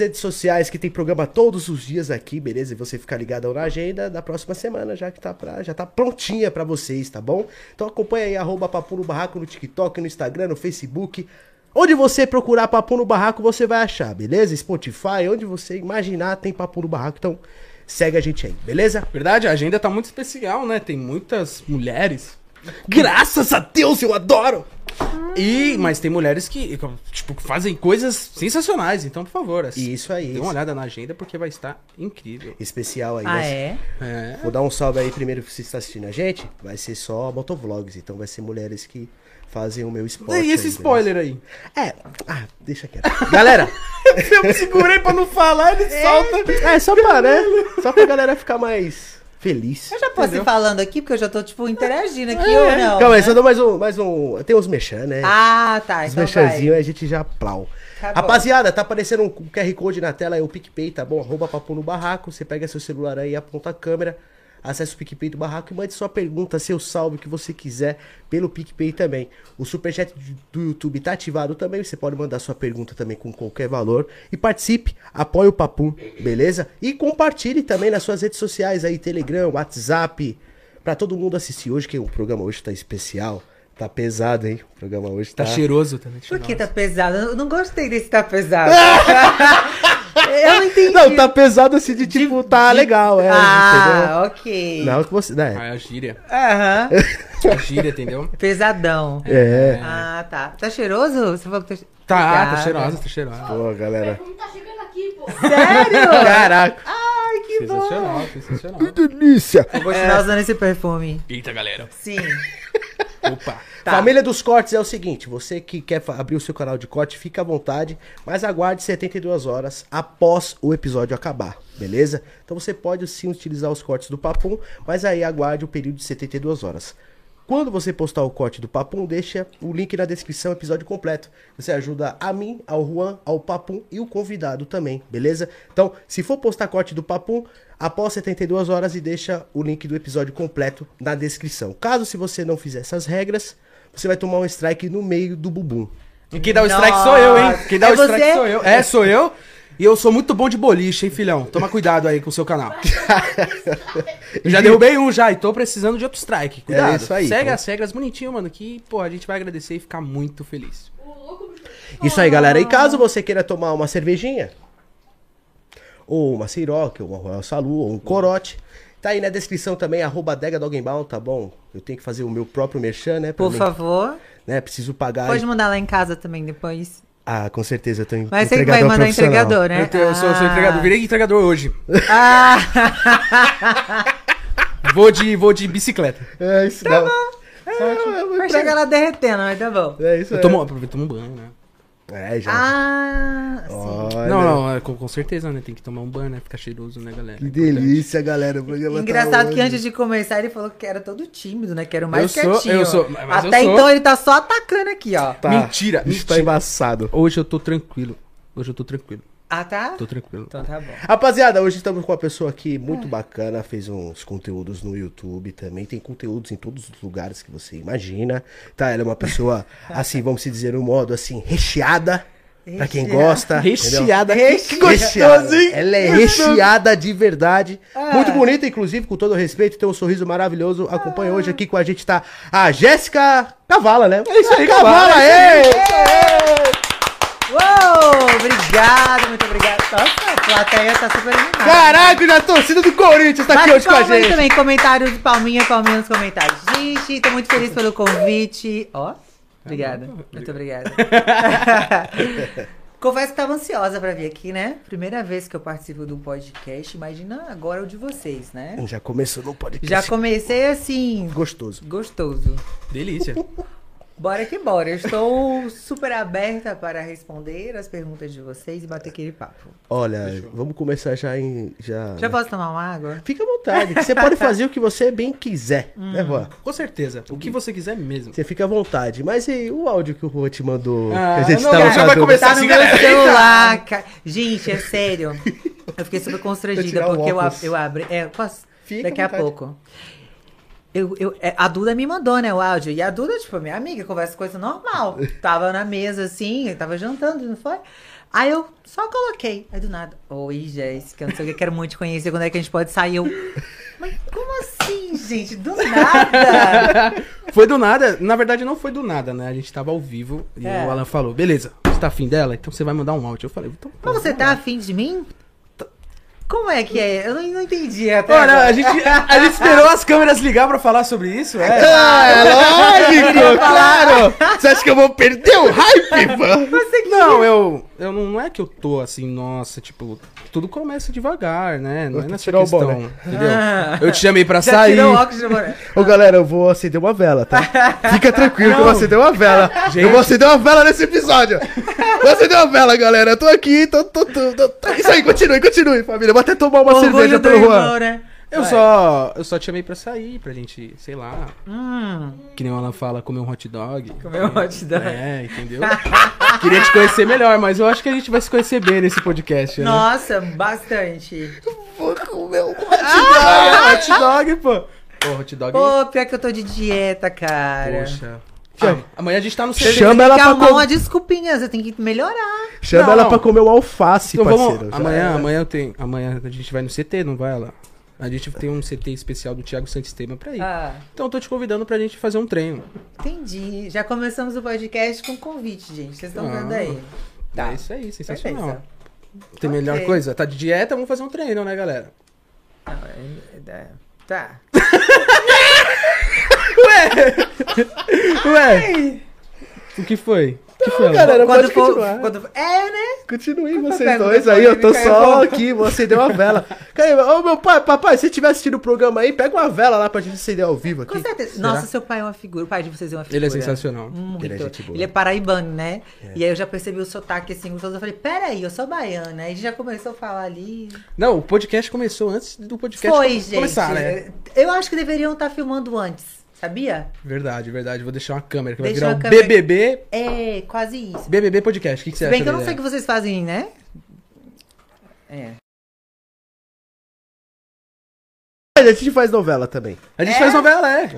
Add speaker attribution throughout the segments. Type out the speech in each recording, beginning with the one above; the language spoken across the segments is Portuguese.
Speaker 1: redes sociais que tem programa todos os dias aqui, beleza? E você fica ligadão na agenda da próxima semana, já que tá pra, já tá prontinha pra vocês, tá bom? Então acompanha aí arroba Papo no Barraco no TikTok, no Instagram, no Facebook. Onde você procurar Papo no Barraco, você vai achar, beleza? Spotify, onde você imaginar tem Papo no Barraco. Então, segue a gente aí, beleza?
Speaker 2: Verdade, a agenda tá muito especial, né? Tem muitas mulheres.
Speaker 1: Graças a Deus, eu adoro!
Speaker 2: E, mas tem mulheres que, tipo, que fazem coisas sensacionais. Então, por favor, assim,
Speaker 1: Isso aí.
Speaker 2: dê uma olhada na agenda porque vai estar incrível.
Speaker 1: Especial aí.
Speaker 3: Ah,
Speaker 1: né?
Speaker 3: é?
Speaker 2: É.
Speaker 1: Vou dar um salve aí primeiro se você está assistindo a gente. Vai ser só motovlogs, então vai ser mulheres que fazem o meu esporte.
Speaker 3: é
Speaker 2: E esse
Speaker 1: aí,
Speaker 2: spoiler aí?
Speaker 1: beleza? É, ah, deixa quieto. Galera,
Speaker 2: Eu me segurei pra não falar, ele solta.
Speaker 1: é só pra, né? Só pra galera ficar mais feliz.
Speaker 3: Eu já posso
Speaker 2: Entendeu?
Speaker 3: ir falando aqui, porque eu já tô, tipo, interagindo aqui
Speaker 1: É.
Speaker 3: ou não.
Speaker 1: Calma aí,
Speaker 3: né?
Speaker 1: só dou mais um, mais um. Tem uns mexã, né?
Speaker 3: Ah, tá.
Speaker 1: Os
Speaker 3: Então
Speaker 1: mexãzinhos
Speaker 3: vai.
Speaker 1: a gente já plau.
Speaker 3: Tá bom.
Speaker 1: Rapaziada, tá aparecendo um QR Code na tela, é o PicPay, tá bom? Arroba papo no barraco, você pega seu celular aí, aponta a câmera, acessa o PicPay do barraco e mande sua pergunta, seu salve, o que você quiser, pelo PicPay também. O superchat do YouTube tá ativado também, você pode mandar sua pergunta também com qualquer valor. E participe, apoie o papo, beleza? E compartilhe também nas suas redes sociais aí, Telegram, WhatsApp, pra todo mundo assistir hoje, que o programa hoje tá especial. Tá pesado, hein? O programa hoje tá...
Speaker 2: Tá cheiroso também.
Speaker 3: Por que tá pesado? Eu não gostei desse tá pesado. eu não entendi.
Speaker 1: Não, tá pesado assim de tipo, tá legal, é.
Speaker 3: ah, ok.
Speaker 1: entendeu? Não, que você.
Speaker 2: Ah,
Speaker 1: Né?
Speaker 2: é a gíria.
Speaker 3: Aham.
Speaker 2: É a gíria, entendeu?
Speaker 3: Pesadão.
Speaker 1: É.
Speaker 3: Ah, tá. Tá cheiroso? Você falou que tá che-
Speaker 2: Tá, tá
Speaker 3: Obrigada.
Speaker 2: cheirosa, tá cheirosa.
Speaker 1: Pô, galera.
Speaker 4: Como tá chegando aqui, pô?
Speaker 3: Sério?
Speaker 1: Caraca,
Speaker 3: Ai, que bom.
Speaker 2: Sensacional, sensacional.
Speaker 1: que delícia!
Speaker 3: Vou continuar usando esse perfume.
Speaker 2: Eita, galera.
Speaker 3: Sim.
Speaker 1: Tá
Speaker 2: Opa.
Speaker 3: Tá.
Speaker 1: Família dos Cortes é o seguinte: você que quer fa- abrir o seu canal de corte, fica à vontade, mas aguarde 72 horas após o episódio acabar, beleza? Então você pode sim utilizar os cortes do Papum, mas aí aguarde o período de 72 horas. Quando você postar o corte do Papum, deixa o link na descrição, episódio completo. Você ajuda a mim, ao Juan, ao Papum e o convidado também, beleza? Então, se for postar corte do Papum, após 72 horas e deixa o link do episódio completo na descrição. Caso se você não fizer essas regras, você vai tomar um strike no meio do bumbum.
Speaker 2: E quem dá o strike sou eu, hein? Quem dá
Speaker 3: É
Speaker 2: o strike
Speaker 3: você?
Speaker 2: sou eu. É, sou eu. E eu sou muito bom de boliche, hein, filhão? Toma cuidado aí com o seu canal. Eu já derrubei um já e tô precisando de outro strike. Cuidado.
Speaker 1: É isso aí,
Speaker 2: Segue
Speaker 1: pô.
Speaker 2: as regras bonitinho, mano, que, pô, a gente vai agradecer e ficar muito feliz.
Speaker 4: O louco bruxo.
Speaker 1: Isso aí, galera. E caso você queira tomar uma cervejinha, ou uma ciroca, ou uma Royal Salu, ou um corote, tá aí na descrição também, arroba adega Doggenbaum, tá bom? Eu tenho que fazer o meu próprio merchan, né? pra
Speaker 3: Por
Speaker 1: mim,
Speaker 3: favor.
Speaker 1: Né? Preciso pagar.
Speaker 3: Pode mandar lá em casa também depois.
Speaker 1: Ah, com certeza eu tô em-
Speaker 3: Mas você vai mandar
Speaker 1: profissional.
Speaker 3: entregador, né?
Speaker 2: Eu, tenho- eu sou, eu sou
Speaker 3: Ah.
Speaker 2: entregador, virei entregador hoje.
Speaker 3: Ah,
Speaker 2: Vou de, vou de bicicleta.
Speaker 1: É isso tá bom.
Speaker 3: É, vai chegar lá derretendo, mas tá bom.
Speaker 1: É isso
Speaker 2: Eu
Speaker 1: aí.
Speaker 2: tomo, aproveito, tomo um banho, né?
Speaker 1: É, já.
Speaker 3: Ah, sim.
Speaker 1: Olha,
Speaker 2: Não, não, é, com, com certeza, né? Tem que tomar um banho, né? Ficar cheiroso, né, galera?
Speaker 1: Que delícia, galera. O programa tá
Speaker 3: Engraçado que
Speaker 1: hoje.
Speaker 3: antes de começar ele falou que era todo tímido, né? Que era o mais
Speaker 2: Eu sou-
Speaker 3: quietinho.
Speaker 2: eu sou- mas eu
Speaker 3: Até
Speaker 2: sou.
Speaker 3: então ele tá só atacando aqui, ó.
Speaker 1: Tá.
Speaker 2: Mentira,
Speaker 1: Isso tá
Speaker 2: mentira.
Speaker 1: embaçado.
Speaker 2: Hoje eu tô tranquilo. Hoje eu tô tranquilo.
Speaker 3: Ah, tá?
Speaker 2: Tô tranquilo.
Speaker 3: Então tá bom.
Speaker 1: Rapaziada, hoje estamos com uma pessoa aqui muito bacana, fez uns conteúdos no YouTube também, tem conteúdos em todos os lugares que você imagina, tá? Ela é uma pessoa, assim, vamos se dizer, um modo assim, recheada, pra quem
Speaker 3: Recheada.
Speaker 1: gosta. entendeu?
Speaker 2: Recheada. Que
Speaker 1: Recheada. Ela é recheada de verdade. Muito bonita, inclusive, com todo respeito, tem um sorriso maravilhoso. Acompanha hoje aqui com a gente, tá? A Jéssica Cavala, né? É isso aí, Cavala, é!
Speaker 3: Uou, obrigado, muito obrigado. Nossa, a plateia tá super animada.
Speaker 1: Caraca, já a torcida do Corinthians tá aqui
Speaker 3: Bate
Speaker 1: hoje com a
Speaker 3: palma aí
Speaker 1: gente.
Speaker 3: também, comentário de palminha, palminha nos comentários. Gente, tô muito feliz pelo convite. Ó, obrigada. Muito obrigada. Confesso que tava ansiosa pra vir aqui, né? Primeira vez que eu participo de um podcast, imagina agora o de vocês, né?
Speaker 1: Já começou no podcast.
Speaker 3: Já comecei assim,
Speaker 1: Gostoso.
Speaker 3: gostoso.
Speaker 2: Delícia.
Speaker 3: Bora que bora. Eu estou super aberta para responder as perguntas de vocês e bater aquele papo.
Speaker 1: Olha, vamos começar já em. Já,
Speaker 3: Já posso tomar uma água?
Speaker 1: Fica à vontade, que você pode fazer o que você bem quiser, né, Juan?
Speaker 2: Com certeza. O que você quiser mesmo.
Speaker 1: Você fica à vontade. Mas e o áudio que o Juan te mandou?
Speaker 2: Ah,
Speaker 1: que a gente
Speaker 2: não,
Speaker 1: tava
Speaker 2: já vai
Speaker 1: falando?
Speaker 2: começar
Speaker 3: Tá no
Speaker 2: assim,
Speaker 3: meu
Speaker 2: galera.
Speaker 3: celular, cara. Gente, é sério. Eu fiquei super
Speaker 1: Vou
Speaker 3: constrangida
Speaker 1: tirar o
Speaker 3: porque eu, ab-
Speaker 1: óculos.
Speaker 3: eu abri. É, eu posso?
Speaker 1: Fica
Speaker 3: Daqui
Speaker 1: à
Speaker 3: a
Speaker 1: vontade.
Speaker 3: pouco. Eu, eu, é, a Duda me mandou, né, o áudio. E a Duda, tipo, minha amiga, conversa coisa normal. Tava na mesa, assim, eu tava jantando, não foi? Aí eu só coloquei. Aí do nada, oi, Jéssica, não sei o que, quero muito te conhecer, quando é que a gente pode sair? Eu, mas como assim, gente? Do nada?
Speaker 2: Foi do nada. Na verdade, não foi do nada, né? A gente tava ao vivo e
Speaker 3: É.
Speaker 2: o Alan falou: beleza, você tá afim dela? Então você vai mandar um áudio. Eu falei: então.
Speaker 3: Mas você tá afim de mim? Como é que é? Eu não, não entendi até
Speaker 2: Olha,
Speaker 3: agora.
Speaker 2: a gente, a gente esperou as câmeras ligar pra falar sobre isso, é?
Speaker 1: Ah, é
Speaker 2: Tá
Speaker 1: lógico, claro! Você acha que eu vou perder o hype, mano?
Speaker 3: Você que...
Speaker 2: Não, eu, eu não, não é que eu tô assim, nossa, tipo, tudo começa devagar, né? Não é nessa
Speaker 1: Tirar o
Speaker 2: questão,
Speaker 1: boné.
Speaker 2: entendeu?
Speaker 3: Ah.
Speaker 2: Eu te chamei pra
Speaker 3: Já
Speaker 2: sair.
Speaker 3: tirou o óculos de namorado.
Speaker 1: Ô, galera, eu vou acender uma vela, tá? Fica tranquilo que eu vou acender uma vela.
Speaker 2: Gente.
Speaker 1: Eu vou acender uma vela nesse episódio. Vou acender uma vela, galera. Eu tô aqui, tô... tô, tô, tô- tô- Isso aí, continue, continue, família. Vou até tomar uma cerveja
Speaker 3: Orgulho do
Speaker 1: pelo Juan.
Speaker 3: irmão, né?
Speaker 2: Eu
Speaker 3: Vai.
Speaker 2: só, eu só te chamei pra sair, pra gente, sei lá,
Speaker 3: Hum,
Speaker 2: que nem o Alan fala, comer um hot dog.
Speaker 3: comer um hot dog.
Speaker 2: É, entendeu? Queria te conhecer melhor, mas eu acho que a gente vai se conhecer bem nesse podcast, né?
Speaker 3: É, Nossa, bastante.
Speaker 1: Vou comer um
Speaker 2: Ah, hot dog, pô. Pô, hot dog.
Speaker 3: Pô, pior que eu tô de dieta, cara.
Speaker 2: Poxa.
Speaker 1: Chama.
Speaker 2: Ah, amanhã a gente tá no CT.
Speaker 1: Chama ela pra,
Speaker 3: Calma,
Speaker 1: co-
Speaker 3: uma desculpinha, você tem que melhorar.
Speaker 1: Chama
Speaker 2: Não,
Speaker 1: ela
Speaker 2: não.
Speaker 1: pra comer o alface,
Speaker 2: Então
Speaker 1: parceiro.
Speaker 2: vamos.
Speaker 1: Já
Speaker 2: Amanhã,
Speaker 1: era.
Speaker 2: amanhã eu tenho. Amanhã a gente vai no CT, não vai lá? A gente tem um CT especial do Thiago Santistema pra ir.
Speaker 3: Ah,
Speaker 2: Então eu tô te convidando pra gente fazer um treino.
Speaker 3: entendi. Já começamos o podcast com convite, gente. Vocês estão
Speaker 2: Ah,
Speaker 3: vendo aí.
Speaker 2: É isso aí, sensacional.
Speaker 3: Tá. Perfeito.
Speaker 2: Tem melhor
Speaker 3: Ok.
Speaker 2: coisa? Tá de dieta, vamos fazer um treino, né, galera?
Speaker 3: Não, é- é- Tá.
Speaker 2: Ué! O que foi? O que foi? Alan?
Speaker 1: galera,
Speaker 3: quando
Speaker 1: pode
Speaker 3: for,
Speaker 1: continuar.
Speaker 3: quando for- É, né?
Speaker 1: Continue
Speaker 3: Quando
Speaker 1: vocês
Speaker 3: pega o
Speaker 1: dois aí, eu tô
Speaker 3: telefone,
Speaker 1: só
Speaker 3: caiu.
Speaker 1: aqui, vou acender uma vela. Caio, ô meu pai, papai, se tiver assistindo o programa aí, pega uma vela lá pra gente acender ao vivo
Speaker 3: Com
Speaker 1: aqui.
Speaker 3: certeza.
Speaker 1: Será?
Speaker 3: Nossa, seu pai é uma figura. O pai de vocês é uma figura.
Speaker 2: Ele é sensacional.
Speaker 3: Muito.
Speaker 1: Ele é gente boa. É.
Speaker 3: Ele é paraibano, né? E aí eu já percebi o sotaque assim, gostoso. Eu falei, peraí, eu sou baiana. Aí a gente já começou a falar ali.
Speaker 2: Não, o podcast começou antes do
Speaker 1: é tipo
Speaker 2: podcast
Speaker 3: Foi,
Speaker 2: come-
Speaker 3: gente.
Speaker 2: começar, né?
Speaker 3: Eu acho que deveriam estar filmando antes, sabia?
Speaker 2: Verdade, verdade. Vou deixar uma câmera que
Speaker 3: Deixa
Speaker 2: vai
Speaker 3: uma
Speaker 2: virar um
Speaker 3: câmera-
Speaker 2: BBB,
Speaker 3: É, quase isso.
Speaker 2: BBB podcast. O que, que você
Speaker 3: Se
Speaker 2: acha?
Speaker 3: bem que eu
Speaker 2: da
Speaker 3: não sei o que
Speaker 2: ideia?
Speaker 3: vocês fazem, né? É.
Speaker 1: A gente faz novela também.
Speaker 2: A gente
Speaker 3: É?
Speaker 2: faz novela, é.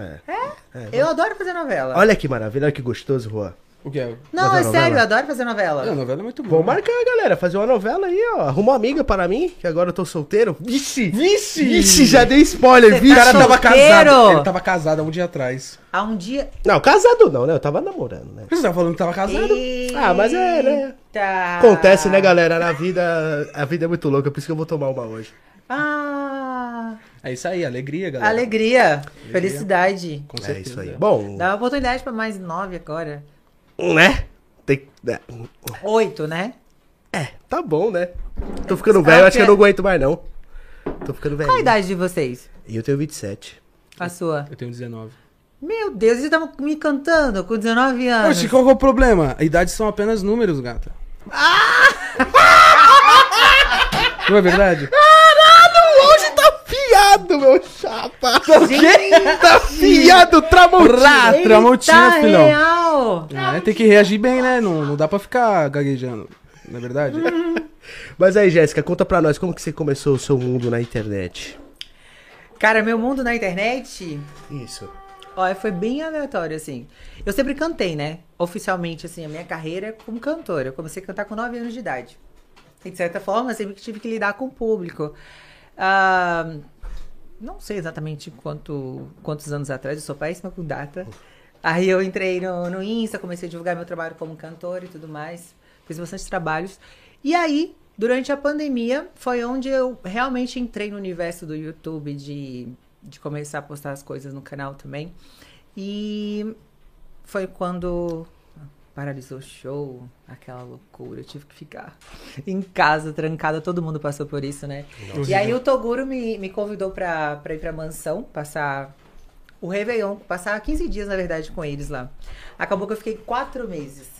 Speaker 3: Eu adoro fazer novela.
Speaker 1: né? Olha que maravilha, olha que gostoso, Juan.
Speaker 2: O que é?
Speaker 3: não,
Speaker 1: fazer
Speaker 3: é sério,
Speaker 1: novela?
Speaker 3: eu adoro fazer novela.
Speaker 2: A novela é muito boa.
Speaker 1: Vamos marcar, galera, fazer uma novela aí, ó. Arruma uma amiga para mim, que agora eu tô solteiro. Vixe!
Speaker 2: Vixe!
Speaker 1: Vixe, já dei spoiler,
Speaker 3: Você tá
Speaker 1: vixe!
Speaker 2: O cara tava
Speaker 3: Solteiro!
Speaker 2: casado. Ele tava casado há um dia atrás.
Speaker 3: Há um dia.
Speaker 1: Não, casado não, né? Eu tava namorando, né?
Speaker 2: Você tava falando que tava casado?
Speaker 1: Ah, mas é, né?
Speaker 3: Eita.
Speaker 1: Acontece, né, galera? Na vida, a vida é muito louca, por isso que eu vou tomar uma hoje.
Speaker 3: Ah,
Speaker 2: É isso aí, alegria, galera.
Speaker 3: alegria, felicidade.
Speaker 2: Com
Speaker 1: É
Speaker 2: certeza.
Speaker 1: isso aí. Bom,
Speaker 3: Dá uma oportunidade pra mais nove agora.
Speaker 1: né? Tem que.
Speaker 3: Oito, né?
Speaker 1: Tá bom, né? Tô ficando velho, acho que eu não aguento mais, não. Tô ficando velho.
Speaker 3: é- Qual a idade de vocês?
Speaker 1: E eu tenho 27.
Speaker 3: A sua?
Speaker 2: Eu tenho 19.
Speaker 3: Meu Deus, vocês estavam me cantando com 19 anos.
Speaker 2: Oxe, qual que é o problema? A idade são apenas números, gata.
Speaker 3: Ah!
Speaker 2: Não é verdade?
Speaker 1: Caralho, hoje tá fiado, meu chapa.
Speaker 3: Gente,
Speaker 1: Tá fiado, tramontina.
Speaker 2: Ra- Ah, Tramontina,
Speaker 3: eita,
Speaker 2: filhão.
Speaker 3: real.
Speaker 2: É, tem que reagir bem, né? Não, não dá pra ficar gaguejando. Não é verdade?
Speaker 1: Mas aí, Jéssica, conta pra nós como que você começou o seu mundo na internet.
Speaker 3: Cara, meu mundo na internet
Speaker 1: Isso.
Speaker 3: Olha, foi bem aleatório, assim. Eu sempre cantei, né? Oficialmente, assim, a minha carreira é como cantora. Eu comecei a cantar com 9 anos de idade. E, de certa forma, sempre que tive que lidar com o público. Ah, não sei exatamente quanto, quantos anos atrás, eu sou péssima com data. Aí eu entrei no, no Insta, comecei a divulgar meu trabalho como cantora e tudo mais. Fiz bastante trabalhos. E aí, durante a pandemia, foi onde eu realmente entrei no universo do YouTube, de, de começar a postar as coisas no canal também. E foi quando paralisou o show, aquela loucura, eu tive que ficar em casa, trancada, todo mundo passou por isso, né? E aí o Toguro me, me convidou pra, pra ir pra mansão, passar o Réveillon, passar 15 dias, na verdade, com eles lá. Acabou que eu fiquei quatro meses.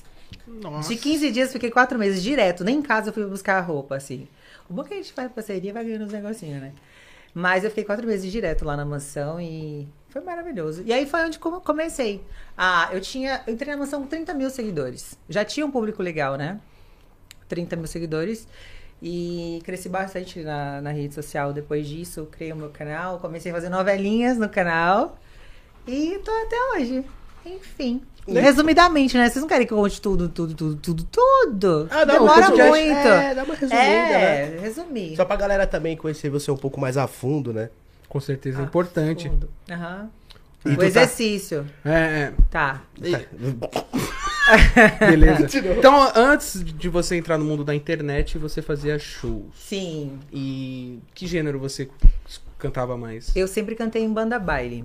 Speaker 2: Nossa.
Speaker 3: De 15 dias, fiquei quatro meses direto. Nem em casa eu fui buscar roupa, assim. O bom é que a gente faz parceria vai ganhando uns negocinhos, né? Mas eu fiquei quatro meses direto lá na mansão e foi maravilhoso. E aí foi onde come- comecei. Ah, eu tinha. Eu entrei na mansão com 30 mil seguidores. Já tinha um público legal, né? 30 mil seguidores. E cresci bastante na, na rede social depois disso. Criei o meu canal, comecei a fazer novelinhas no canal. E tô até hoje. Enfim. Resumidamente, né? Vocês não querem que eu conte tudo, tudo, tudo, tudo, tudo?
Speaker 1: Ah,
Speaker 3: Demora
Speaker 1: resumida.
Speaker 3: muito.
Speaker 1: É, dá uma resumida,
Speaker 3: É,
Speaker 1: né?
Speaker 3: resumir.
Speaker 1: Só pra galera também conhecer você um pouco mais a fundo, né?
Speaker 2: Com certeza é importante.
Speaker 3: Fundo. Aham.
Speaker 1: E tu
Speaker 3: O
Speaker 1: tá-
Speaker 3: exercício.
Speaker 2: É,
Speaker 3: Tá.
Speaker 2: é, beleza. então, antes de você entrar no mundo da internet, você fazia shows.
Speaker 3: Sim.
Speaker 2: E que gênero você cantava mais?
Speaker 3: Eu sempre cantei em banda baile.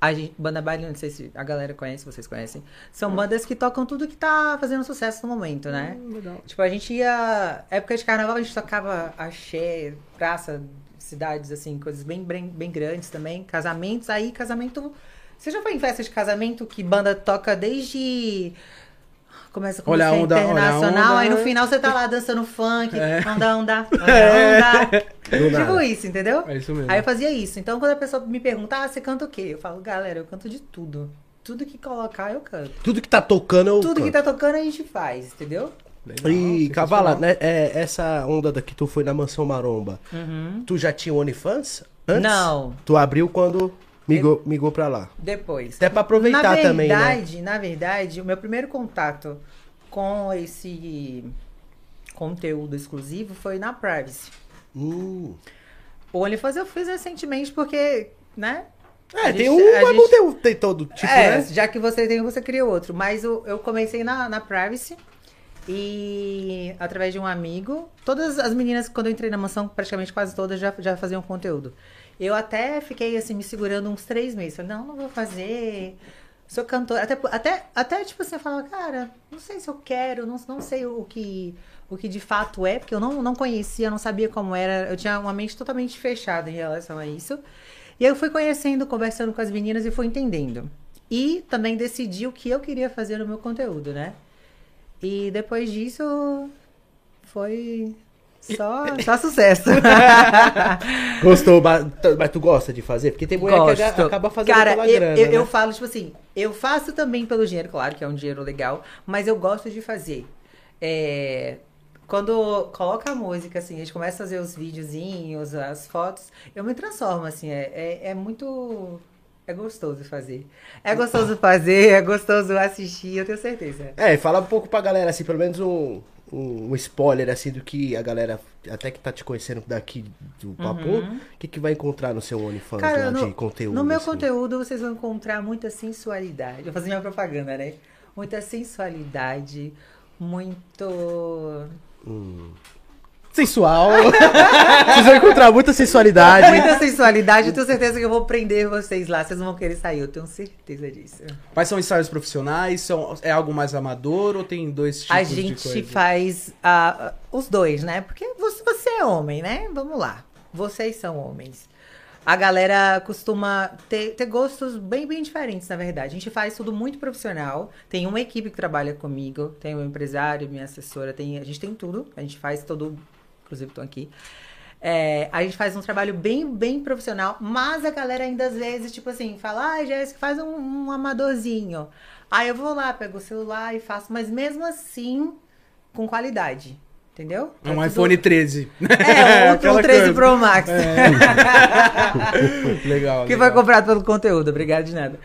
Speaker 3: A gente- banda baile, não sei se a galera conhece, vocês conhecem. São
Speaker 2: Uhum.
Speaker 3: bandas que tocam tudo que tá fazendo sucesso no momento, né?
Speaker 2: Hum, Legal.
Speaker 3: Tipo, a gente ia. Época de carnaval, a gente tocava axé, praça, cidades, assim, coisas bem, bem, bem grandes também. Casamentos. Aí, casamento. Você já foi em festa de casamento que banda toca desde. Começa com
Speaker 2: Olha a
Speaker 3: música
Speaker 2: onda, olha a
Speaker 3: internacional,
Speaker 2: onda.
Speaker 3: aí no final você tá lá dançando funk,
Speaker 2: É.
Speaker 3: onda, onda, onda,
Speaker 2: É.
Speaker 3: onda.
Speaker 1: Do
Speaker 3: Tipo
Speaker 1: nada.
Speaker 3: isso, entendeu?
Speaker 2: É isso mesmo.
Speaker 3: Aí eu fazia isso. Então, quando a pessoa me pergunta, ah, você canta o quê? Eu falo, galera, eu canto de tudo. Tudo que colocar, eu canto.
Speaker 1: Tudo que tá tocando eu.
Speaker 3: Tudo que
Speaker 1: canto.
Speaker 3: tá tocando, a gente faz, entendeu?
Speaker 2: Legal,
Speaker 1: E
Speaker 2: sensacional.
Speaker 1: Cavala, né? é, essa onda da que tu foi na Mansão Maromba, tu já tinha OnlyFans? Antes?
Speaker 3: Hum? Não.
Speaker 1: Tu abriu quando migou, migou pra lá.
Speaker 3: Depois.
Speaker 1: Até pra aproveitar
Speaker 3: na verdade,
Speaker 1: também, né?
Speaker 3: Na verdade, o meu primeiro contato com esse conteúdo exclusivo foi na Privacy.
Speaker 1: Hum.
Speaker 3: O OnlyFans eu fiz recentemente porque, né?
Speaker 1: É,
Speaker 3: A
Speaker 1: tem
Speaker 3: gente-
Speaker 1: um,
Speaker 3: a
Speaker 1: mas
Speaker 3: gente-
Speaker 1: tem, tem todo tipo,
Speaker 3: é,
Speaker 1: né?
Speaker 3: já que você tem, você cria outro. Mas eu, eu comecei na, na Privacy e através de um amigo. Todas as meninas, quando eu entrei na mansão, praticamente quase todas já, já faziam conteúdo. Eu até fiquei assim, me segurando uns três meses. Falei, não, não vou fazer. Sou cantora. Até, até, até tipo assim, eu falava, cara, não sei se eu quero, não, não sei o que, o que de fato é, porque eu não, não conhecia, não sabia como era. Eu tinha uma mente totalmente fechada em relação a isso. E aí eu fui conhecendo, conversando com as meninas e fui entendendo. E também decidi o que eu queria fazer no meu conteúdo, né? E depois disso foi só, só sucesso.
Speaker 1: Gostou, mas, mas tu gosta de fazer? Porque tem mulher é que aga-
Speaker 3: Gosto.
Speaker 1: acaba fazendo
Speaker 3: Cara,
Speaker 1: pela
Speaker 3: eu,
Speaker 1: grana,
Speaker 3: eu,
Speaker 1: né?
Speaker 3: eu falo, tipo assim, eu faço também pelo dinheiro, claro que é um dinheiro legal, mas eu gosto de fazer. É, quando coloca a música, assim, a gente começa a fazer os videozinhos, as fotos, eu me transformo, assim, é, é, é muito. É gostoso fazer. É gostoso fazer, é gostoso assistir, eu tenho certeza.
Speaker 1: É, fala um pouco pra galera, assim, pelo menos um, um, um spoiler, assim, do que a galera, até que tá te conhecendo daqui do Papo, o que, que vai encontrar no seu OnlyFans lá
Speaker 3: Uhum. no,
Speaker 1: de conteúdo?
Speaker 3: no meu
Speaker 1: assim?
Speaker 3: conteúdo vocês vão encontrar muita sensualidade. Eu vou fazer minha propaganda, né? Muita sensualidade, muito.
Speaker 2: Sensual.
Speaker 1: Vocês vão encontrar muita sensualidade.
Speaker 3: É Muita sensualidade, eu tenho certeza que eu vou prender vocês lá. Vocês não vão querer sair, eu tenho certeza disso.
Speaker 2: Mas são ensaios profissionais? São, é algo mais amador ou tem dois tipos
Speaker 3: a
Speaker 2: de
Speaker 3: gente
Speaker 2: coisa?
Speaker 3: faz ah, os dois, né? Porque você, você é homem, né? Vamos lá. Vocês são homens. A galera costuma ter, ter gostos bem, bem diferentes, na verdade. A gente faz tudo muito profissional. Tem uma equipe que trabalha comigo, tem um empresário, minha assessora, tem, a gente tem tudo. A gente faz todo. Inclusive, estou aqui. É, a gente faz um trabalho bem, bem profissional, mas a galera ainda às vezes, tipo assim, fala, ai, Jéssica, faz um, um amadorzinho. Aí eu vou lá, pego o celular e faço, mas mesmo assim, com qualidade. Entendeu?
Speaker 2: É um
Speaker 3: tudo-
Speaker 2: iPhone 13.
Speaker 3: É, outro
Speaker 2: Aquela
Speaker 3: 13
Speaker 2: coisa.
Speaker 3: Pro Max.
Speaker 2: Legal.
Speaker 3: Que
Speaker 2: legal.
Speaker 3: foi comprado pelo conteúdo. Obrigado de nada.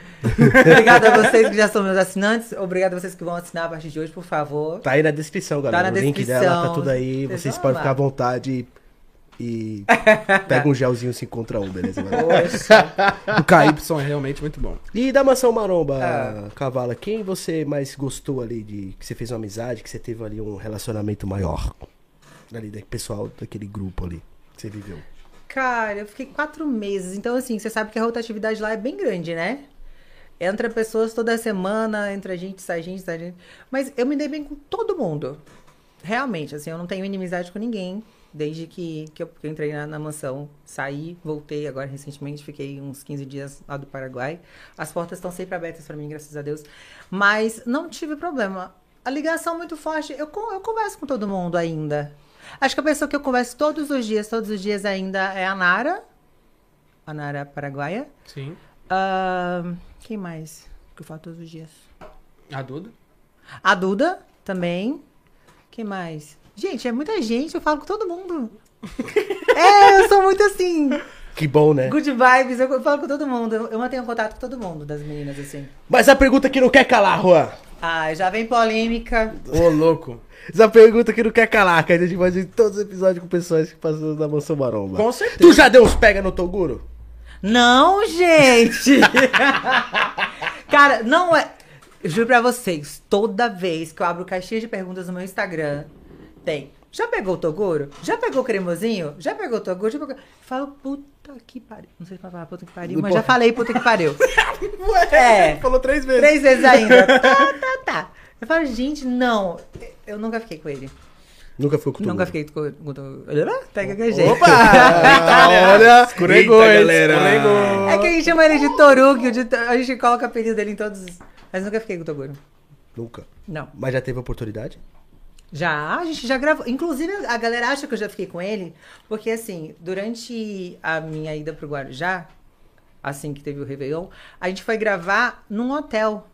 Speaker 3: Obrigado a vocês que já são meus assinantes. Obrigado a vocês que vão assinar a partir de hoje, por favor.
Speaker 1: Tá aí na descrição, galera.
Speaker 3: na
Speaker 1: o link
Speaker 3: descrição.
Speaker 1: dela tá tudo aí.
Speaker 3: Vocês
Speaker 1: Vocês
Speaker 3: vão
Speaker 1: podem
Speaker 3: lá.
Speaker 1: ficar à vontade e, e pega um gelzinho se encontra um, beleza? galera?
Speaker 2: O KY é realmente muito bom.
Speaker 1: E da Mansão Maromba,
Speaker 3: É.
Speaker 1: Cavala, quem você mais gostou ali de que você fez uma amizade, que você teve ali um relacionamento maior? Ali, da pessoal daquele grupo ali que você viveu.
Speaker 3: Cara, eu fiquei quatro meses. Então, assim, você sabe que a rotatividade lá é bem grande, né? Entra pessoas toda semana, entra gente, sai gente, sai gente. Mas eu me dei bem com todo mundo. Realmente, assim, eu não tenho inimizade com ninguém. Desde que, que eu que eu entrei na, na mansão, saí, voltei agora recentemente, fiquei uns 15 dias lá do Paraguai. As portas estão sempre abertas pra mim, graças a Deus. Mas não tive problema. A ligação é muito forte, eu, con- eu converso com todo mundo ainda. Acho que a pessoa que eu converso todos os dias, todos os dias ainda é a Nara. A Nara paraguaia.
Speaker 2: Sim.
Speaker 3: Ahn, quem mais que eu falo todos os dias?
Speaker 2: A Duda?
Speaker 3: A Duda também. Quem mais? Gente, é muita gente, eu falo com todo mundo. é, eu sou muito assim.
Speaker 1: Que bom, né?
Speaker 3: Good vibes, eu falo com todo mundo. Eu eu mantenho contato com todo mundo das meninas, assim.
Speaker 1: Mas a pergunta que não quer calar, Juan.
Speaker 3: Ah, já vem polêmica.
Speaker 2: Ô, louco.
Speaker 1: Essa pergunta que não quer calar, que a gente faz em todos os episódios com pessoas que passam na Mansão Maromba.
Speaker 2: Com certeza.
Speaker 1: Tu já deu uns pega no Toguro?
Speaker 3: Não, gente! Cara, não é. Eu Juro pra vocês, toda vez que eu abro caixinha de perguntas no meu Instagram, tem. Já pegou o Toguro? Já pegou o cremosinho? Já pegou o Toguro? Já pegou... Eu falo, puta que pariu. Não sei se falar puta que pariu, mas já falei puta que pariu. É.
Speaker 2: Falou três vezes.
Speaker 3: Três vezes ainda. Tá, tá, tá. Eu falo, gente, não. Eu nunca fiquei com ele.
Speaker 1: Nunca ficou com o Toguro?
Speaker 3: Nunca fiquei com o Toguro. Pega que jeito.
Speaker 2: Opa! Olha, escorregou,
Speaker 1: Eita,
Speaker 2: galera.
Speaker 1: galera.
Speaker 3: É que a gente chama ele de Torugio, de to- a gente coloca apelido dele em todos. os- Mas nunca fiquei com o Toguro.
Speaker 1: Nunca.
Speaker 3: Não.
Speaker 1: Mas já teve oportunidade?
Speaker 3: Já, a gente já gravou. Inclusive, a galera acha que eu já fiquei com ele, porque assim, durante a minha ida pro Guarujá, assim que teve o Réveillon, a gente foi gravar num hotel.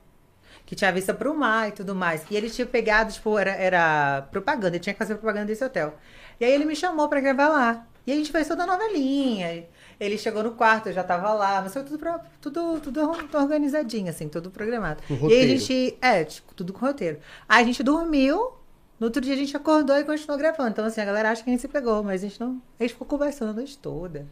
Speaker 3: Que tinha vista pro mar e tudo mais. E ele tinha pegado, tipo, era, era propaganda, ele tinha que fazer propaganda desse hotel. E aí ele me chamou pra gravar lá. E a gente fez toda a novelinha. Ele chegou no quarto, eu já tava lá, mas foi tudo, pro- tudo, tudo organizadinho, assim, tudo programado.
Speaker 1: Um
Speaker 3: e aí a
Speaker 1: roteiro.
Speaker 3: gente, é, tipo, tudo com roteiro. Aí a gente dormiu, no outro dia a gente acordou e continuou gravando. Então, assim, a galera acha que a gente se pegou, mas a gente não. A gente ficou conversando a noite toda.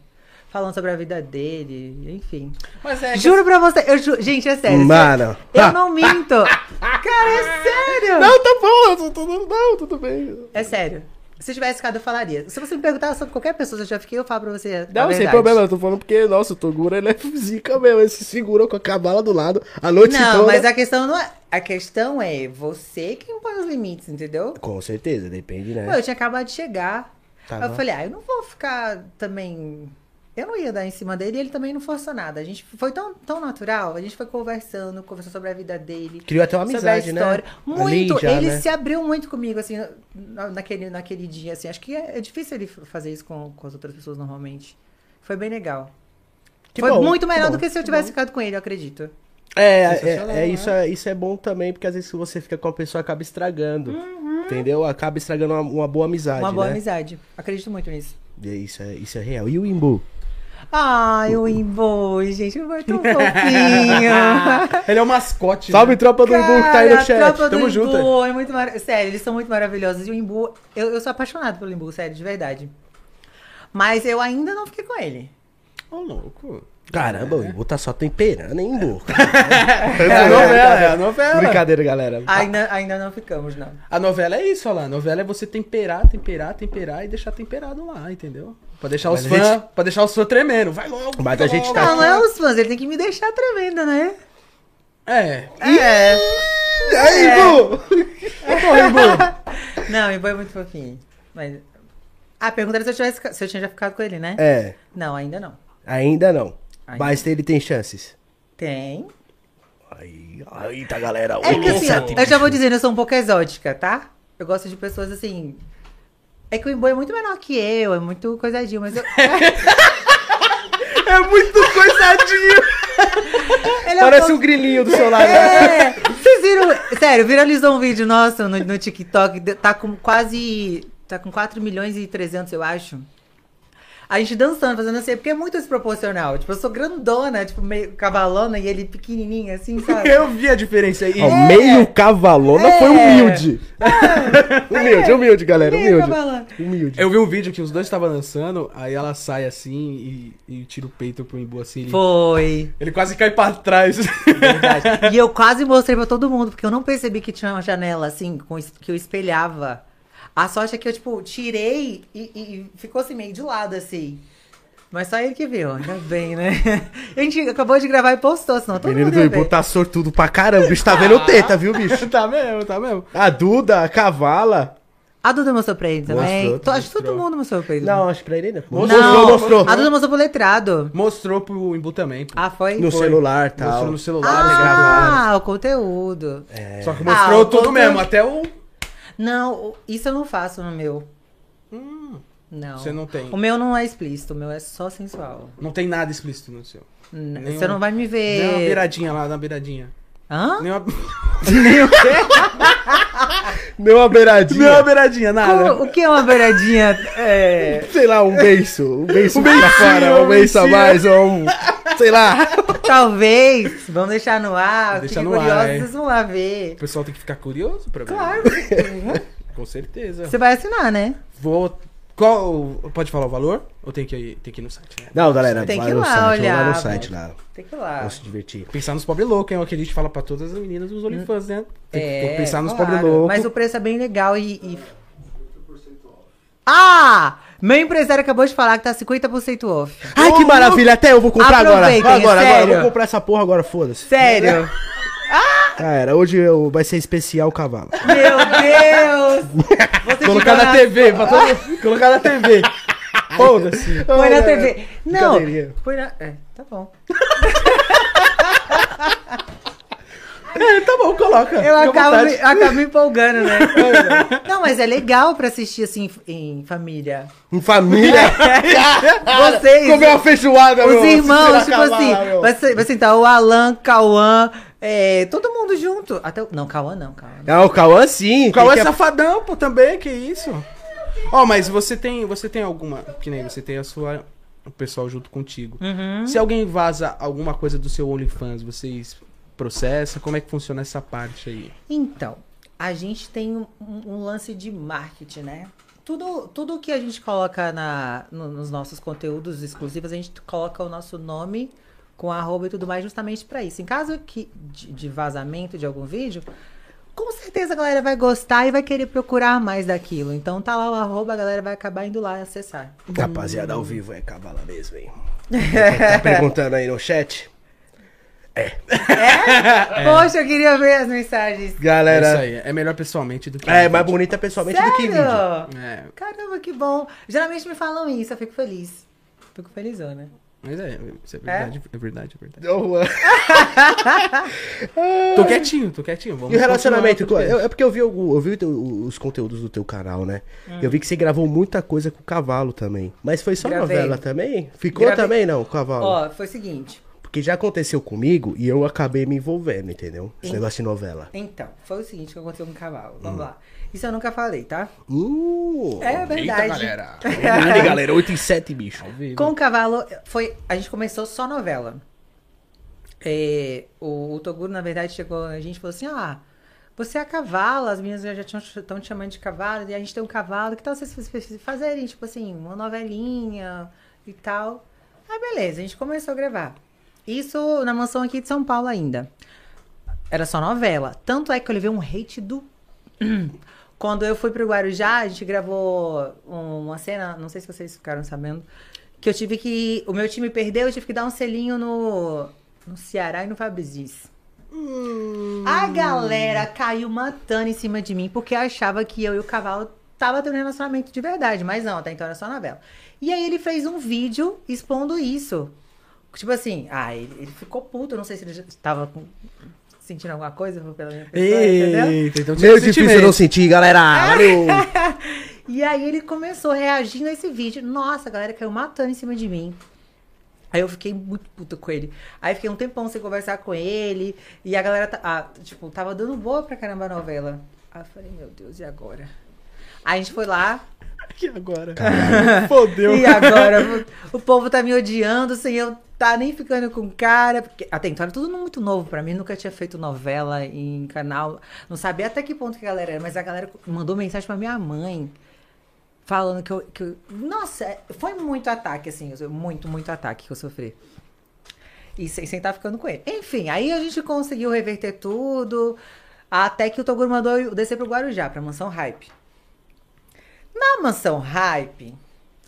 Speaker 3: Falando sobre a vida dele, enfim.
Speaker 2: Mas é que-
Speaker 3: Juro pra você, eu ju- gente, é sério.
Speaker 1: Mano. tá.
Speaker 3: Eu não minto. Cara, é sério.
Speaker 1: Não, tá bom, eu tô- tô- não, tudo bem.
Speaker 3: É sério. Se eu tivesse ficado, eu falaria. Se você me perguntar sobre qualquer pessoa, se eu já fiquei, eu falo pra você. a
Speaker 1: Não, sem
Speaker 3: É verdade.
Speaker 1: problema, eu tô falando porque, nossa, o Toguro ele é zica mesmo, ele se segurou com a cabala do lado a noite
Speaker 3: Não,
Speaker 1: toda.
Speaker 3: mas a questão não é. A questão é você quem põe os limites, entendeu?
Speaker 1: Com certeza, depende,
Speaker 3: Pô,
Speaker 1: né?
Speaker 3: eu tinha acabado de chegar.
Speaker 1: Tá
Speaker 3: Aí eu
Speaker 1: bom.
Speaker 3: falei, ah, eu não vou ficar também. Eu não ia dar em cima dele e ele também não forçou nada. A gente foi tão, tão natural, a gente foi conversando, conversou sobre a vida dele.
Speaker 1: Criou até uma
Speaker 3: sobre a
Speaker 1: amizade, né?
Speaker 3: história.
Speaker 1: Ali
Speaker 3: Muito,
Speaker 1: já,
Speaker 3: ele
Speaker 1: né?
Speaker 3: se abriu muito comigo, assim, na- naquele, naquele dia, assim. Acho que é, é difícil ele f- fazer isso com, com as outras pessoas normalmente. Foi bem legal.
Speaker 1: Que
Speaker 3: foi
Speaker 1: bom,
Speaker 3: muito
Speaker 1: que
Speaker 3: melhor
Speaker 1: bom,
Speaker 3: do que se eu tivesse ficado com ele, eu acredito.
Speaker 1: É, é,
Speaker 2: Sensacional,
Speaker 1: é,
Speaker 2: né?
Speaker 1: isso, é, isso é bom também, porque às vezes se você fica com a pessoa, acaba estragando. Entendeu? Acaba estragando uma, uma boa amizade.
Speaker 3: Uhum. Uma boa
Speaker 1: né?
Speaker 3: amizade. Acredito muito nisso.
Speaker 1: amizade. Isso é, isso é real. E o Imbu?
Speaker 3: Ai, o Imboi, gente, o Imboi é tão fofinho.
Speaker 2: Ele é o mascote.
Speaker 1: Salve,
Speaker 2: né?
Speaker 1: tropa do Imbu que tá aí
Speaker 3: Cara,
Speaker 1: no
Speaker 3: a
Speaker 1: chat.
Speaker 3: tropa do
Speaker 1: Tamo junto.
Speaker 3: Imbu é muito mara- Sério, eles são muito maravilhosos. E o Imbu, eu, eu sou apaixonado pelo Imbu, sério, de verdade. Mas eu ainda não fiquei com ele.
Speaker 2: Ô, louco.
Speaker 1: Caramba, o Imbu tá só temperando, hein, Imbu?
Speaker 2: É a novela, é a novela.
Speaker 1: Brincadeira, galera.
Speaker 3: Ainda, ainda não ficamos, não.
Speaker 2: A novela é isso, olha lá. A novela é você temperar, temperar, temperar e deixar temperado lá, entendeu? Pra deixar os
Speaker 1: Mas a
Speaker 2: fãs. Pra deixar os fãs tremendo. Vai logo.
Speaker 1: Mas
Speaker 2: vai
Speaker 1: a gente
Speaker 2: logo.
Speaker 1: tá
Speaker 3: Não, não é os fãs, ele tem que me deixar tremenda, né?
Speaker 2: É.
Speaker 3: É.
Speaker 1: E aí, Imbu?
Speaker 3: Não, o Imbu é muito fofinho. Mas. A pergunta era se eu, tivesse, se eu tinha já ficado com ele, né?
Speaker 1: É,
Speaker 3: Não, ainda não.
Speaker 1: ainda não.
Speaker 3: Ainda.
Speaker 1: Mas ele tem chances.
Speaker 3: Tem.
Speaker 1: Aí, aí tá, galera.
Speaker 3: É
Speaker 1: Ô,
Speaker 3: que assim,
Speaker 1: louco.
Speaker 3: ó, eu já vou dizendo, eu sou um pouco exótica, tá? Eu gosto de pessoas assim. É que o Imbu é muito menor que eu, é muito coisadinho, mas eu-
Speaker 2: É muito coisadinho.
Speaker 3: ele é
Speaker 1: Parece
Speaker 3: um
Speaker 1: um
Speaker 3: pouco-
Speaker 1: grilinho do seu lado. né?
Speaker 3: É! Vocês viram? Sério, viralizou um vídeo nosso no, no TikTok, de- tá com quase. Tá com 4 milhões e 300, eu acho. A gente dançando, fazendo assim, porque é muito desproporcional. Tipo, eu sou grandona, tipo, meio cavalona e ele pequenininho, assim, sabe?
Speaker 2: Eu vi a diferença aí.
Speaker 1: Ó,
Speaker 3: É.
Speaker 1: meio cavalona foi humilde. humilde, humilde, galera.
Speaker 3: Meio
Speaker 1: Humilde.
Speaker 3: cavalona.
Speaker 1: Humilde.
Speaker 2: Eu vi um vídeo que os dois estavam dançando, aí ela sai assim e, e tira o peito pro Imbu assim. Ele,
Speaker 3: Foi.
Speaker 2: ele quase cai pra trás.
Speaker 3: E eu quase mostrei pra todo mundo, porque eu não percebi que tinha uma janela, assim, com es- que eu espelhava. A sorte é que eu, tipo, tirei e, e- e ficou assim, meio de lado, assim. Mas só ele que viu, ainda bem, né? A gente acabou de gravar e postou, senão todo
Speaker 1: Menino
Speaker 3: mundo é Ah.
Speaker 1: do
Speaker 3: ia
Speaker 1: Ibu
Speaker 3: ver.
Speaker 1: tá sortudo pra caramba. O bicho tá vendo teta, viu, bicho?
Speaker 2: tá mesmo, tá mesmo.
Speaker 1: A Duda, a cavala.
Speaker 3: A Duda mostrou pra ele também.
Speaker 1: Mostrou,
Speaker 3: To- acho que todo
Speaker 2: mostrou.
Speaker 3: mundo mostrou pra ele.
Speaker 1: Não, acho que pra ele não.
Speaker 2: Mostrou,
Speaker 3: Não,
Speaker 1: mostrou.
Speaker 3: A Duda mostrou pro letrado.
Speaker 2: Mostrou pro Imbu também. pô.
Speaker 3: Ah, foi?
Speaker 1: No
Speaker 3: Foi.
Speaker 1: celular e tal.
Speaker 2: Mostrou no celular, eles gravaram.
Speaker 3: Ah, o conteúdo.
Speaker 1: É.
Speaker 2: Só que
Speaker 3: Ah,
Speaker 2: mostrou
Speaker 3: o
Speaker 2: tudo
Speaker 3: conteúdo-
Speaker 2: mesmo, até o.
Speaker 3: Não, o- isso eu não faço no meu.
Speaker 1: Hum.
Speaker 3: Não.
Speaker 2: Você não tem.
Speaker 3: O meu não é explícito, o meu é só sensual.
Speaker 2: Não tem nada explícito no seu.
Speaker 3: N-
Speaker 2: Nenhum-
Speaker 3: Você não vai me ver.
Speaker 2: Nem uma beiradinha lá, na beiradinha.
Speaker 3: Hã?
Speaker 2: Nem uma...
Speaker 1: Deu uma beiradinha.
Speaker 2: Não é uma beiradinha, nada.
Speaker 3: Como- o que é uma beiradinha? É,
Speaker 1: Sei lá, um beiço. Um beiço
Speaker 2: Um
Speaker 1: pra
Speaker 2: beicinho,
Speaker 1: fora, um
Speaker 2: um
Speaker 1: beiço a
Speaker 2: beicinho.
Speaker 1: mais, ou um. Sei lá.
Speaker 3: talvez. Vamos deixar no ar.
Speaker 2: Deixa
Speaker 3: Deixar
Speaker 2: no ar,
Speaker 3: curiosos,
Speaker 2: é.
Speaker 3: vocês vão lá ver.
Speaker 2: O pessoal tem que ficar curioso pra ver. né? Uhum.
Speaker 3: Claro.
Speaker 2: Com certeza.
Speaker 3: Você vai assinar, né?
Speaker 2: Vou. Qual. Pode falar o valor? Ou tem que, tem que ir no site, né?
Speaker 1: Não, galera,
Speaker 3: Tem
Speaker 1: vai
Speaker 3: que ir
Speaker 1: no
Speaker 3: lá
Speaker 1: site, vamos lá no
Speaker 3: olhar,
Speaker 1: site lá.
Speaker 3: Tem que ir lá.
Speaker 1: Vamos se divertir.
Speaker 2: Pensar nos pobres loucos, hein? É o que a gente fala pra todas as meninas dos OnlyFans, né? Tem, que-
Speaker 3: É,
Speaker 2: tem que pensar nos
Speaker 3: claro.
Speaker 2: pobres loucos.
Speaker 3: Mas o preço é bem legal e. e- Ah! Meu empresário acabou de falar que tá 50% off.
Speaker 1: Ai, que maravilha, até eu vou comprar agora.
Speaker 3: Aproveitem, é
Speaker 1: Agora, agora,
Speaker 3: sério.
Speaker 1: eu vou comprar essa porra agora, foda-se.
Speaker 3: Sério?
Speaker 1: Cara, hoje eu- vai ser especial cavalo.
Speaker 3: Meu Deus! Você
Speaker 2: Colocar
Speaker 3: chegou
Speaker 2: na TV, pra todo... colocar na TV. Foda-se.
Speaker 3: Põe na TV. Não,
Speaker 1: Brincadeirinha.
Speaker 3: põe na... É, tá bom.
Speaker 2: É, tá bom, coloca.
Speaker 3: Eu
Speaker 2: Fica à
Speaker 3: acabo, me,
Speaker 2: vontade.
Speaker 3: acabo me empolgando, né? Não, mas é legal pra assistir assim em em família.
Speaker 1: Em família.
Speaker 3: Vocês,
Speaker 1: Comer uma
Speaker 2: Tá
Speaker 1: feijoada,
Speaker 3: os
Speaker 1: meu,
Speaker 3: irmãos,
Speaker 1: assistir
Speaker 3: tipo
Speaker 1: a cavalo,
Speaker 3: assim,
Speaker 1: meu.
Speaker 3: vai, ser- vai sentar o Alan, Cauã, é, todo mundo junto. Até, o- não, Cauã não, Cauã. não.
Speaker 1: Não, Ah, o Cauã sim.
Speaker 2: O Cauã é
Speaker 1: tem que-
Speaker 2: safadão, pô, também, que isso. Ó, mas você tem, você tem alguma, que nem você tem a sua, o pessoal junto contigo.
Speaker 3: Uhum.
Speaker 2: Se alguém vaza alguma coisa do seu OnlyFans, vocês processam? Como é que funciona essa parte aí?
Speaker 3: Então, a gente tem um, um lance de marketing, né? Tudo, tudo que a gente coloca na, no- nos nossos conteúdos exclusivos, a gente coloca o nosso nome com arroba e tudo mais justamente pra isso. Em caso que, de, de vazamento de algum vídeo, com certeza a galera vai gostar e vai querer procurar mais daquilo. Então tá lá o arroba, a galera vai acabar indo lá acessar.
Speaker 1: Rapaziada, ao vivo é cavala mesmo, hein? tá perguntando aí no chat. Ah, é.
Speaker 3: Poxa, eu queria ver as mensagens.
Speaker 1: Galera.
Speaker 2: É isso aí, é melhor pessoalmente do que...
Speaker 1: É, mais bonita pessoalmente do que vídeo.
Speaker 3: Sério?
Speaker 2: É,
Speaker 3: Caramba, que bom. Geralmente me falam isso, eu fico feliz. Fico felizona.
Speaker 2: mas é, isso é verdade, é, verdade, é verdade.
Speaker 1: Ô, Juan.
Speaker 2: Tô quietinho, tô quietinho. Vamos
Speaker 1: E o relacionamento?
Speaker 2: continuar
Speaker 1: eu- é porque eu vi, algum- eu vi o teu- os conteúdos do teu canal, né?
Speaker 3: É.
Speaker 1: Eu vi que você gravou muita coisa com o cavalo também. Mas foi só
Speaker 3: Gravei.
Speaker 1: novela também? Ficou
Speaker 3: Gravei.
Speaker 1: também, não, o cavalo?
Speaker 3: Ó, foi o seguinte.
Speaker 1: Porque já aconteceu comigo e eu acabei me envolvendo, entendeu? Esse negócio de novela.
Speaker 3: Então, foi o seguinte que aconteceu com o cavalo. Vamos lá. Isso eu nunca falei, tá?
Speaker 1: Uh,
Speaker 3: É
Speaker 2: podcast.
Speaker 3: verdade.
Speaker 2: Eita, galera.
Speaker 1: Olha, galera, 8 em 7, bicho.
Speaker 2: Ao vivo.
Speaker 3: Com o cavalo, foi. A gente começou só novela. É, o, o Toguro, na verdade, chegou. A gente falou assim: ah, você é a cavalo, as meninas já estão te chamando de cavalo, e a gente tem um cavalo, que tal vocês fa- fa- fazerem, tipo assim, uma novelinha e tal. Ah, beleza, a gente começou a gravar. Isso na mansão aqui de São Paulo ainda. Era só novela. Tanto é que eu levei um hate do. Quando eu fui pro Guarujá, a gente gravou um, uma cena, não sei se vocês ficaram sabendo, que eu tive que. O meu time perdeu, eu tive que dar um selinho no. No Ceará e no Fabriziz. A galera caiu matando em cima de mim porque achava que eu e o cavalo tava tendo um relacionamento de verdade, mas não, até então era só novela. E aí ele fez um vídeo expondo isso. Tipo assim, ah, ele, ele ficou puto, não sei se ele já tava com- sentindo alguma coisa pela minha pessoa, entendeu?
Speaker 2: Eita, então tinha
Speaker 1: Meio
Speaker 2: sentimento.
Speaker 1: difícil é não sentir, galera. Valeu.
Speaker 3: É. E aí ele começou reagindo a esse vídeo. Nossa, a galera caiu matando em cima de mim. Aí eu fiquei muito puta com ele. Aí fiquei um tempão sem conversar com ele. E a galera, ta- ah, tipo, tava dando boa pra caramba a novela. Aí eu falei, meu Deus, e agora? Aí a gente foi lá.
Speaker 2: Aqui agora. Fodeu.
Speaker 3: E agora? o povo tá me odiando sem eu tá nem ficando com cara. Porque, até então era tudo muito novo pra mim. Nunca tinha feito novela em canal. Não sabia até que ponto que a galera era. Mas a galera mandou mensagem pra minha mãe falando que eu, que eu- Nossa, foi muito ataque, assim, eu- muito, muito ataque que eu sofri. E sem estar ficando com ele. Enfim, aí a gente conseguiu reverter tudo, até que o Toguro mandou eu descer pro Guarujá, pra Mansão Hype. Na Mansão Hype,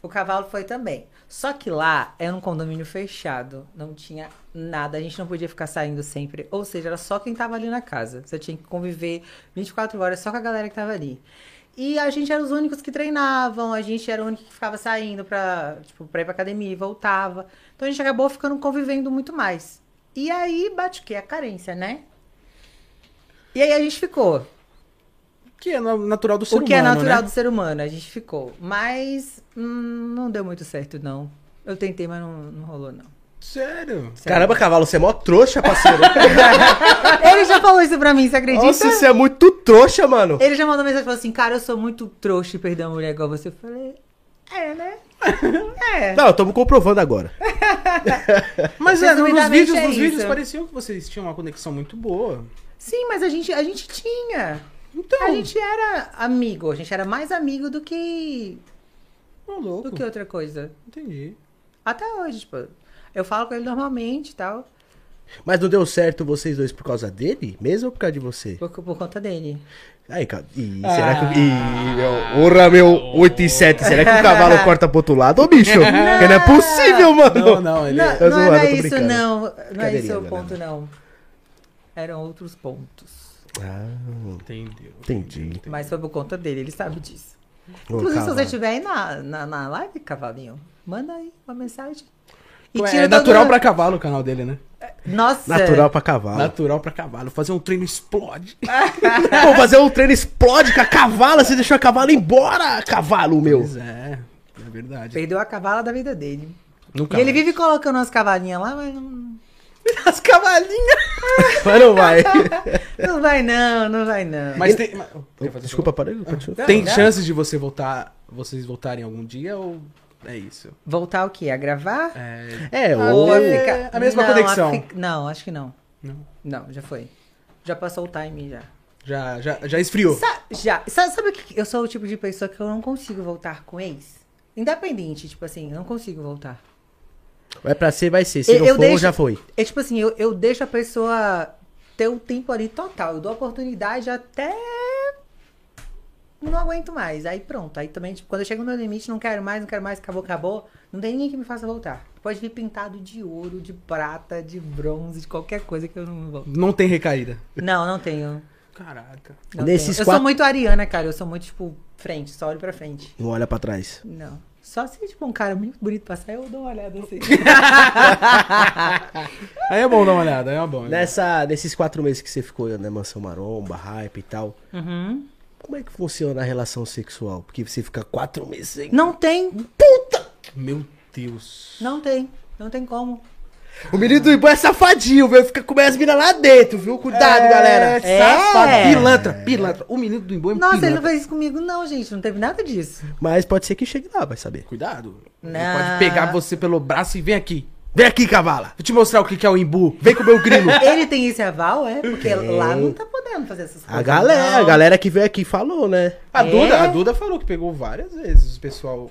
Speaker 3: o cavalo foi também. Só que lá era um condomínio fechado, não tinha nada, a gente não podia ficar saindo sempre. Ou seja, era só quem tava ali na casa. Você tinha que conviver 24 horas só com a galera que tava ali. E a gente era os únicos que treinavam, a gente era o único que ficava saindo pra, tipo, pra ir pra academia e voltava. Então a gente acabou ficando convivendo muito mais. E aí bate o quê? A carência, né? E aí a gente ficou
Speaker 2: que é na- natural do ser
Speaker 3: o que é
Speaker 2: humano,
Speaker 3: natural
Speaker 2: né?
Speaker 3: do ser humano, a gente ficou. Mas hum, não deu muito certo, não. Eu tentei, mas não, não rolou, não.
Speaker 2: Sério?
Speaker 1: Caramba, cavalo, você é mó trouxa, parceiro.
Speaker 3: Ele já falou isso pra mim, você acredita?
Speaker 1: Nossa, você é muito trouxa, mano.
Speaker 3: Ele já mandou mensagem e falou assim, cara, eu sou muito trouxa e perder uma mulher igual você. Eu falei, é, né? É.
Speaker 1: Não, estamos comprovando agora.
Speaker 2: Mas é, nos
Speaker 3: Resumidamente
Speaker 2: vídeos,
Speaker 3: é
Speaker 2: nos vídeos
Speaker 3: isso.
Speaker 2: pareciam que vocês tinham uma conexão muito boa.
Speaker 3: Sim, mas a gente, a gente tinha.
Speaker 2: Então,
Speaker 3: A gente era amigo, a gente era mais amigo do que,
Speaker 2: ô, louco.
Speaker 3: do que outra coisa.
Speaker 2: Entendi.
Speaker 3: Até hoje, tipo, eu falo com ele normalmente e tal,
Speaker 1: Mas não deu certo vocês dois por causa dele? Mesmo ou por causa de você?
Speaker 3: por, por conta dele.
Speaker 1: Aí, ca- Ih, será
Speaker 3: Ah.
Speaker 1: que. Ih, meu. Ora, meu 8 e 7. Será que o cavalo corta pro outro lado? Ô, bicho! Que não é possível, mano!
Speaker 2: Não, não, ele. tá
Speaker 3: Não,
Speaker 1: eu
Speaker 3: não
Speaker 1: zoando,
Speaker 3: era
Speaker 1: eu tô
Speaker 3: isso,
Speaker 1: brincando.
Speaker 3: não. Não é esse
Speaker 1: Brincadeirinha,
Speaker 3: o ponto, não. Eram outros pontos.
Speaker 1: Ah,
Speaker 2: Entendeu.
Speaker 1: entendi.
Speaker 3: Mas foi por conta dele, ele sabe disso.
Speaker 1: Ô,
Speaker 3: Inclusive, se
Speaker 1: cavalo.
Speaker 3: você estiver aí na, na, na live, cavalinho, manda aí uma mensagem. E
Speaker 2: Ué,
Speaker 3: tira
Speaker 2: é
Speaker 3: todo-
Speaker 2: natural pra cavalo o canal dele, né?
Speaker 3: Nossa!
Speaker 1: Natural pra
Speaker 3: Ah.
Speaker 1: cavalo.
Speaker 2: Natural pra cavalo. Fazer um treino explode.
Speaker 1: Pô, fazer um treino explode com a cavala. Você deixou a cavala embora, cavalo, meu.
Speaker 2: Pois é, é verdade.
Speaker 3: Perdeu a cavala da vida dele.
Speaker 2: Nunca
Speaker 3: E ele
Speaker 2: mais.
Speaker 3: vive colocando umas cavalinhas lá, mas não,
Speaker 2: as cavalinhas.
Speaker 1: Mas não vai.
Speaker 3: não vai não, não vai não.
Speaker 2: Mas tem. mas- Quer fazer
Speaker 1: Desculpa, parei. continua.
Speaker 2: Tem
Speaker 3: Não.
Speaker 2: chances de você voltar, vocês voltarem algum dia ou é isso?
Speaker 3: Voltar o quê? A gravar?
Speaker 2: É,
Speaker 1: É,
Speaker 2: Ah,
Speaker 1: ou...
Speaker 2: é. a mesma
Speaker 3: não,
Speaker 2: conexão.
Speaker 3: a fi- Não, acho que não.
Speaker 2: não.
Speaker 3: Não, já foi. Já passou o time já.
Speaker 2: Já, já, já esfriou.
Speaker 3: Sa- já. Sa- sabe o que? que- Eu sou o tipo de pessoa que eu não consigo voltar com ex. Independente, tipo assim, eu não consigo voltar.
Speaker 1: é pra ser, vai ser. Se
Speaker 3: Eu-
Speaker 1: não
Speaker 3: eu
Speaker 1: for,
Speaker 3: deixo-
Speaker 1: já foi.
Speaker 3: É tipo assim, eu, eu deixo a pessoa ter o tempo ali total. Eu dou oportunidade até. Não aguento mais. Aí pronto. Aí também, tipo, quando eu chego no meu limite, não quero mais, não quero mais, acabou, acabou. Não tem ninguém que me faça voltar. Pode vir pintado de ouro, de prata, de bronze, de qualquer coisa que eu não volto.
Speaker 2: Não tem recaída.
Speaker 3: Não, não tenho.
Speaker 2: Caraca.
Speaker 3: Não
Speaker 1: Nesses
Speaker 3: tenho. Eu
Speaker 1: quatro-
Speaker 3: sou muito ariana, cara. Eu sou muito, tipo, frente. Só olho pra frente.
Speaker 1: Não olha pra trás.
Speaker 3: Não. Só se, tipo, um cara muito bonito passar, eu dou uma olhada assim.
Speaker 2: Aí é bom dar uma olhada, aí é bom.
Speaker 3: Né?
Speaker 1: Nessa, nesses quatro meses que você ficou né, Mansão Maromba, Hype e tal,
Speaker 3: Uhum.
Speaker 1: como é que funciona a relação sexual? Porque você fica quatro meses sem...
Speaker 3: Não tem.
Speaker 2: Meu Deus.
Speaker 3: Não tem. Não tem como.
Speaker 1: O menino do Iban é safadinho, viu? Fica com as minas lá dentro, viu? Cuidado, galera.
Speaker 3: É.
Speaker 2: Safado. Pilantra, pilantra. O menino do Imbu é um
Speaker 3: Nossa, ele
Speaker 2: pilantra.
Speaker 3: não fez isso comigo, não, gente. Não teve nada disso.
Speaker 1: Mas pode ser que chegue lá, vai saber.
Speaker 2: Cuidado. Ele
Speaker 3: Não.
Speaker 2: pode pegar você pelo braço e vem aqui.
Speaker 1: Vem aqui, cavala.
Speaker 2: Vou te mostrar o que que é o Imbu. Vem com o meu grilo.
Speaker 3: Ele tem esse aval, é? Porque lá não tá podendo fazer essas coisas.
Speaker 1: A galera,
Speaker 3: não.
Speaker 1: a galera que veio aqui falou, né?
Speaker 2: A Duda,
Speaker 3: É?
Speaker 2: a Duda falou que pegou várias vezes o pessoal.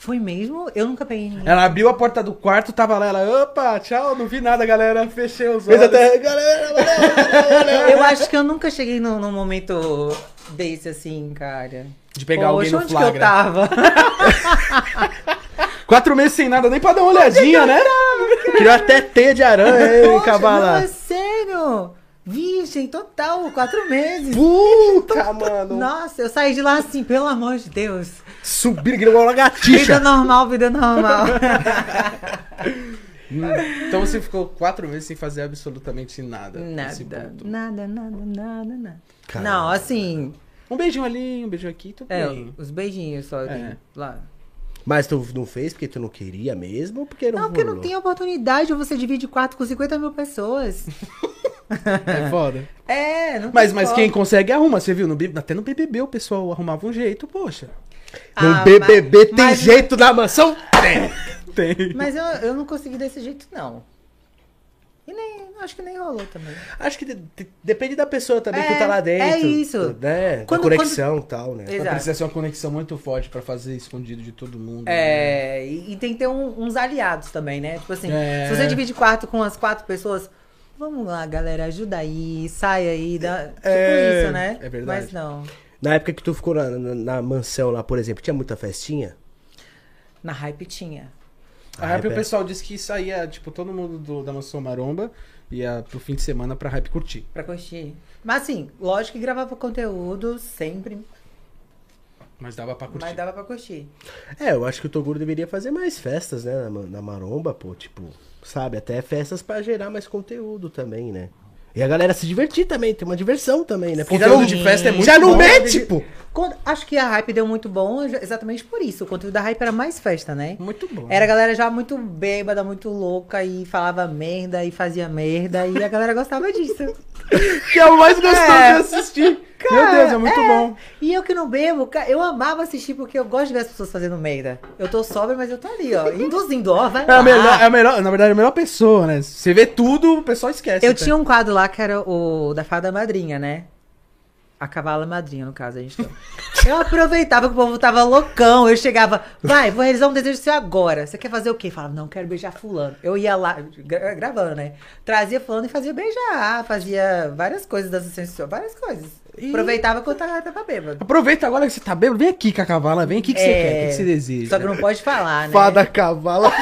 Speaker 3: Foi mesmo? Eu nunca peguei ninguém.
Speaker 2: Ela abriu a porta do quarto, tava lá, ela, opa, tchau, não vi nada, galera. Fechei os
Speaker 1: Mas
Speaker 2: olhos.
Speaker 1: até, galera, galera, galera.
Speaker 3: Eu acho que eu nunca cheguei num, num momento desse assim, cara.
Speaker 2: De pegar alguém
Speaker 3: Poxa,
Speaker 2: no
Speaker 3: onde que eu
Speaker 2: flagra.
Speaker 3: tava?
Speaker 2: Quatro meses sem nada, nem pra dar uma olhadinha, né?
Speaker 1: Criou até teia de aranha, hein,
Speaker 3: Poxa, não,
Speaker 1: cavala.
Speaker 3: é sério. Virgem, total, quatro meses. tá-
Speaker 1: Puta, mano.
Speaker 3: Nossa, eu saí de lá assim, pelo amor de Deus.
Speaker 1: Subiram que igual uma
Speaker 3: Vida
Speaker 1: lagartixa.
Speaker 3: normal, vida normal.
Speaker 2: Então você ficou quatro meses sem fazer absolutamente nada. nesse
Speaker 3: nada,
Speaker 2: ponto.
Speaker 3: nada, nada, nada, nada.
Speaker 1: Caramba.
Speaker 3: Não, assim,
Speaker 2: Um beijinho ali, um beijinho aqui, tudo
Speaker 3: é,
Speaker 2: bem.
Speaker 3: os beijinhos só eu tenho lá.
Speaker 1: Mas tu não fez porque tu não queria mesmo? ou Porque um não
Speaker 3: Não, porque não
Speaker 1: rolou?
Speaker 3: tem oportunidade, você divide quatro com 50 mil pessoas.
Speaker 2: É foda.
Speaker 3: É, não
Speaker 2: Mas,
Speaker 3: tem
Speaker 2: mas
Speaker 3: como.
Speaker 2: quem consegue arruma, você viu? No, B- até no BBB o pessoal arrumava um jeito, poxa.
Speaker 1: No
Speaker 3: Ah,
Speaker 1: BBB
Speaker 3: mas-
Speaker 1: tem
Speaker 3: mas-
Speaker 1: jeito da mansão?
Speaker 2: Tem.
Speaker 3: Mas eu, eu não consegui desse jeito, não. E nem, acho que nem rolou também.
Speaker 1: Acho que de- de- depende da pessoa também que
Speaker 3: É,
Speaker 1: tá lá dentro.
Speaker 3: é isso.
Speaker 1: Né? Da
Speaker 3: Quando- É.
Speaker 1: conexão e tal, né?
Speaker 3: Exato.
Speaker 2: Precisa ser uma conexão muito forte pra fazer escondido de todo mundo. né?
Speaker 3: É, e, e tem que ter um- uns aliados também, né? Tipo assim,
Speaker 2: É.
Speaker 3: se você divide quarto com as quatro pessoas, vamos lá, galera, ajuda aí, sai aí, dá... tipo
Speaker 2: É,
Speaker 3: isso, né?
Speaker 2: é verdade.
Speaker 3: Mas não.
Speaker 1: Na época que tu ficou na, na- na mansão lá, por exemplo, tinha muita festinha?
Speaker 3: Na hype tinha.
Speaker 2: A
Speaker 1: A
Speaker 2: hype,
Speaker 1: hype
Speaker 2: o
Speaker 1: é-
Speaker 2: pessoal disse que saía, tipo, todo mundo do- da Mansão Maromba ia pro fim de semana pra hype curtir.
Speaker 3: Pra curtir. Mas assim, lógico que gravava conteúdo sempre,
Speaker 2: Mas dava pra curtir.
Speaker 3: mas dava pra curtir.
Speaker 1: É, eu acho que o Toguro deveria fazer mais festas, né? Na, ma- na maromba, pô, tipo, sabe? Até festas pra gerar mais conteúdo também, né? E a galera se divertir também, tem uma diversão também, né? Porque já
Speaker 2: Conteúdo
Speaker 1: não-
Speaker 2: de festa é muito
Speaker 1: já não
Speaker 2: bom.
Speaker 1: é, tipo.
Speaker 3: Quando- acho que a hype deu muito bom ex- exatamente por isso. O conteúdo da hype era mais festa, né?
Speaker 2: Muito bom.
Speaker 3: Era a galera já muito bêbada, muito louca e falava merda e fazia merda e a galera gostava disso.
Speaker 2: que é o mais gostoso
Speaker 3: É.
Speaker 2: de assistir.
Speaker 3: Cara,
Speaker 2: Meu Deus, é muito bom.
Speaker 3: E eu que não bebo, ca- eu amava assistir porque eu gosto de ver as pessoas fazendo merda. Eu tô sóbria, mas eu tô ali, ó, induzindo, ó, vai
Speaker 2: É
Speaker 3: lá.
Speaker 2: a melhor, é a melhor, na verdade, é a melhor pessoa, né? Você vê tudo, o pessoal esquece. né?
Speaker 3: Eu
Speaker 2: até.
Speaker 3: tinha um quadro lá que era o da Fada Madrinha, né? A cavala madrinha, no caso, a gente chama. Eu aproveitava que o povo tava loucão. Eu chegava, vai, vou realizar um desejo seu agora. Você quer fazer o quê? Falava, não, quero beijar fulano. Eu ia lá, gra- gravando, né? Trazia fulano e fazia beijar, fazia várias coisas dança sensual, várias coisas. Aproveitava que eu tava, tava bêbado.
Speaker 2: Aproveita agora que você tá bêbado. Vem aqui com a cavala, vem aqui que você
Speaker 3: É.
Speaker 2: quer, o que que você deseja.
Speaker 3: Só que não pode falar, né?
Speaker 1: Fada cavala.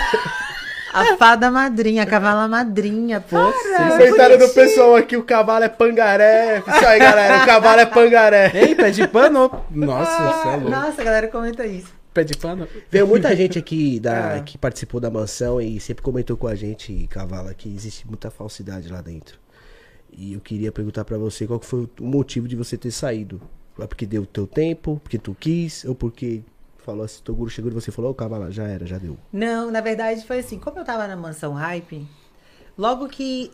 Speaker 3: A fada madrinha, a cavala madrinha, pô. é
Speaker 1: Comentário do pessoal aqui, o cavalo é pangaré. Isso aí, galera, o cavalo é pangaré.
Speaker 2: Ei, pé de pano.
Speaker 3: Ah,
Speaker 2: Nossa, você é louco.
Speaker 3: Nossa, a galera comenta isso.
Speaker 2: Pé de pano.
Speaker 1: Veio muita gente aqui da,
Speaker 3: É.
Speaker 1: que participou da mansão e sempre comentou com a gente, Cavala, que existe muita falsidade lá dentro. E eu queria perguntar pra você qual que foi o motivo de você ter saído. É porque deu o teu tempo, porque tu quis, ou porque falou assim, teu guru chegou e você falou, ô Cavala, já era, já deu.
Speaker 3: Não, na verdade foi assim, como eu tava na mansão hype, logo que.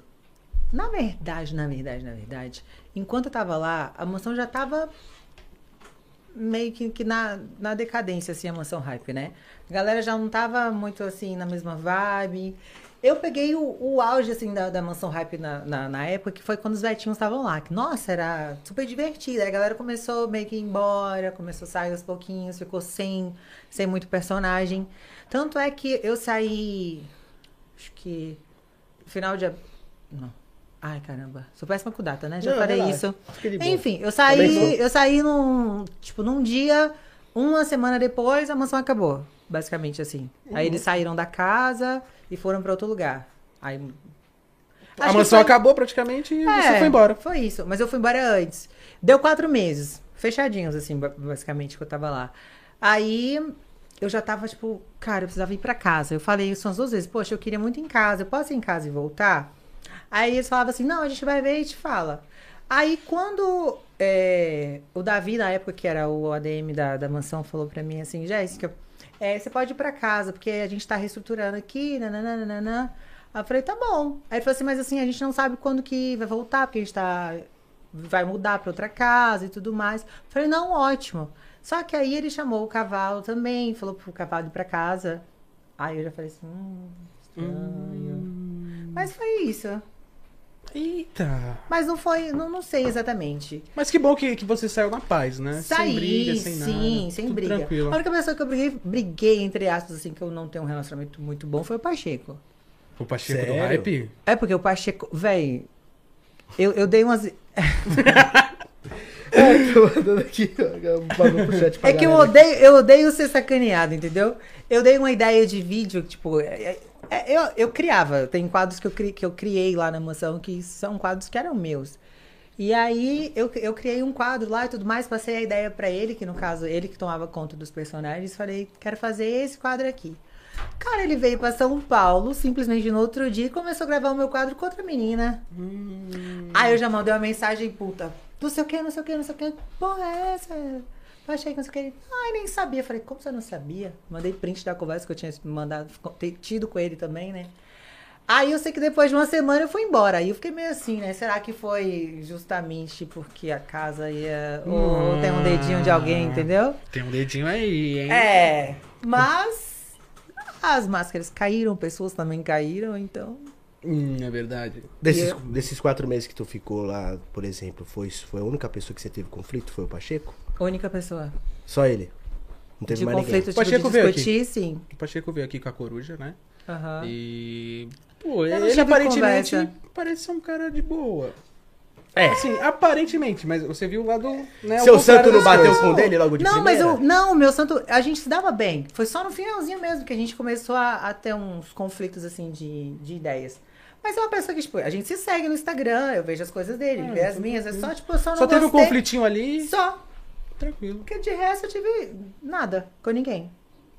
Speaker 3: Na verdade, na verdade, na verdade, enquanto eu tava lá, a mansão já tava meio que, que na, na decadência, assim, a mansão hype, né? A galera já não tava muito assim na mesma vibe. Eu peguei o, o auge, assim, da, da mansão hype na, na, na época, que foi quando os vetinhos estavam lá. Que, nossa, era super divertido. Aí a galera começou meio que ir embora, começou a sair aos pouquinhos, ficou sem, sem muito personagem. Tanto é que eu saí. Acho que. Final de. ab- Não. Ai, caramba. Sou péssima com data, né? Já
Speaker 1: Não,
Speaker 3: falei
Speaker 1: relaxa.
Speaker 3: isso.
Speaker 1: Fica de boa.
Speaker 3: Enfim,
Speaker 1: Também
Speaker 3: eu
Speaker 1: sou.
Speaker 3: saí, eu saí num, tipo, num dia, uma semana depois, a mansão acabou, basicamente assim. Aí
Speaker 1: Uhum.
Speaker 3: eles saíram da casa e foram pra outro lugar. Aí
Speaker 2: a
Speaker 3: Acho que
Speaker 2: mansão
Speaker 3: foi-
Speaker 2: acabou praticamente e
Speaker 3: É,
Speaker 2: você foi embora.
Speaker 3: Foi isso, mas eu fui embora antes. Deu quatro meses, fechadinhos assim, ba- basicamente que eu tava lá. Aí eu já tava tipo, cara, eu precisava ir pra casa. Eu falei isso umas duas vezes, poxa, eu queria muito ir em casa, eu posso ir em casa e voltar? Aí eles falavam assim: não, a gente vai ver e te fala. Aí quando é, o Davi, na época que era o ADM da, da mansão, falou pra mim assim: Jéssica, é, você pode ir pra casa, porque a gente tá reestruturando aqui, nananana. Aí eu falei: tá bom. Aí ele falou assim: mas assim, a gente não sabe quando que vai voltar, porque a gente tá. vai mudar pra outra casa e tudo mais. Eu falei: não, ótimo. Só que aí ele chamou o cavalo também, falou pro cavalo ir pra casa. Aí eu já falei assim: hum, estranho. Mas foi isso.
Speaker 2: Eita.
Speaker 3: Mas não foi, não, não sei exatamente.
Speaker 2: Mas que bom que, que você saiu na paz, né?
Speaker 3: Saí,
Speaker 2: sem briga, sem nada.
Speaker 3: sim, sem
Speaker 2: tudo
Speaker 3: briga.
Speaker 2: Tranquilo.
Speaker 3: A única pessoa que eu briguei, briguei, entre aspas, assim, que eu não tenho um relacionamento muito bom foi o Pacheco.
Speaker 2: O Pacheco do
Speaker 1: Sério?
Speaker 2: hype?
Speaker 3: É porque o Pacheco, véi, eu, eu dei umas...
Speaker 1: É, tô mandando aqui, ó, um bagulho pro chat pra
Speaker 3: É que eu
Speaker 1: galera.
Speaker 3: odeio, eu odeio ser sacaneado, entendeu? Eu dei uma ideia de vídeo, tipo. é- é- eu, eu criava, tem quadros que eu, cri- que eu criei lá na mansão que são quadros que eram meus. E aí eu, eu criei um quadro lá e tudo mais, passei a ideia pra ele, que no caso ele que tomava conta dos personagens, falei, quero fazer esse quadro aqui. Cara, ele veio pra São Paulo, simplesmente no outro dia, e começou a gravar o meu quadro com outra menina. Aí eu já mandei uma mensagem puta. Não sei o que, não sei o que, não sei o que. Porra, é essa? Achei que não sei o que. Ai, nem sabia. Falei, como você não sabia? Mandei print da conversa que eu tinha mandado, ter tido com ele também, né? Aí eu sei que depois de uma semana eu fui embora. Aí eu fiquei meio assim, né? Será que foi justamente porque a casa ia. Ou tem um dedinho de alguém, entendeu?
Speaker 2: Tem um dedinho aí, hein?
Speaker 3: É. Mas as máscaras caíram, pessoas também caíram, então.
Speaker 2: Hum, é verdade.
Speaker 1: Desses,
Speaker 3: eu-
Speaker 1: desses quatro meses que tu ficou lá, por exemplo, foi, foi a única pessoa que você teve conflito? Foi o Pacheco?
Speaker 3: Única pessoa.
Speaker 1: Só ele? Não teve
Speaker 3: de
Speaker 1: mais
Speaker 3: conflito,
Speaker 1: ninguém?
Speaker 3: tipo,
Speaker 2: Pacheco
Speaker 3: de
Speaker 2: veio aqui.
Speaker 3: discutir, sim.
Speaker 2: O Pacheco veio aqui com a coruja, né?
Speaker 3: Aham.
Speaker 2: E. Pô,
Speaker 3: Eu não
Speaker 2: ele
Speaker 3: tive
Speaker 2: aparentemente
Speaker 3: conversa.
Speaker 2: parece ser um cara de boa.
Speaker 1: É.
Speaker 2: Assim, aparentemente, mas você viu o lado.
Speaker 3: É,
Speaker 2: Né,
Speaker 1: Seu
Speaker 2: ao contrário
Speaker 1: santo não
Speaker 2: das
Speaker 1: bateu
Speaker 2: coisas.
Speaker 1: com o dele logo de
Speaker 3: Não, mas
Speaker 1: primeira?
Speaker 3: eu, não, meu santo, a gente se dava bem. Foi só no finalzinho mesmo que a gente começou a, a ter uns conflitos assim de, de ideias. Mas é uma pessoa que, tipo, a gente se segue no Instagram, eu vejo as coisas dele, ele vê as minhas, é só, tipo, eu só não
Speaker 2: Só teve um
Speaker 3: gostei.
Speaker 2: conflitinho ali.
Speaker 3: Só,
Speaker 2: Tranquilo.
Speaker 3: porque de resto eu tive nada com ninguém.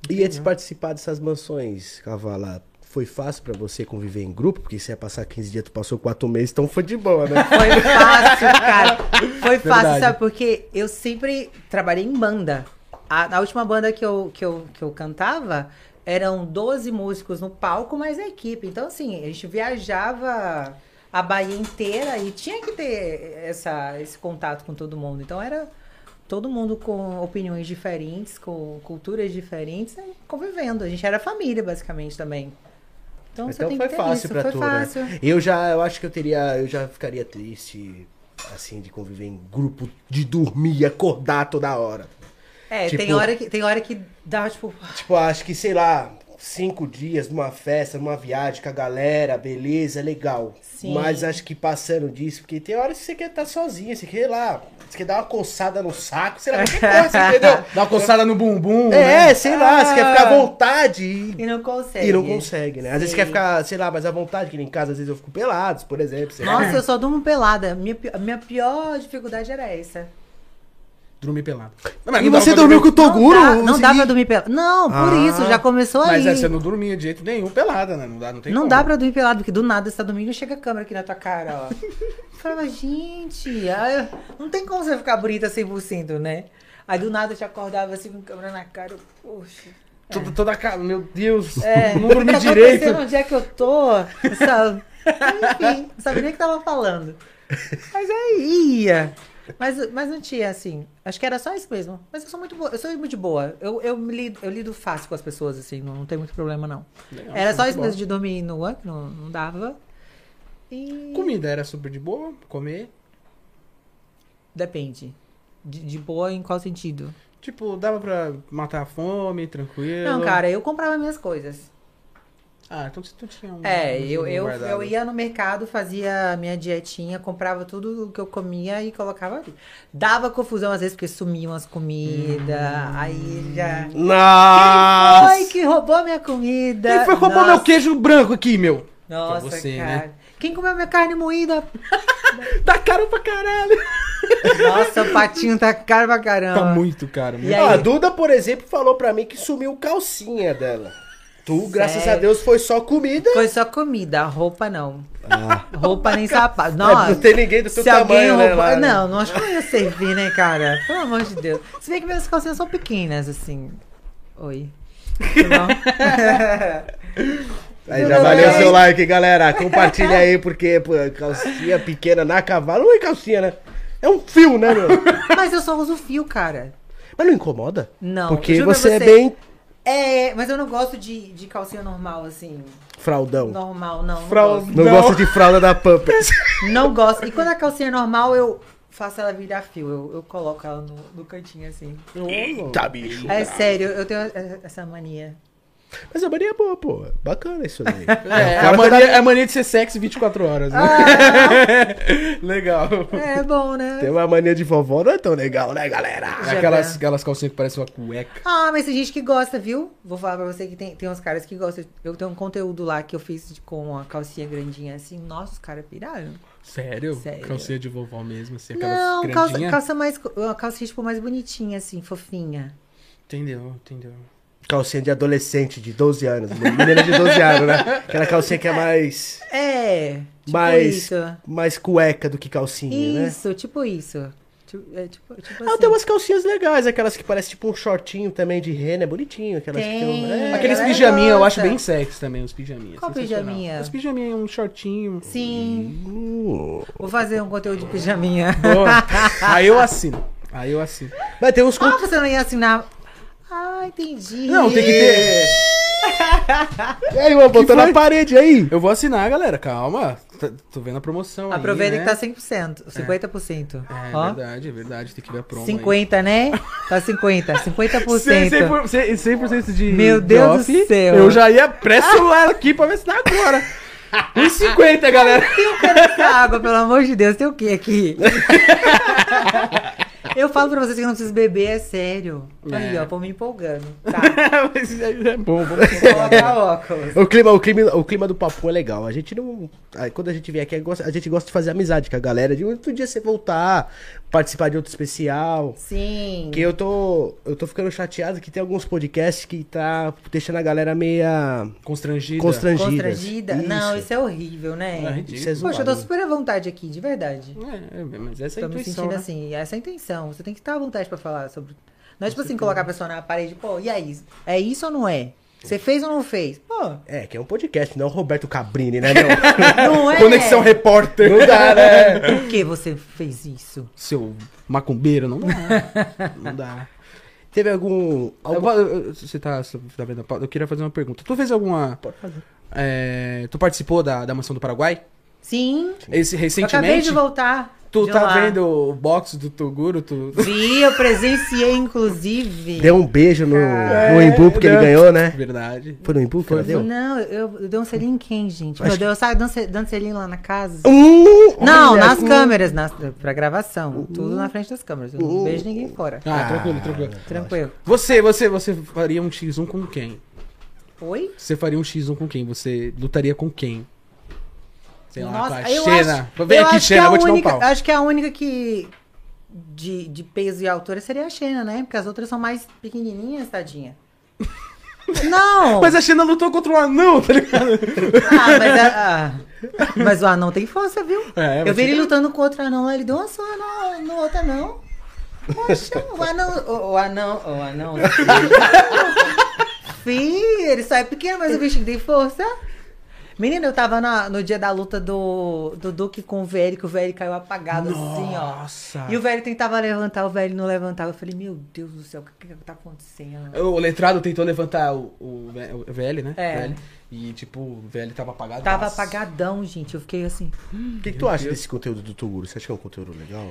Speaker 1: E antes de participar dessas mansões, Cavala, Foi fácil pra você conviver em grupo? Porque se ia passar 15 dias, tu passou 4 meses, então foi de boa, né?
Speaker 3: Foi fácil, cara. Foi fácil,
Speaker 1: Verdade.
Speaker 3: sabe? Porque eu sempre trabalhei em banda. A, a última banda que eu, que, eu, que eu cantava eram 12 músicos no palco, mais a equipe. Então, assim, a gente viajava a Bahia inteira e tinha que ter essa, esse contato com todo mundo. Então, era todo mundo com opiniões diferentes, com culturas diferentes, né? convivendo. A gente era família, basicamente, também. Então, você
Speaker 1: Então
Speaker 3: tem
Speaker 1: foi
Speaker 3: que ter
Speaker 1: fácil
Speaker 3: isso.
Speaker 1: pra
Speaker 3: foi
Speaker 1: tu,
Speaker 3: fácil.
Speaker 1: né? Eu já, eu acho que eu teria, eu já ficaria triste, assim, de conviver em grupo, de dormir, acordar toda hora.
Speaker 3: É,
Speaker 1: Tipo-
Speaker 3: tem, hora que, tem hora que dá, tipo,
Speaker 1: Tipo, acho que, sei lá, cinco dias numa festa, numa viagem com a galera, beleza, é legal.
Speaker 3: Sim.
Speaker 1: Mas acho que passando disso, porque tem horas que você quer estar sozinha, você quer, sei lá, você quer dar uma coçada no saco, sei lá, qualquer coisa, entendeu?
Speaker 2: Dá uma coçada no bumbum, né?
Speaker 1: É, sei lá, você quer ficar à vontade e
Speaker 3: E não consegue.
Speaker 1: E não consegue, né? Às vezes
Speaker 3: Ah. Sim.
Speaker 1: quer ficar, sei lá, mais à vontade, que nem em casa, às vezes eu fico pelado, por exemplo. Sei lá.
Speaker 3: Nossa, eu só durmo pelada. Minha, pi- minha pior dificuldade era essa.
Speaker 2: Dormir pelado.
Speaker 1: E você dormiu com o Toguro?
Speaker 3: não dá, não dá
Speaker 1: assim?
Speaker 3: pra dormir pelada. Não, por
Speaker 1: Ah,
Speaker 3: isso, já começou aí.
Speaker 2: Mas é, você não dormia de jeito nenhum pelada, né? Não dá, não tem
Speaker 3: não
Speaker 2: como.
Speaker 3: dá pra dormir pelado, porque do nada você tá dormindo e chega a câmera aqui na tua cara, ó. Eu Falava, gente, ai, não tem como você ficar bonita 100%, né? Aí do nada eu te acordava assim com câmera na cara. eu, Poxa.
Speaker 2: Toda, É. toda a cara, meu Deus,
Speaker 3: É,
Speaker 2: não dormi
Speaker 3: tá
Speaker 2: direito.
Speaker 3: acontecendo onde é que eu tô? Sabe? Enfim, não sabia nem o que tava falando. Mas aí ia. Mas, mas não tinha, assim. Acho que era só isso mesmo. Mas eu sou muito boa. Eu sou muito de boa. Eu, eu, me lido, eu lido fácil com as pessoas, assim. Não, não tem muito problema, não.
Speaker 2: Legal,
Speaker 3: era só
Speaker 2: muito
Speaker 3: isso
Speaker 2: bom.
Speaker 3: mesmo de dormir nua, que não, não dava. E.
Speaker 2: Comida era super de boa, comer.
Speaker 3: Depende. De, de boa em qual sentido?
Speaker 2: Tipo, dava pra matar a fome, tranquilo.
Speaker 3: Não, cara, eu comprava minhas coisas.
Speaker 2: Ah, então você não tinha um.
Speaker 3: É,
Speaker 2: um
Speaker 3: eu, eu,
Speaker 2: guardado.
Speaker 3: eu ia no mercado, fazia minha dietinha, comprava tudo o que eu comia e colocava ali. Dava confusão às vezes, porque sumiam as comidas,
Speaker 2: Hum.
Speaker 3: aí já...
Speaker 1: Nossa!
Speaker 3: Ai, que roubou minha comida!
Speaker 2: Quem foi roubou meu
Speaker 3: Nossa,
Speaker 2: queijo branco aqui, meu?
Speaker 3: Nossa,
Speaker 2: Foi você,
Speaker 3: cara.
Speaker 2: né?
Speaker 3: Quem comeu minha carne moída?
Speaker 2: Tá caro pra caralho.
Speaker 3: Nossa, o patinho tá caro pra caramba.
Speaker 2: Tá muito caro.
Speaker 3: E
Speaker 2: Muito.
Speaker 3: aí?
Speaker 1: Ó, Ah, a Duda, por exemplo, falou pra mim que sumiu calcinha dela. Tu, graças a Deus, foi só comida.
Speaker 3: Foi só comida, roupa não.
Speaker 2: Ah.
Speaker 3: Roupa nem sapato. Nossa.
Speaker 1: não tem ninguém do teu
Speaker 3: Se alguém
Speaker 1: tamanho, né,
Speaker 3: roubou-
Speaker 1: lá, né?
Speaker 3: Não, não acho que eu ia servir, né, cara? Pelo amor de Deus. Se bem que minhas calcinhas são pequenas, assim. Oi. Tudo bom?
Speaker 1: Aí
Speaker 3: Tudo
Speaker 1: já valeu
Speaker 3: bem.
Speaker 1: seu like, galera. Compartilha aí, porque pô, calcinha pequena na cavalo não é calcinha, né? É um fio, né, meu?
Speaker 3: Mas eu só uso fio, cara.
Speaker 1: Mas não incomoda?
Speaker 3: Não.
Speaker 1: Porque
Speaker 3: juro pra
Speaker 1: você é bem
Speaker 3: É, mas eu não gosto de, de calcinha normal, assim.
Speaker 1: fraldão. Não,
Speaker 3: Normal, não. Não,
Speaker 2: Frau-
Speaker 3: gosto.
Speaker 2: Não.
Speaker 1: gosta de fralda da Pampers.
Speaker 3: não gosto. E quando a calcinha é normal, eu faço ela virar fio. Eu, eu coloco ela no, no cantinho, assim.
Speaker 1: Eita, bicho.
Speaker 3: É sério, eu tenho eh, essa mania.
Speaker 1: Mas a mania é boa, pô. Bacana isso daí.
Speaker 2: É,
Speaker 1: tá
Speaker 2: é, a mania, é a mania de ser sexy 24 horas, né? Legal.
Speaker 3: É bom, né?
Speaker 1: Tem uma mania de vovó não é tão legal, né, galera?
Speaker 3: Já
Speaker 2: Aquelas,
Speaker 3: dá.
Speaker 2: aquelas calcinhas que parecem uma cueca.
Speaker 3: Ah, mas tem gente que gosta, viu? Vou falar pra você que tem, tem uns caras que gostam. Eu tenho um conteúdo lá que eu fiz de- com a calcinha grandinha assim. Nossa, os caras piraram.
Speaker 2: Sério?
Speaker 3: Sério.
Speaker 2: Calcinha de vovó mesmo, assim, aquelas
Speaker 3: Não, calça,
Speaker 2: grandinhas.
Speaker 3: calça mais. Uma calcinha, tipo, mais bonitinha, assim, fofinha.
Speaker 2: Entendeu, entendeu.
Speaker 1: Calcinha de adolescente, de 12 anos. Menina de 12 anos, né? Aquela calcinha que é mais.
Speaker 3: É. Tipo
Speaker 1: mais.
Speaker 3: isso.
Speaker 1: Mais cueca do que calcinha, né?
Speaker 3: Isso, tipo isso. Tipo, é, tipo, tipo
Speaker 1: Ah,
Speaker 3: assim.
Speaker 1: tem umas calcinhas legais, aquelas que parecem tipo um shortinho também de rena, é bonitinho. Aquelas que
Speaker 3: Tem.
Speaker 1: tem um- é.
Speaker 2: Aqueles
Speaker 3: galera
Speaker 2: pijaminha eu acho
Speaker 3: gosta.
Speaker 2: bem sexy também, os pijaminhas.
Speaker 3: Qual
Speaker 2: sensacional.
Speaker 3: pijaminha?
Speaker 2: Os pijaminha, um shortinho.
Speaker 3: assim. Sim.
Speaker 1: Hum.
Speaker 3: Vou fazer um conteúdo de pijaminha.
Speaker 2: Boa. Aí eu assino. Aí eu assino.
Speaker 1: Mas tem uns.
Speaker 3: Ah,
Speaker 1: Com...
Speaker 3: você não ia assinar. Ah, entendi.
Speaker 2: Não, tem que ter.
Speaker 1: E aí, mano, botou na
Speaker 2: foi?
Speaker 1: parede aí.
Speaker 2: Eu vou assinar, galera. Calma. Tá- tô vendo a promoção. aí,
Speaker 3: Aproveita
Speaker 2: né?
Speaker 3: que tá 100%, 50%.
Speaker 2: É
Speaker 3: Ó.
Speaker 2: verdade, é verdade. Tem que ver a promo.
Speaker 3: 50, né? Tá 50,
Speaker 2: Aí. 100%,
Speaker 3: 50%.
Speaker 2: de.
Speaker 3: Meu Deus do
Speaker 2: drop.
Speaker 3: céu.
Speaker 2: Eu já ia pressionar aqui pra ver se dá agora. 1,50, galera.
Speaker 3: Tem o cara dessa água, pelo amor de Deus, tem o que aqui? Eu falo pra vocês que eu não preciso beber, é sério. Aí,
Speaker 2: É.
Speaker 3: ó, vou me empolgando. Tá,
Speaker 2: Mas é bom, vamos
Speaker 3: vou
Speaker 2: É.
Speaker 3: colocar óculos.
Speaker 1: O clima, o, clima, o clima do papo é legal. A gente não. aí Quando a gente vem aqui, a gente gosta de fazer amizade com a galera. De um outro dia você voltar, participar de outro especial.
Speaker 3: Sim.
Speaker 1: Que eu tô. Eu tô ficando chateado que tem alguns podcasts que tá deixando a galera meia
Speaker 2: Constrangida.
Speaker 1: constrangida.
Speaker 3: Constrangida? Não, isso é horrível,
Speaker 2: É
Speaker 3: né?
Speaker 2: ridículo.
Speaker 1: Isso é
Speaker 3: Poxa, eu tô
Speaker 1: zoado.
Speaker 3: super à vontade aqui, de verdade.
Speaker 2: É, é, mas essa é a
Speaker 3: tô me
Speaker 2: intuição,
Speaker 3: sentindo
Speaker 2: né?
Speaker 3: assim, essa é a intenção. Você tem que estar à vontade pra falar sobre. Não é tipo assim, colocar a pessoa na parede, pô, e aí? É isso ou não é? Você fez ou não fez? Pô,
Speaker 1: É, que é um podcast, não é o Roberto Cabrini, né, meu?
Speaker 3: não é?
Speaker 2: Conexão repórter.
Speaker 1: não dá, né?
Speaker 3: Por que você fez isso?
Speaker 2: Seu macumbeiro, não dá. não dá.
Speaker 1: Teve algum.
Speaker 2: Eu
Speaker 1: algum...
Speaker 2: vou- eu- eu- você, tá, você tá vendo a pauta? Eu queria fazer uma pergunta. Tu fez alguma.
Speaker 1: Pode fazer.
Speaker 2: é, tu participou da, da mansão do Paraguai?
Speaker 3: Sim,
Speaker 2: Esse,
Speaker 3: eu acabei
Speaker 2: recentemente?
Speaker 3: de voltar.
Speaker 2: tu
Speaker 3: de
Speaker 2: tá
Speaker 3: lá.
Speaker 2: vendo o box do Toguro? Tu...
Speaker 3: Vi, eu presenciei, inclusive.
Speaker 1: Deu um beijo no, no
Speaker 2: É,
Speaker 1: Imbu, porque ele
Speaker 2: não.
Speaker 1: ganhou, né?
Speaker 2: Verdade.
Speaker 1: Foi no Imbu
Speaker 2: um
Speaker 1: que ela deu?
Speaker 3: Não, eu, eu dei um selinho em quem, gente?
Speaker 1: Acho
Speaker 3: Meu Deus, eu saio dance- dando selinho lá na casa.
Speaker 1: Hum,
Speaker 2: Um
Speaker 3: Não,
Speaker 1: olha,
Speaker 3: nas
Speaker 1: hum.
Speaker 3: câmeras, nas, pra gravação. Tudo na frente das câmeras. Eu
Speaker 1: Uh.
Speaker 3: não beijo ninguém fora.
Speaker 2: Ah, tranquilo, tranquilo.
Speaker 3: Tranquilo.
Speaker 2: Você, você, você faria um X1 com quem?
Speaker 3: Oi?
Speaker 2: Você faria um X1 com quem? Você lutaria com quem? Sei lá,
Speaker 3: Nossa,
Speaker 2: com a
Speaker 3: eu
Speaker 2: Xena.
Speaker 3: acho,
Speaker 2: Vem
Speaker 3: eu
Speaker 2: aqui,
Speaker 3: acho que
Speaker 2: Xena,
Speaker 3: a
Speaker 2: vou te dar um
Speaker 3: única-
Speaker 2: pau.
Speaker 3: Acho que a única que. De, de peso e altura seria a Xena, né? Porque as outras são mais pequenininhas, tadinha. Não!
Speaker 2: Mas a Xena lutou contra um anão, tá ligado?
Speaker 3: Ah, mas, a- ah, mas o anão tem força, viu?
Speaker 2: É,
Speaker 3: eu
Speaker 2: mas
Speaker 3: vi
Speaker 2: tem-
Speaker 3: ele lutando com outro anão, ele deu uma só no, no outro anão. Poxa, o anão. O, o anão. O anão. Fih, ele só é pequeno, mas o bichinho tem força. Menina, eu tava na- no dia da luta do, do Duque com o velho, que o velho caiu apagado assim, ó.
Speaker 2: Nossa.
Speaker 3: E o velho tentava levantar, o velho não levantava. Eu falei, meu Deus do céu, o que, que tá acontecendo?
Speaker 2: O letrado tentou levantar o, o, ve- o velho, né?
Speaker 3: É.
Speaker 2: O velho. E, tipo, o velho tava apagado.
Speaker 3: Tava
Speaker 2: Nossa.
Speaker 3: apagadão, gente. Eu fiquei assim.
Speaker 1: O que, que tu acha desse conteúdo do Toguro? Você acha que é um conteúdo legal?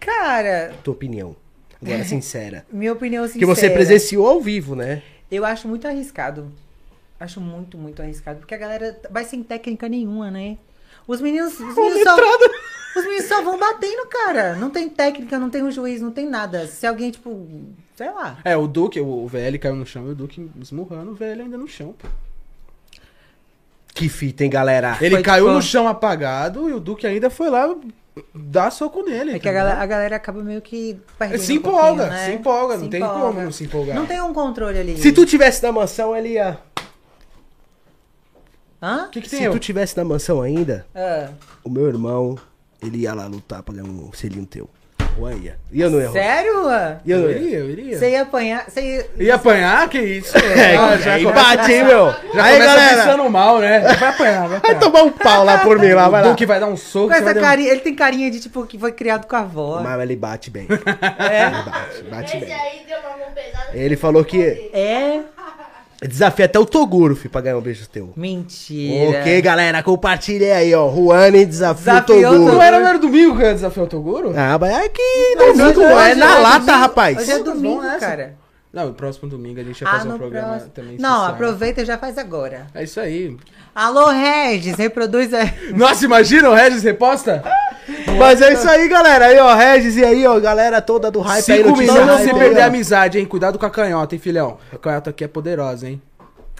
Speaker 3: Cara,
Speaker 1: Tua opinião. Agora, sincera.
Speaker 3: minha opinião
Speaker 1: Que
Speaker 3: É. sincera.
Speaker 1: você presenciou ao vivo, né?
Speaker 3: Eu acho muito arriscado. Acho muito, muito arriscado. Porque a galera vai sem técnica nenhuma, né? Os meninos. Os meninos, só, os meninos só vão batendo, cara. Não tem técnica, não tem um juiz, não tem nada. Se alguém, tipo, sei lá.
Speaker 2: É, o Duque, o, o velho caiu no chão e o Duque esmurrando o velho ainda no chão. pô.
Speaker 1: Que fita, hein, galera?
Speaker 2: Ele
Speaker 3: Foi
Speaker 2: caiu
Speaker 3: tipo-
Speaker 2: no chão apagado e o Duque ainda foi lá dar soco nele.
Speaker 3: É que
Speaker 2: entendeu?
Speaker 3: a galera, a galera acaba meio que perdendo.
Speaker 2: Se
Speaker 3: um pouquinho,
Speaker 2: empolga,
Speaker 3: né?
Speaker 2: se empolga, não
Speaker 3: Se
Speaker 2: tem
Speaker 3: empolga.
Speaker 2: como não se empolgar.
Speaker 3: Não tem um controle ali.
Speaker 1: Se tu tivesse na mansão, ele ia.
Speaker 3: Hã?
Speaker 2: O que, que tem
Speaker 1: Se
Speaker 2: eu?
Speaker 1: tu tivesse na mansão ainda,
Speaker 3: Ah,
Speaker 1: o meu irmão, ele ia lá lutar pra ganhar um selinho teu. Juan ia. E eu não ia. Juan?
Speaker 3: Sério? Juan?
Speaker 1: E eu não
Speaker 2: Eu
Speaker 1: ia.
Speaker 2: iria, eu iria.
Speaker 3: Você ia apanhar. Você ia...
Speaker 2: E apanhar? Que isso?
Speaker 1: É, já
Speaker 2: Ah, já
Speaker 1: aí
Speaker 2: começa-
Speaker 1: bate, hein, meu?
Speaker 2: já
Speaker 1: aí,
Speaker 2: começa
Speaker 1: galera.
Speaker 2: pensando mal, né? Vai apanhar, vai
Speaker 1: Vai
Speaker 2: apanhar.
Speaker 1: tomar um pau lá por mim, lá, vai
Speaker 2: o
Speaker 1: lá.
Speaker 2: Duque vai dar um soco.
Speaker 3: Com
Speaker 2: você vai
Speaker 3: essa
Speaker 2: dar um-
Speaker 3: carinha. Ele tem carinha de, tipo, que foi criado com a avó.
Speaker 1: Mas ele bate bem. Ele bate, bate
Speaker 4: Esse
Speaker 1: bem.
Speaker 4: aí deu uma mão pesada.
Speaker 1: Ele falou que
Speaker 3: É?
Speaker 1: desafia até o Toguro, filho, pra ganhar um beijo teu.
Speaker 3: Mentira.
Speaker 1: Ok, galera, compartilha aí, ó. Juane desafia o
Speaker 3: Desafiou o
Speaker 1: Toguro.
Speaker 2: Não era, não era domingo que ia desafiar o Toguro?
Speaker 1: Ah, mas é que
Speaker 3: Mas
Speaker 1: domingo
Speaker 3: hoje-
Speaker 1: é
Speaker 3: hoje
Speaker 1: na
Speaker 3: é
Speaker 1: lata,
Speaker 3: domingo.
Speaker 1: rapaz.
Speaker 3: Hoje é
Speaker 2: Tá bom
Speaker 3: domingo,
Speaker 2: essa.
Speaker 3: cara.
Speaker 2: Não, o próximo domingo a gente ia
Speaker 3: Ah,
Speaker 2: fazer um
Speaker 3: no
Speaker 2: programa
Speaker 3: próximo.
Speaker 2: também
Speaker 3: Não,
Speaker 2: especial.
Speaker 3: aproveita e já faz agora.
Speaker 2: É isso aí.
Speaker 3: Alô, Regis, reproduz aí.
Speaker 2: Nossa, imagina o Regis reposta?
Speaker 1: Mas é isso aí, galera. Aí, ó, Regis e aí, ó, galera toda do hype aí,
Speaker 2: Cinco
Speaker 1: notícia
Speaker 2: minutos
Speaker 1: hype
Speaker 2: sem
Speaker 1: aí,
Speaker 2: perder a
Speaker 1: ó.
Speaker 2: amizade, hein? Cuidado com a canhota, hein, filhão? A canhota aqui é poderosa, hein?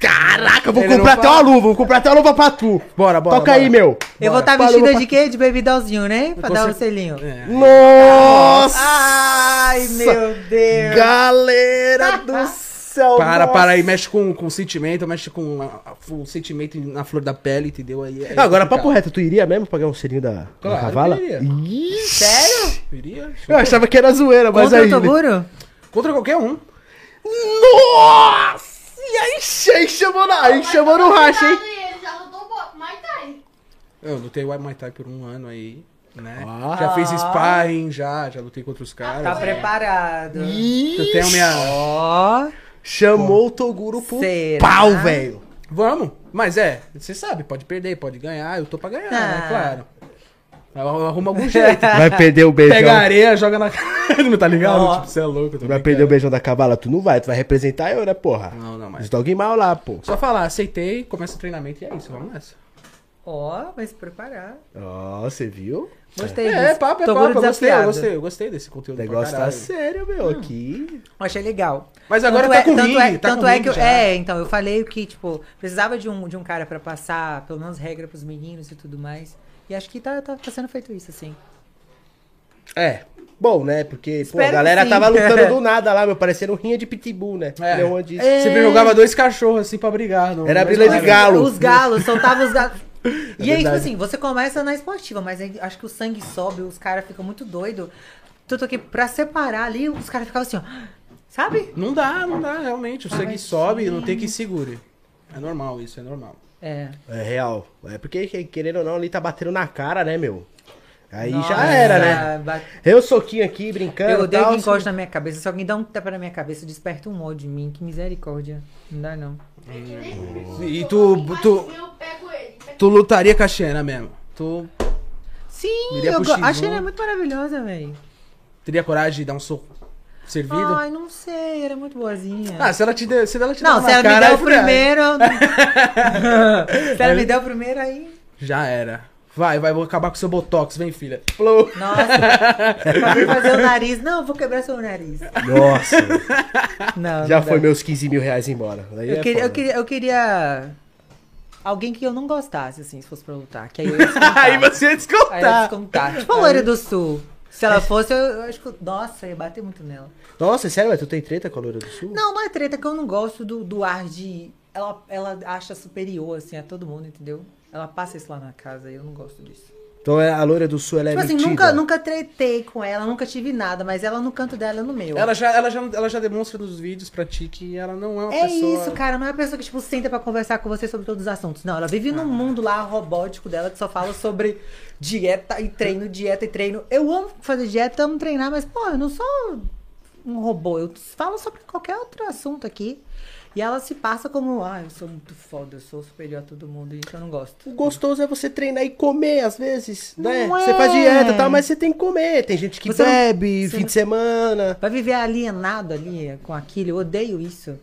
Speaker 1: Caraca, eu vou
Speaker 2: Ele não
Speaker 1: comprar até
Speaker 2: fala.
Speaker 1: uma luva, vou comprar até uma luva pra tu.
Speaker 2: Bora, bora.
Speaker 1: Toca
Speaker 2: bora.
Speaker 1: aí, meu.
Speaker 3: Eu vou estar
Speaker 1: Falou,
Speaker 3: vestida
Speaker 1: vou
Speaker 3: de quê? De bebidãozinho, né? Pra
Speaker 2: Com
Speaker 3: dar o
Speaker 2: cer-
Speaker 3: selinho.
Speaker 2: É.
Speaker 1: Nossa!
Speaker 3: Ai, meu Deus.
Speaker 1: Galera do céu!
Speaker 2: Para,
Speaker 1: nossa.
Speaker 2: para aí, mexe com, com sentimento, mexe com a- a- o sentimento na flor da pele, entendeu? Aí, aí
Speaker 1: Não, agora, papo
Speaker 2: complicado.
Speaker 1: reto, tu iria mesmo pagar um selinho da, da
Speaker 2: Claro que
Speaker 1: cavala?
Speaker 2: iria.
Speaker 1: Ixi,
Speaker 3: Sério?
Speaker 2: Iria?
Speaker 1: Eu achava que era zoeira, mas
Speaker 3: Contra
Speaker 1: aí. né?
Speaker 3: o Toguro?
Speaker 2: Contra qualquer um.
Speaker 1: Nossa! E aí, aí chamou, na, aí chamou no racha, hein?
Speaker 4: tá E ele já lutou um bo- Muay Thai.
Speaker 2: Eu lutei o Muay Thai por um ano aí, né?
Speaker 1: Ah.
Speaker 2: Já fiz sparring, já, já lutei contra os caras.
Speaker 3: Tá preparado.
Speaker 2: Eu tenho minha...
Speaker 3: Ó,
Speaker 1: Chamou o Toguro pro
Speaker 3: Será?
Speaker 1: pau, velho.
Speaker 2: Vamos, mas é, você sabe, pode perder, pode ganhar, eu tô pra ganhar, né?
Speaker 3: Ah.
Speaker 2: Claro. Eu arrumo algum jeito.
Speaker 1: Vai perder o beijão.
Speaker 2: Pega a areia, joga na cara, não tá ligado?
Speaker 3: Ó.
Speaker 2: Tipo, você é louco. eu tô
Speaker 1: Vai
Speaker 2: brincando.
Speaker 1: perder o beijão da cavala? Tu não vai, tu vai representar eu, né, porra?
Speaker 2: Não, não, mas...
Speaker 1: Isso tá alguém mal lá, pô.
Speaker 2: Só falar, aceitei, começa o treinamento e é isso, vamos nessa.
Speaker 3: Ó, vai se preparar.
Speaker 1: Ó, você viu?
Speaker 3: Gostei disso.
Speaker 2: É, papo, é
Speaker 3: Tô
Speaker 2: papo. Eu
Speaker 3: muito
Speaker 2: gostei, eu
Speaker 3: desafiado.
Speaker 2: gostei, eu gostei desse
Speaker 1: O
Speaker 2: conteúdo. pra
Speaker 1: negócio tá
Speaker 2: caralho.
Speaker 1: sério, meu, aqui.
Speaker 3: Eu achei legal.
Speaker 2: Mas agora tá com
Speaker 3: tanto
Speaker 2: ringue,
Speaker 3: é,
Speaker 2: tá
Speaker 3: tanto
Speaker 2: com
Speaker 3: é
Speaker 2: ringue
Speaker 3: que eu,
Speaker 2: já.
Speaker 3: É, então, eu falei que, tipo, precisava de um, de um cara pra passar, pelo menos regra pros meninos e tudo mais. E acho que tá, tá, tá sendo feito isso, assim.
Speaker 1: É. Bom, né? Porque, pô, a
Speaker 3: Espero que
Speaker 1: galera
Speaker 3: sim.
Speaker 1: tava lutando do nada lá, meu. Parecendo um rinha de pitbull, né?
Speaker 2: É.
Speaker 1: Leon disse.
Speaker 2: Você
Speaker 3: É.
Speaker 2: jogava dois cachorros assim pra brigar. não-
Speaker 1: Era
Speaker 2: não
Speaker 1: a briga de
Speaker 2: parava.
Speaker 1: gato. galo.
Speaker 3: Os galos, soltava os galos. e aí, tipo
Speaker 1: verdade.
Speaker 3: assim, você começa na esportiva, mas aí acho que o sangue sobe, os caras ficam muito doidos. Tanto que pra separar ali, os caras ficavam assim, ó. Sabe?
Speaker 2: Não dá, não dá, realmente. O sangue sobe e não tem que segure. É normal isso, é normal.
Speaker 3: É.
Speaker 1: É real. É porque, querendo ou não, ali tá batendo na cara, né, meu? Aí já
Speaker 3: Nossa,
Speaker 1: era, né?
Speaker 3: bate-
Speaker 1: Eu soquinho aqui, brincando.
Speaker 3: Eu odeio
Speaker 1: tal,
Speaker 3: que encoste na minha cabeça. Se alguém dá um tapa na minha cabeça, desperta um ódio em mim. Que misericórdia. Não dá, não.
Speaker 2: Hum. E tu- tu-
Speaker 4: Eu pego ele. pego
Speaker 2: Tu lutaria com a Xena mesmo? Tu
Speaker 3: Sim,
Speaker 2: Iria
Speaker 3: eu
Speaker 2: pro
Speaker 3: go-
Speaker 2: X1.
Speaker 3: achei ela é muito maravilhosa, velho.
Speaker 2: teria coragem de dar um soco servido?
Speaker 3: Ai, não sei, era muito boazinha.
Speaker 2: Ah, se ela te der, se ela te der
Speaker 3: não,
Speaker 2: uma
Speaker 3: se ela me
Speaker 2: cara, é
Speaker 3: der
Speaker 2: aí
Speaker 3: o
Speaker 2: fudeu.
Speaker 3: primeiro. se ela me der o primeiro, aí.
Speaker 2: Já era. Vai, vai, vou acabar com seu botox, vem filha.
Speaker 1: Plou.
Speaker 3: Nossa, pra mim fazer o nariz. Não, eu vou quebrar seu nariz.
Speaker 1: Nossa,
Speaker 3: Não,
Speaker 1: já
Speaker 3: não
Speaker 1: foi
Speaker 3: dá.
Speaker 1: meus 15 mil reais embora. Aí
Speaker 3: Eu
Speaker 1: é
Speaker 3: queria, eu,
Speaker 1: foda.
Speaker 3: queria, eu queria alguém que eu não gostasse, assim, se fosse pra lutar. Que aí eu ia
Speaker 2: Aí
Speaker 3: descontar.
Speaker 2: você ia descontar.
Speaker 3: Aí eu ia descontar. Tipo a loira do sul. Se ela fosse, eu, eu acho que. Nossa, eu ia bater muito nela.
Speaker 1: Nossa, sério, ué, tu tem treta com a Loura do Sul?
Speaker 3: Não, não é treta que eu não gosto do, do ar de. Ela, ela acha superior, assim, a todo mundo, entendeu? Ela passa isso lá na casa e eu não gosto disso.
Speaker 1: Então é, a Loura do Sul, ela é
Speaker 3: tipo assim,
Speaker 1: metida.
Speaker 3: nunca, nunca tretei com ela, nunca tive nada, mas ela no canto dela, eu no meu.
Speaker 2: Ela já, ela, já, ela já demonstra nos vídeos pra ti que ela não é uma
Speaker 3: É
Speaker 2: pessoa.
Speaker 3: isso, cara. Não é a pessoa que, tipo, senta pra conversar com você sobre todos os assuntos. Não, ela vive num mundo lá robótico dela que só fala sobre dieta e treino, dieta e treino. Eu amo fazer dieta, amo treinar, mas, pô, eu não sou um robô. Eu falo sobre qualquer outro assunto aqui. E ela se passa como, ah, eu sou muito foda, eu sou superior a todo mundo, então eu não gosto.
Speaker 1: O gostoso é você treinar e comer, às vezes, né?
Speaker 3: Não
Speaker 1: Você
Speaker 3: é.
Speaker 1: faz dieta e tal, mas você tem que comer. Tem gente que
Speaker 3: Você não-
Speaker 1: bebe,
Speaker 3: você
Speaker 1: fim
Speaker 3: não-
Speaker 1: de semana.
Speaker 3: Vai viver alienado ali com aquilo. Eu odeio isso.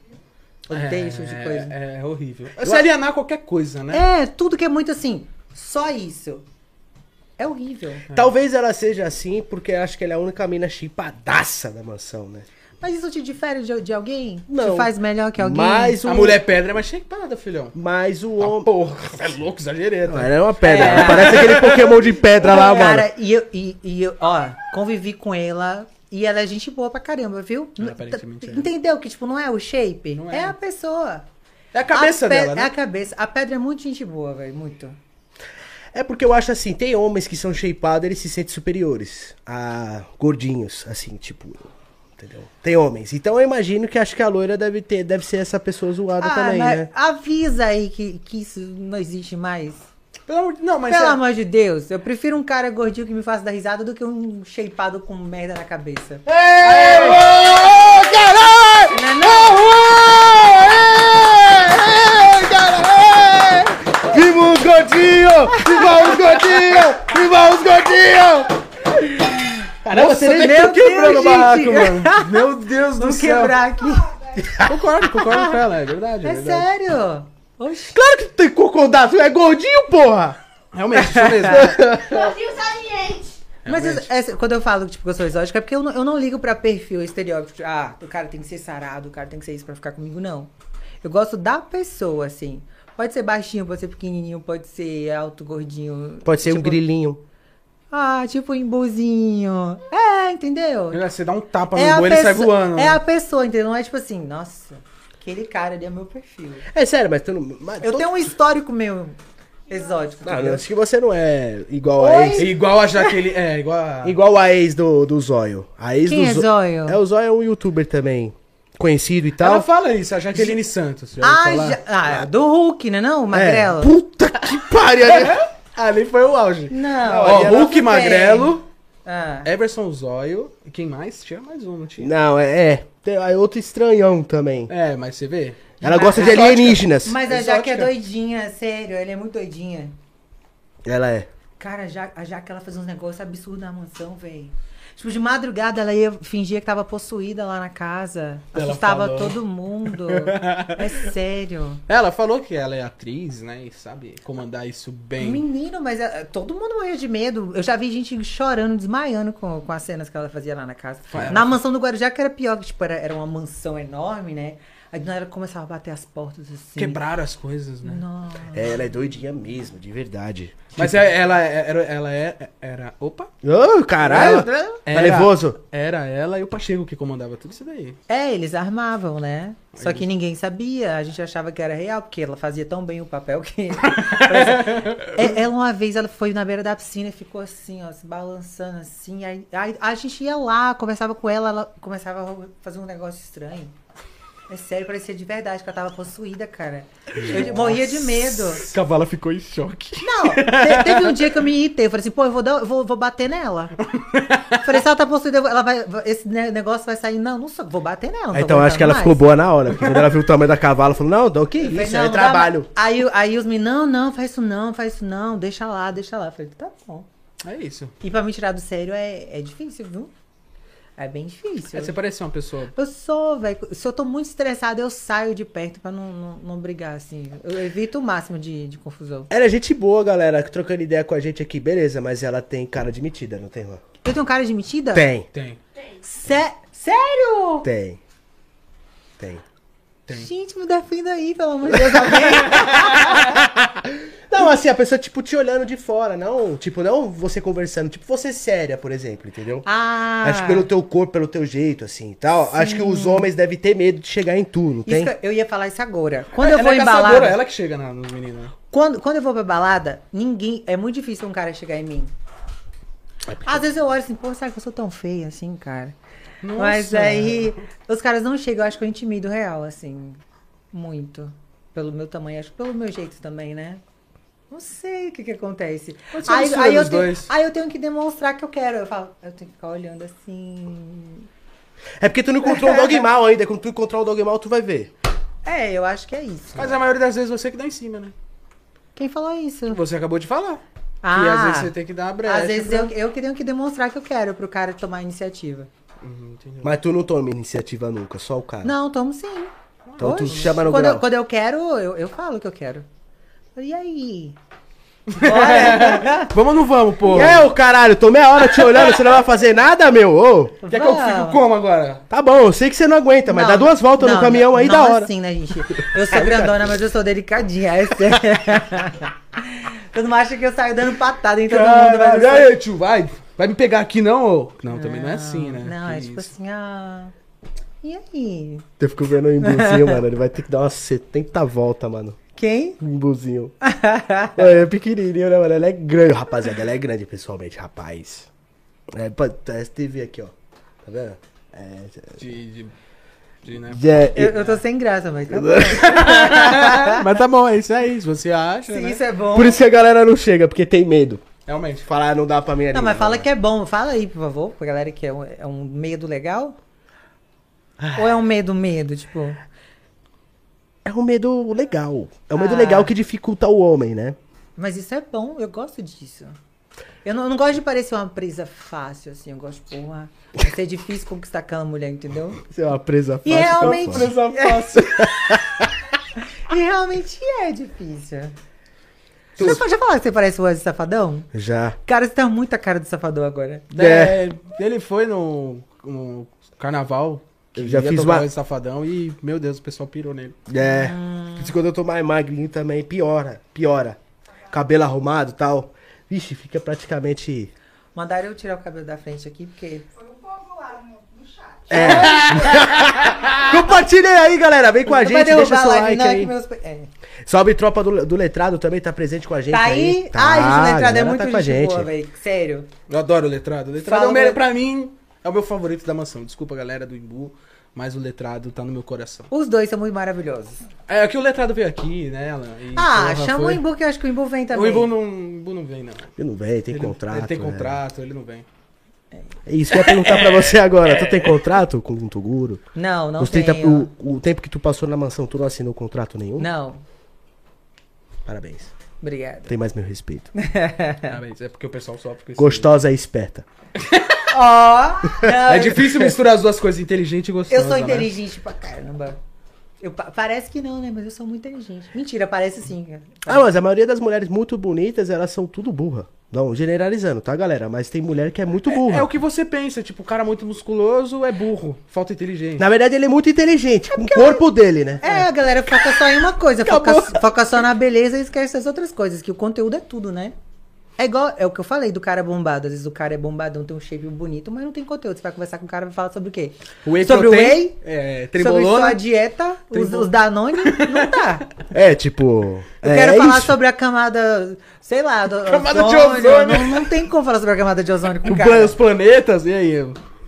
Speaker 3: Odeio esse tipo de coisa.
Speaker 2: É, é horrível. Se alienar qualquer coisa, né?
Speaker 3: É, tudo que é muito assim, só isso. É horrível.
Speaker 1: Talvez ela seja assim, porque acho que ela é a única mina chipadaça da mansão, né?
Speaker 3: Mas isso te difere de, de alguém?
Speaker 1: Não.
Speaker 3: Te faz melhor que alguém?
Speaker 1: Mas
Speaker 3: um
Speaker 1: o,
Speaker 2: A mulher pedra é mais shapeada, filhão.
Speaker 1: Mas o
Speaker 2: Ah,
Speaker 1: homem.
Speaker 2: porra, você é louco, exagerei. tá?
Speaker 1: Ela é uma pedra.
Speaker 3: É.
Speaker 1: ela Parece aquele Pokémon de pedra lá, mano.
Speaker 3: Cara, e eu, e, e eu, ó, convivi com ela e ela é gente boa pra caramba, viu?
Speaker 2: Ela aparentemente
Speaker 3: T-
Speaker 2: é.
Speaker 3: Entendeu que, tipo, não é o shape,
Speaker 2: Não
Speaker 3: é.
Speaker 2: é.
Speaker 3: a pessoa.
Speaker 2: É a cabeça
Speaker 3: pe-
Speaker 2: dela, né?
Speaker 3: É a cabeça. A pedra é muito gente boa, velho, muito.
Speaker 1: É porque eu acho assim, tem homens que são shapeados, eles se sentem superiores a gordinhos, assim, tipo. Entendeu? Tem homens. Então eu imagino que acho que a loira deve ter, deve ser essa pessoa zoada também,
Speaker 3: Ah, mas
Speaker 1: né?
Speaker 3: avisa aí que, que isso não existe mais.
Speaker 2: Pelo amor de Não, mas.
Speaker 3: Pelo
Speaker 2: é-
Speaker 3: amor de Deus, eu prefiro um cara gordinho que me faça dar risada do que um shapeado com merda na cabeça.
Speaker 2: É
Speaker 3: Não é não?
Speaker 1: Viva os gordinhos! Viva os gordinhos! Viva os gordinhos! Caramba, você nem
Speaker 3: meu
Speaker 1: tá quebrando o
Speaker 3: Deus,
Speaker 1: barraco,
Speaker 3: gente.
Speaker 1: mano. Meu Deus do
Speaker 3: Vamos
Speaker 1: céu.
Speaker 3: quebrar aqui.
Speaker 2: Concordo, concordo com ela, é verdade. É,
Speaker 3: É
Speaker 2: verdade.
Speaker 3: sério? Oxi.
Speaker 1: Claro que tu tem que concordar, tu é gordinho, porra!
Speaker 2: Realmente, isso mesmo.
Speaker 4: ele. Frio saliente.
Speaker 3: Mas isso- essa- quando eu falo tipo, que eu sou exótica, é porque eu não, eu não ligo pra perfil estereótipo. tipo, ah, o cara tem que ser sarado, o cara tem que ser isso pra ficar comigo, não. Eu gosto da pessoa, assim. Pode ser baixinho, pode ser pequenininho, pode ser alto, gordinho.
Speaker 1: Pode ser um
Speaker 3: tipo,
Speaker 1: grilinho.
Speaker 3: Ah, tipo um imbuzinho. É, entendeu?
Speaker 2: Você dá um tapa
Speaker 3: É
Speaker 2: no
Speaker 3: a,
Speaker 2: boi, ele sai
Speaker 3: pessoa,
Speaker 2: voando. né?
Speaker 3: é a pessoa, entendeu? Não é tipo assim, nossa, aquele cara ali é meu perfil.
Speaker 1: É sério, mas tu não. mas
Speaker 3: Eu
Speaker 1: todo- né?
Speaker 3: tenho um histórico meu exótico.
Speaker 1: Ah, Não,
Speaker 3: entendeu?
Speaker 1: não, acho que você não é igual a
Speaker 3: Oi?
Speaker 1: ex.
Speaker 2: Igual a Jaqueline. É, igual a.
Speaker 1: Igual a ex do, do Zóio. A ex
Speaker 3: Quem
Speaker 1: do
Speaker 3: é
Speaker 1: Zo-
Speaker 3: Zóio? Tá
Speaker 1: É, o Zóio é um youtuber também. Conhecido e tal.
Speaker 2: Ela fala isso, a Jaqueline Santos. já ouviu
Speaker 3: Ah,
Speaker 2: falar?
Speaker 3: já- ah, do Hulk, né não,
Speaker 1: É.
Speaker 3: Magrela?
Speaker 1: Puta que pariu!
Speaker 2: É?
Speaker 1: ali- Ali foi o auge.
Speaker 3: Não.
Speaker 2: Ó,
Speaker 1: Olha, ela
Speaker 2: Hulk
Speaker 3: foi
Speaker 2: Magrelo,
Speaker 3: Ah.
Speaker 2: Everson Zóio. E quem mais? Tinha mais um, não tinha?
Speaker 1: Não, é. é. Tem aí outro estranhão também. é
Speaker 2: É, mas você vê.
Speaker 1: Ela gosta de alienígenas.
Speaker 3: Mas a Jaque é
Speaker 2: É Exótica.
Speaker 3: doidinha, sério, ela é muito doidinha.
Speaker 1: Ela é.
Speaker 3: Cara, a Ja- a Jaque, ela faz uns negócios absurdos na mansão, velho. Tipo, de madrugada ela ia fingia que tava possuída lá na casa.
Speaker 2: Ela
Speaker 3: assustava
Speaker 2: falou.
Speaker 3: todo mundo. é sério.
Speaker 2: Ela falou que ela é atriz, né? E sabe comandar isso bem.
Speaker 3: Menino, mas eh, todo mundo morria de medo. Eu já vi gente chorando, desmaiando com, com as cenas que ela fazia lá na casa.
Speaker 2: Foi.
Speaker 3: Na mansão do Guarujá, que era pior, que tipo, era, era uma mansão enorme, né? Aí do nada, ela começava a bater as portas assim.
Speaker 2: Quebraram as coisas, né?
Speaker 3: Nossa.
Speaker 1: É, ela é doidinha mesmo, de verdade.
Speaker 2: Mas é- ela era. Ela é- era. Opa!
Speaker 1: Ô, caralho! Tá nervoso?
Speaker 2: Era ela e o Pacheco que comandava tudo isso daí.
Speaker 3: É, eles armavam, né? Só que ninguém sabia, a gente achava que era real, porque ela fazia tão bem o papel que. É, ela uma vez ela foi na beira da piscina e ficou assim, ó, se balançando assim. Aí, aí a gente ia lá, conversava com ela, ela começava a fazer um negócio estranho. É sério, parecia de verdade que ela tava possuída, cara. Eu morria Oh, de medo.
Speaker 2: Cavala ficou em choque.
Speaker 3: Não, te- teve um dia que eu me irritei. Eu falei assim, pô, eu vou, dar, eu vou, vou bater nela. Eu falei, se ela tá possuída, eu vou- ela vai, vai- esse ne- negócio vai sair. Não, não sou, vou bater nela. não
Speaker 1: Ah,
Speaker 3: tô
Speaker 1: então eu acho que ela
Speaker 3: aguentando
Speaker 1: ficou
Speaker 3: mais.
Speaker 1: boa na hora, porque quando ela viu o tamanho da cavala, falou, não, Dom, que
Speaker 3: Eu falei,
Speaker 1: isso,
Speaker 3: não,
Speaker 1: é
Speaker 3: não dá mais.
Speaker 1: trabalho.
Speaker 3: Aí, eu- aí os meninos, não, não, faz isso não, faz isso não, deixa lá, deixa lá. Eu falei, tá bom.
Speaker 2: É isso.
Speaker 3: E pra me tirar do sério é, é difícil, viu? É bem difícil.
Speaker 2: É, você parecia uma pessoa.
Speaker 3: Eu sou, velho. Se eu tô muito estressada, eu saio de perto pra não, não, não brigar, assim. Eu evito o máximo de, de confusão.
Speaker 1: Ela é gente boa, galera, trocando ideia com a gente aqui, beleza, mas ela tem cara de metida, não tem, Juan?
Speaker 3: Eu tenho cara de metida?
Speaker 1: Tem,
Speaker 2: Tem,
Speaker 3: Sé- sério?
Speaker 1: tem. Tem.
Speaker 2: tem.
Speaker 3: Gente, me defenda aí, pelo amor de Deus. Alguém.
Speaker 1: Não, assim, a pessoa, tipo, te olhando de fora, não, tipo, não você conversando, tipo, você séria, por exemplo, entendeu?
Speaker 3: Ah.
Speaker 1: Acho que pelo teu corpo, pelo teu jeito, assim, e tal. Acho que os homens devem ter medo de chegar em tu, não
Speaker 3: Isso
Speaker 1: tem?
Speaker 3: que eu- eu ia falar isso agora. Quando eu
Speaker 2: Ela
Speaker 3: vou
Speaker 2: é
Speaker 3: em
Speaker 2: caçadora,
Speaker 3: balada.
Speaker 2: ela que chega na- nos meninos. né?
Speaker 3: Quando, quando eu vou pra balada, ninguém. É muito difícil um cara chegar em mim. Às vezes eu olho assim, pô, será que eu sou tão feia assim, cara? Mas
Speaker 2: Nossa.
Speaker 3: aí os caras não chegam, eu acho que eu intimido real, assim. Muito. Pelo meu tamanho, acho que pelo meu jeito também, né? Não sei o que que acontece.
Speaker 2: Pode ser uma mistura
Speaker 3: eu
Speaker 2: dos
Speaker 3: tenho,
Speaker 2: dois.
Speaker 3: aí eu tenho que demonstrar que eu quero. Eu falo, eu tenho que ficar olhando assim.
Speaker 1: É porque tu não encontrou um dog mal ainda. Quando tu encontrar um dog mal, tu vai ver.
Speaker 3: É, eu acho que é isso.
Speaker 2: Mas a maioria das vezes você que dá em cima, né?
Speaker 3: Quem falou isso?
Speaker 2: Você acabou de falar.
Speaker 3: Ah,
Speaker 2: que às vezes você tem que dar uma brecha.
Speaker 3: às vezes
Speaker 2: pra-
Speaker 3: eu, eu que tenho que demonstrar que eu quero pro cara tomar a iniciativa.
Speaker 2: Uhum, entendi.
Speaker 1: Mas tu não toma iniciativa nunca, só o cara.
Speaker 3: Não, tomo sim.
Speaker 1: Ah. Então tu
Speaker 3: Oxe.
Speaker 1: chama no
Speaker 3: quando,
Speaker 1: grau.
Speaker 3: eu, quando eu quero, eu, eu falo que eu quero. E aí? Bora?
Speaker 2: Vamos ou não vamos, pô?
Speaker 1: É, ô caralho, tô meia hora te olhando, você não vai fazer nada, meu? Ô,
Speaker 2: Quer que eu fique
Speaker 3: Vamos.
Speaker 2: como agora?
Speaker 1: tá bom, eu sei que você não aguenta, mas
Speaker 3: Não,
Speaker 1: dá duas voltas no
Speaker 3: não,
Speaker 1: caminhão aí
Speaker 3: não,
Speaker 1: da
Speaker 3: não
Speaker 1: hora.
Speaker 3: assim, né, gente? Eu sou grandona, mas eu sou delicadinha. É sério. Todo mundo acha que eu saio dando patada em todo mundo. mas eu
Speaker 2: Caralho,
Speaker 3: sou-
Speaker 2: e aí, tio, vai. Vai me pegar aqui, não? Ô? Não, também não é assim, né?
Speaker 3: Não,
Speaker 2: Que
Speaker 3: é tipo
Speaker 2: isso.
Speaker 3: assim, ah... E aí?
Speaker 1: Eu fico vendo o imbuzinho, mano, ele vai ter que dar umas 70 voltas, mano.
Speaker 3: Quem?
Speaker 1: Um imbuzinho. é pequenininho, né, mano? Ela é grande, rapaziada, ela é grande pessoalmente, rapaz. É, pô, é STV aqui, ó. Tá vendo? É,
Speaker 2: De, de, de, né?
Speaker 1: é,
Speaker 3: Eu, eu tô sem graça, mas tá bom.
Speaker 2: Mas tá bom, é isso aí. Se você acha,
Speaker 3: Se
Speaker 2: né?
Speaker 3: isso é bom...
Speaker 1: Por isso que a galera não chega, porque tem medo.
Speaker 2: é Realmente.
Speaker 1: Falar não dá pra mim ali.
Speaker 3: Não, mas fala que é bom. Fala aí, por favor, pra galera que é um, é um medo legal. Ou é um medo, medo, tipo.
Speaker 1: É um medo legal. É um medo
Speaker 3: Ah.
Speaker 1: legal que dificulta o homem, né?
Speaker 3: Mas isso é bom, eu gosto disso. Eu não, eu não gosto de parecer uma presa fácil, assim. Eu gosto, porra. Vai ser difícil conquistar aquela mulher, entendeu?
Speaker 1: Você é uma presa fácil.
Speaker 3: E realmente.
Speaker 1: então, pô.
Speaker 2: É.
Speaker 3: e realmente é difícil. Já, já falaram que você parece o Wesley Safadão?
Speaker 1: Já.
Speaker 3: Cara, você tá muito a cara do Safadão agora.
Speaker 1: É.
Speaker 2: É, ele foi no, no carnaval.
Speaker 1: Eu
Speaker 2: que
Speaker 1: já
Speaker 2: ia
Speaker 1: fiz
Speaker 2: tocar
Speaker 1: uma-
Speaker 2: o Safadão e, meu Deus, o pessoal pirou nele.
Speaker 1: É.
Speaker 3: Ah.
Speaker 1: Por isso quando eu tô mais magrinho também, piora. Piora. Cabelo arrumado e tal. Vixe, fica praticamente.
Speaker 3: Mandaram eu tirar o cabelo da frente aqui, porque.
Speaker 4: Foi um povo lá no, no chat.
Speaker 1: É. Compartilha aí, galera. Vem com a
Speaker 3: Não vai
Speaker 1: gente, deixa
Speaker 3: derrubar a
Speaker 1: seu
Speaker 3: live,
Speaker 1: like
Speaker 3: não, é
Speaker 1: aí.
Speaker 3: que meus pe- é.
Speaker 1: Salve tropa do, do letrado também, tá presente com a gente.
Speaker 3: Tá aí?
Speaker 1: Tá,
Speaker 3: Ai, gente, o
Speaker 1: galera
Speaker 3: Letrado é muito
Speaker 1: tá com a gente.
Speaker 3: boa, velho. Sério.
Speaker 2: Eu adoro o letrado. O letrado
Speaker 3: Fala,
Speaker 2: é o melhor,
Speaker 3: meu-
Speaker 2: pra mim, é o meu favorito da mansão. Desculpa, galera do Imbu, mas o letrado tá no meu coração.
Speaker 3: Os dois são muito maravilhosos.
Speaker 2: É que o letrado veio aqui, né, Alan? E,
Speaker 3: ah,
Speaker 2: porra,
Speaker 3: chama o
Speaker 2: foi-
Speaker 3: Imbu, que eu acho que o Imbu vem também.
Speaker 2: O Imbu não, o Imbu não vem, não.
Speaker 1: Ele não vem, tem
Speaker 2: ele,
Speaker 1: contrato.
Speaker 2: Ele tem
Speaker 1: né?
Speaker 2: contrato, é. ele não vem.
Speaker 1: É Isso que eu ia perguntar pra você agora. Tu tem contrato com o Toguro?
Speaker 3: Não, não
Speaker 1: Os 30
Speaker 3: tenho.
Speaker 1: o, o tempo que tu passou na mansão, tu não assinou contrato nenhum?
Speaker 3: Não,
Speaker 1: Parabéns.
Speaker 3: obrigada.
Speaker 1: Tem mais meu respeito.
Speaker 2: é Parabéns, é porque o pessoal sofre com isso.
Speaker 1: Gostosa e esperta.
Speaker 3: Ó. não,
Speaker 2: É difícil misturar as duas coisas, inteligente e gostosa.
Speaker 3: Eu sou
Speaker 2: né?
Speaker 3: inteligente pra caramba. Eu pa- parece que não, né? Mas eu sou muito inteligente. Mentira, parece sim. cara.
Speaker 1: Ah, mas a maioria das mulheres muito bonitas, elas são tudo burra. Não, generalizando, tá, galera? Mas tem mulher que é muito burra.
Speaker 2: É o que você pensa, tipo, o cara muito musculoso é burro, falta inteligência.
Speaker 1: Na verdade, ele é muito inteligente, com o corpo dele, né?
Speaker 3: É, a galera foca só em uma coisa,
Speaker 1: Acabou.
Speaker 3: foca, foca só na beleza e esquece as outras coisas, que o conteúdo é tudo, né? É igual, é o que eu falei do cara bombado. Às vezes o cara é bombadão, tem um shape bonito, mas não tem conteúdo. Você vai conversar com o cara e vai falar sobre o quê?
Speaker 2: O whey
Speaker 3: sobre
Speaker 2: protein,
Speaker 3: o whey?
Speaker 2: É,
Speaker 3: Sobre
Speaker 2: trembolona.
Speaker 3: sua dieta? Os,
Speaker 2: Tribol-
Speaker 3: os Danone? Não dá.
Speaker 1: É, tipo.
Speaker 3: Eu
Speaker 1: é,
Speaker 3: quero
Speaker 1: é
Speaker 3: falar
Speaker 1: isso.
Speaker 3: sobre a camada, sei lá, do
Speaker 2: Camada de ozônio.
Speaker 3: Não, não tem como falar sobre a camada de ozônio com o
Speaker 2: O
Speaker 3: cara.
Speaker 2: plan- os planetas, e aí?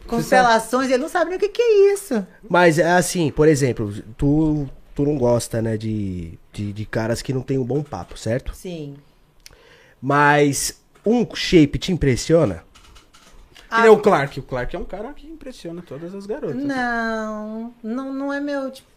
Speaker 3: Constelações, ele não sabe nem o que, que é isso.
Speaker 1: Mas é assim, por exemplo, tu, tu não gosta, né, de, de, de caras que não tem um bom papo, certo?
Speaker 3: Sim.
Speaker 1: Mas um shape te impressiona?
Speaker 3: Ah.
Speaker 2: Que nem o Clark. O Clark é um cara que impressiona todas as garotas.
Speaker 3: Não, não, não é meu, tipo,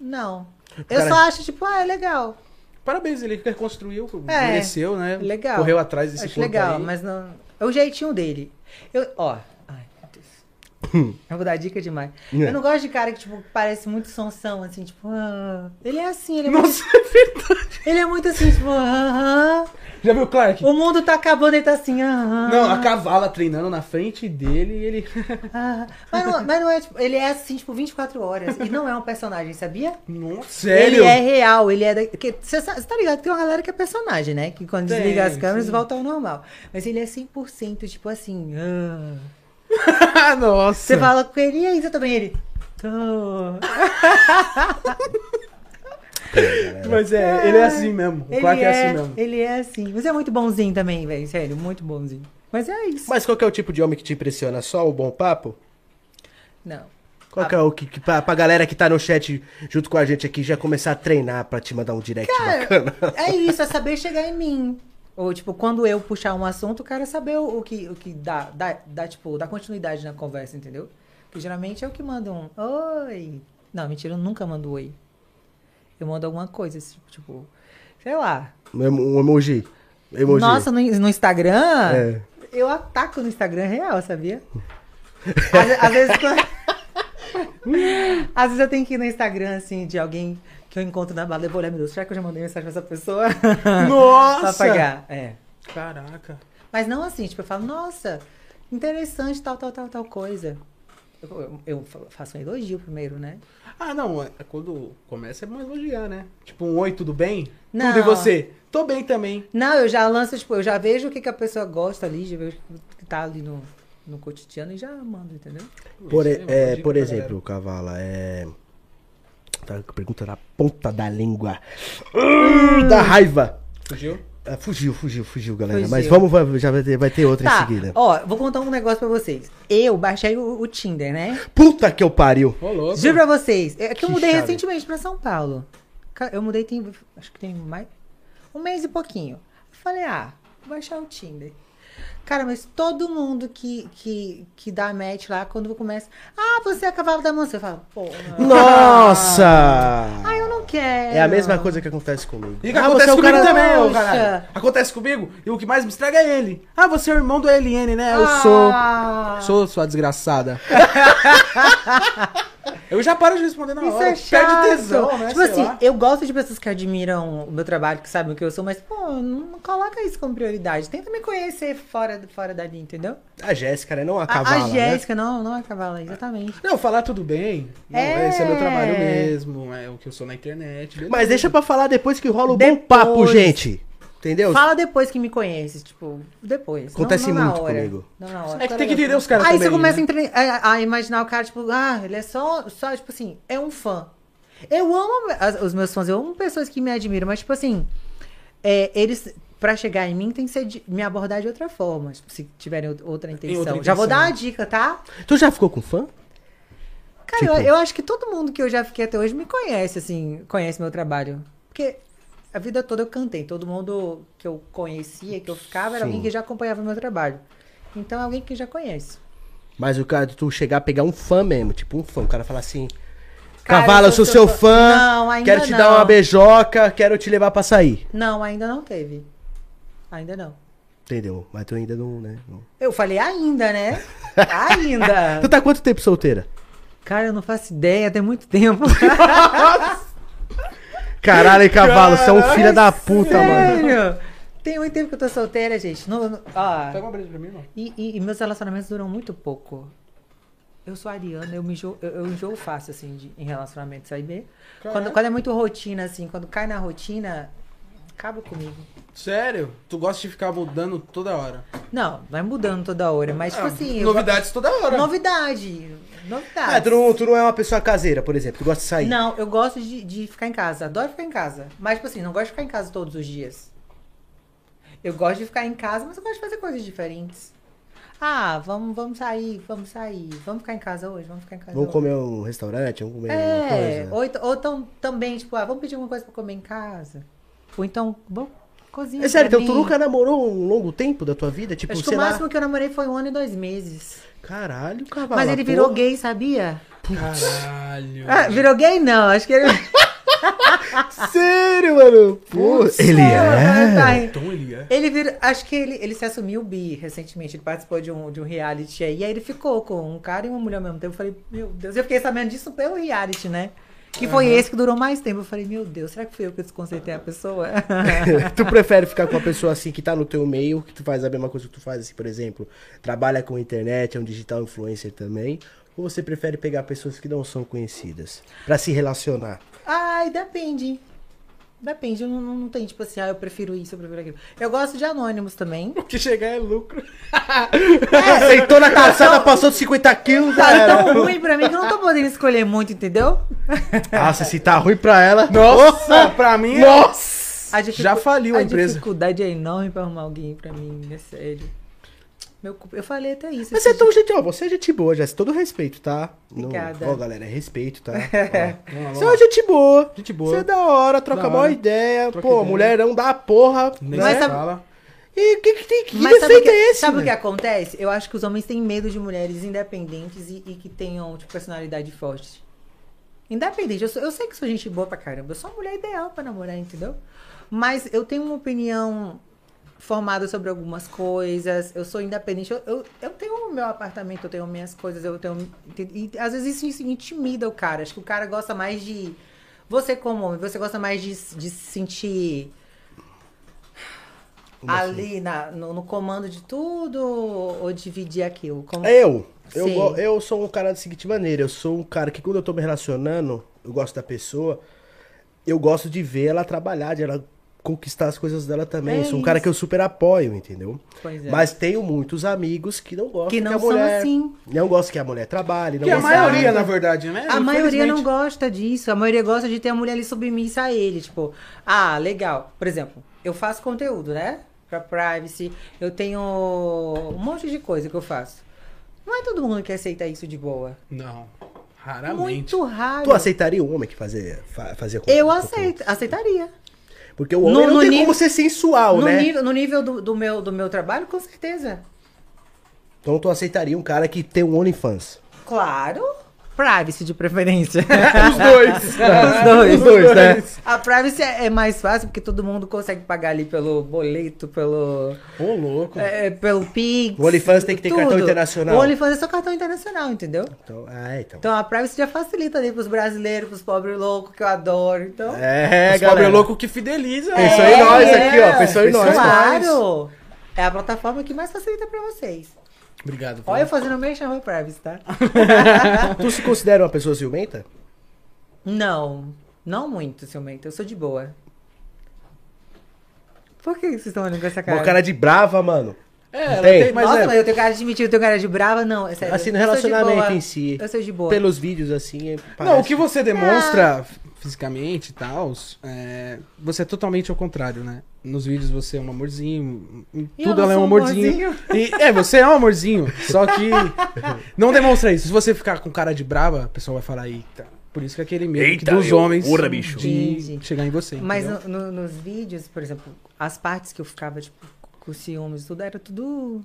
Speaker 3: não. Eu
Speaker 1: Cara-
Speaker 3: só acho, tipo, ah, é legal.
Speaker 2: Parabéns, ele reconstruiu,
Speaker 3: É,
Speaker 2: mereceu, né?
Speaker 3: legal.
Speaker 2: Correu atrás desse
Speaker 3: Acho
Speaker 2: corpo
Speaker 3: legal,
Speaker 2: aí.
Speaker 3: mas não. É o jeitinho dele. Eu, ó. Ai, meu Deus. Eu vou dar dica demais.
Speaker 1: É.
Speaker 3: Eu não gosto de cara que, tipo, parece muito sonsão, assim, tipo, ah. Ele é assim, ele é, muito,
Speaker 2: Nossa, é verdade.
Speaker 3: ele é muito assim, tipo, aham.
Speaker 2: Já viu o Clark?
Speaker 3: O mundo tá acabando, ele tá assim, aham.
Speaker 2: Não, a cavala treinando na frente dele e ele.
Speaker 3: ah. mas, não, mas não é, tipo, ele é assim, tipo, 24 horas. E não é um personagem, sabia?
Speaker 2: Nossa, sério?
Speaker 3: Ele é real, ele é. da- que- Você sa- você tá ligado que tem uma galera que é personagem, né? Que quando
Speaker 2: Tem,
Speaker 3: desliga as câmeras
Speaker 2: sim.
Speaker 3: volta ao normal. Mas ele é 100%, tipo assim. ah.
Speaker 2: Ah, Nossa.
Speaker 3: Você fala com ele, e aí, você também? Ele. Tô.
Speaker 2: Mas é, ele é assim mesmo. O
Speaker 3: Ele
Speaker 2: Clark é,
Speaker 3: é,
Speaker 2: assim mesmo.
Speaker 3: ele é assim. Mas é muito bonzinho também, velho. Sério, muito bonzinho. Mas é isso.
Speaker 1: Mas qual que é o tipo de homem que te impressiona? Só o bom papo?
Speaker 3: Não.
Speaker 1: Qual que é o que, que pra, pra galera que tá no chat junto com a gente aqui já começar a treinar pra te mandar um direct bacana?
Speaker 3: É isso, é saber chegar em mim. Ou, tipo, quando eu puxar um assunto, o cara saber o, o que, o que dá, dá, dá, tipo, dá continuidade na conversa, entendeu? Porque geralmente é o que manda um oi. Não, mentira, eu nunca mando oi. Eu mando alguma coisa, esse tipo, tipo, sei lá.
Speaker 1: Um emo- um emoji. Emoji.
Speaker 3: Nossa, no, no Instagram,
Speaker 1: É.
Speaker 3: eu ataco no Instagram real, sabia? Às, às vezes, quando- às vezes eu tenho que ir no Instagram, assim, de alguém que eu encontro na balada, eu vou olhar, meu Deus, será que eu já mandei mensagem pra essa pessoa? pra
Speaker 2: Nossa!
Speaker 3: pagar, é.
Speaker 2: Caraca.
Speaker 3: Mas não assim, tipo, eu falo, nossa, interessante tal, tal, tal, tal coisa. Eu, eu- eu fa- faço um elogio primeiro, né?
Speaker 2: Ah, não, é quando começa é bom elogiar, né? Tipo, um oi, tudo bem?
Speaker 3: Não.
Speaker 2: Tudo e você? Tô bem também.
Speaker 3: Não, eu já lanço, tipo, eu já vejo o que, que a pessoa gosta ali, já vejo o que tá ali no, no cotidiano e já mando, entendeu?
Speaker 1: Por,
Speaker 2: Isso
Speaker 1: e-
Speaker 2: aí uma
Speaker 1: é,
Speaker 2: dica
Speaker 1: por
Speaker 2: pra
Speaker 1: exemplo, Cavala, é. Tá com a pergunta na ponta da língua. Uh, da raiva.
Speaker 2: galera. Fugiu?
Speaker 1: Ah, fugiu, fugiu, fugiu, galera.
Speaker 3: Fugiu.
Speaker 1: Mas vamos, vai- já vai ter, vai ter outra em
Speaker 3: Tá,
Speaker 1: seguida.
Speaker 3: ó, vou contar um negócio pra vocês. Eu baixei o, o Tinder, né?
Speaker 1: Puta que eu pariu.
Speaker 2: Ô, louco.
Speaker 3: Juro pra vocês. É que, eu
Speaker 1: Que
Speaker 3: mudei
Speaker 1: chave.
Speaker 3: recentemente pra São Paulo. Ca- Eu mudei tem. Acho que tem mais. Um mês e pouquinho. Eu falei, ah, vou baixar o Tinder. Cara, mas todo mundo que, que, que dá match lá, quando começa. Ah, você é a cavalo da mansão. Eu falo, pô. não.
Speaker 1: Nossa!
Speaker 3: Ah, eu não quero.
Speaker 1: É a mesma coisa que acontece comigo.
Speaker 2: E que acontece
Speaker 1: Ah, o
Speaker 2: comigo
Speaker 1: cara-
Speaker 2: também, ô
Speaker 3: Poxa.
Speaker 2: caralho. Acontece comigo e o que mais me estraga é ele. Ah, você é o irmão do LN, né? Eu
Speaker 3: Ah.
Speaker 2: sou. Sou sua desgraçada. eu já paro de responder na
Speaker 3: Isso
Speaker 2: hora.
Speaker 3: é chato.
Speaker 2: Perde tesão, né?
Speaker 3: Tipo
Speaker 2: Sei
Speaker 3: assim,
Speaker 2: lá.
Speaker 3: eu gosto de pessoas que admiram o meu trabalho, que sabem o que eu sou, mas, pô, não coloca isso como prioridade. Tenta me conhecer fora, fora dali, entendeu?
Speaker 1: A Jéssica, né? Não a
Speaker 3: A-
Speaker 1: cavala.
Speaker 3: a
Speaker 1: né?
Speaker 3: Jéssica, não, não é cavala, exatamente.
Speaker 2: Não, falar tudo bem. Não,
Speaker 3: É.
Speaker 2: Esse é meu trabalho mesmo. É o que eu sou na internet. beleza.
Speaker 1: Mas deixa pra falar depois que rola o bom
Speaker 3: Depois.
Speaker 1: papo, gente. Entendeu?
Speaker 3: Fala depois que me conhece, tipo, depois.
Speaker 1: Acontece
Speaker 3: não, não na
Speaker 1: muito
Speaker 3: hora,
Speaker 1: comigo.
Speaker 3: Não na
Speaker 2: É
Speaker 3: hora.
Speaker 2: que tem que entender os caras
Speaker 3: Aí
Speaker 2: também.
Speaker 3: você começa a,
Speaker 2: né?
Speaker 3: entre- é, a- a imaginar o cara, tipo, ah, ele é só, só tipo assim, é um fã. Eu amo as- os meus fãs, eu amo pessoas que me admiram, mas, tipo assim, é, eles, pra chegar em mim, tem que ser de- me abordar de outra forma, tipo, se tiverem out- outra intenção. Já
Speaker 2: intenção.
Speaker 3: vou dar uma dica, tá?
Speaker 1: Tu já ficou com fã?
Speaker 3: Cara,
Speaker 1: Tipo-
Speaker 3: eu, eu acho que todo mundo que eu já fiquei até hoje me conhece, assim, conhece meu trabalho. Porque a vida toda eu cantei. Todo mundo que eu conhecia, que eu ficava,
Speaker 1: Sim.
Speaker 3: era alguém que já acompanhava meu trabalho. Então, é alguém que já conhece.
Speaker 1: Mas o cara, tu chegar a pegar um fã mesmo, tipo um fã. O cara fala assim:
Speaker 3: Cara,
Speaker 1: Cavala, eu sou seu fã.
Speaker 3: Não, ainda
Speaker 1: quero te
Speaker 3: não.
Speaker 1: dar uma beijoca, quero te levar pra sair.
Speaker 3: Não, ainda não teve. Ainda não.
Speaker 1: Entendeu? Mas tu ainda não, né? não-
Speaker 3: Eu falei ainda, né? Ainda.
Speaker 1: Tu tá quanto tempo solteira?
Speaker 3: Cara, eu não faço ideia, tem muito tempo.
Speaker 1: Caralho, hein, cavalo, você é um filho da puta, mano.
Speaker 3: Sério? Tem muito tempo que eu tô solteira, gente. Não, não- ó,
Speaker 2: Pega uma breja pra mim, irmão.
Speaker 3: e, e- e meus relacionamentos duram muito pouco. Eu sou ariana, eu, me enjoo, eu, eu enjoo fácil, assim, de- em relacionamento, sabe? Quando,
Speaker 2: Caraca.
Speaker 3: quando é muito rotina, assim, quando cai na rotina, acaba comigo.
Speaker 2: Sério? Tu gosta de ficar mudando toda hora?
Speaker 3: Não, vai mudando toda hora, mas, É
Speaker 1: É,
Speaker 3: tipo
Speaker 2: Ah,
Speaker 3: assim... eu-
Speaker 2: novidades toda hora.
Speaker 3: Novidade. Novidade.
Speaker 1: Ah, tu não, tu não é uma pessoa caseira, por exemplo. Tu gosta de sair.
Speaker 3: Não, eu gosto de, de ficar em casa. Adoro ficar em casa. Mas, tipo assim, não gosto de ficar em casa todos os dias. Eu gosto de ficar em casa, mas eu gosto de fazer coisas diferentes. Ah, vamos, vamos sair, vamos sair. Vamos ficar em casa hoje, vamos ficar em casa
Speaker 1: Vamos
Speaker 3: hoje.
Speaker 1: comer um restaurante, vamos comer alguma
Speaker 3: É,
Speaker 1: coisa.
Speaker 3: ou, então- ou então também, tipo, ah, vamos pedir alguma coisa pra comer em casa. Ou então, bom, cozinha.
Speaker 1: É sério,
Speaker 3: pra
Speaker 1: então tu
Speaker 3: mim.
Speaker 1: nunca namorou um longo tempo da tua vida? Tipo,
Speaker 3: Acho que
Speaker 1: sei
Speaker 3: o
Speaker 1: lá.
Speaker 3: máximo que eu namorei foi um ano e dois meses.
Speaker 1: Caralho, cavalo.
Speaker 3: Mas ele
Speaker 1: porra.
Speaker 3: virou gay, sabia?
Speaker 2: Caralho.
Speaker 3: Ah, virou gay não, acho que ele.
Speaker 1: Ah, Sério, mano. Pô, ele
Speaker 3: Mas
Speaker 1: é.
Speaker 3: tá,
Speaker 2: Então ele é.
Speaker 3: Ele vira, acho que ele, ele se assumiu bi recentemente, ele participou de um, de um reality aí, e aí ele ficou com um cara e uma mulher ao mesmo tempo. Eu falei, meu Deus, eu fiquei sabendo disso pelo reality, né? Que foi esse que durou mais tempo. Eu falei, meu Deus, será que fui eu que desconcertei a pessoa?
Speaker 1: tu prefere ficar com uma pessoa assim que tá no teu meio, que tu faz a mesma coisa que tu faz, assim, por exemplo, trabalha com internet, é um digital influencer também? Ou você prefere pegar pessoas que não são conhecidas pra se relacionar?
Speaker 3: Ai, depende. Depende, eu não, não, não tem tipo assim, ah, eu prefiro isso, eu prefiro aquilo. Eu gosto de anônimos também.
Speaker 2: O que chegar é lucro.
Speaker 3: É.
Speaker 1: Aceitou na calçada, passou de 50 quilos, já
Speaker 3: Tá
Speaker 1: era.
Speaker 3: tão ruim pra mim que eu não tô podendo escolher muito, entendeu?
Speaker 1: Nossa, se tá ruim pra ela.
Speaker 2: Nossa, pra mim. é-
Speaker 1: Nossa!
Speaker 3: A
Speaker 2: Já faliu a empresa.
Speaker 3: dificuldade é enorme pra arrumar alguém pra mim, é sério. Meu, cu- eu falei até isso.
Speaker 1: Mas
Speaker 3: esse
Speaker 1: você é tão gente, ó, você é gente boa, Jéssica. Todo respeito, tá? Não-
Speaker 3: Obrigada.
Speaker 1: Ó, galera, é respeito, tá?
Speaker 2: Vamos lá,
Speaker 1: Ó,
Speaker 2: vamos
Speaker 1: Você é
Speaker 2: lá.
Speaker 1: uma gente boa.
Speaker 2: Gente
Speaker 1: Você é
Speaker 2: boa.
Speaker 1: da hora, troca
Speaker 2: Da
Speaker 1: mó
Speaker 2: hora.
Speaker 1: ideia.
Speaker 2: Troca
Speaker 1: pô,
Speaker 2: ideia.
Speaker 1: mulherão da porra.
Speaker 2: Nem
Speaker 1: né?
Speaker 3: Mas
Speaker 2: se
Speaker 3: sabe-
Speaker 2: fala.
Speaker 1: E o que, que tem que
Speaker 3: Mas sabe, o
Speaker 1: defeito
Speaker 3: que,
Speaker 1: é esse?
Speaker 3: sabe o que
Speaker 1: velho?
Speaker 3: acontece? Eu acho que os homens têm medo de mulheres independentes e, e que tenham, tipo, personalidade forte. Independente, eu, sou- eu sei que sou gente boa pra caramba, eu sou a mulher ideal pra namorar, entendeu? Mas eu tenho uma opinião formada sobre algumas coisas, eu sou independente, eu, eu, eu tenho o meu apartamento, eu tenho minhas coisas, eu tenho. E às vezes isso intimida o cara. Acho que o cara gosta mais de. Você, como homem, você gosta mais de, de se sentir
Speaker 1: Como assim?
Speaker 3: ali na- no, no comando de tudo ou ou dividir aquilo? Como...
Speaker 1: É Eu, eu,
Speaker 3: Sim.
Speaker 1: go- eu sou um cara da seguinte maneira. Eu sou um cara que quando eu tô me relacionando, eu gosto da pessoa, eu gosto de ver ela trabalhar, de ela conquistar as coisas dela também.
Speaker 3: É
Speaker 1: sou um cara
Speaker 3: isso.
Speaker 1: que eu super apoio, entendeu?
Speaker 3: Pois é.
Speaker 1: Mas tenho muitos amigos que não gostam
Speaker 3: que não
Speaker 1: a
Speaker 3: são
Speaker 1: mulher...
Speaker 3: assim.
Speaker 1: Não gosto que a mulher trabalhe, não
Speaker 2: Que é a
Speaker 1: gosto
Speaker 2: maioria, na verdade, né?
Speaker 3: A maioria não
Speaker 2: Infelizmente.
Speaker 3: gosta disso. A maioria gosta de ter a mulher ali submissa a ele. Tipo, ah, legal. Por exemplo, eu faço conteúdo, né? Pra privacy. Eu tenho um monte de coisa que eu faço. Não é todo mundo que aceita isso de boa.
Speaker 2: Não. Raramente.
Speaker 3: Muito raro.
Speaker 1: Tu aceitaria um homem que fazia, fa- fazia conteúdo?
Speaker 3: Eu aceito, aceitaria.
Speaker 1: Porque o homem
Speaker 3: No-
Speaker 1: não
Speaker 3: no
Speaker 1: tem
Speaker 3: nível-
Speaker 1: como ser sensual,
Speaker 3: no,
Speaker 1: né?
Speaker 3: nível, no nível do, do meu, do meu trabalho, com certeza.
Speaker 1: Então tu aceitaria um cara que tem um OnlyFans.
Speaker 3: Claro. Privacy de preferência.
Speaker 2: Os dois.
Speaker 3: Os dois.
Speaker 1: Os dois, né?
Speaker 3: A privacy é é mais fácil porque todo mundo consegue pagar ali pelo boleto, pelo,
Speaker 2: Ô, louco.
Speaker 3: é, pelo Pix.
Speaker 1: O OnlyFans tem que ter
Speaker 3: tudo.
Speaker 1: cartão internacional.
Speaker 3: O OnlyFans é só cartão internacional, entendeu?
Speaker 1: Então, ah, então.
Speaker 3: Então a privacy já facilita ali pros brasileiros, pros pobres loucos que eu adoro. Então.
Speaker 1: É,
Speaker 2: Os pobre louco que fideliza.
Speaker 1: Pensou
Speaker 3: É,
Speaker 1: em nós
Speaker 3: é.
Speaker 1: aqui, ó. Pensou em nós.
Speaker 3: Claro! É a plataforma que mais facilita pra vocês.
Speaker 2: Obrigado.
Speaker 3: Olha eu fazendo merchan pra privacy, tá?
Speaker 1: Tu se considera uma pessoa ciumenta?
Speaker 3: Não, não muito, ciumenta. Eu sou de boa. Por que vocês estão olhando com essa cara?
Speaker 1: Uma cara de brava, mano.
Speaker 2: É, ela
Speaker 1: Tem.
Speaker 2: tem, mas
Speaker 3: Nossa,
Speaker 2: é.
Speaker 3: mas eu tenho cara de mentira, eu tenho cara de brava, não. É sério.
Speaker 1: Assim, no
Speaker 3: eu sou de
Speaker 1: relacionamento
Speaker 3: boa.
Speaker 1: em si.
Speaker 3: Eu sou de boa.
Speaker 1: Pelos vídeos, assim, é-
Speaker 2: Não,
Speaker 1: parece-
Speaker 2: o que você demonstra
Speaker 3: Ah.
Speaker 2: fisicamente e tal, é, você é totalmente ao contrário, né? Nos vídeos você é um amorzinho, em
Speaker 3: E eu
Speaker 2: tudo
Speaker 3: não
Speaker 2: ela é um
Speaker 3: sou um
Speaker 2: amorzinho. E, é, você é um amorzinho, só que não demonstra isso. Se você ficar com cara de brava, o pessoal vai falar, eita. Por isso que é aquele medo
Speaker 1: Eita,
Speaker 2: dos
Speaker 1: eu-
Speaker 2: homens
Speaker 1: urra, bicho.
Speaker 2: de
Speaker 3: Gente.
Speaker 2: chegar em você.
Speaker 3: Mas
Speaker 2: entendeu?
Speaker 3: no- no- nos vídeos, por exemplo, as partes que eu ficava, tipo, com ciúmes, tudo era tudo.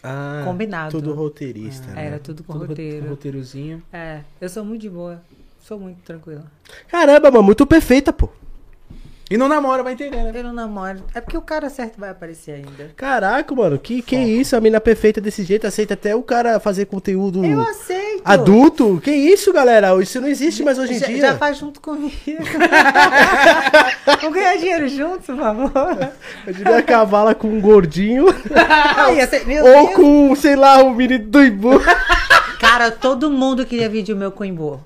Speaker 1: Ah,
Speaker 3: Combinado.
Speaker 1: Tudo roteirista, né?
Speaker 3: Ah, Era tudo com
Speaker 2: Tudo ro-
Speaker 3: roteiro.
Speaker 2: roteirozinho.
Speaker 3: É, eu sou muito de boa. Sou muito tranquila.
Speaker 1: Caramba, mano, muito perfeita, pô.
Speaker 2: E não namora, vai entender, né?
Speaker 3: Eu não namoro. É porque o cara certo vai aparecer ainda.
Speaker 1: Caraca, mano, que, que isso? A mina perfeita desse jeito aceita até o cara fazer
Speaker 2: Hum.
Speaker 1: conteúdo
Speaker 3: Eu aceito.
Speaker 1: adulto? Que isso, galera? Isso não existe mais hoje em
Speaker 3: já,
Speaker 1: dia.
Speaker 3: já faz junto comigo. Vamos ganhar dinheiro junto, por favor.
Speaker 1: Eu devia acabar com um gordinho
Speaker 3: Ai, ia ser- meu
Speaker 1: ou
Speaker 3: Deus.
Speaker 1: com, sei lá, o menino do Ibu.
Speaker 3: Cara, todo mundo queria vídeo meu com Imbu.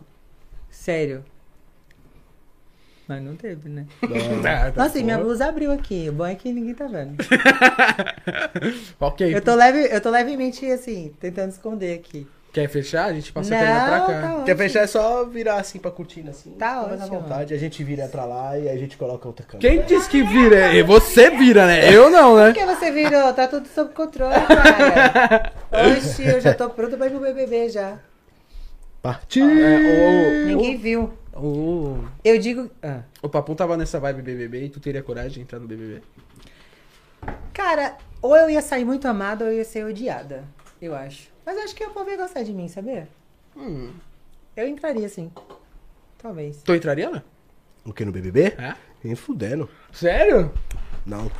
Speaker 3: Sério. Mas não teve, né?
Speaker 2: Tá, tá.
Speaker 3: Nossa, e minha blusa abriu aqui. O bom é que ninguém tá vendo.
Speaker 2: Ok.
Speaker 3: Eu tô, leve, eu tô levemente, assim, tentando esconder aqui.
Speaker 2: Quer fechar? A gente passa a perna pra
Speaker 3: não,
Speaker 2: cá.
Speaker 3: tá ótimo.
Speaker 1: Quer fechar é só virar assim pra cortina, assim.
Speaker 3: Tá
Speaker 1: Fica mais à
Speaker 3: ótimo.
Speaker 1: vontade. A gente vira pra lá e aí a gente coloca outra câmera.
Speaker 2: Quem disse que vira? E Você vira, né? Eu não, né?
Speaker 3: Por que você virou? Tá tudo sob controle, cara. Oxi, eu já tô pronto pra ir pro BBB já.
Speaker 1: Partiu!
Speaker 2: Ah, É, o,
Speaker 3: Ninguém viu.
Speaker 2: o, o,
Speaker 3: Eu digo... Ah.
Speaker 2: o Papum tava nessa vibe BBB e tu teria coragem de entrar no BBB?
Speaker 3: Cara, ou eu ia sair muito amada ou eu ia ser odiada, eu acho. Mas eu acho que o povo ia gostar de mim, sabia?
Speaker 2: Hum.
Speaker 3: Eu entraria, sim. Talvez.
Speaker 2: Tu entraria, né?
Speaker 1: O que no BBB?
Speaker 2: É?
Speaker 1: Nem fudendo.
Speaker 2: Sério?
Speaker 1: Não.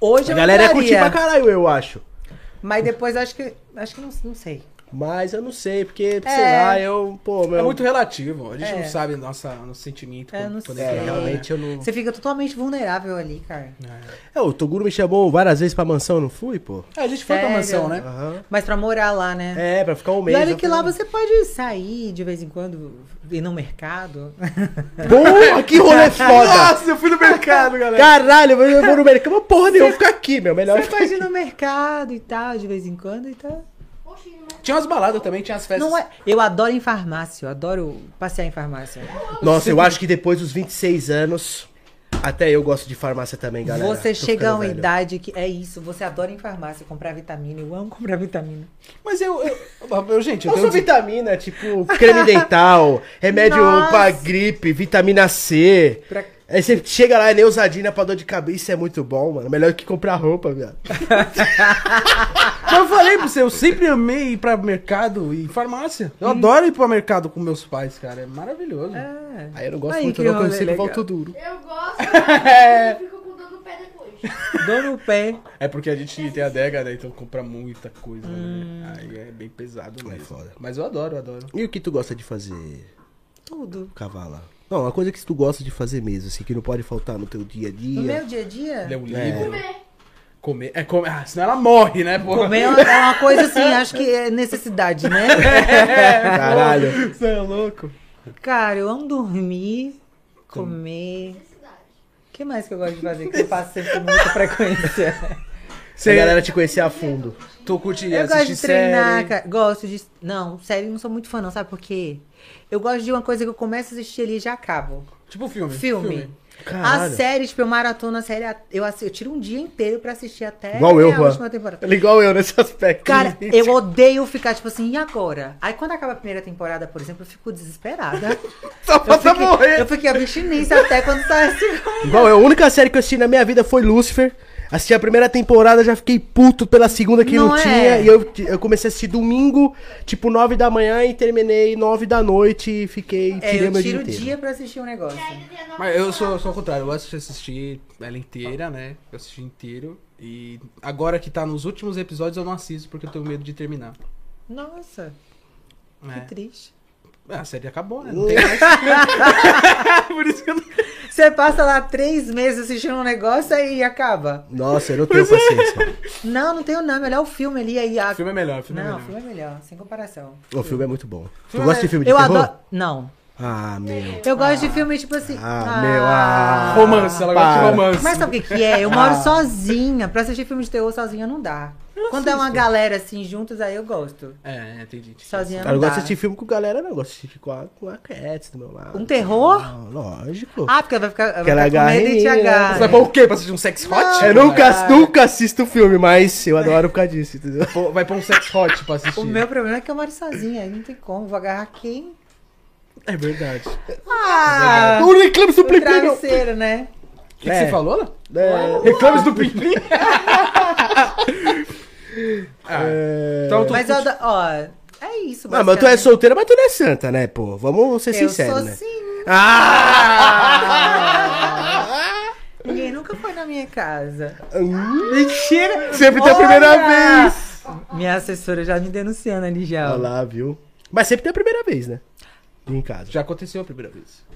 Speaker 3: Hoje
Speaker 1: A
Speaker 3: eu
Speaker 1: galera ia curtir
Speaker 3: entraria.
Speaker 1: pra caralho, eu acho.
Speaker 3: Mas depois acho que... Acho que não, não sei.
Speaker 1: Mas eu não sei, porque, sei
Speaker 3: É.
Speaker 1: lá, eu, pô, meu.
Speaker 2: É muito relativo. A gente
Speaker 3: É.
Speaker 2: não sabe nossa, nosso sentimento.
Speaker 3: É,
Speaker 2: quando-
Speaker 3: não
Speaker 2: quando
Speaker 3: sei.
Speaker 1: É,
Speaker 2: entrar, né?
Speaker 1: realmente eu não.
Speaker 3: Você fica totalmente vulnerável ali, cara.
Speaker 1: É, o Toguro me chamou várias vezes pra mansão, eu não fui, pô?
Speaker 2: É, a gente foi pra
Speaker 3: Sério?
Speaker 2: mansão, né?
Speaker 1: Aham.
Speaker 3: Mas pra morar lá, né?
Speaker 1: É, pra ficar um
Speaker 3: E
Speaker 1: mês.
Speaker 3: olha
Speaker 1: eu
Speaker 3: que lá
Speaker 1: falei,
Speaker 3: você pode sair de vez em quando, ir no mercado.
Speaker 1: Porra, que rolê foda!
Speaker 2: Nossa, eu fui no mercado, galera.
Speaker 1: Caralho, mas eu vou no mercado. mas Porra, nenhuma, eu vou ficar aqui, meu. Melhor.
Speaker 3: Você pode ir no mercado e tal, de vez em quando e tal.
Speaker 4: Oxi, não é
Speaker 2: Tinha umas baladas também, tinha as festas.
Speaker 3: Não é- Eu adoro ir em farmácia, eu adoro passear em farmácia.
Speaker 1: Nossa, eu acho que depois dos 26 anos. Até eu gosto de farmácia também, galera.
Speaker 3: você
Speaker 1: Tô
Speaker 3: chega a
Speaker 1: ficando
Speaker 3: uma
Speaker 1: velho.
Speaker 3: idade que é isso, você adora ir em farmácia, comprar vitamina, eu amo comprar vitamina.
Speaker 2: Mas eu, eu, eu- Gente, eu
Speaker 1: Não só
Speaker 2: tenho...
Speaker 1: vitamina, tipo um creme dental, remédio
Speaker 3: Nossa.
Speaker 1: pra gripe, vitamina C.
Speaker 3: Pra-
Speaker 1: Aí você chega lá, é Neusadina pra dor de cabeça, é muito bom, mano. Melhor que comprar roupa, viado.
Speaker 2: Mas eu falei pra você, eu sempre amei ir pra mercado e farmácia. Eu adoro ir pra mercado com meus pais, cara. É maravilhoso.
Speaker 3: Hum. É.
Speaker 1: Ah, Aí eu não gosto
Speaker 3: Aí,
Speaker 1: muito,
Speaker 3: que
Speaker 1: não, que eu
Speaker 3: rolê
Speaker 1: sempre
Speaker 3: legal.
Speaker 1: volto duro.
Speaker 4: Eu gosto, mas eu fico com dor no pé depois.
Speaker 3: Dou no pé.
Speaker 2: É porque a gente tem adega, né? Então compra muita coisa,
Speaker 3: Hum.
Speaker 2: né? Aí é bem pesado
Speaker 1: É
Speaker 2: mesmo.
Speaker 1: foda.
Speaker 2: Mas eu adoro, eu adoro.
Speaker 1: E o que tu gosta de fazer,
Speaker 3: Tudo.
Speaker 1: cavala? Não, uma coisa que tu gosta de fazer mesmo, assim, que não pode faltar no teu dia a
Speaker 3: No
Speaker 1: dia.
Speaker 3: meu dia a dia,
Speaker 2: Ler o
Speaker 1: É.
Speaker 2: livro,
Speaker 4: Comer.
Speaker 2: comer. É, comer. Ah, senão ela morre, né, pô?
Speaker 3: comer é uma- é uma coisa assim, acho que é necessidade, né?
Speaker 1: Caralho.
Speaker 2: Você é louco.
Speaker 3: Cara, eu amo dormir, comer. O que mais que eu gosto de fazer? Que eu faço sempre com muita frequência.
Speaker 2: É.
Speaker 1: Se a galera te conhecer a fundo.
Speaker 2: Tu curte
Speaker 3: Eu
Speaker 2: assistir
Speaker 3: gosto de treinar,
Speaker 2: série.
Speaker 3: cara. Gosto de. Não, série eu não sou muito fã, não, sabe por quê? Eu gosto de uma coisa que eu começo a assistir ali e já acabo.
Speaker 2: Tipo filme.
Speaker 3: Filme.
Speaker 1: Caralho.
Speaker 3: A série, tipo, eu maratona a série. a- Eu, assi- eu tiro um dia inteiro pra assistir até
Speaker 1: Igual eu,
Speaker 3: a
Speaker 1: Juan.
Speaker 3: última temporada.
Speaker 1: Ela é Igual eu nesse aspecto.
Speaker 3: Cara, eu odeio ficar, tipo assim, e agora? Aí quando acaba a primeira temporada, por exemplo, eu fico desesperada.
Speaker 2: Só
Speaker 3: Eu
Speaker 2: falta
Speaker 3: fiquei,
Speaker 2: morrer.
Speaker 3: eu fiquei abstinência até quando tá sai a segunda.
Speaker 1: Igual eu, a única série que eu assisti na minha vida foi Lucifer. Assisti a primeira temporada, já fiquei puto pela segunda que não,
Speaker 3: Não é?
Speaker 1: tinha. E eu, eu comecei a assistir domingo, tipo 9 da manhã, e terminei 9 da noite e fiquei.
Speaker 3: É,
Speaker 1: tirei
Speaker 3: eu
Speaker 1: meu
Speaker 3: tiro o
Speaker 1: inteiro.
Speaker 3: dia pra assistir um negócio.
Speaker 4: é
Speaker 2: Mas eu sou, sou ao contrário, eu gosto de assistir ela inteira, né? Eu assisti inteiro. E agora que tá nos últimos episódios eu não assisto porque eu tenho medo de terminar.
Speaker 3: Nossa, que
Speaker 2: É.
Speaker 3: triste.
Speaker 2: Ah, A série acabou, né? Não tem mais. Por isso que eu não...
Speaker 3: Você passa lá três meses assistindo um negócio e acaba.
Speaker 1: Nossa, eu não
Speaker 3: é.
Speaker 1: tenho paciência. mano.
Speaker 3: Não, não tenho não. É melhor o filme ali. Aí a...
Speaker 2: O filme é melhor, o filme
Speaker 3: Não,
Speaker 2: é
Speaker 3: o
Speaker 2: melhor.
Speaker 3: filme é melhor, sem comparação.
Speaker 1: O filme é muito bom. Tu
Speaker 2: Filme
Speaker 1: gosta
Speaker 2: é-
Speaker 1: de filme de
Speaker 3: Eu
Speaker 1: terror?
Speaker 3: adoro. Não.
Speaker 1: Ah, meu.
Speaker 3: Eu gosto de filme tipo assim.
Speaker 1: Ah, meu, ah.
Speaker 2: Romance, ela gosta
Speaker 1: Para.
Speaker 2: de romance.
Speaker 3: é Mas sabe o que, que é? Eu moro sozinha. Pra assistir filme de terror sozinha não dá. Quando é uma galera assim juntos, aí eu gosto.
Speaker 2: É, é, tem gente. que-
Speaker 3: Sozinha
Speaker 1: Eu
Speaker 3: não
Speaker 1: não
Speaker 3: dá.
Speaker 1: gosto de assistir filme com galera, não. Eu gosto de assistir com a, com a Cats do meu lado.
Speaker 3: Um terror?
Speaker 1: Ah, lógico.
Speaker 3: Ah, porque vai ficar, vai
Speaker 1: Aquela
Speaker 3: ficar com medo e te
Speaker 1: garrinha, né?
Speaker 2: Você vai
Speaker 3: agarra.
Speaker 2: pôr o quê? Pra assistir um sex hot?
Speaker 3: Ah,
Speaker 1: eu nunca, nunca assisto filme, mas eu adoro por causa disso, entendeu?
Speaker 2: Pô, Vai pôr um sex hot pra assistir.
Speaker 3: O meu problema é que eu moro sozinha, aí não tem como. Vou agarrar quem?
Speaker 2: É verdade.
Speaker 3: Ah!
Speaker 1: Não reclame do
Speaker 3: O
Speaker 1: Plim Plim, não.
Speaker 3: travesseiro, né?
Speaker 2: O que, que
Speaker 1: É.
Speaker 2: você falou, né?
Speaker 1: É,
Speaker 2: Reclames do Plim Plim? Ah,
Speaker 1: é...
Speaker 2: Então tu
Speaker 3: Mas,
Speaker 2: curte-
Speaker 3: eu ado- ó, é isso.
Speaker 1: Não, mas tu é
Speaker 3: basicamente.
Speaker 1: solteira, mas tu não é santa, né, pô? Vamos ser
Speaker 3: Eu
Speaker 1: sinceros,
Speaker 3: sou
Speaker 1: né?
Speaker 3: sim.
Speaker 1: Ah!
Speaker 3: nunca foi na minha casa.
Speaker 2: Mentira! Sempre tem a primeira
Speaker 3: Olha!
Speaker 2: vez!
Speaker 3: Minha assessora já me denunciando ali já.
Speaker 1: Olha lá, viu? Mas sempre tem a primeira vez, né? Ir em casa.
Speaker 2: Já aconteceu a primeira vez.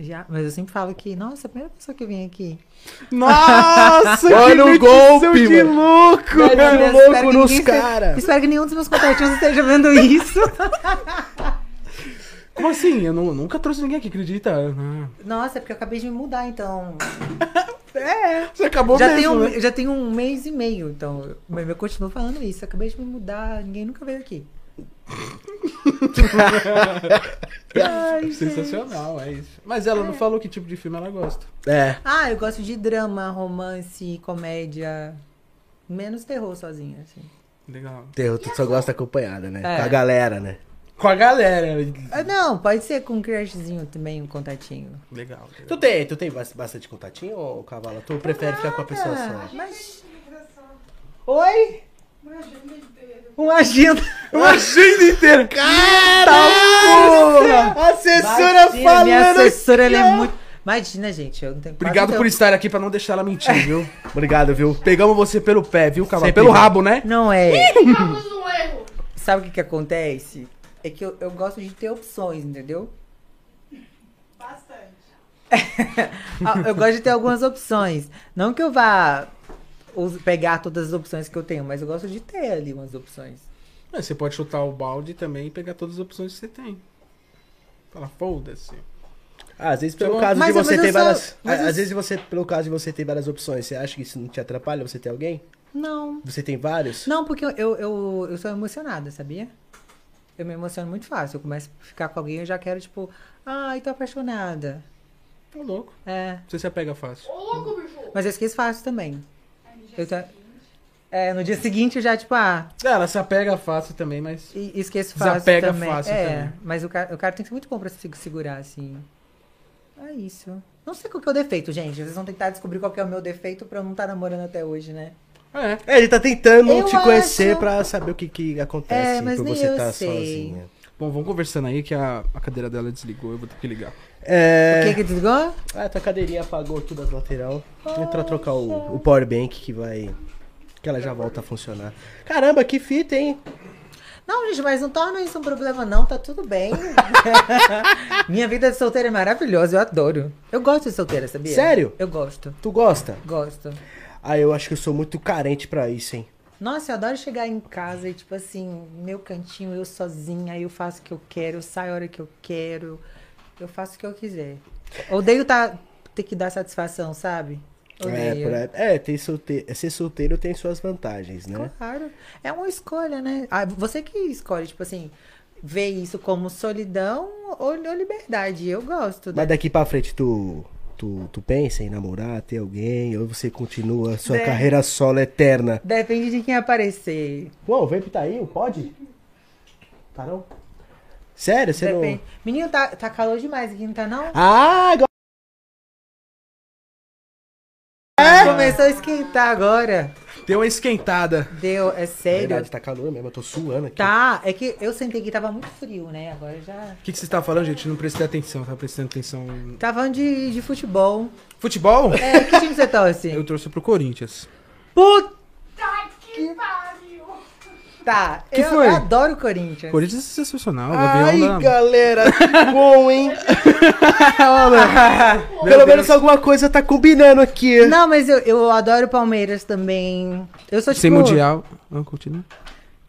Speaker 3: Já, mas eu sempre falo que, nossa, a primeira pessoa que vem aqui.
Speaker 2: Nossa,
Speaker 1: Olha o um golpe,
Speaker 2: de
Speaker 1: mano.
Speaker 2: louco!
Speaker 1: Tá de
Speaker 3: Olha,
Speaker 1: louco
Speaker 3: espero que
Speaker 1: nos
Speaker 3: ninguém-
Speaker 1: cara.
Speaker 3: Espero que nenhum dos meus contatinhos esteja vendo isso.
Speaker 2: Como assim? Eu nu- nunca trouxe ninguém aqui, acredita? Ah.
Speaker 3: Nossa, é porque eu acabei de me mudar, então.
Speaker 2: Você acabou
Speaker 3: Já tem,
Speaker 2: mesmo,
Speaker 3: um,
Speaker 2: né?
Speaker 3: já tem um mês e meio, então. Mas eu continuo falando isso. Acabei de me mudar, ninguém nunca veio aqui. Ai, gente.
Speaker 2: Sensacional, é isso. Mas ela não falou que tipo de filme ela gosta.
Speaker 1: É.
Speaker 3: Ah, eu gosto de drama, romance, comédia. Menos terror sozinha, assim.
Speaker 2: Legal.
Speaker 1: Terror, tu só gosta acompanhada, né?
Speaker 3: É.
Speaker 1: Com a galera, né?
Speaker 2: Com a galera.
Speaker 3: Ah, não, pode ser com um crushzinho também, um contatinho.
Speaker 2: Legal.
Speaker 1: Tu tem, tu tem bas- bastante contatinho, ô Cavala? Tu prefere ficar com a pessoa
Speaker 3: Ah,
Speaker 1: só?
Speaker 3: mas... Oi? Um
Speaker 4: Uma agenda inteira.
Speaker 3: Uma agenda.
Speaker 2: Uma agenda inteira! Caralho!
Speaker 1: Porra! Assessora
Speaker 3: Imagina,
Speaker 1: falando!
Speaker 3: Minha assessora, ela
Speaker 1: aqui,
Speaker 3: é
Speaker 1: ó.
Speaker 3: muito... Imagina, gente, eu não tenho quase
Speaker 2: Obrigado
Speaker 3: tempo.
Speaker 2: por estar aqui pra não deixar ela mentir, viu?
Speaker 1: Obrigado, viu?
Speaker 2: Pegamos você pelo pé, viu, cavalo?
Speaker 1: Sempre
Speaker 2: Pelo
Speaker 1: bom.
Speaker 2: rabo, né?
Speaker 3: Não é...
Speaker 4: Estamos no um erro.
Speaker 3: Sabe o que que acontece? É que eu, eu gosto de ter opções, entendeu?
Speaker 4: Bastante.
Speaker 3: Ah, Eu gosto de ter algumas opções. Não que eu vá us- pegar todas as opções que eu tenho, mas eu gosto de ter ali umas opções.
Speaker 2: Mas É, Você pode chutar o balde também e pegar todas as opções que você tem. Fala, foda-se.
Speaker 1: Ah, Às vezes pelo
Speaker 2: Mas-
Speaker 1: caso de
Speaker 3: mas
Speaker 1: você
Speaker 3: eu
Speaker 1: tem
Speaker 3: sou-
Speaker 1: várias.
Speaker 3: mas eu-
Speaker 1: Às vezes você, pelo caso de você tem várias opções, você acha que isso não te atrapalha? Você tem alguém?
Speaker 3: Não.
Speaker 1: Você tem vários?
Speaker 3: Não, porque eu, eu, eu, eu sou emocionada, sabia? Eu me emociono muito fácil. Eu começo a ficar com alguém e eu já quero, tipo, ai, tô apaixonada.
Speaker 2: Tá louco.
Speaker 3: É.
Speaker 2: Você se apega fácil.
Speaker 4: Ô, louco, bicho.
Speaker 3: Mas eu esqueço fácil também. Eu
Speaker 1: tá-
Speaker 3: ta- É, no dia seguinte eu já, tipo, ah,
Speaker 2: É, Ela se apega fácil também, mas.
Speaker 3: e- esqueço fácil
Speaker 2: Desapega
Speaker 3: também.
Speaker 2: fácil
Speaker 3: é,
Speaker 2: também.
Speaker 3: mas o cara, o cara tem que ser muito bom pra se segurar, assim. É isso. Não sei qual que é o defeito, gente. Vocês vão tentar descobrir qual que é o meu defeito pra eu não estar namorando até hoje, né?
Speaker 2: É.
Speaker 1: É, ele tá tentando
Speaker 3: Eu
Speaker 1: te conhecer
Speaker 3: acho-
Speaker 1: pra saber o que, que acontece
Speaker 3: É, mas
Speaker 1: por
Speaker 3: nem
Speaker 1: você
Speaker 3: eu
Speaker 1: estar tá
Speaker 3: sei.
Speaker 1: sozinha.
Speaker 2: Bom, vamos conversando aí que a, a cadeira dela desligou, eu vou ter que ligar.
Speaker 1: É.
Speaker 3: O que que desligou?
Speaker 1: Ah, tua cadeirinha apagou aqui das lateral. Vou entrar trocar o, o power bank que vai. Que ela já volta a funcionar. Caramba, que fita, hein?
Speaker 3: Não, gente, mas não torna isso um problema, não. Tá tudo bem. Minha vida de solteira é maravilhosa, eu adoro. Eu gosto de solteira, sabia?
Speaker 1: Sério?
Speaker 3: Eu gosto.
Speaker 1: Tu gosta?
Speaker 3: Gosto.
Speaker 1: Ah, eu acho que eu sou muito carente pra isso, hein?
Speaker 3: Nossa, eu adoro chegar em casa e, tipo assim, meu cantinho, eu sozinha, eu faço o que eu quero, eu saio a hora que eu quero, eu faço o que eu quiser. Odeio tá, ter que dar satisfação, sabe?
Speaker 1: É,
Speaker 3: Odeio.
Speaker 1: por aí- é tem solte- ser solteiro tem suas vantagens, né?
Speaker 3: Claro. É uma escolha, né? Ah, você que escolhe, tipo assim, ver isso como solidão ou, ou liberdade. Eu gosto.
Speaker 1: Mas daqui pra frente tu, tu, tu pensa em namorar, ter alguém, ou você continua a sua
Speaker 3: Deve.
Speaker 1: carreira solo eterna?
Speaker 3: Depende de quem aparecer.
Speaker 1: Uou, o vape tá aí, pode? Tá não? Sério, você
Speaker 3: Depende.
Speaker 1: não.
Speaker 3: Menino, tá, tá calor demais aqui, não tá não?
Speaker 1: Ah, agora. Ah, é?
Speaker 3: Começou a esquentar agora.
Speaker 2: Deu uma esquentada.
Speaker 3: Deu, é sério.
Speaker 1: Verdade, tá calor mesmo, eu tô suando aqui.
Speaker 3: Tá, é que eu sentei que tava muito frio, né? Agora já.
Speaker 2: O que, que você tá falando, gente? Não prestei atenção, tá prestando atenção. em-
Speaker 3: Tava falando de, de futebol.
Speaker 2: Futebol?
Speaker 3: É, que time você torce?
Speaker 2: Eu trouxe pro Corinthians.
Speaker 3: Puta!
Speaker 4: Tá que pariu.
Speaker 2: Que
Speaker 3: eu,
Speaker 2: foi?
Speaker 3: eu adoro o Corinthians.
Speaker 2: Corinthians é sensacional, o
Speaker 1: Ai,
Speaker 2: Gavião da...
Speaker 1: galera, que bom, hein? Pelo menos alguma coisa tá combinando aqui.
Speaker 3: Não, mas eu, eu adoro o Palmeiras também. Eu sou tipo.
Speaker 2: Sem Mundial. Não, continua.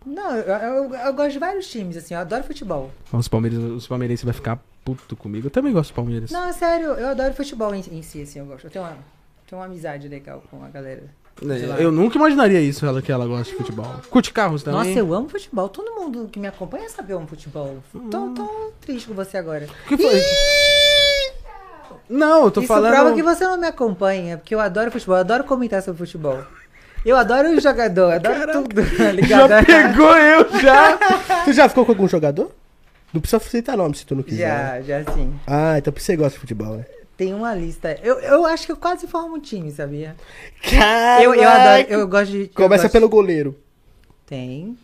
Speaker 3: Não, eu, eu, eu gosto de vários times, assim, eu adoro futebol.
Speaker 2: Os, palmeiras, os palmeirenses vão ficar puto comigo. Eu também gosto do Palmeiras.
Speaker 3: Não, é sério, eu adoro futebol em, em si, assim, eu gosto. Eu tenho uma, tenho uma amizade legal com a galera.
Speaker 2: É, eu nunca imaginaria isso, ela que ela gosta de futebol. Curte carros também.
Speaker 3: Nossa, eu amo futebol. Todo mundo que me acompanha sabe que eu amo futebol. Tô, tô triste com você agora.
Speaker 2: O que foi? Não, eu tô
Speaker 3: Isso
Speaker 2: falando.
Speaker 3: prova que você não me acompanha, porque eu adoro futebol, eu adoro comentar sobre futebol. Eu adoro o jogador, eu adoro tudo. tá Ligado?
Speaker 2: Já pegou eu já.
Speaker 1: Tu já ficou com algum jogador? Não precisa citar nome se tu não quiser. né?
Speaker 3: Já, já sim.
Speaker 1: Ah, então por isso você gosta de futebol, né?
Speaker 3: Tem uma lista. Eu, eu acho que eu quase formo um time, sabia?
Speaker 1: Caraca!
Speaker 3: Eu, eu adoro, eu gosto de. eu
Speaker 1: Começa
Speaker 3: gosto-
Speaker 1: pelo goleiro.
Speaker 3: Tem.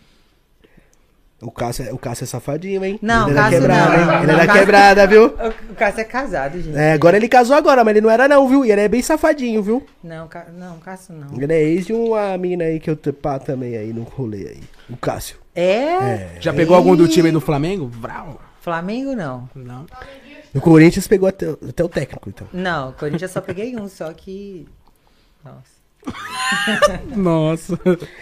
Speaker 1: O Cássio, é- o Cássio é safadinho, hein?
Speaker 3: Não,
Speaker 1: ele é da
Speaker 3: Cássio
Speaker 1: quebrada,
Speaker 3: não.
Speaker 1: hein? Ele é da
Speaker 3: Cássio-
Speaker 1: quebrada, viu?
Speaker 3: O, o Cássio é casado, gente.
Speaker 1: É, agora ele casou agora, mas ele não era não, viu? E ele é bem safadinho, viu?
Speaker 3: Não, Ca- não, Cássio não.
Speaker 1: Ele é ex de uma mina aí que eu te- pá também aí no rolê aí. O Cássio.
Speaker 3: É?
Speaker 2: Já pegou algum do time aí do Flamengo? Vral.
Speaker 3: Flamengo não.
Speaker 2: Não.
Speaker 1: O Corinthians pegou até, até o técnico, então.
Speaker 3: Não, Corinthians só peguei um, só que. Nossa.
Speaker 2: Nossa.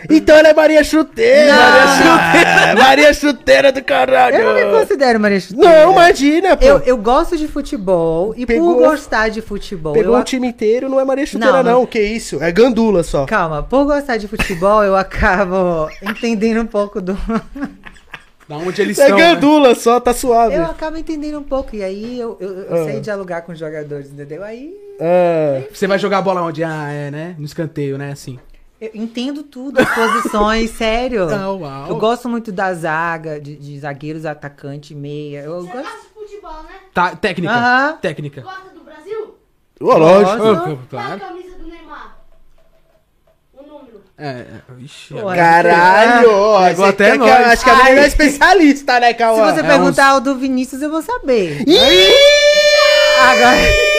Speaker 1: Então ela é Maria Chuteira!
Speaker 3: Não.
Speaker 1: Maria Chuteira! Maria Chuteira do caralho!
Speaker 3: Eu não me considero Maria Chuteira.
Speaker 1: Não, imagina, pô.
Speaker 3: Eu, eu gosto de futebol e
Speaker 1: Pegou-
Speaker 3: por gostar de futebol.
Speaker 1: Pegou
Speaker 3: eu
Speaker 1: o time inteiro, não é Maria Chuteira,
Speaker 3: Não,
Speaker 1: não,
Speaker 3: não.
Speaker 1: Que isso? É gandula só.
Speaker 3: Calma, por gostar de futebol, eu acabo entendendo um pouco do.
Speaker 2: Da onde eles
Speaker 1: É
Speaker 2: são, né?
Speaker 1: gandula só, tá suave.
Speaker 3: Eu acabo entendendo um pouco. E aí eu, eu, eu
Speaker 1: Ah.
Speaker 3: sei dialogar com os jogadores, entendeu? Aí
Speaker 1: Ah,
Speaker 2: Você vai jogar a bola onde? Ah, é, né? No escanteio, né? Assim.
Speaker 3: eu entendo tudo, as posições, sério.
Speaker 2: Ah, uau.
Speaker 3: Eu gosto muito da zaga, de, de zagueiros, atacante, meia. Eu
Speaker 4: Você
Speaker 3: gosto.
Speaker 4: gosta de futebol, né?
Speaker 2: Tá, técnica.
Speaker 3: Aham. Uhum.
Speaker 2: Técnica.
Speaker 4: Gosta do Brasil?
Speaker 1: ó, lógico.
Speaker 3: Nossa.
Speaker 2: Ah,
Speaker 4: Qual a
Speaker 2: claro.
Speaker 4: camisa do Neymar? O número.
Speaker 2: É, é, ixi,
Speaker 3: Olha.
Speaker 1: Caralho, ó,
Speaker 2: Pegou
Speaker 1: você
Speaker 2: até
Speaker 1: quer que-
Speaker 2: nós.
Speaker 1: Acho que a menina é
Speaker 2: Ai.
Speaker 1: especialista, né,
Speaker 3: Se
Speaker 1: Cauã?
Speaker 3: você
Speaker 2: é
Speaker 3: perguntar o do Vinícius, eu vou saber.
Speaker 1: Ih!
Speaker 3: Agora.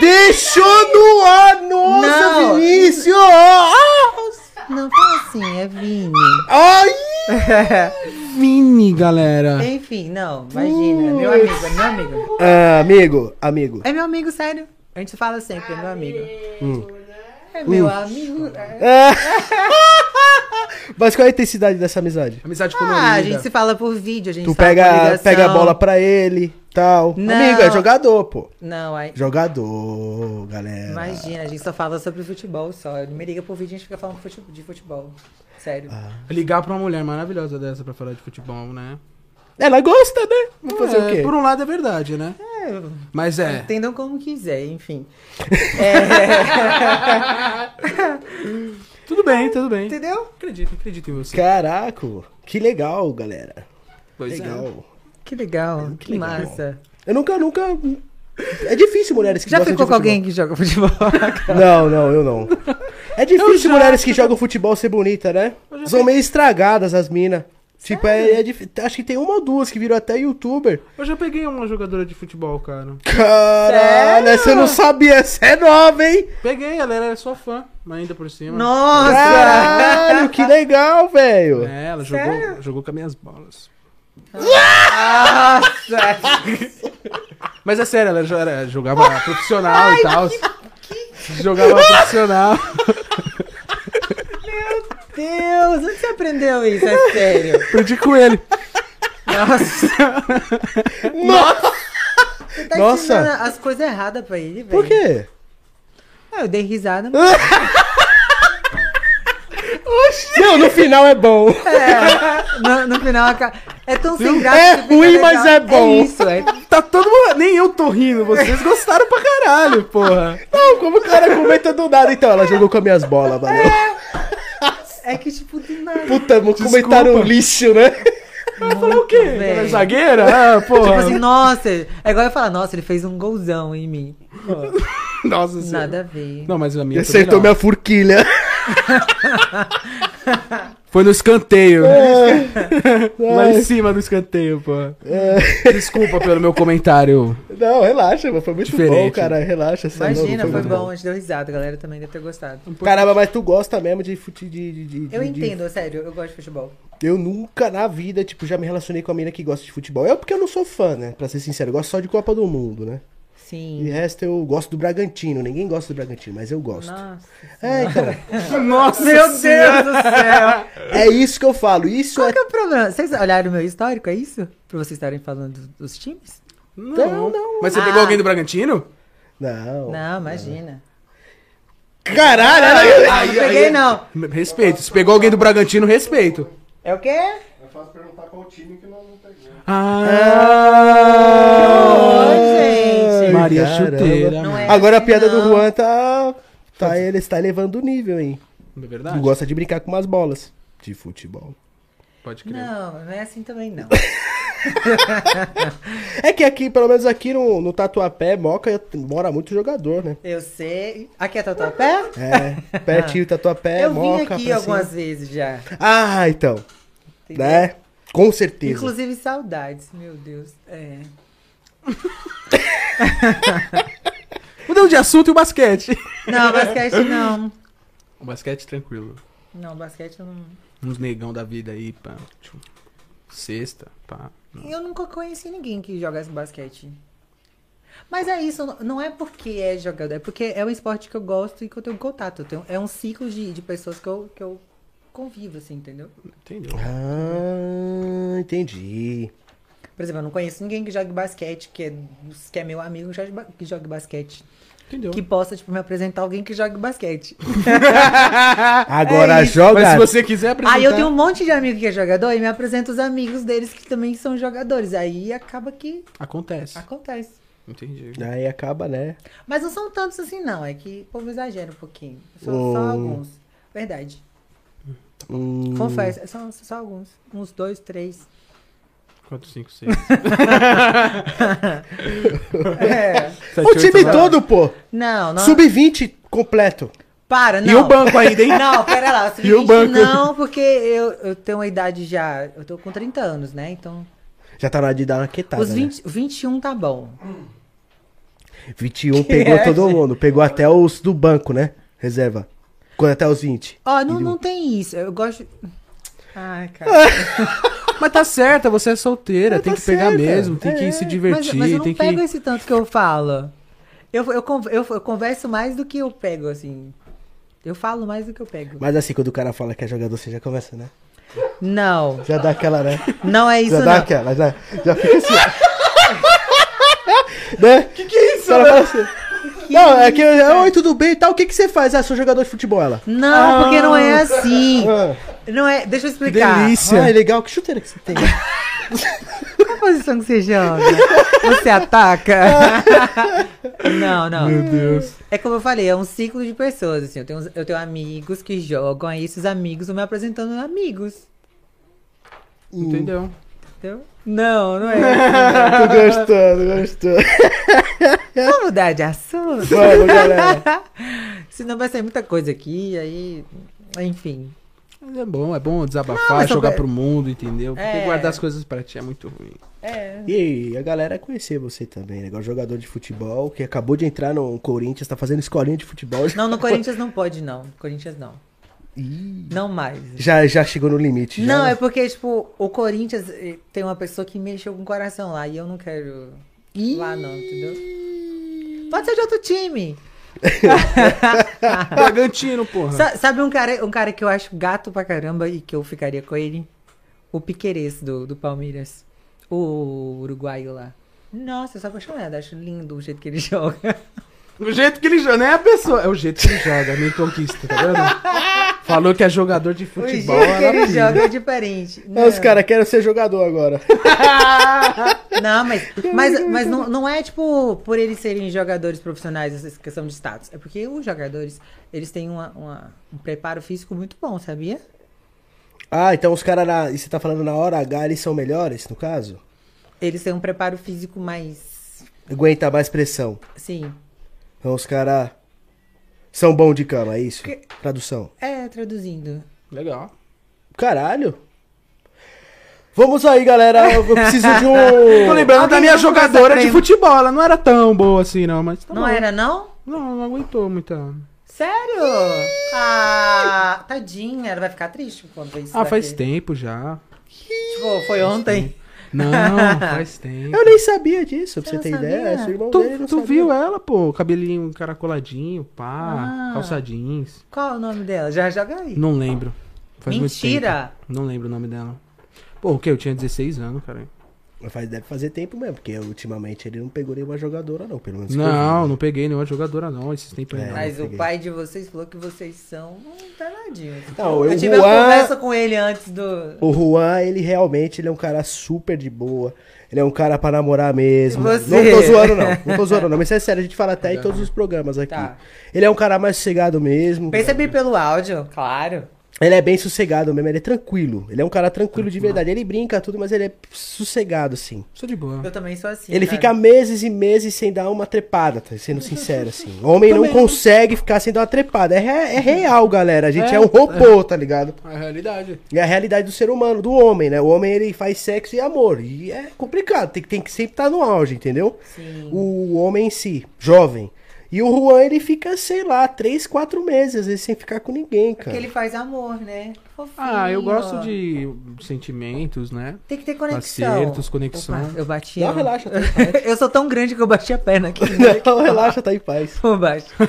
Speaker 1: Deixou no ar, nossa,
Speaker 3: Não.
Speaker 1: Vinícius! Ah!
Speaker 3: Não, fala assim, é Vini.
Speaker 1: Ai!
Speaker 3: é.
Speaker 2: Vini, galera.
Speaker 3: Enfim, não, imagina. é Meu amigo, é meu amigo.
Speaker 1: Ah, amigo, amigo.
Speaker 3: É meu amigo, sério. A gente fala sempre, é meu amigo.
Speaker 2: Hum.
Speaker 3: É meu amigo. é.
Speaker 1: Ah. Mas qual é a intensidade dessa amizade?
Speaker 2: Amizade colorida.
Speaker 3: Ah, a gente se fala por vídeo, a gente
Speaker 1: Tu
Speaker 3: fala por
Speaker 1: pega,
Speaker 3: ligação.
Speaker 1: pega a bola pra ele, tal.
Speaker 3: Não.
Speaker 1: Amigo, é jogador, pô.
Speaker 3: Não, aí,
Speaker 1: Jogador, galera.
Speaker 3: imagina, a gente só fala sobre futebol só. Ele me liga por vídeo, a gente fica falando fute- de futebol. Sério.
Speaker 1: Ah.
Speaker 2: Ligar pra uma mulher maravilhosa dessa pra falar de futebol, né?
Speaker 1: Ela gosta, né? Vou fazer
Speaker 2: É,
Speaker 1: o quê?
Speaker 2: Por um lado é verdade, né?
Speaker 3: É,
Speaker 2: Mas é.
Speaker 3: Entendam como quiser, enfim. É,
Speaker 2: Tudo bem, tudo bem.
Speaker 3: Entendeu?
Speaker 2: Acredito, acredito em
Speaker 1: um-
Speaker 2: você.
Speaker 1: Caraca, que legal, galera.
Speaker 2: Pois é.
Speaker 1: legal.
Speaker 3: Que legal, que,
Speaker 1: É, legal.
Speaker 3: massa.
Speaker 1: Eu nunca, nunca. É difícil mulheres que
Speaker 3: Já
Speaker 1: gostam de
Speaker 3: ficou com
Speaker 1: futebol.
Speaker 3: alguém que joga futebol?
Speaker 1: Não, não, eu não. É difícil mulheres que jogam futebol ser bonita, né? São meio estragadas as minas. Tipo, é, é dif- acho que tem uma ou duas que viram até youtuber.
Speaker 2: Eu já peguei uma jogadora de futebol, cara.
Speaker 1: Caralho, essa eu não sabia. Você é nova, hein?
Speaker 2: Peguei, ela era sua fã, mas ainda por
Speaker 1: Ah!
Speaker 2: cima.
Speaker 3: Nossa!
Speaker 1: Caralho, que legal, velho.
Speaker 2: É, ela jogou, jogou com as minhas bolas.
Speaker 3: Ah! Nossa!
Speaker 2: Mas é sério, ela jo- era- jogava profissional e tal. Jogava profissional.
Speaker 3: Deus, onde você aprendeu isso? É sério.
Speaker 2: Perdi com ele.
Speaker 3: Você tá
Speaker 1: Nossa.
Speaker 3: ensinando as coisas erradas pra ele, velho.
Speaker 1: Por quê?
Speaker 3: Ah, eu dei risada, mas
Speaker 1: Não, no final é bom.
Speaker 3: é, no, no final aca- é tão sem graça.
Speaker 1: É
Speaker 3: que fica
Speaker 1: ruim,
Speaker 3: legal.
Speaker 1: mas é bom.
Speaker 3: É isso, é.
Speaker 2: Tá todo mundo. Nem eu tô rindo, vocês gostaram pra caralho, porra.
Speaker 1: Não, como o cara comenta do nada. Então, ela jogou com as minhas bolas, valeu.
Speaker 3: É que tipo do nada.
Speaker 1: Puta, vou
Speaker 2: Desculpa.
Speaker 1: comentar no lixo, né?
Speaker 2: Eu falei o quê?
Speaker 3: velho.
Speaker 2: Ela é zagueira? Ah,
Speaker 3: Tipo
Speaker 2: porra.
Speaker 3: assim, nossa, é igual eu falar, nossa, ele fez um golzão em mim.
Speaker 2: Nossa senhora.
Speaker 3: Nada a ver.
Speaker 2: Não, mas a
Speaker 1: E
Speaker 2: minha. também
Speaker 1: acertou
Speaker 2: não.
Speaker 1: minha furquilha.
Speaker 2: Foi no escanteio. Lá
Speaker 1: Ai.
Speaker 2: em cima do escanteio, porra. É. Desculpa pelo meu comentário.
Speaker 1: Não, relaxa, mano. Foi muito bom,
Speaker 2: Diferente.
Speaker 1: cara. Relaxa, você é louco,
Speaker 3: Imagina, foi
Speaker 1: muito
Speaker 3: bom, a gente deu risada, a galera também deve ter gostado.
Speaker 1: Caramba, mas tu gosta mesmo de fute de, de- de-
Speaker 3: Eu
Speaker 1: de-
Speaker 3: entendo, sério, eu gosto de futebol.
Speaker 1: Eu nunca na vida, tipo, já me relacionei com a mina que gosta de futebol. Eu porque eu não sou fã, né? Pra ser sincero, eu gosto só de Copa do Mundo, né? E o
Speaker 3: Sim.
Speaker 1: resto eu gosto do Bragantino. Ninguém gosta do Bragantino, mas eu gosto.
Speaker 3: Nossa.
Speaker 1: É, então.
Speaker 2: Nossa
Speaker 3: Meu Deus do céu!
Speaker 1: É isso que eu falo. Isso
Speaker 3: Qual
Speaker 1: é.
Speaker 3: que é o problema? Vocês olharam o meu histórico, é isso? Pra vocês estarem falando dos times?
Speaker 2: Não,
Speaker 1: não.
Speaker 2: não. Mas você
Speaker 3: Ah.
Speaker 2: pegou alguém do Bragantino?
Speaker 1: Não.
Speaker 3: Não, imagina.
Speaker 1: Caralho, olha aí.
Speaker 3: Não peguei, não.
Speaker 2: Respeito. Se pegou alguém do Bragantino, respeito.
Speaker 3: É o quê?
Speaker 5: É fácil perguntar qual time que nós não pegamos.
Speaker 2: Ah!
Speaker 3: Ô, gente.
Speaker 2: Maria
Speaker 1: Caramba.
Speaker 2: Chuteira.
Speaker 3: Não é.
Speaker 1: Agora a piada do
Speaker 3: Não.
Speaker 1: Juan tá. Tá, ele está elevando o nível, hein?
Speaker 2: É
Speaker 1: Tu
Speaker 2: verdade?
Speaker 1: gosta de brincar com umas bolas de futebol.
Speaker 2: Pode crer.
Speaker 3: Não, não é assim também, não.
Speaker 1: É que aqui, pelo menos aqui no, no Tatuapé, Moca é- mora muito jogador, né?
Speaker 3: Eu sei. Aqui é Tatuapé?
Speaker 1: É, pertinho do Tatuapé,
Speaker 3: eu
Speaker 1: Moca.
Speaker 3: vim aqui
Speaker 1: pra
Speaker 3: algumas
Speaker 1: cima.
Speaker 3: vezes já.
Speaker 1: Ah, então.
Speaker 3: entendeu?
Speaker 1: Né? Com certeza.
Speaker 3: Inclusive saudades, meu Deus. É.
Speaker 2: Mudando de assunto e o basquete.
Speaker 3: Não, basquete não.
Speaker 2: O basquete tranquilo.
Speaker 3: Não, basquete eu não.
Speaker 2: Uns negão da vida aí, pá. Tipo, sexta, pá.
Speaker 3: Eu nunca conheci ninguém que jogasse basquete. Mas é isso, não- não é porque é jogador, é porque é um esporte que eu gosto e que eu tenho contato. Eu tenho- é um ciclo de, de pessoas que eu, que eu convivo, assim, entendeu?
Speaker 2: Entendeu?
Speaker 1: Ah, entendi.
Speaker 3: Por exemplo, eu não conheço ninguém que jogue basquete, que é, dos- que é meu amigo que jogue ba- que jogue basquete.
Speaker 2: Entendeu?
Speaker 3: Que possa, tipo, me apresentar alguém que jogue basquete.
Speaker 1: Agora
Speaker 3: É isso.
Speaker 1: joga.
Speaker 2: Mas se você quiser apresentar...
Speaker 3: Aí eu tenho um monte de amigo que é jogador e me apresenta os amigos deles que também são jogadores. Aí acaba que
Speaker 2: Acontece.
Speaker 3: acontece.
Speaker 2: Entendi.
Speaker 1: Aí acaba, né?
Speaker 3: Mas não são tantos assim, não. É que o povo exagera um pouquinho. Só,
Speaker 1: Hum.
Speaker 3: só alguns. Verdade.
Speaker 1: Hum,
Speaker 3: Confesso, são só alguns. Uns dois, três.
Speaker 2: Quatro, cinco, seis.
Speaker 3: É.
Speaker 1: o time todo, pô.
Speaker 3: Não, não.
Speaker 1: Sub-20 completo.
Speaker 3: Para, não.
Speaker 2: E o banco ainda, hein?
Speaker 3: Não, pera lá.
Speaker 2: E o
Speaker 3: sub-vinte
Speaker 2: banco?
Speaker 3: Não, porque eu, eu tenho uma idade já. Eu tô com 30 anos, né? Então.
Speaker 1: Já tá na hora de dar uma quietada.
Speaker 3: os 20, 21 tá bom.
Speaker 1: né? 21 pegou
Speaker 3: é,
Speaker 1: todo mundo. Pegou até os do banco, né? Reserva. Quando até os 20.
Speaker 3: Ó, não,
Speaker 1: E
Speaker 2: um.
Speaker 1: do-
Speaker 3: não tem isso. Eu gosto. Ai,
Speaker 2: É,
Speaker 3: cara.
Speaker 2: Mas tá certa, você é solteira, tem
Speaker 1: tá
Speaker 2: que pegar
Speaker 1: certa.
Speaker 2: mesmo, tem que se
Speaker 3: Mas,
Speaker 2: divertir,
Speaker 3: mas eu não
Speaker 2: tem que.
Speaker 3: pego esse tanto que eu falo. Eu, eu, con- eu- eu converso mais do que eu pego, assim. Eu falo mais do que eu pego.
Speaker 1: Mas assim, quando o cara fala que é jogador, você já começa, né?
Speaker 3: Não,
Speaker 1: Já dá aquela, né?
Speaker 3: não é isso,
Speaker 1: já dá
Speaker 3: não.
Speaker 1: aquela, já, já fica assim. ó. né? Que que é isso? Ela fala assim. não, é que eu, oi, tudo bem e tal. O que, que você faz? Ah, sou jogador de futebol, ela.
Speaker 3: Não, porque não é assim.
Speaker 1: Ah,
Speaker 3: Não é. Deixa eu
Speaker 2: Que
Speaker 3: explicar.
Speaker 2: delícia!
Speaker 1: ah, é legal, que chuteira que você tem.
Speaker 3: Qual a posição que você joga? Você ataca? não, não.
Speaker 2: Meu Deus.
Speaker 3: É como eu falei, é um ciclo de pessoas, assim. Eu tenho, uns- eu tenho amigos que jogam, aí esses amigos vão me apresentando amigos.
Speaker 1: Hum.
Speaker 2: Entendeu?
Speaker 3: Entendeu? Não, não é.
Speaker 1: Tô gostando, gostando.
Speaker 3: Vamos mudar de assunto.
Speaker 1: Vamos, galera.
Speaker 3: Senão vai sair muita coisa aqui, aí. Enfim.
Speaker 2: Mas é bom, é bom
Speaker 3: Não,
Speaker 2: desabafar,
Speaker 3: mas eu
Speaker 2: jogar
Speaker 3: pe-
Speaker 2: pro mundo, entendeu? Porque
Speaker 3: É.
Speaker 2: guardar as coisas pra ti é muito ruim.
Speaker 3: É.
Speaker 1: E aí, a galera conhecer você também, né? Igual jogador de futebol que acabou de entrar no Corinthians, tá fazendo escolinha de futebol.
Speaker 3: Não, no Corinthians não pode, não. Corinthians não.
Speaker 1: Ih,
Speaker 3: Não mais.
Speaker 1: já, já chegou no limite. já,
Speaker 3: Não,
Speaker 1: né?
Speaker 3: é porque, tipo, o Corinthians eh, tem uma pessoa que mexeu com o coração lá e eu não quero ir lá, não, entendeu? Pode ser de outro time.
Speaker 2: Bragantino, porra.
Speaker 3: Sa- sabe um cara, um cara que eu acho gato pra caramba e que eu ficaria com ele? O Piqueires do, do Palmeiras. O uruguaio lá. Nossa, eu sou apaixonada, acho lindo o jeito que ele joga.
Speaker 2: O jeito que ele joga, não é a pessoa, é o jeito que ele joga, me conquista, tá vendo? Falou que é jogador de
Speaker 3: O jeito
Speaker 2: futebol. assim.
Speaker 3: que ele
Speaker 2: ela pira.
Speaker 3: joga é diferente.
Speaker 1: Ah, Os caras querem ser jogador agora.
Speaker 3: Não, mas, mas, mas não, não é tipo por eles serem jogadores profissionais essa questão de status. É porque os jogadores, eles têm uma- uma- um preparo físico muito bom, sabia?
Speaker 1: Ah, então os caras, na... e você tá falando na hora H, eles são melhores, no caso?
Speaker 3: Eles têm um preparo físico mais. assim,
Speaker 1: Aguenta mais pressão.
Speaker 3: Sim.
Speaker 1: Então os caras são bons de cama, é isso?
Speaker 3: Que-
Speaker 1: Tradução.
Speaker 3: É, traduzindo.
Speaker 2: Legal.
Speaker 1: Caralho. Vamos aí, galera. Eu eu preciso de um...
Speaker 2: Tô lembrando da
Speaker 3: Alguém
Speaker 2: minha
Speaker 3: vamos conversar
Speaker 2: jogadora
Speaker 3: pra
Speaker 2: de
Speaker 3: ele.
Speaker 2: futebol, ela não era tão boa assim, não, mas tá
Speaker 3: Não
Speaker 2: bom.
Speaker 3: era, não?
Speaker 2: Não, não aguentou muita.
Speaker 3: Sério? Ah, tadinha, ela vai ficar triste quando ver isso.
Speaker 2: Ah, faz
Speaker 3: daqui.
Speaker 2: tempo já.
Speaker 3: Tipo, foi ontem.
Speaker 2: Não, faz tempo.
Speaker 1: Eu nem sabia disso, pra você
Speaker 3: Você não
Speaker 1: ter
Speaker 3: sabia?
Speaker 1: ideia. Seu irmão dele não
Speaker 2: Tu, tu
Speaker 1: sabia.
Speaker 2: viu ela, pô, cabelinho encaracoladinho, pá,
Speaker 3: Ah.
Speaker 2: calça jeans.
Speaker 3: Qual é o nome dela? Já joga aí.
Speaker 2: Não lembro. Faz muito
Speaker 3: Mentira!
Speaker 2: tempo. Não lembro o nome dela. Pô, o que? Eu tinha 16 anos, cara.
Speaker 1: Mas faz- Deve fazer tempo mesmo, porque ultimamente ele não pegou nenhuma jogadora, não, pelo menos. que eu
Speaker 2: Não, não peguei nenhuma jogadora, não, esses tempos aí.
Speaker 1: É.
Speaker 2: não.
Speaker 3: Mas o
Speaker 1: peguei.
Speaker 3: pai de vocês falou que vocês são um danadinho.
Speaker 1: Não, eu-
Speaker 3: eu tive
Speaker 1: Juan-
Speaker 2: é-
Speaker 3: uma conversa com ele antes do.
Speaker 1: vi. O Juan, ele realmente ele é um cara super de boa. Ele é um cara pra namorar mesmo.
Speaker 3: Você?
Speaker 1: Não tô zoando, não. Não tô zoando, não. Mas isso é sério, a gente fala até em todos os programas aqui.
Speaker 3: Tá.
Speaker 1: Ele é um cara mais sossegado mesmo.
Speaker 3: Percebi pelo áudio, claro.
Speaker 1: Ele é bem sossegado mesmo, ele é tranquilo. Ele é um cara tranquilo de verdade. Ele brinca tudo, mas ele é sossegado, assim.
Speaker 2: Sou de boa.
Speaker 3: Eu também sou assim.
Speaker 1: Ele
Speaker 3: cara.
Speaker 1: fica meses e meses sem dar uma trepada, tá? sendo sincero, assim. Homem não consegue ficar sem dar uma trepada. É, re- é real, galera. A gente é,
Speaker 2: É,
Speaker 1: um robô, tá ligado?
Speaker 2: É a realidade.
Speaker 1: É a realidade do ser humano, do homem, né? O homem, ele faz sexo e amor. E é complicado. Tem, que- tem que sempre estar no auge, entendeu?
Speaker 3: Sim.
Speaker 1: O homem em si, jovem. E o Juan, ele fica, sei lá, três, quatro meses, às vezes, sem ficar com ninguém,
Speaker 3: Porque
Speaker 1: cara.
Speaker 3: ele faz amor, né? Que Fofinho.
Speaker 2: Ah, eu gosto de sentimentos, né?
Speaker 3: Tem que ter conexão.
Speaker 2: Acertos, conexão.
Speaker 3: Opa, eu bati.
Speaker 1: Não,
Speaker 3: ó.
Speaker 1: relaxa, tá em
Speaker 3: eu sou tão grande que eu bati a perna aqui.
Speaker 1: paz. Não, relaxa, tá em paz.
Speaker 3: Por baixo.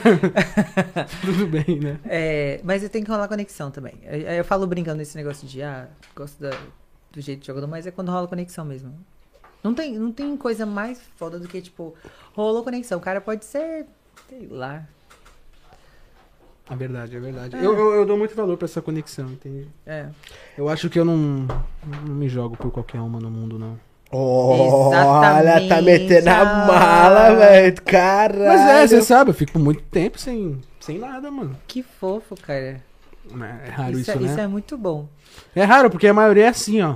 Speaker 2: Tudo bem, né?
Speaker 3: É, mas eu tenho que rolar conexão também. Eu, eu falo brincando esse negócio de, ah, gosto da- do jeito de jogador, mas é quando rola conexão mesmo. Não tem, não tem coisa mais foda do que, tipo, rolou conexão. O cara pode ser, sei lá.
Speaker 2: É verdade, é verdade. Eu, eu, eu dou muito valor pra essa conexão, entende?
Speaker 3: É.
Speaker 2: Eu acho que eu não, não me jogo por qualquer uma no mundo, não.
Speaker 1: Olha, tá metendo a
Speaker 3: Exatamente.
Speaker 1: mala, velho. Caralho.
Speaker 2: Mas é, você sabe, eu fico muito tempo sem, sem nada, mano.
Speaker 3: Que fofo, cara.
Speaker 2: É raro
Speaker 3: Isso,
Speaker 2: isso,
Speaker 3: é- isso
Speaker 2: né?
Speaker 3: é muito bom.
Speaker 2: É... raro, porque a maioria é assim, ó.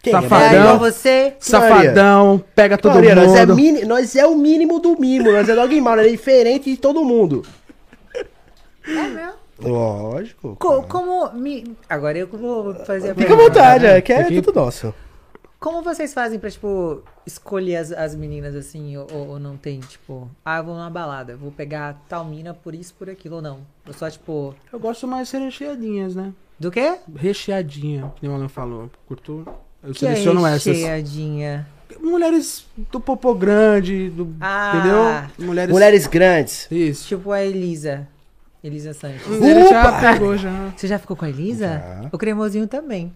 Speaker 1: Quem
Speaker 2: Safadão.
Speaker 1: É
Speaker 3: É igual
Speaker 1: Maria?
Speaker 3: você.
Speaker 2: Safadão, pega todo
Speaker 1: Maria,
Speaker 2: mundo.
Speaker 1: Nós é, mini- nós é o mínimo do mínimo. Nós é dog mal. É diferente de todo mundo.
Speaker 3: É mesmo?
Speaker 1: Lógico.
Speaker 3: Co- como me... Agora eu vou fazer a
Speaker 1: Fica à
Speaker 3: pergunta.
Speaker 1: vontade, é, que é
Speaker 2: Aqui?
Speaker 1: tudo nosso.
Speaker 3: Como vocês fazem pra, tipo, escolher as, as meninas assim, ou, ou não tem, tipo, ah, eu vou numa balada, vou pegar tal mina por isso, por aquilo, ou não? Eu só, tipo,
Speaker 2: Eu gosto mais de ser recheadinhas, né?
Speaker 3: do quê?
Speaker 2: Recheadinha, que nem o Alan falou. Curto. Eu
Speaker 3: Que
Speaker 2: seleciono
Speaker 3: é
Speaker 2: essas.
Speaker 3: recheadinha?
Speaker 2: Mulheres do popô grande, do.
Speaker 3: Ah.
Speaker 2: entendeu? Mulheres.
Speaker 1: Mulheres grandes.
Speaker 2: Isso.
Speaker 3: Tipo a Elisa. Elisa Sanches.
Speaker 2: Ele já
Speaker 1: Opa!
Speaker 2: pegou já.
Speaker 3: Você já ficou com a Elisa?
Speaker 1: Hum. Já.
Speaker 3: O cremosinho também.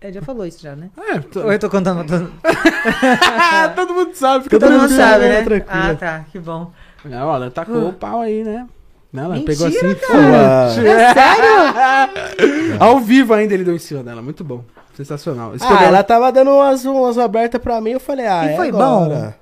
Speaker 3: Ele já falou isso já, né?
Speaker 2: É, tô-
Speaker 3: Ou eu tô contando. Todo,
Speaker 2: Ah, todo mundo sabe. Fica
Speaker 3: todo mundo
Speaker 2: tranquilo,
Speaker 3: sabe,
Speaker 1: é
Speaker 3: né?
Speaker 2: Tranquilo.
Speaker 3: Ah, tá, que bom.
Speaker 2: Não, ela tacou o pau aí, né? Não, ela
Speaker 3: Mentira,
Speaker 2: pegou assim.
Speaker 1: cara.
Speaker 2: foda. sério? Ao vivo ainda ele deu em cima dela. Muito bom. Sensacional. Esse
Speaker 1: Ah,
Speaker 2: programa-
Speaker 1: ela tava dando umas, umas abertas pra mim. Eu falei, ah,
Speaker 3: E
Speaker 1: é
Speaker 3: foi
Speaker 1: agora.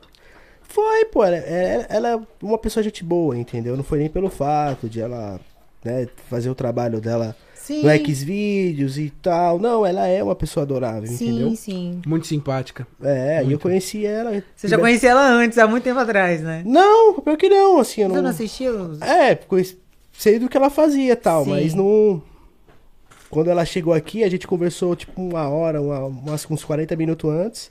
Speaker 1: Foi, pô. Ela, ela- ela é uma pessoa gente boa, entendeu? Não foi nem pelo fato de ela né, fazer o trabalho dela
Speaker 3: Sim.
Speaker 1: no Xvideos e tal. Não, ela é uma pessoa adorável,
Speaker 3: Sim,
Speaker 1: entendeu?
Speaker 3: sim.
Speaker 2: Muito simpática.
Speaker 1: É, e eu conheci ela.
Speaker 3: Você já conhecia ela antes, há muito tempo atrás, né?
Speaker 1: Não, pior que não, assim, eu
Speaker 3: Você
Speaker 1: não.
Speaker 3: não assistiu?
Speaker 1: É, conheci- sei do que ela fazia e tal,
Speaker 3: Sim.
Speaker 1: mas não. Quando ela chegou aqui, a gente conversou tipo uma hora, uma- umas- uns 40 minutos antes.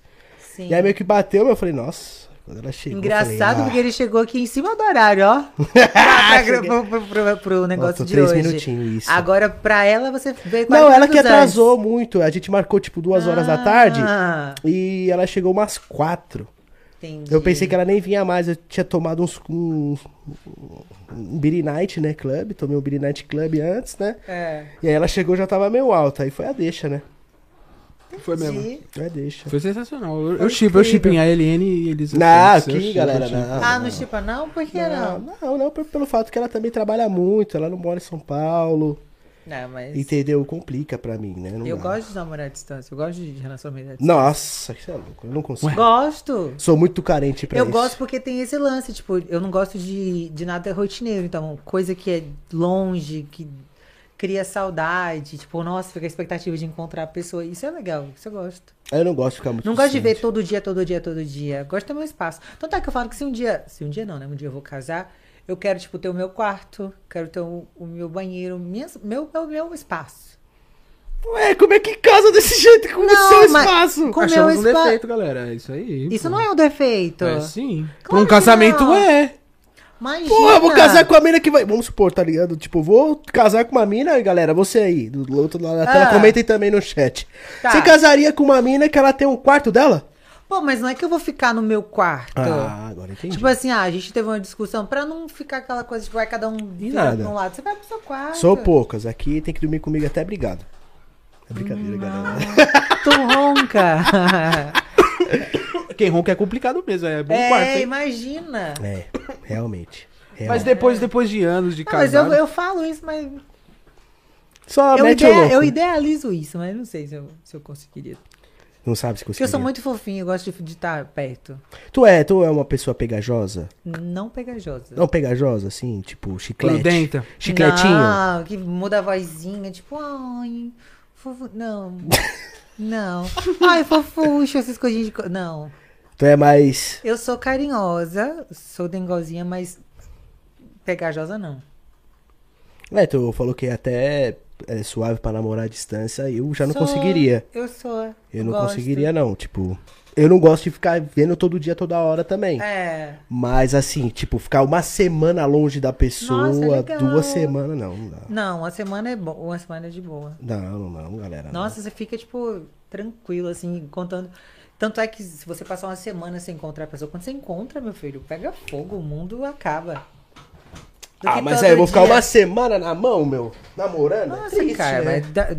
Speaker 3: Sim.
Speaker 1: E aí meio que bateu, eu falei, nossa, quando ela chegou. eu falei,
Speaker 3: Engraçado
Speaker 1: ah,
Speaker 3: porque ele chegou aqui em cima do horário, ó. pra, pra- pro, pro- pro- pro negócio
Speaker 1: Faltou
Speaker 3: de
Speaker 1: três
Speaker 3: hoje.
Speaker 1: minutinhos, isso.
Speaker 3: Agora, pra ela, você veio
Speaker 1: Não, ela que atrasou muito. A gente marcou tipo duas horas da tarde
Speaker 3: Ah,
Speaker 1: e ela chegou umas quatro.
Speaker 3: entendi.
Speaker 1: Eu pensei que ela nem vinha mais, eu tinha tomado uns. Um, um Beer Night, né? Club. Tomei um Beer Night Club antes, né?
Speaker 3: É.
Speaker 1: E aí ela chegou já tava meio alta. Aí foi a deixa, né?
Speaker 2: Foi mesmo.
Speaker 3: De-
Speaker 1: Foi a deixa.
Speaker 2: Foi sensacional. Eu- Eu chip, eu chip em ALN e eles.
Speaker 1: Não,
Speaker 2: eu
Speaker 1: aqui,
Speaker 2: shippo,
Speaker 1: galera,
Speaker 2: eu shippo.
Speaker 1: não.
Speaker 3: Ah, não chipa não? Por que
Speaker 1: Não,
Speaker 3: não?
Speaker 1: não, não, pe- pelo fato que ela também trabalha muito, ela não mora em São Paulo,
Speaker 3: Não, mas
Speaker 1: entendeu? Complica pra mim, né? Não
Speaker 3: eu
Speaker 1: dá.
Speaker 3: gosto de namorar à distância, eu gosto de relacionamento à distância.
Speaker 1: Nossa, que você é louco, eu não consigo.
Speaker 3: Gosto.
Speaker 1: Sou muito carente pra
Speaker 3: eu
Speaker 1: isso.
Speaker 3: gosto porque tem esse lance, tipo, eu não gosto de, de nada rotineiro, então, coisa que é longe, que cria saudade, tipo, nossa, fica a expectativa de encontrar a pessoa, isso é legal, isso eu gosto.
Speaker 1: Ah, Eu não gosto de ficar muito
Speaker 3: Não gosto de ver
Speaker 1: distante.
Speaker 3: todo dia, todo dia, todo dia, gosto do meu espaço. Então tá que eu falo que se um dia, se um dia não, né, um dia eu vou casar, eu quero, tipo, ter o meu quarto, quero ter o, o meu banheiro, minhas, meu, meu, meu espaço.
Speaker 1: Ué, como é que casa desse jeito com o
Speaker 3: Não,
Speaker 1: seu
Speaker 3: mas-
Speaker 1: espaço?
Speaker 3: com o meu
Speaker 2: Achamos um
Speaker 3: espaço.
Speaker 2: defeito, galera. É isso aí.
Speaker 3: Isso
Speaker 2: pô.
Speaker 3: não é um defeito.
Speaker 2: É sim. Pra
Speaker 3: Claro
Speaker 2: um
Speaker 3: que
Speaker 2: casamento
Speaker 3: não.
Speaker 2: é.
Speaker 3: Imagina.
Speaker 1: Porra, vou casar com a mina que vai. Vamos supor, tá ligado? Tipo, vou casar com uma mina, e galera, você aí, do outro lado da tela,
Speaker 3: Ah.
Speaker 1: comentem também no chat.
Speaker 3: Tá.
Speaker 1: Você casaria com uma mina que ela tem um quarto dela?
Speaker 3: Pô, mas não é que eu vou ficar no meu quarto.
Speaker 1: Ah, agora entendi.
Speaker 3: Tipo assim, ah, a gente teve uma discussão pra não ficar aquela coisa de vai cada um fica
Speaker 1: nada.
Speaker 3: pra um lado. Você vai pro seu quarto.
Speaker 1: Sou poucas, aqui tem que dormir comigo até obrigado. É
Speaker 3: Hum,
Speaker 1: brincadeira, galera.
Speaker 3: Tu Tá ronca.
Speaker 2: Quem ronca é complicado mesmo. É bom quarto.
Speaker 3: é,
Speaker 2: hein?
Speaker 3: imagina.
Speaker 1: É, realmente.
Speaker 2: Mas
Speaker 1: realmente.
Speaker 2: depois, depois de anos de
Speaker 3: Não, mas eu,
Speaker 2: casado.
Speaker 3: eu falo isso, mas.
Speaker 1: Só
Speaker 3: eu,
Speaker 1: mete
Speaker 3: idea-
Speaker 1: Ah, o louco.
Speaker 3: eu idealizo isso, mas não sei se eu, se eu conseguiria.
Speaker 1: Não sabe se
Speaker 3: Porque eu
Speaker 1: conseguiria.
Speaker 3: sou muito fofinho, eu gosto de estar perto.
Speaker 1: Tu é, tu é uma pessoa pegajosa?
Speaker 3: Não pegajosa.
Speaker 1: Não pegajosa, assim, tipo chiclete.
Speaker 2: Grudenta.
Speaker 1: Chicletinho.
Speaker 3: Não, que muda a vozinha, tipo, ai, fofo. Não. Não. Ai, fofuxo, essas coisinhas de. co- Não.
Speaker 1: Tu é mais.
Speaker 3: Eu sou carinhosa, sou dengozinha, mas pegajosa não.
Speaker 1: É, tu falou que até é suave pra namorar à distância, eu já não
Speaker 3: Sou-
Speaker 1: conseguiria.
Speaker 3: Eu sou.
Speaker 1: Eu não
Speaker 3: gosto.
Speaker 1: conseguiria, não. Tipo, eu não gosto de ficar vendo todo dia, toda hora também.
Speaker 3: É.
Speaker 1: Mas assim, tipo, ficar uma semana longe da pessoa,
Speaker 3: legal.
Speaker 1: duas semanas, não, não dá.
Speaker 3: Não, uma semana é boa, uma semana é de boa.
Speaker 1: Não, não, não, galera. não.
Speaker 3: Nossa, você fica, tipo, tranquilo, assim, contando. Tanto é que se você passar uma semana sem encontrar a pessoa, quando você encontra, meu filho, pega fogo, o mundo acaba. Do
Speaker 1: Ah,
Speaker 3: que
Speaker 1: mas
Speaker 3: todo
Speaker 1: aí eu vou ficar
Speaker 3: dia-
Speaker 1: uma semana na mão, meu, namorando?
Speaker 3: Nossa,
Speaker 1: Triste,
Speaker 3: cara,
Speaker 1: né?
Speaker 3: mas dá-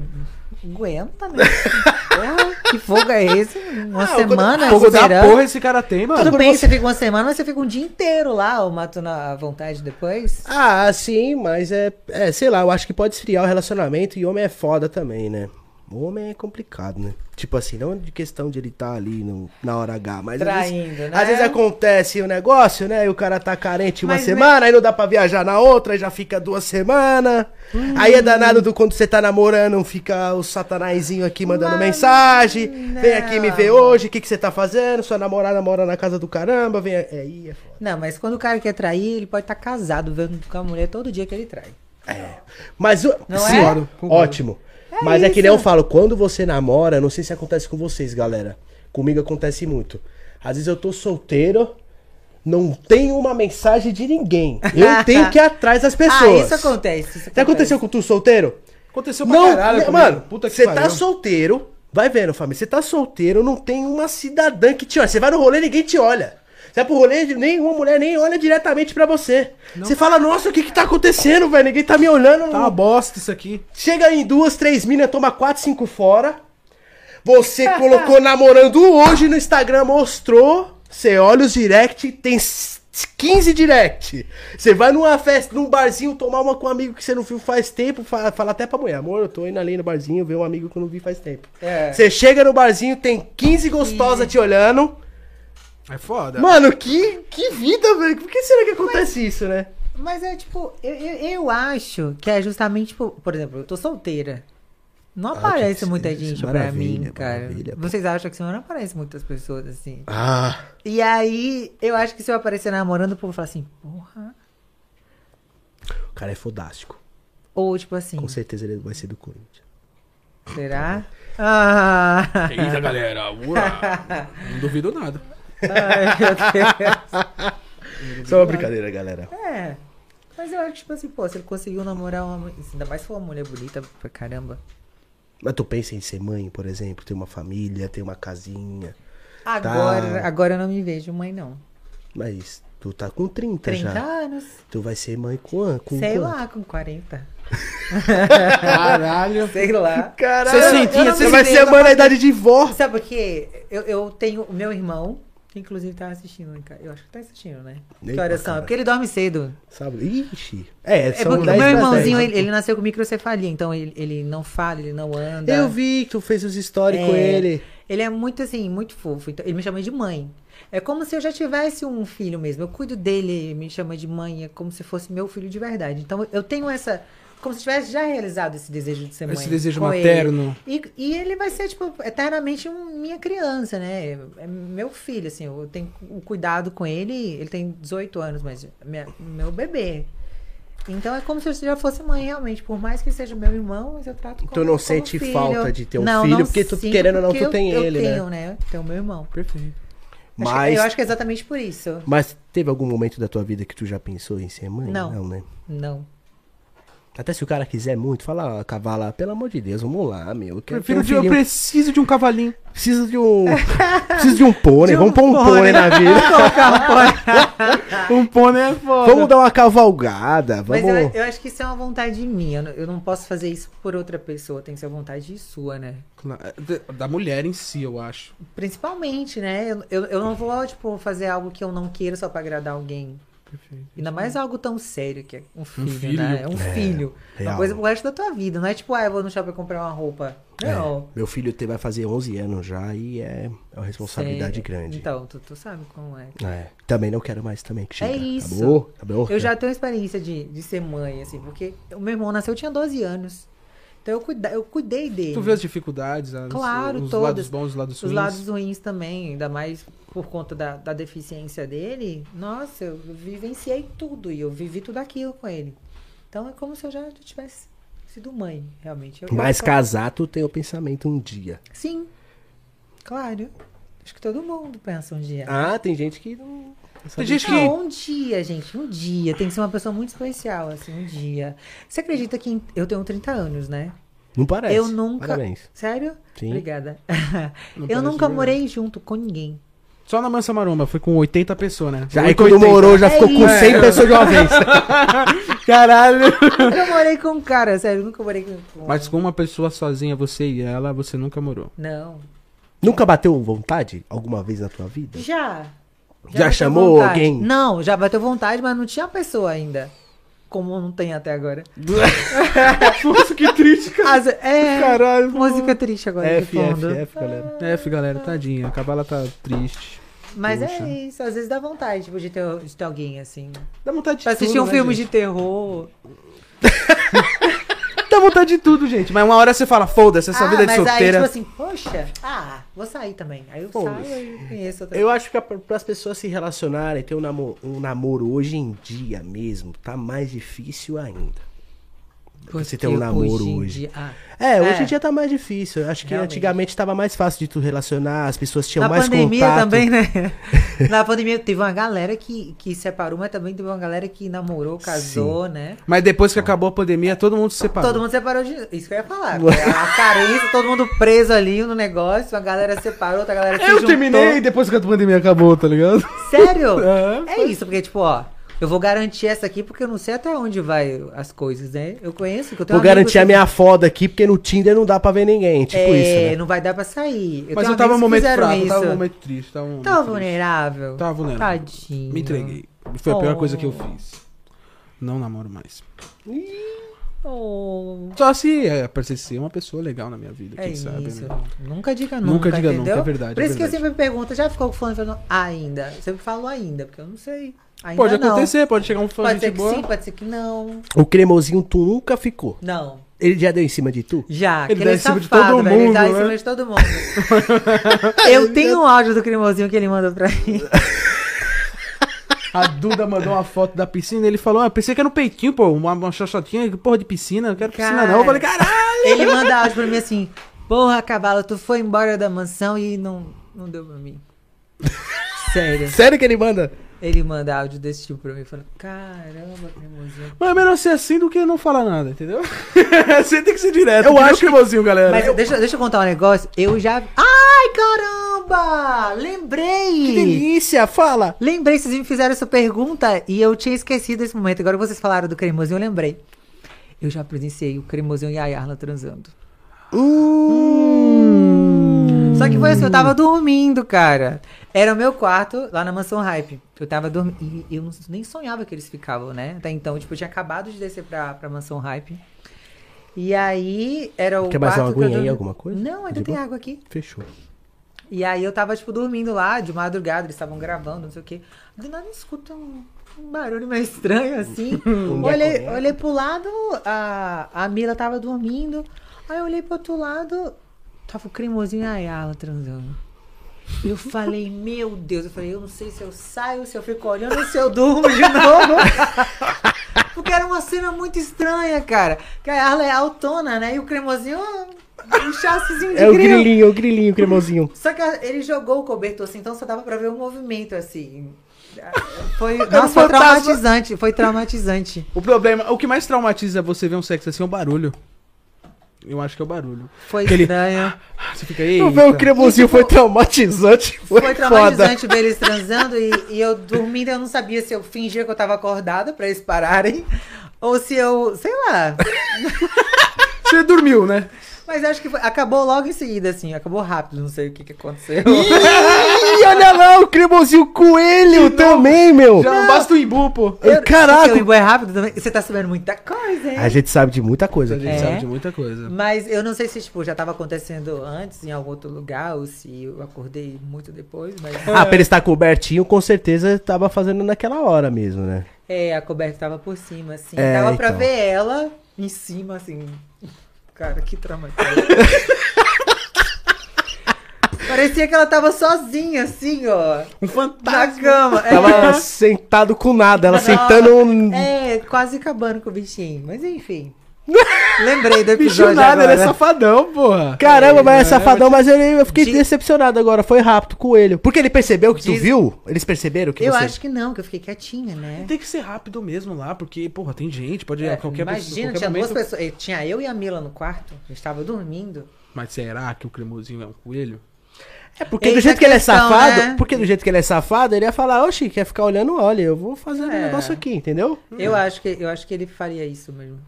Speaker 3: aguenta, né? Porra, que fogo é esse? Uma
Speaker 1: Ah, quando-
Speaker 3: semana
Speaker 2: Fogo da
Speaker 3: esperando.
Speaker 2: porra esse cara tem, mano.
Speaker 3: Tudo bem, você fica uma semana, mas você fica um dia inteiro lá, ou matando a vontade depois.
Speaker 1: Ah, sim, mas é, é, sei lá, eu acho que pode esfriar o relacionamento e homem é foda também, né? Homem é complicado, né? Tipo assim, não de questão de ele estar ali no- na hora H, mas às vezes,
Speaker 3: Traindo, né?
Speaker 1: às vezes acontece o negócio, né? E o cara tá carente uma
Speaker 3: Mas me-
Speaker 1: semana, aí não dá pra viajar na outra, aí já fica duas semanas. Aí é
Speaker 3: Hum.
Speaker 1: danado do quando você tá namorando, fica o satanazinho aqui mandando
Speaker 3: Mas
Speaker 1: mensagem. Vem aqui me ver
Speaker 3: não.
Speaker 1: hoje, o que, que você tá fazendo? Sua namorada mora na casa do caramba, vem. a- É, aí é foda.
Speaker 3: Não, mas quando o cara quer trair, ele pode estar casado vendo com a mulher todo dia que ele trai.
Speaker 1: É. Mas o...
Speaker 3: Não
Speaker 1: Sim,
Speaker 3: é?
Speaker 1: ótimo. ótimo. Mas é que nem eu falo, quando você namora, não sei se acontece com vocês, galera. Comigo acontece muito. Às vezes eu tô solteiro, não tenho uma mensagem de ninguém. Eu tenho que ir atrás das
Speaker 3: Ah,
Speaker 1: pessoas.
Speaker 3: isso acontece. Isso
Speaker 1: Já aconteceu com tu solteiro?
Speaker 2: Aconteceu pra
Speaker 1: Não,
Speaker 2: caralho. comigo.
Speaker 1: mano,
Speaker 2: puta que
Speaker 1: você
Speaker 2: pariu.
Speaker 1: tá solteiro, vai vendo, família, você tá solteiro, não tem uma cidadã que te olha. Você vai no rolê, ninguém te olha. Você vai pro rolê, nenhuma mulher nem olha diretamente pra você. Você fala, nossa, o que que tá acontecendo, velho? Ninguém tá me olhando.
Speaker 2: Tá uma bosta isso aqui.
Speaker 1: Chega em duas, três minas, toma quatro, cinco fora. Você colocou namorando hoje no Instagram, mostrou. Você olha os direct, tem s- 15 direct. Você vai numa festa, num barzinho, tomar uma com um amigo que você não viu faz tempo. fa- Fala, até pra mulher, amor, eu tô indo ali no barzinho ver um amigo que eu não vi faz tempo.
Speaker 3: É.
Speaker 1: Você chega no barzinho, tem 15 gostosas te olhando.
Speaker 2: É foda.
Speaker 1: Mano, que, que vida, velho. Por que será que acontece isso, né?
Speaker 3: Mas é tipo, eu, eu, eu acho que é justamente, tipo, por exemplo, eu tô solteira. Não aparece
Speaker 1: isso-
Speaker 3: muita
Speaker 1: isso é
Speaker 3: gente pra
Speaker 1: maravilha,
Speaker 3: mim, cara.
Speaker 1: maravilha, pô.
Speaker 3: Vocês acham que não aparece muitas pessoas assim.
Speaker 1: Ah,
Speaker 3: E aí, eu acho que se eu aparecer namorando, o povo fala assim, porra.
Speaker 1: o cara é fodástico.
Speaker 3: Ou tipo assim,
Speaker 1: Com certeza ele vai ser do Corinthians.
Speaker 3: será? Ah,
Speaker 2: Eita, galera. Ura. Não duvido nada.
Speaker 3: ai, meu Deus.
Speaker 1: Só uma brincadeira, galera.
Speaker 3: É. Mas eu acho que, tipo assim, pô, se ele conseguiu namorar uma. mu- Ainda mais se for uma mulher bonita pra caramba.
Speaker 1: Mas tu pensa em ser mãe, por exemplo, ter uma família, ter uma casinha. Tá.
Speaker 3: Agora, agora eu não me vejo mãe, não.
Speaker 1: Mas tu tá com 30,
Speaker 3: 30
Speaker 1: já.
Speaker 3: anos.
Speaker 1: Tu vai ser mãe com, an- com
Speaker 3: sei
Speaker 1: quanto?
Speaker 3: lá, com 40.
Speaker 2: Caralho.
Speaker 3: Sei lá.
Speaker 1: Caralho,
Speaker 2: 60,
Speaker 1: eu não
Speaker 2: você
Speaker 1: me vai
Speaker 3: vejo
Speaker 1: ser
Speaker 3: na
Speaker 1: mãe na idade de vó.
Speaker 3: Sabe por quê? Eu, eu tenho o meu irmão, que inclusive tá assistindo, cara. Eu acho que tá assistindo, né?
Speaker 1: Eita,
Speaker 3: que horas são? É
Speaker 1: cara.
Speaker 3: porque ele dorme cedo.
Speaker 1: Sabe? Ixi. É,
Speaker 3: É
Speaker 1: são
Speaker 3: porque o
Speaker 1: 10
Speaker 3: meu
Speaker 1: pra
Speaker 3: irmãozinho,
Speaker 1: 10.
Speaker 3: ele, ele nasceu com microcefalia, então ele, ele não fala, ele não anda.
Speaker 1: Eu vi que tu fez os stories
Speaker 3: É.
Speaker 1: com ele.
Speaker 3: Ele é muito assim, muito fofo. Então, ele me chama de mãe. É como se eu já tivesse um filho mesmo. Eu cuido dele, ele me chama de mãe, é como se fosse meu filho de verdade. Então eu tenho essa. Como se eu tivesse já realizado esse desejo de ser mãe.
Speaker 2: Esse desejo
Speaker 3: com ele.
Speaker 2: materno.
Speaker 3: E, e ele vai ser, tipo, eternamente um- minha criança, né? É meu filho, assim, eu tenho o cuidado com ele, ele tem 18 anos, mas minha- meu bebê. Então é como se eu já fosse mãe, realmente. Por mais que seja meu irmão, mas eu trato como
Speaker 1: Tu não
Speaker 3: como
Speaker 1: sente
Speaker 3: filho.
Speaker 1: falta de ter um
Speaker 3: Não,
Speaker 1: filho,
Speaker 3: não
Speaker 1: porque tu,
Speaker 3: sinto,
Speaker 1: querendo ou não,
Speaker 3: porque
Speaker 1: tu tem
Speaker 3: eu,
Speaker 1: ele,
Speaker 3: eu
Speaker 1: né?
Speaker 3: tenho, né? Eu tenho meu irmão.
Speaker 2: Perfeito.
Speaker 3: Acho que-
Speaker 1: Mas,
Speaker 3: eu acho que é exatamente por isso.
Speaker 1: mas teve algum momento da tua vida que tu já pensou em ser mãe?
Speaker 3: Não.
Speaker 1: né?
Speaker 3: Não.
Speaker 1: Até se o cara quiser muito, fala, ah, cavala, pelo amor de Deus, vamos lá, meu. Eu quero
Speaker 2: Prefiro
Speaker 1: ter um
Speaker 2: de, eu
Speaker 1: filhinho
Speaker 2: preciso de um cavalinho.
Speaker 1: Preciso de um. preciso de um pônei.
Speaker 3: De
Speaker 1: Vamos
Speaker 3: um
Speaker 1: pôr um pônei,
Speaker 3: pônei.
Speaker 1: na vida.
Speaker 2: Um pônei é foda.
Speaker 1: Vamos dar uma cavalgada.
Speaker 3: Mas
Speaker 1: Vamos.
Speaker 3: eu, eu acho que isso é uma vontade minha. Eu não- Eu não posso fazer isso por outra pessoa. Tem que ser vontade sua, né?
Speaker 2: Claro, da- Da mulher em si, eu acho.
Speaker 3: Principalmente, né? Eu, eu, eu não vou, tipo, fazer algo que eu não queira só pra agradar alguém.
Speaker 2: Perfeito.
Speaker 3: Ainda mais algo tão sério que é um filho,
Speaker 2: filho.
Speaker 3: né? É um filho.
Speaker 1: real.
Speaker 3: Uma coisa pro resto da tua vida. Não é tipo, ah, eu vou no shopping comprar uma roupa.
Speaker 1: É,
Speaker 3: Não.
Speaker 1: Meu filho te- vai fazer 11 anos já e é, é uma responsabilidade
Speaker 3: Sério.
Speaker 1: grande.
Speaker 3: Então, tu, tu sabe como é.
Speaker 1: É. Também não quero mais também que chega.
Speaker 3: É isso.
Speaker 1: Tá bom? Tá bom?
Speaker 3: Eu já tenho experiência de, de ser mãe, assim, porque o meu irmão nasceu, eu tinha 12 anos. Então eu, cuida, eu cuidei dele.
Speaker 2: Tu vê as dificuldades, as-
Speaker 3: Claro,
Speaker 2: os
Speaker 3: todas.
Speaker 2: lados bons, os lados
Speaker 3: Os
Speaker 2: ruins.
Speaker 3: lados ruins também, ainda mais por conta da, da deficiência dele. Nossa, eu vivenciei tudo e eu vivi tudo aquilo com ele. Então é como se eu já tivesse sido mãe, realmente. Eu- eu
Speaker 1: Mas
Speaker 3: só-
Speaker 1: casar, tu tem o pensamento um dia.
Speaker 3: Sim, claro. Acho que todo mundo pensa um dia.
Speaker 1: Ah, tem gente que não.
Speaker 2: Tem gente que
Speaker 3: Não, um dia, gente, um dia. Tem que ser uma pessoa muito especial, assim, um dia. Você acredita que em- eu tenho 30 anos, né?
Speaker 1: Não parece.
Speaker 3: Eu nunca-
Speaker 1: Parabéns.
Speaker 3: Sério?
Speaker 1: Sim.
Speaker 3: Obrigada.
Speaker 2: Não
Speaker 3: eu
Speaker 2: parece
Speaker 3: nunca
Speaker 2: verdade.
Speaker 3: morei junto com ninguém.
Speaker 2: Só na Mansa Maromba, foi com 80 pessoas, né?
Speaker 1: Já, aí
Speaker 2: Oito,
Speaker 1: quando
Speaker 2: 80.
Speaker 1: morou, já
Speaker 3: É
Speaker 1: ficou com
Speaker 3: isso.
Speaker 1: 100 pessoas de uma vez.
Speaker 2: Caralho!
Speaker 3: Eu não morei com um cara, sério, eu nunca morei com. com- um
Speaker 2: Mas com uma pessoa sozinha, você e ela, você nunca morou.
Speaker 3: Não.
Speaker 1: nunca bateu vontade alguma vez na tua vida?
Speaker 3: Já.
Speaker 1: Já
Speaker 3: bateu
Speaker 1: chamou
Speaker 3: vontade.
Speaker 1: alguém?
Speaker 3: Não, já bateu vontade, mas não tinha pessoa ainda. Como não tem até agora.
Speaker 2: Nossa, que triste, cara.
Speaker 3: As- é.
Speaker 2: Caralho,
Speaker 3: música triste agora de
Speaker 1: F, F,
Speaker 3: fundo.
Speaker 1: F, galera.
Speaker 2: F, galera, tadinha. A Cabala tá triste.
Speaker 3: Mas
Speaker 2: Puxa.
Speaker 3: é isso, às vezes dá vontade, tipo, de ter, de ter alguém assim.
Speaker 2: Dá vontade de
Speaker 3: Pra
Speaker 1: Tipo,
Speaker 2: tudo,
Speaker 3: assistir um
Speaker 2: né,
Speaker 1: é-
Speaker 3: filme
Speaker 2: gente?
Speaker 3: de terror.
Speaker 2: Dá vontade de tudo, gente. Mas uma hora você fala, foda-se, essa
Speaker 3: ah,
Speaker 2: vida é de
Speaker 3: mas
Speaker 2: solteira.
Speaker 3: aí, tipo assim, poxa, ah, vou sair também. Aí eu
Speaker 1: Pô,
Speaker 3: saio e conheço outra
Speaker 1: Eu acho que para as pessoas se relacionarem, ter um namoro, um namoro hoje em dia mesmo, tá mais difícil ainda. você tem um namoro
Speaker 3: em
Speaker 1: hoje.
Speaker 3: dia- ah,
Speaker 1: É, hoje em
Speaker 3: É.
Speaker 1: dia tá mais difícil. Eu acho que
Speaker 3: Realmente.
Speaker 1: antigamente tava mais fácil de tu relacionar, as pessoas tinham
Speaker 3: na
Speaker 1: mais
Speaker 3: pandemia
Speaker 1: contato.
Speaker 3: também, né? Na pandemia teve uma galera que, que separou, mas também teve uma galera que namorou, casou, né?
Speaker 2: Mas depois que acabou a pandemia, todo mundo se separou.
Speaker 3: Todo mundo separou de. Isso que eu ia falar. é A carência, todo mundo preso ali no negócio, uma galera separou, outra galera se
Speaker 2: Eu
Speaker 3: juntou.
Speaker 2: terminei depois que a pandemia acabou, tá ligado?
Speaker 3: Sério?
Speaker 2: É,
Speaker 3: É isso, porque, tipo, ó, eu vou garantir essa aqui porque eu não sei até onde vai as coisas, né? Eu conheço, que eu tenho
Speaker 1: Vou
Speaker 3: amigos
Speaker 1: garantir a
Speaker 3: que-
Speaker 1: minha foda aqui, porque no Tinder não dá pra ver ninguém. Tipo
Speaker 3: tipo assim- é,
Speaker 1: isso, né?
Speaker 3: não vai dar pra sair.
Speaker 2: Mas
Speaker 3: tenho
Speaker 2: eu tava
Speaker 3: amigos
Speaker 2: um
Speaker 3: que
Speaker 2: momento
Speaker 3: fizeram
Speaker 2: fraco, eu
Speaker 3: isso.
Speaker 2: tava um momento triste. Tava, um momento
Speaker 3: Tava
Speaker 2: triste.
Speaker 3: vulnerável.
Speaker 2: Tava vulnerável.
Speaker 3: Tadinho.
Speaker 2: Me entreguei. Foi a pior
Speaker 3: Oh.
Speaker 2: coisa que eu fiz. Não namoro mais.
Speaker 3: Oh,
Speaker 2: Só se é, aparecer uma pessoa legal na minha vida,
Speaker 3: é
Speaker 2: quem sabe,
Speaker 3: isso.
Speaker 2: né?
Speaker 3: Nunca diga nunca.
Speaker 2: Nunca diga nunca,
Speaker 3: entendeu?
Speaker 2: é verdade,
Speaker 3: Por
Speaker 2: é
Speaker 3: isso que eu
Speaker 2: verdade.
Speaker 3: sempre me pergunto, já ficou falando, falando ainda? Eu sempre falo ainda, porque eu não sei. Ainda
Speaker 2: Pode
Speaker 3: não.
Speaker 2: acontecer, pode chegar um fã
Speaker 3: Pode
Speaker 2: de
Speaker 3: ser
Speaker 2: gente
Speaker 3: que
Speaker 2: boa.
Speaker 3: sim, pode ser que não.
Speaker 1: O cremosinho tu nunca ficou.
Speaker 3: Não.
Speaker 1: Ele já deu em cima de tu?
Speaker 3: Já,
Speaker 2: Ele
Speaker 3: ele
Speaker 2: dá
Speaker 3: aquele
Speaker 2: em cima de
Speaker 3: safado,
Speaker 2: todo
Speaker 3: velho. Ele dá
Speaker 2: mundo,
Speaker 3: em cima
Speaker 2: né?
Speaker 3: de todo mundo. Eu tenho um áudio do cremosinho que ele mandou pra mim.
Speaker 2: A Duda mandou uma foto da piscina e ele falou: ah, pensei que era um peitinho, pô, uma, uma xoxotinha, que porra de piscina, não quero piscina
Speaker 3: Cara.
Speaker 2: não. Eu falei, caralho!
Speaker 3: Ele manda áudio pra mim assim: Porra, cavalo, tu foi embora da mansão e não, não deu pra mim. Sério.
Speaker 1: Sério que ele manda?
Speaker 3: Ele manda áudio desse tipo pra mim falando: Caramba, cremosinho.
Speaker 2: Mas é melhor ser assim do que não falar nada, entendeu? Você tem que ser direto.
Speaker 1: Eu
Speaker 2: que nem
Speaker 1: acho
Speaker 2: o cremosinho, galera.
Speaker 3: Mas deixa, deixa eu contar um negócio. Eu já. Ai, caramba! Lembrei!
Speaker 1: Que delícia, fala!
Speaker 3: Lembrei, vocês me fizeram essa pergunta e eu tinha esquecido esse momento. Agora vocês falaram do cremosinho, eu lembrei. Eu já presenciei o cremosinho e a Yarla transando.
Speaker 1: Uh!
Speaker 3: Só que foi assim, eu tava dormindo, cara. Era o meu quarto, lá na Mansão Hype. Eu tava dormindo. E eu não- nem sonhava que eles ficavam, né? Até então, tipo, eu tinha acabado de descer pra, pra Mansão Hype. E aí, era o
Speaker 1: Quer mais
Speaker 3: quarto
Speaker 1: uma
Speaker 3: que eu
Speaker 1: aguinha aí,
Speaker 3: dormi-
Speaker 1: alguma coisa?
Speaker 3: Não, ainda
Speaker 1: De
Speaker 3: tem
Speaker 1: boa?
Speaker 3: água aqui.
Speaker 1: Fechou.
Speaker 3: E aí eu tava, tipo, dormindo lá, de madrugada, eles estavam gravando, não sei o quê. Do nada eu escuto um, um barulho meio estranho, assim.
Speaker 1: Um
Speaker 3: olhei, olhei pro lado, a, a Mila tava dormindo. Aí eu olhei pro outro lado, tava o cremosinho e a Ayala transando. Eu falei, meu Deus, eu falei, eu não sei se eu saio, se eu fico olhando, ou se eu durmo de novo. Porque era uma cena muito estranha, cara. Que a Ayala é altona, né? E o cremosinho, um chassizinho de
Speaker 1: É o
Speaker 3: grilo.
Speaker 1: grilinho, o grilinho, o cremosinho.
Speaker 3: Só que a- ele jogou o cobertor assim, então só dava pra ver o movimento assim. Foi, nossa, foi
Speaker 2: fantasma.
Speaker 3: traumatizante, foi traumatizante.
Speaker 2: O problema, o que mais traumatiza você ver um sexo assim é o barulho. Eu acho que é o barulho.
Speaker 3: Foi
Speaker 2: Aquele-
Speaker 3: estranho.
Speaker 2: Ah, Você fica aí.
Speaker 1: Tu vê o cremosinho
Speaker 3: E, tipo,
Speaker 1: foi traumatizante. Foi,
Speaker 3: Foi
Speaker 1: foda.
Speaker 3: traumatizante ver eles transando e, e eu dormindo, eu não sabia se eu fingia que eu tava acordada pra eles pararem. Ou se eu, sei lá,
Speaker 2: Você dormiu, né?
Speaker 3: Mas acho que foi- acabou logo em seguida, assim. Acabou rápido, não sei o que, que aconteceu.
Speaker 1: Ih, olha lá, o Cremosinho Coelho também, meu.
Speaker 2: Já não basta o Imbu, pô.
Speaker 1: Ei,
Speaker 3: Seu
Speaker 1: Caraca.
Speaker 3: Imbu é rápido também. Você tá sabendo muita coisa, hein?
Speaker 1: A gente sabe de muita coisa.
Speaker 2: A gente
Speaker 1: aqui.
Speaker 3: É.
Speaker 2: sabe de muita coisa.
Speaker 3: Mas eu não sei se, tipo, já tava acontecendo antes em algum outro lugar ou se eu acordei muito depois, mas...
Speaker 1: Ah, pra ele estar cobertinho, com certeza tava fazendo naquela hora mesmo, né?
Speaker 3: É, a coberta tava por cima, assim.
Speaker 1: É,
Speaker 3: tava pra
Speaker 1: então.
Speaker 3: ver ela em cima, assim. Cara, que trama. Parecia que ela tava sozinha, assim, ó.
Speaker 2: Um
Speaker 3: Na
Speaker 2: fantasma.
Speaker 3: cama. É.
Speaker 1: Tava sentado com nada, ela
Speaker 3: Não,
Speaker 1: sentando um.
Speaker 3: É, quase acabando com o bichinho. Mas enfim. Lembrei do episódio
Speaker 2: Bicho nada,
Speaker 3: agora.
Speaker 2: ele é safadão, porra.
Speaker 1: Caramba, mas é safadão, mas eu, eu fiquei
Speaker 3: De-
Speaker 1: decepcionado agora. Foi rápido, coelho. Porque ele percebeu que tu
Speaker 3: Diz-
Speaker 1: viu? Eles perceberam que
Speaker 3: Eu
Speaker 1: você.
Speaker 3: acho que não, que eu fiquei quietinha, né?
Speaker 2: Tem que ser rápido mesmo lá, porque, porra, tem gente, pode ir a qualquer
Speaker 3: É, Imagina,
Speaker 2: pessoa.
Speaker 3: tinha
Speaker 2: Qualquer
Speaker 3: duas
Speaker 2: momento.
Speaker 3: pessoas. eh, Tinha eu e a Mila no quarto. A gente tava dormindo.
Speaker 2: Mas será que o cremosinho é um coelho?
Speaker 1: É porque do
Speaker 3: Eis
Speaker 1: jeito
Speaker 3: a
Speaker 1: que ele é
Speaker 3: questão,
Speaker 1: safado,
Speaker 3: né?
Speaker 1: porque do jeito que ele é safado, ele ia falar, oxi, quer ficar olhando, olha, eu vou fazer um
Speaker 3: É.
Speaker 1: negócio aqui, entendeu?
Speaker 2: Hum.
Speaker 3: Eu acho que eu acho que ele faria isso mesmo.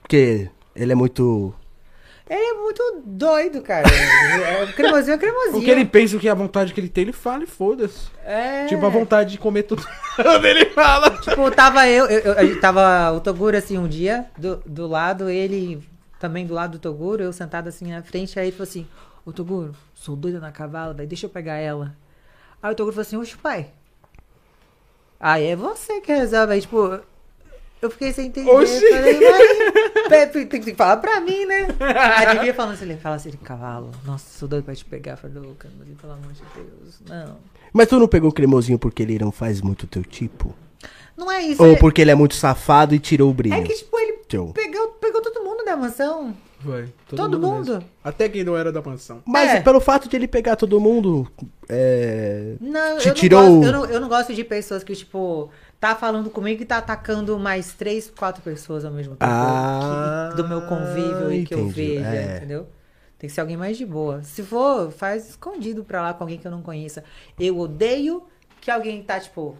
Speaker 1: Porque ele é muito.
Speaker 3: Ele é muito doido, cara. É, o cremosinho é cremosinho.
Speaker 2: O que ele pensa, o que é a vontade que ele tem, ele fala e foda-se.
Speaker 3: É.
Speaker 2: Tipo, a vontade de comer tudo. ele fala.
Speaker 3: Tipo, tava eu, eu, eu- a gente tava o Toguro assim um dia, do, do lado, ele também do lado do Toguro, eu sentado assim na frente, aí ele falou assim: Ô Toguro, sou doida na cavala, velho, deixa eu pegar ela. Aí o Toguro falou assim: Oxe, pai. Aí é você que resolve. Aí, tipo, eu fiquei sem entender.
Speaker 2: Oxi.
Speaker 3: Falei, mas pe- pe- tem que falar pra mim, né? Aí devia falando assim: ele fala assim, cavalo, nossa, sou doido pra te pegar. Eu Falei, ô, Cremosinho, pelo amor de Deus, não.
Speaker 1: Mas tu não pegou o cremosinho porque ele não faz muito teu tipo?
Speaker 3: Não é isso.
Speaker 1: Ou
Speaker 3: é-
Speaker 1: porque ele é muito safado e tirou o brilho?
Speaker 3: É que, tipo, ele
Speaker 1: Teu.
Speaker 3: pegou, pegou todo mundo da mansão.
Speaker 2: Vai. Todo,
Speaker 3: Todo mundo?
Speaker 2: mesmo. Até quem não era da mansão.
Speaker 1: Mas
Speaker 3: É.
Speaker 1: pelo fato de ele pegar todo mundo. É.
Speaker 3: Não,
Speaker 1: Te
Speaker 3: eu,
Speaker 1: tirou
Speaker 3: não
Speaker 1: o-
Speaker 3: gosto, eu, não, eu não gosto de pessoas que, tipo, tá falando comigo e tá atacando mais três, quatro pessoas ao mesmo tempo.
Speaker 1: Ah,
Speaker 3: que- do meu convívio e que eu
Speaker 1: entendi,
Speaker 3: vejo,
Speaker 1: é.
Speaker 3: entendeu? Tem que ser alguém mais de boa. Se for, faz escondido pra lá com alguém que eu não conheça. Eu odeio que alguém tá, tipo,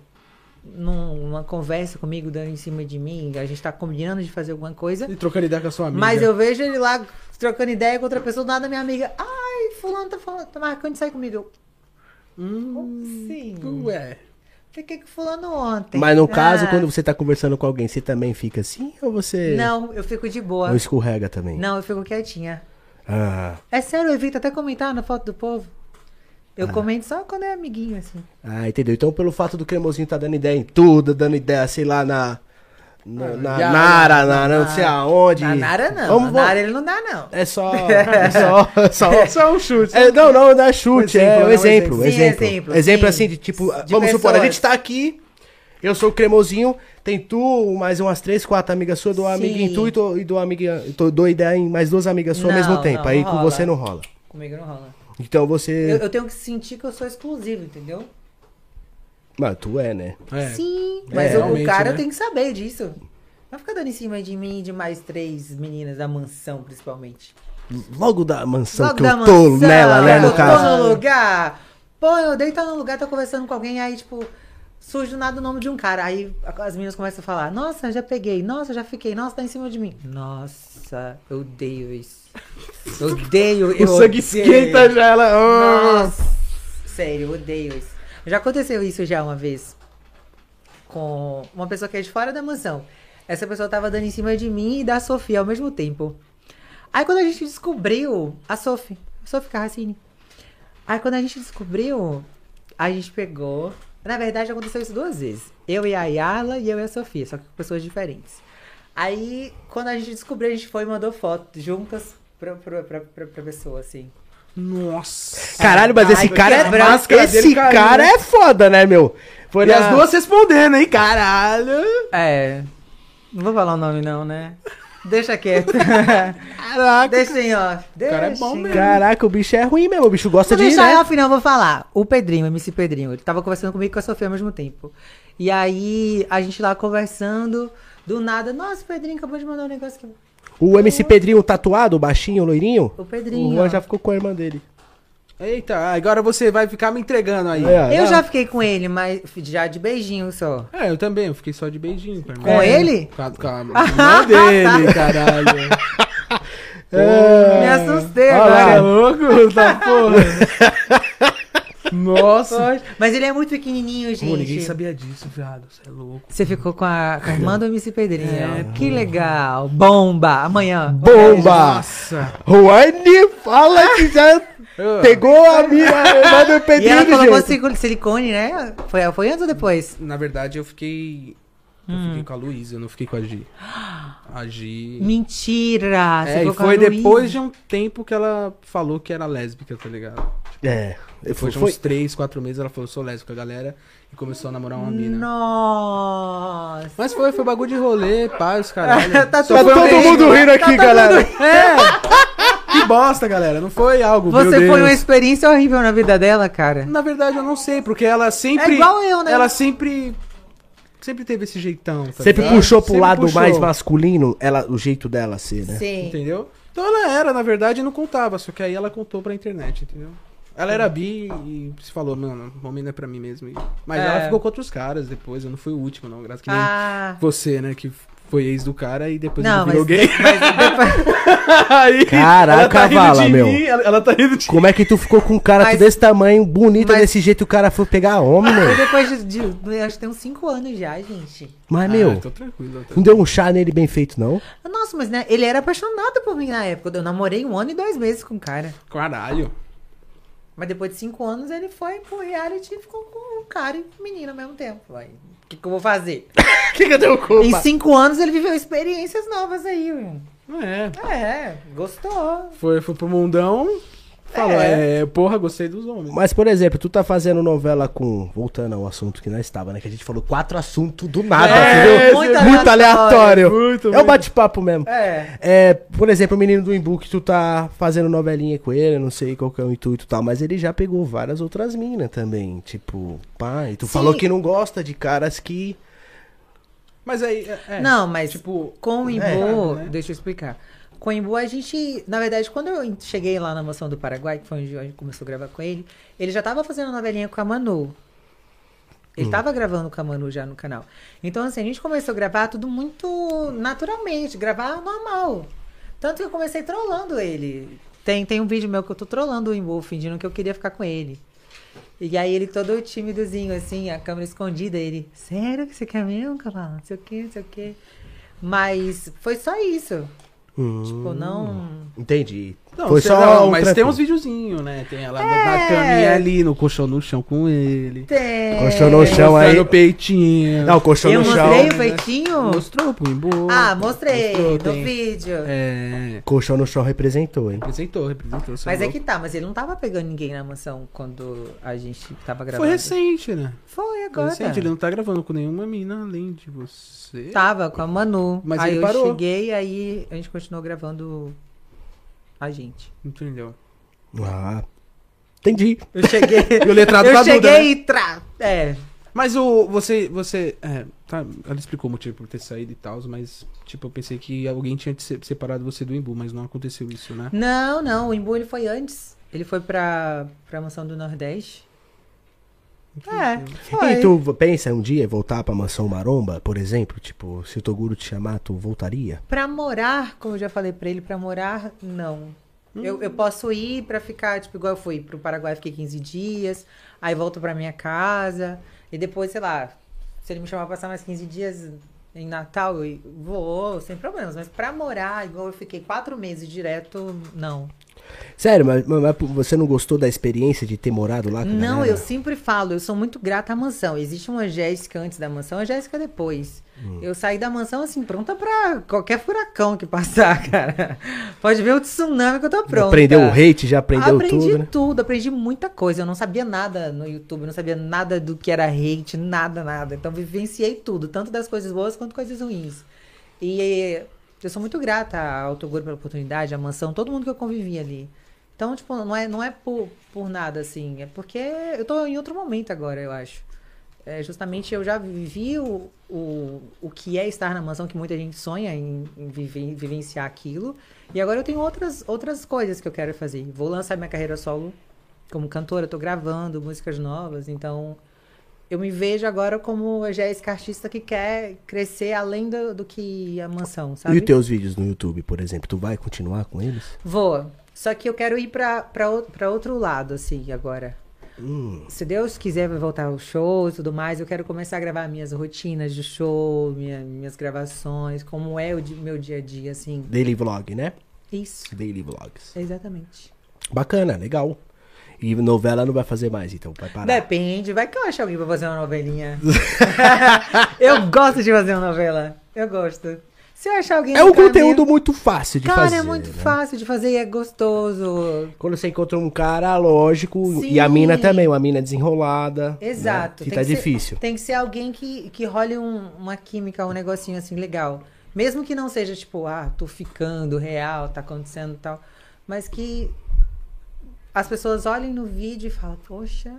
Speaker 3: num- numa conversa comigo, dando em cima de mim, a gente tá combinando de fazer alguma coisa.
Speaker 2: E trocando ideia com a sua amiga.
Speaker 3: Mas eu vejo ele lá trocando ideia com outra pessoa, do nada minha amiga. Ai, fulano tá falando, tá marcando de sair comigo. Eu,
Speaker 2: Hum,
Speaker 3: Sim.
Speaker 2: ué.
Speaker 3: Fiquei com fulano ontem.
Speaker 1: Mas no caso,
Speaker 3: Ah,
Speaker 1: quando você tá conversando com alguém, você também fica assim? Ou você.
Speaker 3: Não, eu fico de boa.
Speaker 1: Ou escorrega também?
Speaker 3: Não, eu fico quietinha.
Speaker 1: Ah,
Speaker 3: É sério, eu evito até comentar na foto do povo. Eu comento só quando é amiguinho, assim.
Speaker 1: ah, entendeu? Então, pelo fato do cremosinho tá dando ideia em tudo, dando ideia, sei lá, na. Na, na
Speaker 2: já-
Speaker 1: Nara, na, não sei aonde.
Speaker 3: Ah, Na Nara
Speaker 1: Vamos,
Speaker 3: não. na
Speaker 1: vamos-
Speaker 3: Nara ele não dá, não.
Speaker 1: É só. É só. só
Speaker 2: Só um chute.
Speaker 1: É, não, não, dá chute.
Speaker 2: Um
Speaker 1: é
Speaker 2: exemplo,
Speaker 1: um exemplo. Um
Speaker 2: né? Um exemplo.
Speaker 3: Sim,
Speaker 1: exemplo,
Speaker 3: exemplo,
Speaker 1: Exemplo,
Speaker 3: sim.
Speaker 1: assim, de tipo,
Speaker 3: De
Speaker 1: vamos supor, a
Speaker 3: pessoas.
Speaker 1: gente tá aqui, eu sou o cremosinho, tem tu, mais umas três, quatro amigas suas, dou uma
Speaker 3: Sim.
Speaker 1: amiga em tu e dou, e dou, uma amiga, tô- dou ideia em mais duas amigas suas ao
Speaker 3: Não,
Speaker 1: mesmo tempo.
Speaker 3: não,
Speaker 1: Aí
Speaker 3: não
Speaker 1: com
Speaker 3: rola.
Speaker 1: você não rola.
Speaker 3: Comigo não rola.
Speaker 1: Então
Speaker 3: Eu,
Speaker 1: você.
Speaker 3: eu tenho que sentir que eu sou exclusivo, entendeu?
Speaker 1: Mano, tu é, né?
Speaker 2: É.
Speaker 3: Sim.
Speaker 2: É,
Speaker 3: Mas o- o
Speaker 2: realmente,
Speaker 3: cara
Speaker 2: né?
Speaker 3: tem que saber disso. Vai ficar dando em cima de mim e de mais três meninas da mansão, principalmente.
Speaker 1: Logo da mansão
Speaker 3: Logo
Speaker 1: que
Speaker 3: da
Speaker 1: eu tô
Speaker 3: mansão,
Speaker 1: nela, né,
Speaker 3: eu
Speaker 1: no caso.
Speaker 3: Tô no lugar. Pô, eu deito no lugar, tô conversando com alguém, aí, tipo, surge do nada o nome de um cara. Aí a- as meninas começam a falar: Nossa, já peguei, nossa, já fiquei, nossa, tá em cima de mim. Nossa, eu odeio isso. Eu odeio, eu
Speaker 2: O sangue
Speaker 3: odeio.
Speaker 2: esquenta já, ela...
Speaker 3: Nossa, sério, eu odeio isso. Já aconteceu isso já uma vez com uma pessoa que é de fora da mansão. Essa pessoa tava dando em cima de mim e da Sofia ao mesmo tempo. Aí quando a gente descobriu, a Sophie, a Sophie Carracini. Aí quando a gente descobriu, a gente pegou. Na verdade, aconteceu isso duas vezes. Eu e a Yala e eu e a Sofia, só que com pessoas diferentes. Aí, quando a gente descobriu, a gente foi e mandou foto juntas pra, pra, pra, pra, pra pessoa, assim.
Speaker 2: Nossa.
Speaker 1: Caralho, mas esse
Speaker 3: Ai,
Speaker 1: cara
Speaker 3: que a
Speaker 1: é.
Speaker 2: máscara
Speaker 1: Esse
Speaker 2: dele caiu,
Speaker 1: cara
Speaker 2: né?
Speaker 1: é foda, né, meu? Foi
Speaker 2: E
Speaker 1: na-
Speaker 2: as duas respondendo, hein? Caralho.
Speaker 3: É. Não vou falar o nome, não, né? Deixa quieto.
Speaker 2: Caraca.
Speaker 3: Deixem, ó. Deixem.
Speaker 2: cara é bom mesmo.
Speaker 1: Caraca, o bicho é ruim mesmo, o bicho gosta de
Speaker 3: Vou
Speaker 1: ir,
Speaker 3: deixar
Speaker 1: né?
Speaker 3: ao final, vou falar. O Pedrinho, o MC Pedrinho, ele tava conversando comigo e com a Sofia ao mesmo tempo. E aí, a gente lá conversando, do nada, nossa, o Pedrinho acabou de mandar um negócio aqui.
Speaker 1: O MC Pedrinho tatuado, baixinho, loirinho?
Speaker 3: O Pedrinho.
Speaker 1: é O
Speaker 3: ó.
Speaker 1: Juan já ficou com a irmã dele.
Speaker 2: Eita, agora você vai ficar me entregando aí.
Speaker 1: É,
Speaker 3: Eu
Speaker 1: não.
Speaker 3: já fiquei com ele, mas já de beijinho só.
Speaker 2: É, eu também, eu fiquei só de beijinho. É. Com, a
Speaker 3: Com ele?
Speaker 2: Com a, com a irmã dele, caralho.
Speaker 1: É.
Speaker 3: Não, assustei
Speaker 2: Olha lá,
Speaker 3: agora.
Speaker 2: louco, tá porra. Nossa.
Speaker 3: Poxa, Mas ele é muito pequenininho, gente.
Speaker 2: Pô, ninguém sabia disso, viado. Você é louco.
Speaker 3: Você ficou com a, com a irmã do MC Pedrinho. que legal. Bomba. Amanhã.
Speaker 1: É. Bomba!
Speaker 2: Nossa.
Speaker 1: Juane fala que já
Speaker 2: Ah.
Speaker 1: pegou a minha irmã do
Speaker 3: E ela
Speaker 1: Pedrinho,
Speaker 3: colocou
Speaker 1: gente.
Speaker 3: silicone- silicone, né? Foi, foi antes ou depois?
Speaker 2: Na verdade, eu fiquei. Eu
Speaker 3: Hum.
Speaker 2: fiquei com a Luísa, eu não fiquei com a Gi. A Gi.
Speaker 3: Mentira. você
Speaker 2: É, e
Speaker 3: ficou com a
Speaker 2: foi
Speaker 3: Luísa.
Speaker 2: depois de um tempo que ela falou que era lésbica, tá ligado?
Speaker 1: É, eu fui,
Speaker 2: Depois de
Speaker 1: foi,
Speaker 2: uns 3, 4 meses ela falou, sou lésbica, galera, e começou a namorar uma mina.
Speaker 3: Nossa.
Speaker 2: Mas foi, foi bagulho de rolê, pá, os caralho.
Speaker 3: Tá
Speaker 2: Só
Speaker 1: Tá
Speaker 2: foi um
Speaker 1: todo
Speaker 2: beijo.
Speaker 1: mundo rindo aqui, galera.
Speaker 2: É! Que bosta, galera, não foi algo, meu
Speaker 3: Você foi um
Speaker 2: Deus.
Speaker 3: uma experiência horrível na vida dela, cara.
Speaker 2: Na verdade, eu não sei, porque ela sempre...
Speaker 3: É igual eu, né?
Speaker 2: Ela sempre... Sempre teve esse jeitão, tá
Speaker 1: Sempre
Speaker 2: ligado?
Speaker 1: puxou pro
Speaker 2: Sempre
Speaker 1: lado
Speaker 2: puxou,
Speaker 1: mais masculino ela, o jeito dela ser, né?
Speaker 3: Sim.
Speaker 2: Entendeu? Então ela era, na verdade, e não contava, só que aí ela contou pra internet, entendeu? Ela era bi e se falou, mano, homem não é pra mim mesmo. E- Mas
Speaker 3: É.
Speaker 2: ela ficou com outros caras depois, eu não fui o último, não, graças a Deus.
Speaker 3: Ah.
Speaker 2: Você, né, que foi ex do cara e depois
Speaker 3: Não,
Speaker 2: não, virou
Speaker 3: mas-
Speaker 2: gay. Aí,
Speaker 1: Caraca,
Speaker 2: ela tá rindo
Speaker 1: vala,
Speaker 2: de
Speaker 1: meu.
Speaker 2: mim, ela, ela tá rindo de
Speaker 1: Como é que tu ficou com um cara
Speaker 3: Mas-
Speaker 1: desse tamanho, bonito
Speaker 3: mas-
Speaker 1: desse jeito, o cara foi pegar homem, né? meu?
Speaker 3: Foi depois de, de- Acho que tem uns 5 anos já, gente.
Speaker 1: Mas,
Speaker 2: Ah,
Speaker 1: meu,
Speaker 2: eu tô tranquilo. eu tô-
Speaker 1: não deu um chá nele bem feito, não?
Speaker 3: Nossa, mas né, ele era apaixonado por mim na época. Eu namorei um ano e dois meses com o cara.
Speaker 2: Caralho.
Speaker 3: Mas depois de cinco anos ele foi pro reality e ficou com o cara e com o menino ao mesmo tempo. Aí, o que, que eu vou fazer?
Speaker 1: O que que deu
Speaker 3: Em cinco anos ele viveu experiências novas aí. meu.
Speaker 2: É,
Speaker 3: É, gostou.
Speaker 2: foi, foi pro mundão, falou, é. porra, gostei dos homens.
Speaker 1: Mas, por exemplo, tu tá fazendo novela com. Voltando ao assunto que nós estava, né? Que a gente falou quatro assuntos do nada,
Speaker 2: É,
Speaker 1: entendeu?
Speaker 3: muito
Speaker 1: Muito
Speaker 3: aleatório.
Speaker 1: aleatório.
Speaker 2: Muito,
Speaker 1: é um
Speaker 2: muito.
Speaker 1: bate-papo mesmo.
Speaker 3: É.
Speaker 1: É, por exemplo, o menino do Imbu que tu tá fazendo novelinha com ele, eu não sei qual que é o intuito e tal, mas ele já pegou várias outras minas também. Tipo, pai, tu
Speaker 3: Sim.
Speaker 1: falou que não gosta de caras que.
Speaker 2: Mas aí, é, é,
Speaker 3: Não, mas
Speaker 2: tipo,
Speaker 3: com o Imbu,
Speaker 2: é, né?
Speaker 3: deixa eu explicar. Com o Imbu, a gente, na verdade, quando eu cheguei lá na Moção do Paraguai, que foi onde a gente começou a gravar com ele, ele já tava fazendo novelinha com a Manu. Ele tava gravando com a Manu já no canal. Então, assim, a gente começou a gravar tudo muito naturalmente, gravar normal. Tanto que eu comecei trollando ele. Tem, tem um vídeo meu que eu tô trollando o Imbu, fingindo que eu queria ficar com ele. E aí ele todo timidozinho, assim, a câmera escondida, ele, sério que você quer mesmo, cavalo? Não sei o quê, não sei o quê. Mas foi só isso. Tipo, não.
Speaker 1: Entendi.
Speaker 2: Hum. Não,
Speaker 1: Foi
Speaker 2: sei
Speaker 1: só.
Speaker 2: não,
Speaker 1: um
Speaker 2: mas
Speaker 1: trampo.
Speaker 2: tem uns videozinhos, né? Tem ela
Speaker 3: É.
Speaker 2: na caminha ali, no colchão no chão com ele.
Speaker 3: Tem.
Speaker 1: Colchão no chão
Speaker 2: mostrando
Speaker 1: aí.
Speaker 2: o peitinho.
Speaker 1: Não, colchão
Speaker 3: É, Eu
Speaker 1: no chão.
Speaker 3: mostrei o peitinho?
Speaker 2: né? Mostrou pro Imbu.
Speaker 3: Ah, mostrei
Speaker 2: Mostrou,
Speaker 3: no
Speaker 2: tem-
Speaker 3: vídeo.
Speaker 2: É.
Speaker 1: Colchão no chão representou, hein?
Speaker 2: Representou, representou. você
Speaker 3: Mas é
Speaker 2: louco.
Speaker 3: que tá, mas ele não tava pegando ninguém na mansão quando a gente tava gravando.
Speaker 2: Foi recente, né?
Speaker 3: Foi
Speaker 2: Foi
Speaker 3: agora.
Speaker 2: recente, ele não tá gravando com nenhuma mina além de você.
Speaker 3: Tava com a Manu.
Speaker 2: Mas
Speaker 3: aí
Speaker 2: ele
Speaker 3: eu
Speaker 2: parou.
Speaker 3: cheguei, aí a gente continuou gravando a gente.
Speaker 2: Entendeu?
Speaker 1: Ah. Entendi.
Speaker 3: Eu cheguei.
Speaker 2: E o letrado
Speaker 3: eu
Speaker 2: tá Duda, né?
Speaker 3: cheguei e tra. É.
Speaker 2: Mas o. Você. Você. É, tá, ela explicou o motivo por ter saído e tal, mas, tipo, eu pensei que alguém tinha te se- separado você do Imbu, mas não aconteceu isso, né?
Speaker 3: Não, não, o Imbu ele foi antes. Ele foi pra, pra mansão do Nordeste. É, foi.
Speaker 1: E tu pensa um dia em voltar pra mansão maromba, por exemplo? Tipo, se o Toguro te chamar, tu voltaria?
Speaker 3: Pra morar, como eu já falei pra ele, pra morar, não. Eu, eu posso ir pra ficar, tipo, igual eu fui pro Paraguai, fiquei 15 dias, aí volto pra minha casa, e depois, sei lá, se ele me chamar pra passar mais 15 dias em Natal, eu vou, sem problemas. Mas pra morar, igual eu fiquei quatro meses direto, não.
Speaker 1: Sério, mas, mas- mas você não gostou da experiência de ter morado lá? com a
Speaker 3: Não,
Speaker 1: galera?
Speaker 3: eu sempre falo, eu sou muito grata à mansão. Existe uma Jéssica antes da mansão, a Jéssica depois.
Speaker 1: Hum.
Speaker 3: Eu saí da mansão assim, pronta pra qualquer furacão que passar, cara. Pode ver o tsunami que eu tô pronta.
Speaker 1: Aprendeu o hate, já aprendeu
Speaker 3: aprendi
Speaker 1: tudo, né?
Speaker 3: aprendi muita coisa. Eu não sabia nada no YouTube, não sabia nada do que era hate, nada, nada. Então vivenciei tudo, tanto das coisas boas quanto coisas ruins. E eu sou muito grata ao Toguro pela oportunidade, à mansão, todo mundo que eu convivi ali. Então, tipo, não é, não é por, por nada, assim. É porque eu tô em outro momento agora, eu acho. É, justamente eu já vivi o, o, o que é estar na mansão, que muita gente sonha em, em vive- vivenciar aquilo. E agora eu tenho outras, outras coisas que eu quero fazer. Vou lançar minha carreira solo como cantora, tô gravando músicas novas, então Eu me vejo agora como a Jéssica artista que quer crescer além do, do que a mansão, sabe?
Speaker 1: E os teus vídeos no YouTube, por exemplo, tu vai continuar com eles?
Speaker 3: Vou. Só que eu quero ir pra, pra, ou- pra outro lado, assim, agora.
Speaker 1: Hum.
Speaker 3: Se Deus quiser, vai voltar ao show e tudo mais. Eu quero começar a gravar minhas rotinas de show, minha- minhas gravações, como é o di- meu dia a dia, assim.
Speaker 1: Daily Vlog, né?
Speaker 3: Isso,
Speaker 1: Daily Vlogs.
Speaker 3: exatamente.
Speaker 1: Bacana, legal. E novela não vai fazer mais, então vai parar.
Speaker 3: Depende, vai que eu acho alguém pra fazer uma novelinha. eu gosto de fazer uma novela. Eu gosto. Se eu achar alguém.
Speaker 1: É
Speaker 3: no
Speaker 1: um
Speaker 3: caminho-
Speaker 1: conteúdo muito fácil de
Speaker 3: Cara,
Speaker 1: fazer.
Speaker 3: é muito
Speaker 1: né?
Speaker 3: fácil de fazer e é gostoso.
Speaker 1: Quando você encontra um cara, lógico,
Speaker 3: Sim.
Speaker 1: e a mina também, uma mina desenrolada.
Speaker 3: Exato.
Speaker 1: Né? Que
Speaker 3: tem
Speaker 1: tá
Speaker 3: ser-
Speaker 1: difícil.
Speaker 3: tem que ser alguém que, que role um- uma química, um negocinho assim legal. Mesmo que não seja tipo, ah, tô ficando real, tá acontecendo e tal. Mas que as pessoas olhem no vídeo e falem, poxa.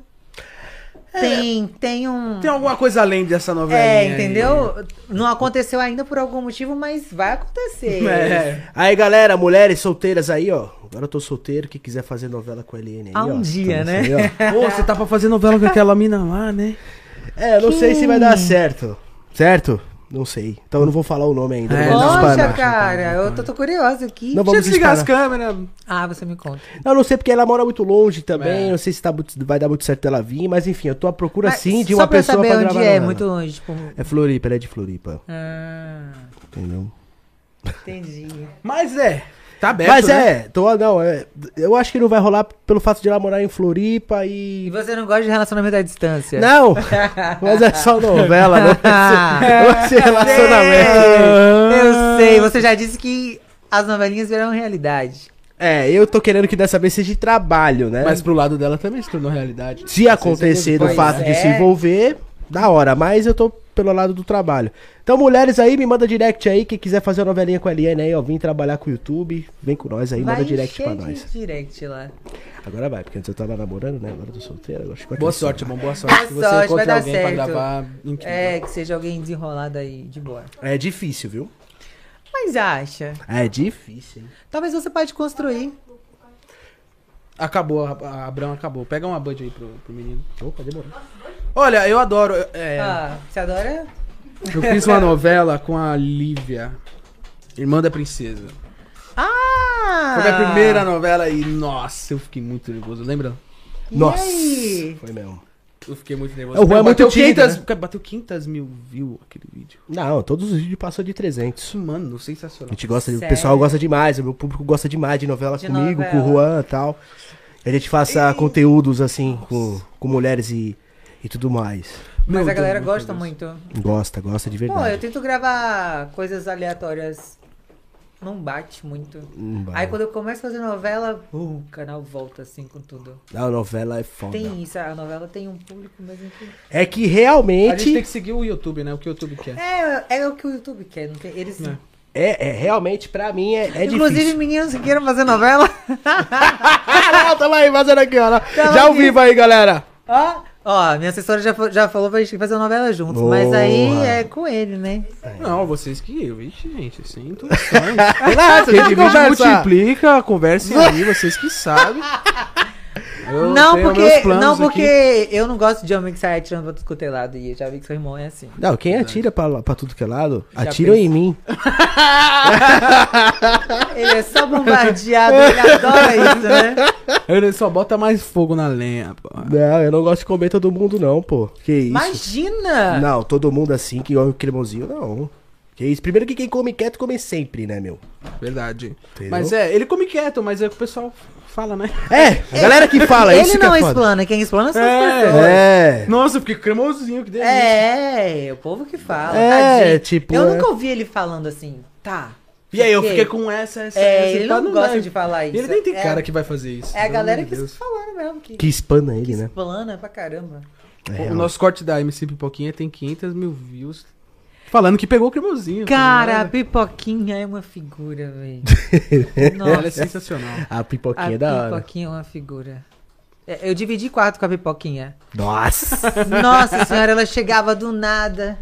Speaker 1: É.
Speaker 3: Tem, tem um.
Speaker 2: Tem alguma coisa além dessa né? novela.
Speaker 3: É, entendeu?
Speaker 1: né?
Speaker 3: Não aconteceu ainda por algum motivo, mas vai acontecer.
Speaker 2: É.
Speaker 1: Aí, galera, mulheres solteiras aí, ó. Agora eu tô solteiro, que quiser fazer novela com a Eliane aí,
Speaker 3: Há
Speaker 1: ó,
Speaker 3: um dia,
Speaker 1: tá
Speaker 3: né?
Speaker 1: nessa aí, ó.
Speaker 2: Pô, você tá pra fazer novela com aquela mina lá, né?
Speaker 1: É, eu não sei se vai dar certo. Certo? Não sei. Então eu não vou falar o nome ainda.
Speaker 2: É,
Speaker 1: não, vou
Speaker 2: não.
Speaker 1: espanar.
Speaker 3: Poxa, cara, eu tô, tô curiosa aqui.
Speaker 1: Não Então
Speaker 2: Deixa eu
Speaker 1: vamos
Speaker 2: desligar as
Speaker 1: disparar.
Speaker 2: câmeras.
Speaker 3: Ah, você me conta.
Speaker 1: Eu não sei porque ela mora muito longe também.
Speaker 2: É.
Speaker 1: Não sei se tá muito- vai dar muito certo ela vir, mas enfim, eu tô à procura
Speaker 3: Mas
Speaker 1: sim de
Speaker 3: só
Speaker 1: uma
Speaker 3: pra eu
Speaker 1: pessoa
Speaker 3: saber
Speaker 1: pra
Speaker 3: onde
Speaker 1: gravar.
Speaker 3: é,
Speaker 1: novela.
Speaker 3: muito longe, tipo.
Speaker 1: É Floripa, ela é de Floripa,
Speaker 3: Ah,
Speaker 1: entendeu?
Speaker 3: entendi.
Speaker 2: Mas é. Tá aberto.
Speaker 1: Mas
Speaker 2: né?
Speaker 1: é, tô, não, é, eu acho que não vai rolar pelo fato de ela morar em Floripa
Speaker 3: E
Speaker 1: e.
Speaker 3: você não gosta de relacionamento à distância?
Speaker 1: Não! Mas é só novela, não vai ser, não vai ser relacionamento.
Speaker 3: Ah, Eu sei, você já disse que as novelinhas viram realidade.
Speaker 1: É, eu tô querendo que dessa vez seja de trabalho, né?
Speaker 2: Mas pro lado dela também se tornou realidade.
Speaker 1: se acontecer do
Speaker 3: Pois
Speaker 1: fato de
Speaker 3: é.
Speaker 1: se envolver, da hora, mas eu tô pelo lado do trabalho. Então, mulheres aí, me manda direct aí, quem quiser fazer uma novelinha com a Eliane aí, ó, vem trabalhar com o YouTube, vem com nós aí, manda direct
Speaker 3: encher
Speaker 1: pra
Speaker 3: de
Speaker 1: nós.
Speaker 3: direct lá.
Speaker 1: Agora vai, porque antes eu tava namorando, né? Agora eu tô solteiro, agora acho que
Speaker 2: Boa sorte, irmão. Boa sorte.
Speaker 3: Boa
Speaker 2: que você
Speaker 3: sorte,
Speaker 2: encontre
Speaker 3: vai dar
Speaker 2: alguém
Speaker 3: certo.
Speaker 2: pra gravar. Incrível.
Speaker 3: É, que seja alguém desenrolado aí, de boa.
Speaker 1: É difícil, viu?
Speaker 3: Mas acha.
Speaker 1: É difícil, hein?
Speaker 3: Talvez você pode construir.
Speaker 2: Acabou, a, a Abrão acabou. Pega uma Bud aí pro, pro menino.
Speaker 1: Opa, demorou.
Speaker 2: Olha, eu adoro. eu- é,
Speaker 3: Ah, você adora?
Speaker 2: Eu fiz uma novela com a Lívia, irmã da princesa.
Speaker 3: Ah!
Speaker 2: Foi a primeira novela e, nossa, eu fiquei muito nervoso. Lembra?
Speaker 3: E
Speaker 1: Nossa!
Speaker 3: aí?
Speaker 1: Foi mesmo.
Speaker 2: Eu fiquei muito nervoso.
Speaker 1: É, o Juan é
Speaker 2: bateu
Speaker 1: muito tímido,
Speaker 2: 500, cara, Bateu 500 mil views aquele vídeo.
Speaker 1: Não, todos os vídeos passou de 300.
Speaker 2: Isso, mano,
Speaker 1: A
Speaker 2: sensacional.
Speaker 1: gente gosta, o
Speaker 3: Sério?
Speaker 1: pessoal gosta demais, o meu público gosta demais de novela
Speaker 3: De
Speaker 1: comigo,
Speaker 3: novela.
Speaker 1: com o Juan e tal. A gente faça conteúdos assim, com, com mulheres e, e tudo mais.
Speaker 2: Meu
Speaker 3: Mas a
Speaker 2: Deus,
Speaker 3: galera
Speaker 2: meu
Speaker 3: gosta
Speaker 2: Deus.
Speaker 3: muito.
Speaker 1: Gosta, gosta de
Speaker 3: Pô, eu
Speaker 1: verdade.
Speaker 3: tento gravar coisas aleatórias. Não bate muito.
Speaker 1: Hum, vai.
Speaker 3: Aí quando eu começo a fazer novela, uh, o canal volta assim com tudo.
Speaker 1: Não, a novela é foda.
Speaker 3: Tem isso, a novela tem um público mesmo que...
Speaker 1: É que
Speaker 2: A gente tem
Speaker 1: realmente,
Speaker 2: que seguir o YouTube, né? O que o YouTube quer.
Speaker 3: É, é o que o YouTube quer, não tem- eles...
Speaker 2: É.
Speaker 1: é, é, realmente pra mim é, é
Speaker 3: Inclusive,
Speaker 1: difícil.
Speaker 3: meninos que queiram fazer novela,
Speaker 1: Caralho, tamo aí fazendo aqui, ó. Já ao
Speaker 3: aqui.
Speaker 1: vivo aí, galera.
Speaker 3: ó, ó, minha assessora já, fa- já falou pra gente fazer uma novela juntos, mas aí
Speaker 1: Boa.
Speaker 3: é com ele, né?
Speaker 2: Não, vocês que. Vixe, gente, sem intuições.
Speaker 1: Relaxa,
Speaker 2: Quem divide
Speaker 1: conversar.
Speaker 2: multiplica, conversem aí, vocês que sabem. Eu
Speaker 3: não
Speaker 2: tenho meus
Speaker 3: porque,
Speaker 2: planos
Speaker 3: não
Speaker 2: aqui.
Speaker 3: porque eu não gosto de homem que sai atirando pra tudo quanto é lado, e eu já vi que seu irmão é assim.
Speaker 1: Não, quem atira pra, lá- pra tudo que é lado, atira em mim.
Speaker 3: Ele é só bombardeado, ele adora isso, né?
Speaker 2: Ele só bota mais fogo na lenha, pô.
Speaker 1: Não, eu não gosto de comer todo mundo, não, pô. Que isso?
Speaker 3: Imagina!
Speaker 1: Não, todo mundo assim, que olha o cremosinho, não. Que isso? Primeiro que quem come quieto, come sempre, né, meu?
Speaker 2: Verdade.
Speaker 1: Entendeu?
Speaker 2: Mas é, ele come quieto, mas é o que o pessoal fala, né?
Speaker 1: É, a galera que fala
Speaker 3: ele
Speaker 1: isso que
Speaker 3: não
Speaker 1: é foda.
Speaker 3: explana, quem explana são as
Speaker 2: É.
Speaker 3: pessoas.
Speaker 1: É.
Speaker 2: Nossa, eu fiquei cremosinho, que delícia.
Speaker 3: É, o povo que fala.
Speaker 1: É,
Speaker 3: tadinho.
Speaker 1: tipo,
Speaker 3: Eu
Speaker 1: é.
Speaker 3: nunca ouvi ele falando assim, tá.
Speaker 2: E aí, eu
Speaker 3: ok.
Speaker 2: fiquei com essa, essa,
Speaker 3: É,
Speaker 2: essa.
Speaker 3: ele
Speaker 2: tá,
Speaker 3: não
Speaker 2: dá.
Speaker 3: gosta de falar
Speaker 2: E
Speaker 3: isso.
Speaker 2: Ele nem tem
Speaker 3: É-
Speaker 2: cara que vai fazer isso.
Speaker 3: É a
Speaker 2: pelo
Speaker 3: galera
Speaker 2: amor
Speaker 3: que
Speaker 2: de
Speaker 3: fica
Speaker 2: Deus.
Speaker 3: falando mesmo, que,
Speaker 1: Que espana ele, né?
Speaker 3: explana pra caramba.
Speaker 1: É
Speaker 2: O
Speaker 1: real.
Speaker 2: nosso corte da MC Pipoquinha tem 500 mil views. Falando que pegou o cremosinho.
Speaker 3: Cara, a
Speaker 2: Falando,
Speaker 3: pipoquinha é uma figura, velho.
Speaker 2: olha, ela é
Speaker 3: Nossa,
Speaker 2: sensacional.
Speaker 1: A
Speaker 3: a
Speaker 1: pipoquinha é da hora.
Speaker 3: pipoquinha é uma figura. É, Eu dividi quarto com a pipoquinha.
Speaker 1: Nossa!
Speaker 3: Nossa senhora, ela chegava do nada,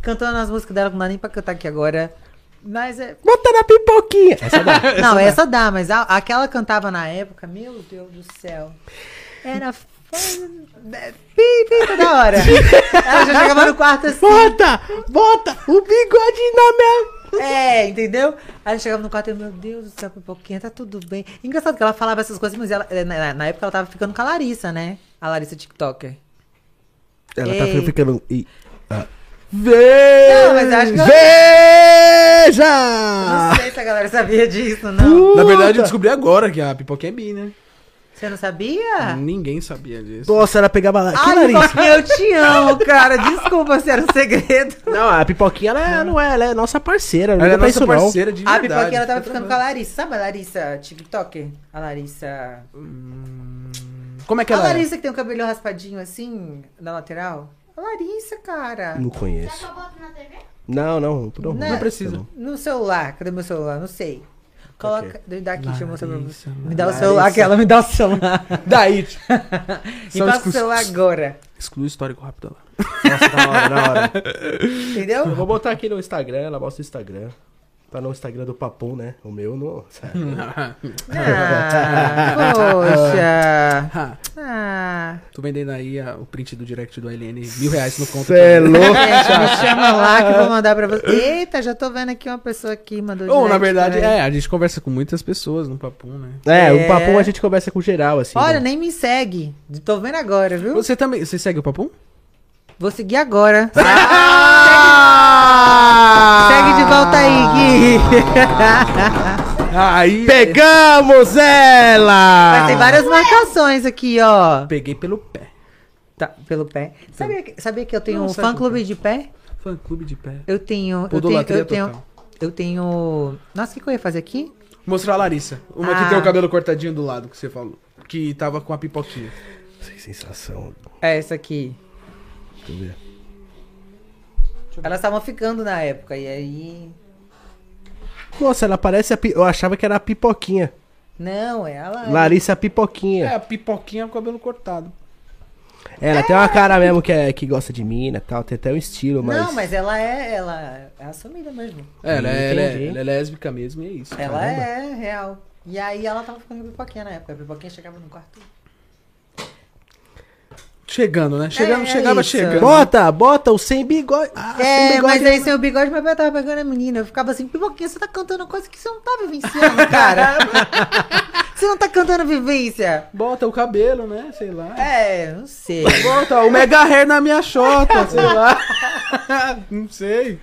Speaker 3: cantando as músicas dela, que não dá nem pra cantar aqui agora. Mas é.
Speaker 1: Bota na pipoquinha! Essa é. dá.
Speaker 3: Não, essa dá, mas a, aquela cantava na época, meu Deus do céu. Era Pi, pi, toda hora. Ela já chegava no quarto assim.
Speaker 1: Bota! Bota o bigode na minha.
Speaker 3: É, entendeu? Aí eu chegava no quarto e eu, meu Deus do céu, Pipoquinha, tá tudo bem. Engraçado que ela falava essas coisas, mas ela, eh, na, na época ela tava ficando com a Larissa, né? A Larissa TikToker.
Speaker 1: Ela tá
Speaker 3: Ei.
Speaker 1: ficando. Ih, ah.
Speaker 3: Não, mas acho que eu- Não
Speaker 1: Veja!
Speaker 3: sei se a galera sabia disso, não.
Speaker 2: Na verdade,
Speaker 1: Ah. Puta.
Speaker 2: eu descobri agora que a pipoquinha é bi, né?
Speaker 3: Você não sabia?
Speaker 2: Ninguém sabia disso.
Speaker 1: Nossa, ela pegava lá. Que
Speaker 3: Ai,
Speaker 1: nariz?
Speaker 3: Pipoquinha, eu te amo, cara. Desculpa se era um segredo.
Speaker 1: Não, a pipoquinha ela é- não é, ela é nossa parceira. Não
Speaker 2: Ela é
Speaker 1: liga pra
Speaker 2: nossa
Speaker 1: isso, não.
Speaker 2: parceira de
Speaker 3: A
Speaker 2: verdade.
Speaker 3: Pipoquinha, ela tava ficando com a Larissa. Sabe a Larissa TikToker? A Larissa...
Speaker 2: Como é que
Speaker 3: a
Speaker 2: ela é?
Speaker 3: Larissa que tem o cabelo raspadinho assim, na lateral? A Larissa, cara.
Speaker 1: Não
Speaker 4: Já que
Speaker 1: conheço.
Speaker 4: eu boto na TV?
Speaker 1: Não, não, por
Speaker 3: Não.
Speaker 2: Não precisa.
Speaker 3: No celular, cadê meu celular? Não sei. Coloca. Deixa eu dar aqui, deixa eu mostrar pra você.
Speaker 2: Larissa,
Speaker 3: Me dá o
Speaker 2: Larissa.
Speaker 3: celular, aquela, me dá o celular.
Speaker 2: Daí,
Speaker 3: me passa o
Speaker 2: discuss-
Speaker 3: celular agora.
Speaker 2: exclui o histórico rápido lá.
Speaker 1: Nossa, da hora, da hora.
Speaker 3: Entendeu?
Speaker 1: Eu vou botar aqui no Instagram, ela mostra o Instagram. Tá no Instagram do Papum, né? O meu não.
Speaker 3: Ah, poxa. Ah.
Speaker 2: Tô vendendo aí a- o print do direct do LN, mil reais no conto.
Speaker 1: Cê é louco.
Speaker 3: Gente, me chama lá que eu vou mandar pra você. Eita, já tô vendo aqui uma pessoa que mandou
Speaker 2: Ou, na
Speaker 3: direct
Speaker 2: verdade,
Speaker 3: pra mim.
Speaker 2: é, a gente conversa com muitas pessoas no Papum, né?
Speaker 1: É,
Speaker 3: É.
Speaker 1: o Papum a gente conversa com geral, assim.
Speaker 3: Olha,
Speaker 1: né?
Speaker 3: nem me segue. Tô vendo agora, viu?
Speaker 2: Você também, você segue o Papum?
Speaker 3: Vou seguir agora.
Speaker 1: Ah.
Speaker 3: Segue de volta aí, Gui.
Speaker 2: Aí,
Speaker 1: Pegamos ela!
Speaker 3: Mas tem várias marcações aqui, ó.
Speaker 2: peguei pelo pé.
Speaker 3: Tá, pelo pé. Sabia que, sabia que eu tenho
Speaker 2: Não,
Speaker 3: um
Speaker 2: sabe
Speaker 3: fã
Speaker 2: por
Speaker 3: clube de pé?
Speaker 2: Fã clube de pé.
Speaker 3: Eu tenho. Eu tenho,
Speaker 2: Podolatria
Speaker 3: eu tenho.
Speaker 2: total.
Speaker 3: Eu tenho. Nossa, o que, que eu ia fazer aqui?
Speaker 2: Mostrar a Larissa. Uma
Speaker 3: Ah.
Speaker 2: que tem o cabelo cortadinho do lado que você falou. Que tava com a pipoquinha.
Speaker 1: Que sensação.
Speaker 3: É essa aqui.
Speaker 1: Deixa eu ver.
Speaker 3: Elas estavam ficando na época, e aí.
Speaker 1: Nossa, ela parece a. pi- Eu achava que era a pipoquinha.
Speaker 3: Não, é a Lari.
Speaker 1: Larissa
Speaker 2: É,
Speaker 1: Pipoquinha.
Speaker 2: a pipoquinha com o cabelo cortado.
Speaker 1: É, Ela tem uma cara mesmo que, é, que gosta de mina e tal. Tem até um estilo, mas.
Speaker 3: Não, mas ela é. Ela é assumida mesmo.
Speaker 2: É, ela é, ela
Speaker 1: Entendi.
Speaker 2: é, ela é lésbica mesmo e é isso.
Speaker 3: Ela
Speaker 2: Caramba.
Speaker 3: é real. E aí ela tava ficando com pipoquinha na época. A pipoquinha chegava no quarto.
Speaker 2: Chegando, né? Chegando,
Speaker 3: É, é
Speaker 2: chegava
Speaker 3: isso.
Speaker 2: chegando.
Speaker 1: Bota, bota o sem bigode. Ah, sem
Speaker 3: É,
Speaker 1: bigode
Speaker 3: mas aí sem o bigode, meu pai tava pegando a menina. Eu ficava assim, pipoquinha, você tá cantando coisa que você não tá vivenciando, cara. você não tá cantando vivência.
Speaker 2: Bota o cabelo, né? Sei lá.
Speaker 3: É, não sei.
Speaker 2: Bota o mega hair na minha chota, sei lá. não sei.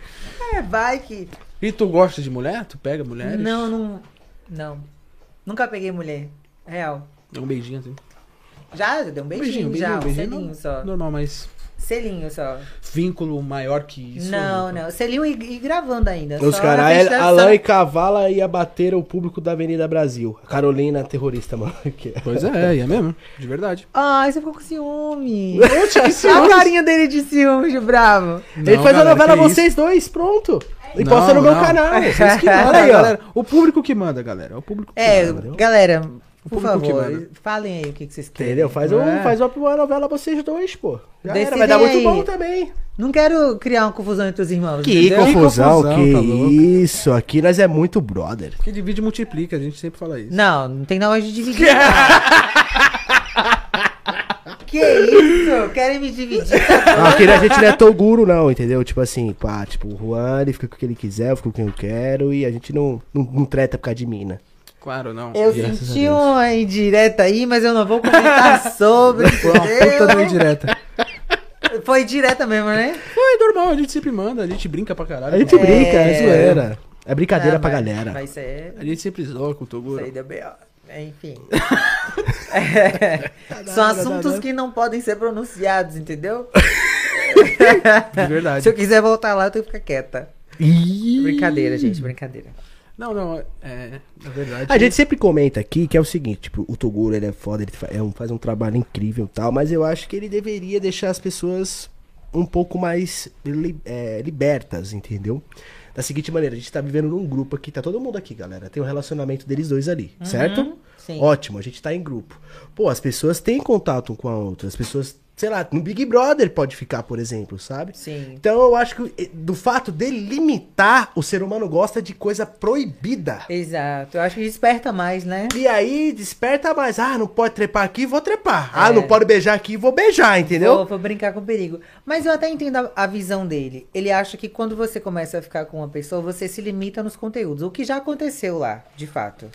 Speaker 3: É, vai que.
Speaker 2: E tu gosta de mulher? Tu pega mulheres?
Speaker 3: Não, não. Não. Nunca peguei mulher. Real.
Speaker 2: Dá Um beijinho assim.
Speaker 3: Já, já deu um beijinho, já. um selinho
Speaker 2: não-
Speaker 3: só.
Speaker 2: Normal, mas
Speaker 3: Selinho só.
Speaker 2: vínculo maior que isso.
Speaker 3: não, não. Selinho e, e gravando ainda.
Speaker 1: Os
Speaker 3: é só
Speaker 1: caras, é-
Speaker 3: na frente da-
Speaker 1: Alain
Speaker 3: só-
Speaker 1: e Cavala ia bater o público da Avenida Brasil. A Carolina, é terrorista, mano. Que-
Speaker 2: Pois é, e é mesmo. De verdade.
Speaker 3: Ai, você ficou com ciúme. Olha a carinha dele de ciúme, de bravo.
Speaker 1: Ele faz a novela Vocês Dois, pronto. E
Speaker 2: Não,
Speaker 1: posta no meu
Speaker 2: não.
Speaker 1: canal.
Speaker 2: Vocês que mandam,
Speaker 1: Olha aí, ó.
Speaker 2: galera. O público que manda, galera. É O público que
Speaker 3: É,
Speaker 2: manda.
Speaker 3: galera, por
Speaker 2: público que
Speaker 3: favor,
Speaker 2: manda.
Speaker 3: falem aí o que que vocês querem.
Speaker 1: Entendeu? Faz, um,
Speaker 2: É.
Speaker 1: faz uma, uma novela vocês dois, pô. Já era,
Speaker 3: Decidem
Speaker 1: vai dar muito
Speaker 3: aí.
Speaker 1: bom também.
Speaker 3: Não quero criar uma confusão entre os irmãos. né?
Speaker 1: Que
Speaker 3: entendeu?
Speaker 1: confusão,
Speaker 2: confusão,
Speaker 1: que
Speaker 2: tá louco.
Speaker 1: isso. Aqui nós é muito brother.
Speaker 2: Que divide e multiplica, a gente sempre fala isso.
Speaker 3: Não, não tem na hora de dividir. não. que isso? Querem me dividir?
Speaker 1: Não, aqui a gente não é Toguro, não, entendeu? Tipo assim, pá, tipo, o Juan, ele fica com o que ele quiser, eu fico com quem eu quero e a gente não, não, não treta por causa de mina.
Speaker 2: Claro, não. É
Speaker 3: Eu
Speaker 1: Graças a
Speaker 3: senti
Speaker 1: Deus.
Speaker 3: uma indireta aí, mas eu não vou comentar sobre.
Speaker 2: Foi uma puta
Speaker 3: entendeu?
Speaker 2: da indireta.
Speaker 3: Foi direta mesmo, né?
Speaker 2: É normal, a gente sempre manda, a gente brinca pra caralho.
Speaker 1: A gente
Speaker 2: É.
Speaker 1: brinca, é zoeira. É brincadeira
Speaker 3: Ah,
Speaker 1: pra
Speaker 3: mas-
Speaker 1: galera.
Speaker 3: Mas isso é.
Speaker 2: A gente sempre zoa com o Toguro.
Speaker 3: Isso aí deu B.O. Enfim. É, São assuntos que não podem ser pronunciados, entendeu?
Speaker 2: De
Speaker 3: Se
Speaker 2: verdade.
Speaker 3: eu quiser voltar lá, eu tenho que ficar quieta.
Speaker 1: Ih!
Speaker 3: Brincadeira, gente, brincadeira.
Speaker 2: Não, não, é. Na verdade.
Speaker 1: A gente sempre comenta aqui que é o seguinte, tipo, o Toguro ele é foda, ele fa- é um- faz um trabalho incrível e tal, mas eu acho que ele deveria deixar as pessoas um pouco mais li- é, libertas, entendeu? Da seguinte maneira, a gente tá vivendo num grupo aqui, tá todo mundo aqui, galera. Tem o relacionamento deles dois ali, certo?
Speaker 3: Uhum, Sim.
Speaker 1: Ótimo, um a gente tá em grupo. Pô, as pessoas têm contato com a outra, as pessoas sei lá, no Big Brother pode ficar, por exemplo, sabe?
Speaker 3: Sim.
Speaker 1: Então eu acho que eh, do fato de limitar, o ser humano gosta de coisa proibida.
Speaker 3: Exato. Eu acho que desperta mais, né?
Speaker 1: E aí desperta mais. Ah, não pode trepar aqui, vou trepar. Ah,
Speaker 3: É.
Speaker 1: não pode beijar aqui, vou beijar, entendeu?
Speaker 3: Vou, vou brincar com o perigo. Mas eu até entendo a, a visão dele. Ele acha que quando você começa a ficar com uma pessoa, você se limita nos conteúdos. O que já aconteceu lá, de fato.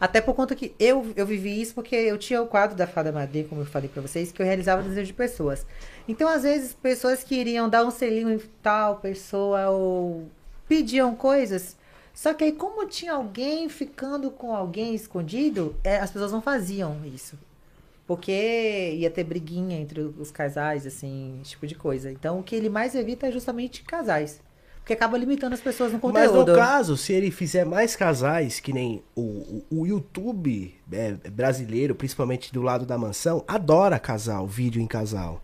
Speaker 3: Até por conta que eu, eu vivi isso porque eu tinha o quadro da Fada Madri, como eu falei pra vocês, que eu realizava desejo de pessoas. Então, às vezes, pessoas que iriam dar um selinho em tal pessoa ou pediam coisas. Só que aí, como tinha alguém ficando com alguém escondido, é, as pessoas não faziam isso. Porque ia ter briguinha entre os casais, assim, esse tipo de coisa. Então, o que ele mais evita é justamente casais. Porque acaba limitando as pessoas no
Speaker 1: Mas no
Speaker 3: conteúdo.
Speaker 1: caso, se ele fizer mais casais, que nem o, o, o YouTube é, brasileiro, principalmente do lado da mansão, adora casal, vídeo em casal.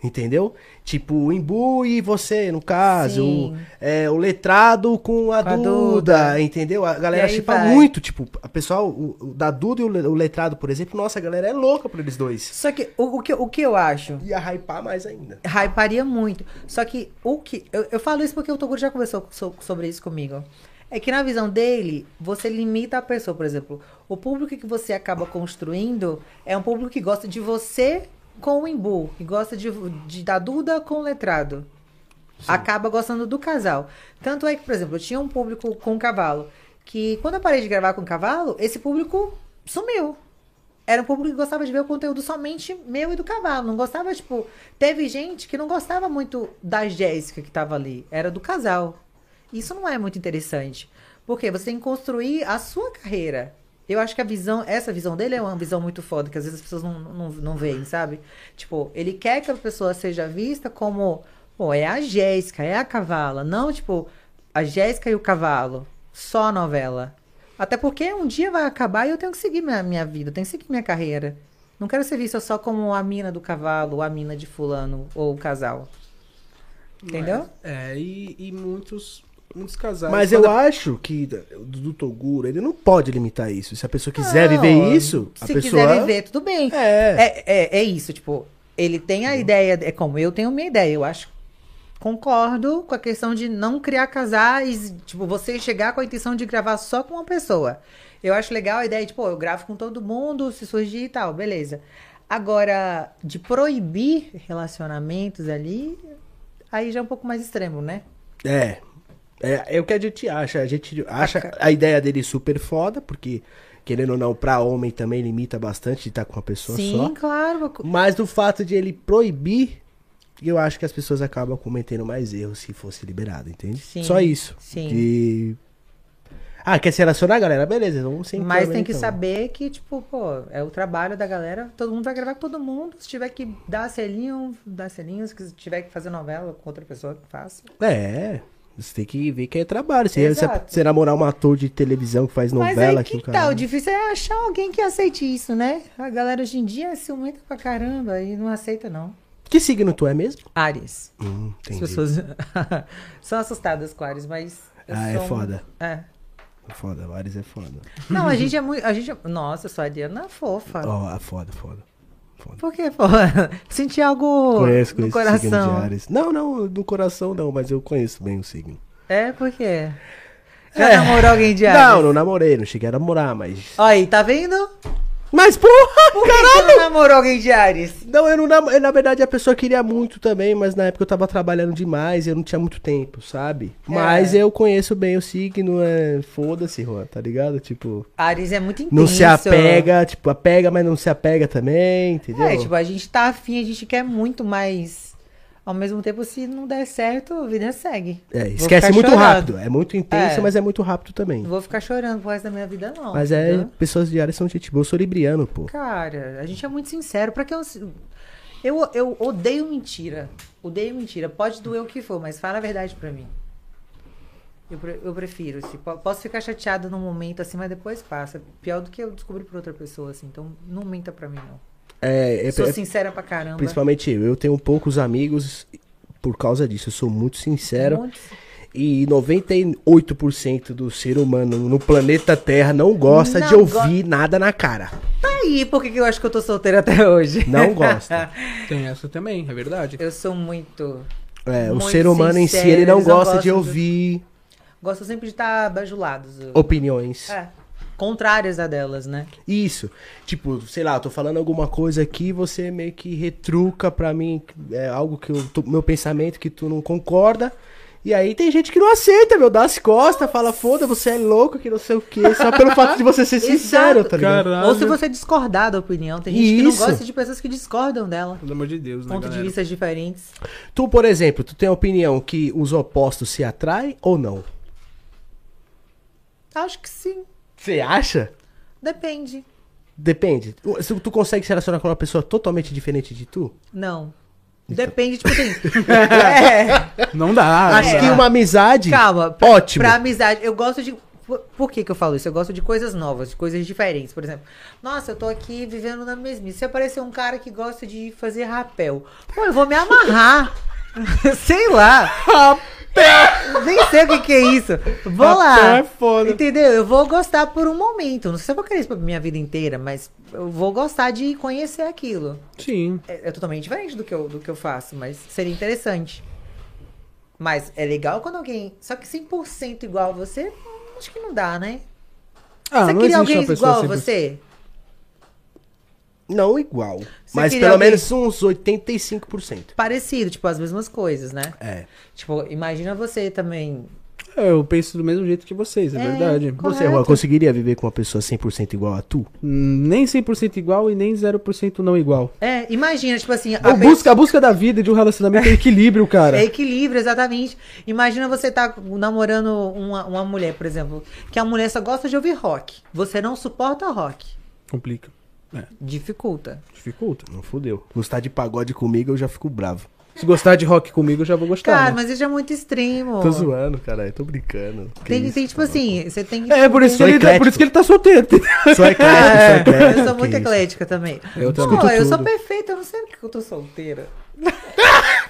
Speaker 1: Entendeu? Tipo, o Imbu e você, no caso.
Speaker 3: Sim.
Speaker 1: é, o letrado com a,
Speaker 3: Com a
Speaker 1: Duda,
Speaker 3: Duda.
Speaker 1: entendeu? A galera
Speaker 3: E aí
Speaker 1: chipa
Speaker 3: vai.
Speaker 1: muito, tipo, a pessoal, o, o da Duda e o, le- o letrado, por exemplo, nossa, a galera é louca por eles dois.
Speaker 3: Só que o, o que o que eu acho?
Speaker 1: Ia hypar mais ainda.
Speaker 3: Hyparia muito. Só que o que. Eu, eu falo isso porque o Toguro já conversou so- sobre isso comigo. É que na visão dele, você limita a pessoa, por exemplo. O público que você acaba construindo é um público que gosta de você com o Imbu, que gosta de, de- da Duda com o letrado. Acaba gostando do casal. Tanto é que, por exemplo, eu tinha um público com o cavalo. Que quando eu parei de gravar com o cavalo, esse público sumiu. Era um público que gostava de ver o conteúdo somente meu e do cavalo. Não gostava, tipo. Teve gente que não gostava muito da Jéssica que tava ali. Era do casal. Isso não é muito interessante. Porque você tem que construir a sua carreira. Eu acho que a visão, essa visão dele é uma visão muito foda, que às vezes as pessoas não, não, não veem, sabe? Tipo, ele quer que a pessoa seja vista como. Pô, é a Jéssica, é a cavala. Não, tipo, a Jéssica e o cavalo. Só a novela. Até porque um dia vai acabar e eu tenho que seguir minha, minha vida, eu tenho que seguir minha carreira. Não quero ser vista só como a mina do cavalo, ou a mina de fulano, ou o casal. Entendeu?
Speaker 2: É, e, e muitos, muitos casais.
Speaker 1: Mas eu acho que do, do Toguro, ele não pode limitar isso. Se a pessoa quiser
Speaker 3: Não,
Speaker 1: viver isso, a
Speaker 3: Se
Speaker 1: pessoa.
Speaker 3: quiser viver, tudo bem.
Speaker 1: É.
Speaker 3: É, é, é isso, tipo, ele tem a ideia, é como eu tenho minha ideia, eu acho. Concordo com a questão de não criar casais, tipo, você chegar com a intenção de gravar só com uma pessoa. Eu acho legal a ideia de, pô, eu gravo com todo mundo, se surgir e tal, beleza. Agora, de proibir relacionamentos ali, aí já é um pouco mais extremo, né?
Speaker 1: É. É, é o que a gente acha. A gente acha a ideia dele super foda, porque, querendo ou não, pra homem também limita bastante de estar com uma pessoa
Speaker 3: Sim,
Speaker 1: só.
Speaker 3: claro.
Speaker 1: Mas do fato de ele proibir, eu acho que as pessoas acabam cometendo mais erros se fosse liberado, entende?
Speaker 3: Sim,
Speaker 1: Só isso.
Speaker 3: sim.
Speaker 1: E... Ah, quer se relacionar, galera? Beleza, vamos sem
Speaker 3: Mas
Speaker 1: câmera,
Speaker 3: tem que
Speaker 1: então.
Speaker 3: saber que, tipo, pô, é o trabalho da galera. Todo mundo vai gravar com todo mundo. Se tiver que dar selinho, dá selinho. Se quis- tiver que fazer novela com outra pessoa, faça.
Speaker 1: É. Você tem que ver que é trabalho. Se você,
Speaker 3: Exato.
Speaker 1: você namorar um ator de televisão que faz
Speaker 3: Mas
Speaker 1: novela
Speaker 3: aí,
Speaker 1: aqui
Speaker 3: que
Speaker 1: no
Speaker 3: tal?
Speaker 1: canal.
Speaker 3: O difícil é achar alguém que aceite isso, né? A galera hoje em dia se aumenta pra caramba e não aceita, não.
Speaker 1: Que signo tu é mesmo?
Speaker 3: Ares.
Speaker 1: Hum,
Speaker 3: As
Speaker 1: entendi.
Speaker 3: pessoas são assustadas com Ares, mas... eu
Speaker 1: Ah, é
Speaker 3: sou um-
Speaker 1: foda.
Speaker 3: É.
Speaker 1: É Foda, o Ares é foda.
Speaker 3: Não, a gente é muito... A gente é- Nossa, eu sou a Ariana fofa.
Speaker 1: Ó, ah, foda, foda. foda.
Speaker 3: Por quê, pô? Senti algo
Speaker 1: Conheço,
Speaker 3: no
Speaker 1: conheço o signo de
Speaker 3: coração.
Speaker 1: Ares. Não, não, do coração não, mas eu conheço bem o signo.
Speaker 3: É, por quê? Já namorou alguém de Ares?
Speaker 1: É. Não, não namorei, não cheguei a namorar, mas.
Speaker 3: Olha aí, tá vendo?
Speaker 1: Mas, porra!
Speaker 3: Por que você não namorou alguém de Ares?
Speaker 1: Não, eu não nam- eu, Na verdade, a pessoa queria muito também, mas na época eu tava trabalhando demais, eu não tinha muito tempo, sabe?
Speaker 3: É.
Speaker 1: Mas eu conheço bem o signo, é. Foda-se, Juan, tá ligado? Tipo.
Speaker 3: Ares é muito intenso.
Speaker 1: Não se apega, tipo, apega, mas não se apega também, entendeu?
Speaker 3: É, tipo, a gente tá afim, a gente quer muito, mas ao mesmo tempo, se não der certo, a vida segue.
Speaker 1: É,
Speaker 3: Vou
Speaker 1: esquece
Speaker 3: ficar
Speaker 1: muito
Speaker 3: chorando.
Speaker 1: rápido. É muito intenso,
Speaker 3: É.
Speaker 1: mas é muito rápido também.
Speaker 3: Não vou ficar chorando pro resto da minha vida, não.
Speaker 1: Mas é,
Speaker 3: entendeu?
Speaker 1: pessoas diárias são gente boa. Eu sou libriano, pô.
Speaker 3: Cara, a gente é muito sincero. Pra que eu. Eu, eu odeio mentira. Odeio mentira. Pode doer o que for, mas fala a verdade pra mim. Eu, pre- eu prefiro. Assim, po- posso ficar chateada num momento assim, mas depois passa. Pior do que eu descobrir por outra pessoa, assim. Então não minta pra mim, não.
Speaker 1: É, é,
Speaker 3: Sou assim, né?
Speaker 1: é-
Speaker 3: sincera pra caramba.
Speaker 1: principalmente eu. Eu tenho poucos amigos por causa disso. Eu sou muito sincero.
Speaker 3: Muito-
Speaker 1: E 98% do ser humano no planeta Terra não gosta
Speaker 3: Não
Speaker 1: de ouvir nada na cara.
Speaker 3: Tá aí, por que que eu acho que eu tô solteira até hoje?
Speaker 1: Não gosta.
Speaker 2: Tem essa também, é verdade.
Speaker 3: Eu sou muito.
Speaker 1: É, o
Speaker 3: Muito
Speaker 1: ser humano em si,
Speaker 3: sincero,
Speaker 1: ele não
Speaker 3: eles não
Speaker 1: gosta de
Speaker 3: gostam do-
Speaker 1: ouvir
Speaker 3: Gosto sempre de estar bajulados. eu-
Speaker 1: opiniões.
Speaker 3: É. Contrárias a delas, né?
Speaker 1: Isso. Tipo, sei lá, eu tô falando alguma coisa aqui, você meio que retruca pra mim é, algo que eu, tô- meu pensamento que tu não concorda. E aí tem gente que não aceita, meu, dá as costas, fala, foda, você é louco, que não sei o quê, só pelo fato de você ser sincero, tá ligado?
Speaker 2: Caralho.
Speaker 3: Ou se você discordar da opinião. Tem gente que
Speaker 1: Isso.
Speaker 3: não gosta de pessoas que discordam dela.
Speaker 2: Pelo amor de Deus, né,
Speaker 3: Pontos de
Speaker 2: galera?
Speaker 3: vista diferentes.
Speaker 1: Tu, por exemplo, tu tem a opinião que os opostos se atraem ou não?
Speaker 3: Acho que sim.
Speaker 1: Você acha?
Speaker 3: Depende.
Speaker 1: Depende. Se tu consegue se relacionar com uma pessoa totalmente diferente de tu?
Speaker 3: Não. Depende, tipo assim. é.
Speaker 2: Não dá.
Speaker 1: Acho
Speaker 2: não
Speaker 1: que
Speaker 2: dá.
Speaker 1: uma amizade.
Speaker 3: Calma. Pra,
Speaker 1: Ótimo.
Speaker 3: Pra amizade. Eu gosto de. Por, por que, que eu falo isso? Eu gosto de coisas novas, de coisas diferentes. Por exemplo, nossa, eu tô aqui vivendo na mesmice. Se aparecer um cara que gosta de fazer rapel, pô, eu vou me amarrar. sei lá. Rapel! Nem sei o que, que é isso. Vou
Speaker 2: Rapel
Speaker 3: lá.
Speaker 2: é foda.
Speaker 3: Entendeu? Eu vou gostar por um momento. Não sei se eu vou querer isso pra minha vida inteira, mas eu vou gostar de conhecer aquilo.
Speaker 2: Sim.
Speaker 3: É, é totalmente diferente do que, eu, do que eu faço, mas seria interessante. Mas é legal quando alguém. Só que 100% igual a você, hum, acho que não dá, né?
Speaker 2: Ah,
Speaker 3: você
Speaker 2: não existe
Speaker 3: queria alguém
Speaker 2: uma pessoa
Speaker 3: igual a
Speaker 2: 100%.
Speaker 3: você?
Speaker 1: Não igual. mas
Speaker 3: queria
Speaker 1: pelo
Speaker 3: alguém-
Speaker 1: menos uns 85%.
Speaker 3: Parecido, tipo, as mesmas coisas, né?
Speaker 1: É.
Speaker 3: Tipo, imagina você também.
Speaker 2: É, eu penso do mesmo jeito que vocês, é,
Speaker 3: É.
Speaker 2: verdade.
Speaker 1: Você, Juan,
Speaker 3: Correto.
Speaker 1: conseguiria viver com uma pessoa 100% igual a tu?
Speaker 2: Hum, Nem 100% igual e nem 0% não igual.
Speaker 3: É, imagina, tipo assim.
Speaker 2: A
Speaker 3: A pe-
Speaker 2: busca, a busca da vida e de um relacionamento é equilíbrio, cara.
Speaker 3: É equilíbrio, exatamente. Imagina você tá namorando uma, uma mulher, por exemplo, que a mulher só gosta de ouvir rock. Você não suporta rock.
Speaker 2: Complica.
Speaker 3: Dificulta.
Speaker 2: Dificulta.
Speaker 1: Não fudeu. Gostar de pagode comigo, eu já fico bravo.
Speaker 2: Se gostar de rock comigo, eu já vou gostar.
Speaker 3: Cara,
Speaker 2: né?
Speaker 3: mas isso é muito extremo.
Speaker 1: Tô zoando, caralho. Tô brincando. Que
Speaker 3: Tem,
Speaker 1: isso,
Speaker 3: tem tipo
Speaker 1: tá
Speaker 3: assim, você tem que.
Speaker 2: É, por isso, que
Speaker 1: Sou
Speaker 2: ele, é por
Speaker 1: eclético.
Speaker 2: isso que ele tá solteiro. entendeu?
Speaker 1: louco? Sou eclético, sou
Speaker 3: É,
Speaker 1: eclético.
Speaker 3: eu sou
Speaker 1: que
Speaker 3: muito
Speaker 1: isso.
Speaker 3: eclética também.
Speaker 2: Eu
Speaker 3: Pô,
Speaker 2: também.
Speaker 3: eu sou
Speaker 1: tudo.
Speaker 3: perfeita, eu não sei porque que eu tô solteira.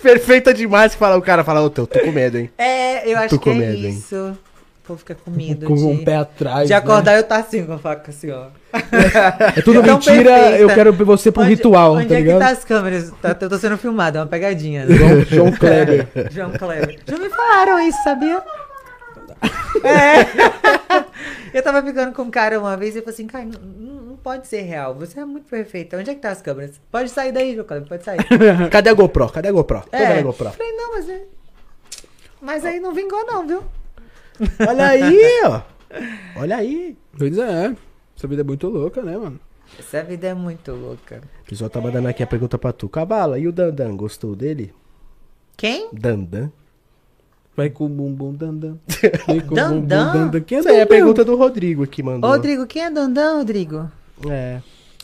Speaker 1: Perfeita demais que fala, o cara fala, ô, teu, tô com medo, hein?
Speaker 3: É, eu acho
Speaker 1: Tô
Speaker 3: que
Speaker 1: com
Speaker 3: é
Speaker 1: medo, hein?
Speaker 3: isso. O povo fica com medo
Speaker 2: Com
Speaker 3: de,
Speaker 2: um pé atrás.
Speaker 3: de
Speaker 2: né?
Speaker 3: acordar eu tá assim com a faca assim, ó.
Speaker 2: É tudo
Speaker 3: Então,
Speaker 2: mentira,
Speaker 3: perfeita.
Speaker 2: eu quero você pro
Speaker 3: Onde-
Speaker 2: ritual,
Speaker 3: Onde
Speaker 2: tá
Speaker 3: é
Speaker 2: ligado?
Speaker 3: que tá as câmeras? Tá- eu tô sendo filmado, é uma pegadinha. Né?
Speaker 2: João, João Kleber.
Speaker 3: João Kleber. Já me falaram isso, sabia? É. Eu tava ficando com um cara uma vez e eu falei assim, cara, não, não- não pode ser real. Você é muito perfeita. Onde é que tá as câmeras? Pode sair daí, João Kleber, pode sair.
Speaker 1: Cadê a GoPro? Cadê a GoPro? Cadê
Speaker 3: É.
Speaker 1: a GoPro?
Speaker 3: Falei, não, mas é... Mas aí não vingou não, viu?
Speaker 1: Olha aí, ó. Olha aí.
Speaker 2: Pois é. Essa vida é muito louca, né, mano?
Speaker 3: Essa vida é muito louca.
Speaker 1: O pessoal tá mandando aqui a pergunta pra tu. Cabala, e o Dandan, gostou dele?
Speaker 3: Quem?
Speaker 1: Dandan?
Speaker 2: Vai com o bumbum dandan. Vai com o
Speaker 3: Dandan?
Speaker 2: bumbum dandan. Quem é
Speaker 1: Essa aí é a
Speaker 2: dandan?
Speaker 1: pergunta do Rodrigo que mandou.
Speaker 3: Rodrigo, quem é Dandan, Rodrigo?
Speaker 1: É.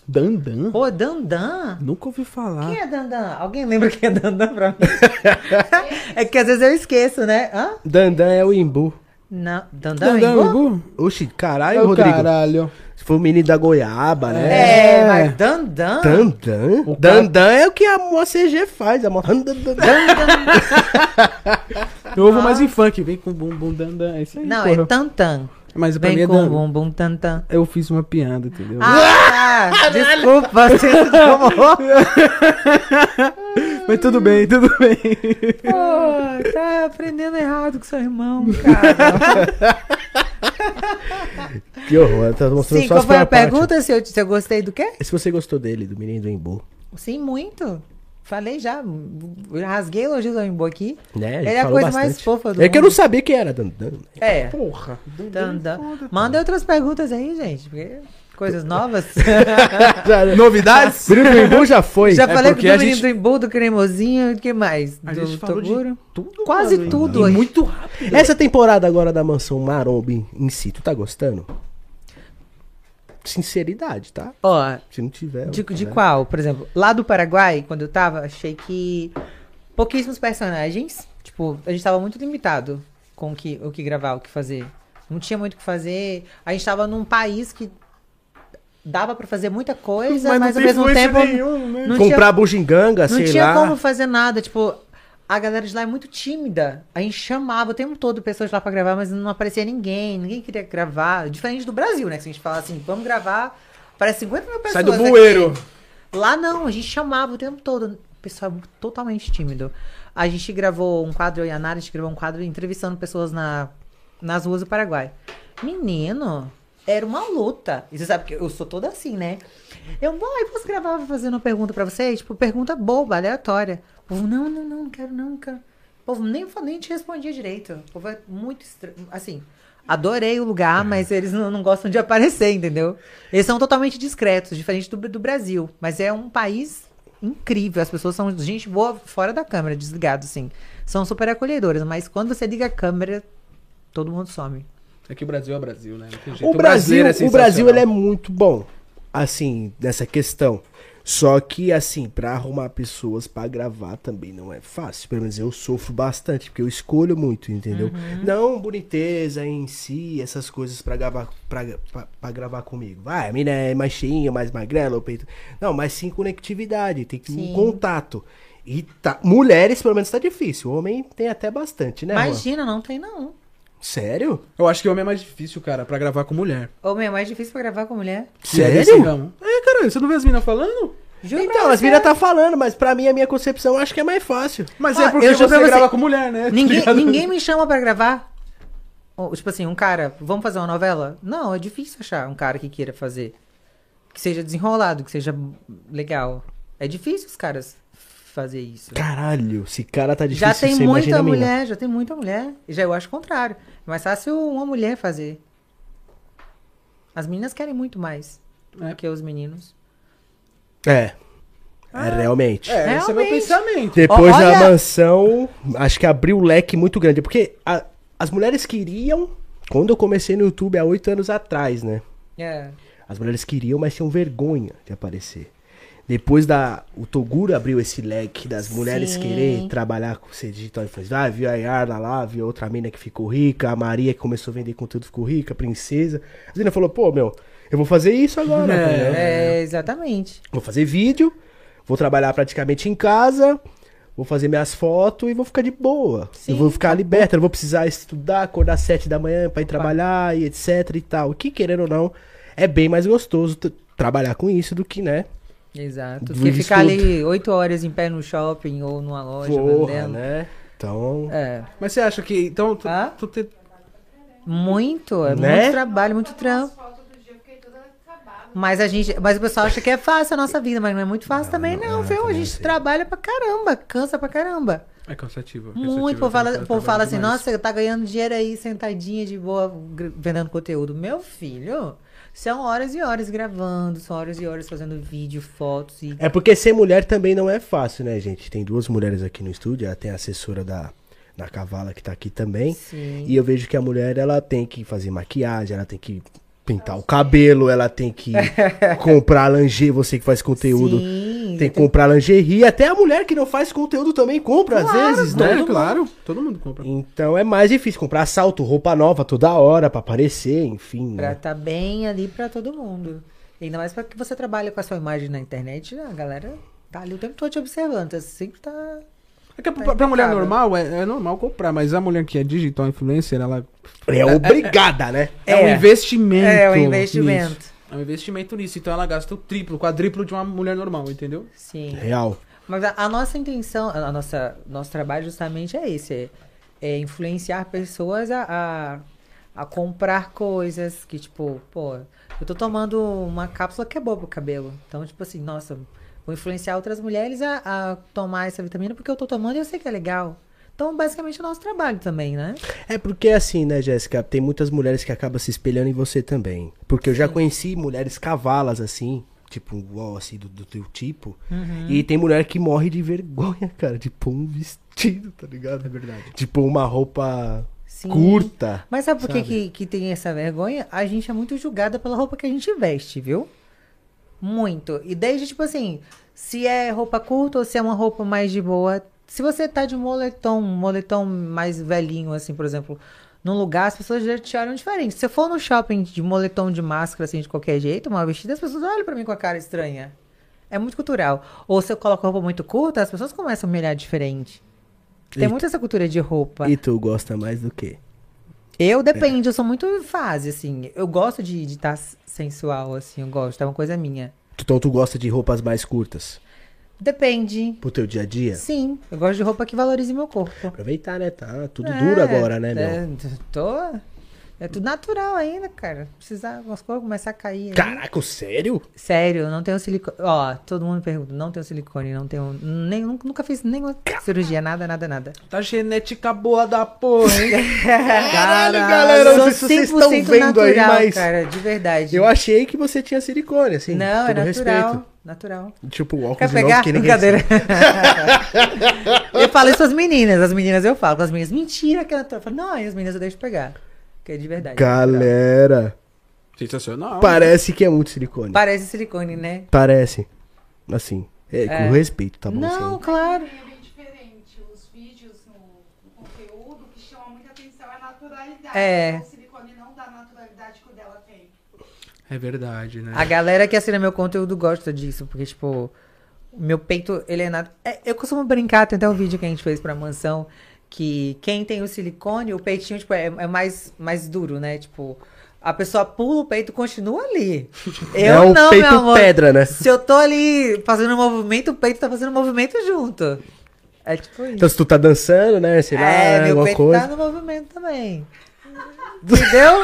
Speaker 2: Dandan?
Speaker 3: Ô, Dandan?
Speaker 2: Nunca ouvi falar.
Speaker 3: Quem é Dandan? Alguém lembra quem é Dandan pra mim? é que às vezes eu esqueço, né? Hã?
Speaker 1: Dandan é o Imbu.
Speaker 3: Não, Dandan,
Speaker 2: Dandan,
Speaker 3: Dandan
Speaker 2: Imbu?
Speaker 1: Oxi,
Speaker 2: Ai,
Speaker 1: caralho, Rodrigo.
Speaker 2: É caralho.
Speaker 1: Foi o menino da goiaba, né?
Speaker 3: É,
Speaker 2: É.
Speaker 3: mas Dandan...
Speaker 1: Dandan?
Speaker 2: O cara-
Speaker 1: Dandan é o que a CG faz. A mo-
Speaker 2: Eu ouvo mais em funk. Vem com o bumbum dandan. É isso aí,
Speaker 3: Não,
Speaker 2: porra.
Speaker 3: é Tantan.
Speaker 2: Mas pra mim
Speaker 3: Vem
Speaker 2: é
Speaker 3: com o
Speaker 2: dandan.
Speaker 3: bumbum Tantan.
Speaker 2: Eu fiz uma piada, entendeu?
Speaker 3: Ah, tá. desculpa, você se incomodou.
Speaker 2: Mas tudo bem, tudo bem.
Speaker 3: Pô, tá aprendendo errado com seu irmão, cara.
Speaker 1: que horror, tá mostrando
Speaker 3: Sim,
Speaker 1: só
Speaker 3: qual
Speaker 1: as
Speaker 3: foi a
Speaker 1: pernas.
Speaker 3: pergunta? Se eu, se eu gostei do quê?
Speaker 1: Se você gostou dele, do menino do Imbu,
Speaker 3: Sim, muito. Falei já. eu Rasguei elogios ao Imbu aqui.
Speaker 1: né?
Speaker 3: Ele é a
Speaker 1: falou
Speaker 3: coisa mais fofa do
Speaker 1: É que eu não
Speaker 3: mundo.
Speaker 1: sabia quem era Dandan.
Speaker 3: É.
Speaker 2: Porra.
Speaker 1: é
Speaker 3: dan, dan. Manda outras perguntas aí, gente. porque Coisas novas.
Speaker 2: Novidades?
Speaker 1: menino do Imbu já foi.
Speaker 3: Ah. já
Speaker 1: É
Speaker 3: falei do
Speaker 1: porque a
Speaker 3: menino
Speaker 1: gente-
Speaker 3: do Imbu, do cremosinho, o que mais?
Speaker 2: A
Speaker 3: do
Speaker 2: gente falou de tudo,
Speaker 3: Quase
Speaker 2: mano,
Speaker 3: tudo
Speaker 2: e
Speaker 3: hoje.
Speaker 2: Muito rápido.
Speaker 1: Essa temporada agora da Mansão Maromba em, em si, tu tá gostando? Sinceridade, tá?
Speaker 3: Ó,
Speaker 1: Se não tiver...
Speaker 3: De, de
Speaker 1: né?
Speaker 3: qual? Por exemplo, lá do Paraguai, quando eu tava, achei que pouquíssimos personagens. Tipo, a gente tava muito limitado com o que, o que gravar, o que fazer. Não tinha muito o que fazer. A gente tava num país que dava pra fazer muita coisa, mas, ao mesmo tempo
Speaker 2: né?
Speaker 3: não tinha
Speaker 1: Comprar bugiganga,
Speaker 3: não
Speaker 1: sei
Speaker 3: tinha
Speaker 1: lá.
Speaker 3: como fazer nada, tipo, a galera de lá é muito tímida. A gente chamava o tempo todo pessoas lá pra gravar, mas não aparecia ninguém, ninguém queria gravar. Diferente do Brasil, né? Que se a gente fala assim, vamos gravar, Parece 50 mil pessoas. né?"
Speaker 2: Sai do
Speaker 3: aqui.
Speaker 2: bueiro.
Speaker 3: Lá não, a gente chamava o tempo todo. O pessoal é totalmente tímido. A gente gravou um quadro, eu e a Nara, a gente gravou um quadro entrevistando pessoas na, nas ruas do Paraguai. Menino, era uma luta. E você sabe que eu sou toda assim, né? Eu, boy, posso gravar fazendo uma pergunta pra vocês? Tipo, pergunta boba, aleatória. O povo, não, não, não, não quero, não, não quero. O povo nem, nem te respondia direito. O povo é muito estranho. Assim, adorei o lugar, mas eles não, não gostam de aparecer, entendeu? Eles são totalmente discretos, diferente do, do Brasil. Mas é um país incrível. As pessoas são gente boa fora da câmera, desligado, assim. São super acolhedoras, mas quando você liga a câmera, todo mundo some.
Speaker 2: É que o Brasil é Brasil, né? Não tem jeito.
Speaker 1: O Brasil,
Speaker 2: brasileiro é
Speaker 1: o Brasil
Speaker 2: sensacional.
Speaker 1: ele é muito bom, assim, nessa questão. Só que, assim, pra arrumar pessoas pra gravar também não é fácil. Pelo menos eu sofro bastante, porque eu escolho muito, entendeu? Não boniteza em si, essas coisas pra gravar, pra, pra- pra gravar comigo. Vai, a mina é mais cheinha, mais magrela, o peito. Não, mas sim conectividade, tem que ter um
Speaker 3: Sim.
Speaker 1: contato. E tá, mulheres, pelo menos, tá difícil. Homem tem até bastante, né, Juan?
Speaker 3: Imagina, não tem não.
Speaker 1: Sério?
Speaker 2: Eu acho que homem é mais difícil, cara, pra gravar com mulher.
Speaker 3: Homem, é mais difícil pra gravar com mulher.
Speaker 2: E é
Speaker 1: Sério?
Speaker 2: desse ramo. É, caralho, você não vê as minas falando?
Speaker 3: Juro
Speaker 1: Então,
Speaker 3: pra
Speaker 1: as
Speaker 3: você.
Speaker 1: meninas tá falando, mas pra mim, a minha concepção, eu acho que é mais fácil.
Speaker 2: Mas
Speaker 3: Ó,
Speaker 2: é porque
Speaker 3: Ah, eu
Speaker 2: você,
Speaker 3: juro pra você-
Speaker 2: grava com mulher, né? Tá
Speaker 3: Ninguém,
Speaker 2: ligado?
Speaker 3: ninguém me chama pra gravar. Ou, tipo assim, um cara, vamos fazer uma novela? Não, é difícil achar um cara que queira fazer. Que seja desenrolado, que seja legal. É difícil os caras fazer isso.
Speaker 1: Caralho, esse cara tá difícil.
Speaker 3: já tem
Speaker 1: você imagina
Speaker 3: muita
Speaker 1: a mina.
Speaker 3: mulher, já tem muita mulher. Já eu acho o contrário. É mais fácil uma mulher fazer. As meninas querem muito mais
Speaker 2: É.
Speaker 3: do que os meninos.
Speaker 1: É. É, realmente.
Speaker 2: É, esse é meu
Speaker 3: Realmente.
Speaker 2: pensamento.
Speaker 1: Depois
Speaker 3: Ah. Olha-
Speaker 1: da mansão, acho que abriu um leque muito grande. Porque a- as mulheres queriam, quando eu comecei no YouTube há oito anos atrás, né?
Speaker 3: É.
Speaker 1: As mulheres queriam, mas tinham vergonha de aparecer. Depois da. O Toguro abriu esse leque das mulheres
Speaker 3: Sim.
Speaker 1: querer trabalhar com ser digital influencer. Ah, viu a Yarla lá, viu outra mina que ficou rica, a Maria que começou a vender conteúdo ficou rica, a princesa. A menina falou, pô, meu, eu vou fazer isso agora.
Speaker 2: É.
Speaker 1: entendeu?
Speaker 3: É, exatamente.
Speaker 1: Vou fazer vídeo, vou trabalhar praticamente em casa, vou fazer minhas fotos e vou ficar de boa. eu
Speaker 3: Sim, tá
Speaker 1: vou ficar liberta, não vou precisar estudar, acordar às sete da manhã pra ir trabalhar e etc e tal. Que querendo ou não, é bem mais gostoso t- trabalhar com isso do que, né?
Speaker 3: Exato.
Speaker 1: Do
Speaker 3: Porque ficar
Speaker 1: estudo.
Speaker 3: ali oito horas em pé no shopping ou numa loja
Speaker 1: Porra,
Speaker 3: vendendo.
Speaker 1: né? Então,
Speaker 3: É.
Speaker 2: Mas você acha que. Então, tu,
Speaker 3: Hã?
Speaker 2: tu te-
Speaker 3: Muito, é
Speaker 1: Né?
Speaker 3: muito trabalho, muito trampo.
Speaker 4: Falta outro dia, é eu fiquei toda acabada.
Speaker 3: Mas a gente, mas o pessoal acha que é fácil a nossa vida, mas não é muito fácil também não, viu? a gente trabalha pra caramba, cansa pra caramba.
Speaker 2: É cansativo. é cansativo,
Speaker 3: Muito, o
Speaker 2: eu
Speaker 3: povo fala,
Speaker 2: trabalho
Speaker 3: o povo fala assim,
Speaker 2: demais.
Speaker 3: nossa, tá ganhando dinheiro aí sentadinha de boa gr- vendendo conteúdo. Meu filho, são horas e horas gravando, são horas e horas fazendo vídeo, fotos e
Speaker 1: é porque ser mulher também não é fácil, né, gente? Tem duas mulheres aqui no estúdio, ela tem a assessora da na cavala que tá aqui também.
Speaker 3: Sim.
Speaker 1: E eu vejo que a mulher, ela tem que fazer maquiagem, ela tem que pintar o cabelo, ela tem que comprar lingerie, você que faz conteúdo.
Speaker 3: Sim,
Speaker 1: Tem que comprar lingerie, até a mulher que não faz conteúdo também compra, às vezes, né?
Speaker 2: Né? Claro, todo mundo compra.
Speaker 1: Então é mais difícil comprar salto, roupa nova toda hora pra aparecer, enfim.
Speaker 3: Pra
Speaker 1: né?
Speaker 3: tá bem ali pra todo mundo. Ainda mais pra que você trabalha com a sua imagem na internet, a galera tá ali o tempo todo te observando. Você sempre tá.
Speaker 2: É que pra, pra mulher
Speaker 3: complicado.
Speaker 2: normal, é, é normal comprar, mas a mulher que é digital influencer, ela.
Speaker 1: É obrigada, né?
Speaker 2: É,
Speaker 3: É.
Speaker 2: um investimento.
Speaker 3: É, um investimento.
Speaker 2: nisso. É um investimento nisso. Então ela gasta o triplo, quadruplo de uma mulher normal, entendeu?
Speaker 3: Sim.
Speaker 1: Real.
Speaker 3: Mas a, a nossa intenção, a nossa, nosso trabalho justamente é esse: é, é influenciar pessoas a, a, a comprar coisas que, tipo, pô, eu tô tomando uma cápsula que é boa pro cabelo. Então, tipo assim, nossa, vou influenciar outras mulheres a, a tomar essa vitamina porque eu tô tomando e eu sei que é legal. Então, basicamente, é o nosso trabalho também, né?
Speaker 1: É porque assim, né, Jéssica? Tem muitas mulheres que acabam se espelhando em você também. Porque eu já conheci mulheres cavalas, assim, tipo, uau, assim, do, do teu tipo.
Speaker 3: Uhum.
Speaker 1: E tem mulher que morre de vergonha, cara, de pôr um vestido, tá ligado? É verdade. De pôr uma roupa
Speaker 3: Sim.
Speaker 1: curta.
Speaker 3: Mas sabe por que, que, que tem essa vergonha? A gente é muito julgada pela roupa que a gente veste, viu? Muito. E desde, tipo assim, se é roupa curta ou se é uma roupa mais de boa. Se você tá de moletom, um moletom mais velhinho, assim, por exemplo, num lugar, as pessoas já te olham diferente. Se eu for no shopping de moletom de máscara, assim, de qualquer jeito, mal vestida, as pessoas olham pra mim com a cara estranha. É muito cultural. Ou se eu coloco roupa muito curta, as pessoas começam a me olhar diferente. Tem
Speaker 1: E-
Speaker 3: muito essa cultura de roupa.
Speaker 1: E tu gosta mais do quê?
Speaker 3: Eu depende, eu sou muito fase, assim. Eu gosto de estar sensual, assim, eu gosto, é uma coisa minha.
Speaker 1: Então tu gosta de roupas mais curtas
Speaker 3: Depende.
Speaker 1: pro teu dia a dia?
Speaker 3: Sim, eu gosto de roupa que valorize meu corpo.
Speaker 1: Aproveitar, né? Tá tudo
Speaker 3: É,
Speaker 1: duro agora, né, meu?
Speaker 3: é, tô. É tudo natural ainda, cara. Precisar, umas coisas começar a cair. aí.
Speaker 1: Caraca, sério?
Speaker 3: Sério, eu não tenho silicone. Ó, todo mundo me pergunta, não tenho silicone, não tenho. Nem, nunca fiz nenhuma cirurgia, nada, nada, nada.
Speaker 2: Tá genética boa da porra, hein?
Speaker 1: Caralho,
Speaker 3: Eu
Speaker 1: galera, não sei se vocês estão vendo aí, mas
Speaker 3: Cara, de verdade.
Speaker 1: eu achei que você tinha silicone, assim,
Speaker 3: Não, é
Speaker 1: todo
Speaker 3: natural.
Speaker 1: respeito.
Speaker 3: Natural.
Speaker 1: Tipo, o
Speaker 3: Quer
Speaker 1: óculos de
Speaker 3: pegar?
Speaker 1: novo que ninguém...
Speaker 3: Brincadeira. eu falo isso às meninas. As meninas eu falo. Com as meninas, mentira que ela tá. Eu falo, Não, e as meninas eu deixo pegar. Que é de verdade.
Speaker 1: Galera,
Speaker 2: Sensacional.
Speaker 1: parece que é muito silicone.
Speaker 3: Parece silicone, né?
Speaker 1: Parece. Assim, é, com respeito, tá bom?
Speaker 3: não,
Speaker 1: assim.
Speaker 3: claro.
Speaker 4: É bem diferente. Os vídeos no, no conteúdo, o que chama muita atenção é a naturalidade. Então,
Speaker 3: É.
Speaker 4: O silicone não dá a naturalidade que o dela tem.
Speaker 2: É verdade, né?
Speaker 3: A galera que assina meu conteúdo gosta disso, porque, tipo, meu peito, ele é nada. é, eu costumo brincar, tem até um vídeo que a gente fez pra mansão, que quem tem o silicone, o peitinho, tipo, é, é mais, mais duro, né? Tipo, a pessoa pula, o peito continua ali. Eu
Speaker 1: é um
Speaker 3: não,
Speaker 1: peito
Speaker 3: meu amor.
Speaker 1: pedra, né?
Speaker 3: Se eu tô ali fazendo um movimento, o peito tá fazendo um movimento junto. É tipo isso.
Speaker 1: Então se tu tá dançando, né? Sei lá,
Speaker 3: é, meu
Speaker 1: alguma
Speaker 3: peito
Speaker 1: coisa.
Speaker 3: tá no movimento também. Entendeu?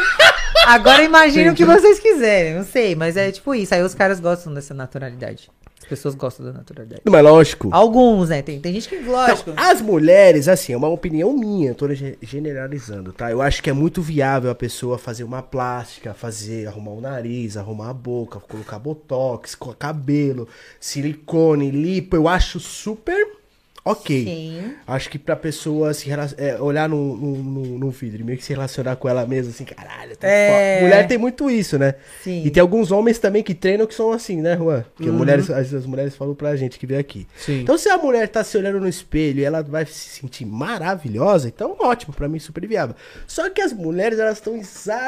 Speaker 3: Agora imagina o que vocês quiserem, não sei, mas é tipo isso. Aí os caras gostam dessa naturalidade. As pessoas gostam da naturalidade.
Speaker 1: Mas lógico.
Speaker 3: Alguns, né? Tem, tem gente que, lógico.
Speaker 1: Então, as mulheres, assim, é uma opinião minha, tô ge- generalizando, tá? Eu acho que é muito viável a pessoa fazer uma plástica, fazer, arrumar o nariz, arrumar a boca, colocar botox, co- cabelo, silicone, lipo, eu acho super ok.
Speaker 3: Sim.
Speaker 1: Acho que pra pessoa se rela- é, olhar no, no, no- no vidro e meio que se relacionar com ela mesma, assim, caralho, tá
Speaker 3: É.
Speaker 1: foda. Mulher tem muito isso, né?
Speaker 3: Sim. Uhum.
Speaker 1: E tem alguns homens também que treinam que são assim, né, Juan? Que mulheres, as, as mulheres falam pra gente que veio aqui.
Speaker 2: Sim.
Speaker 1: Então, se a mulher tá se olhando no espelho e ela vai se sentir maravilhosa, então ótimo, pra mim super viável. Só que as mulheres, elas estão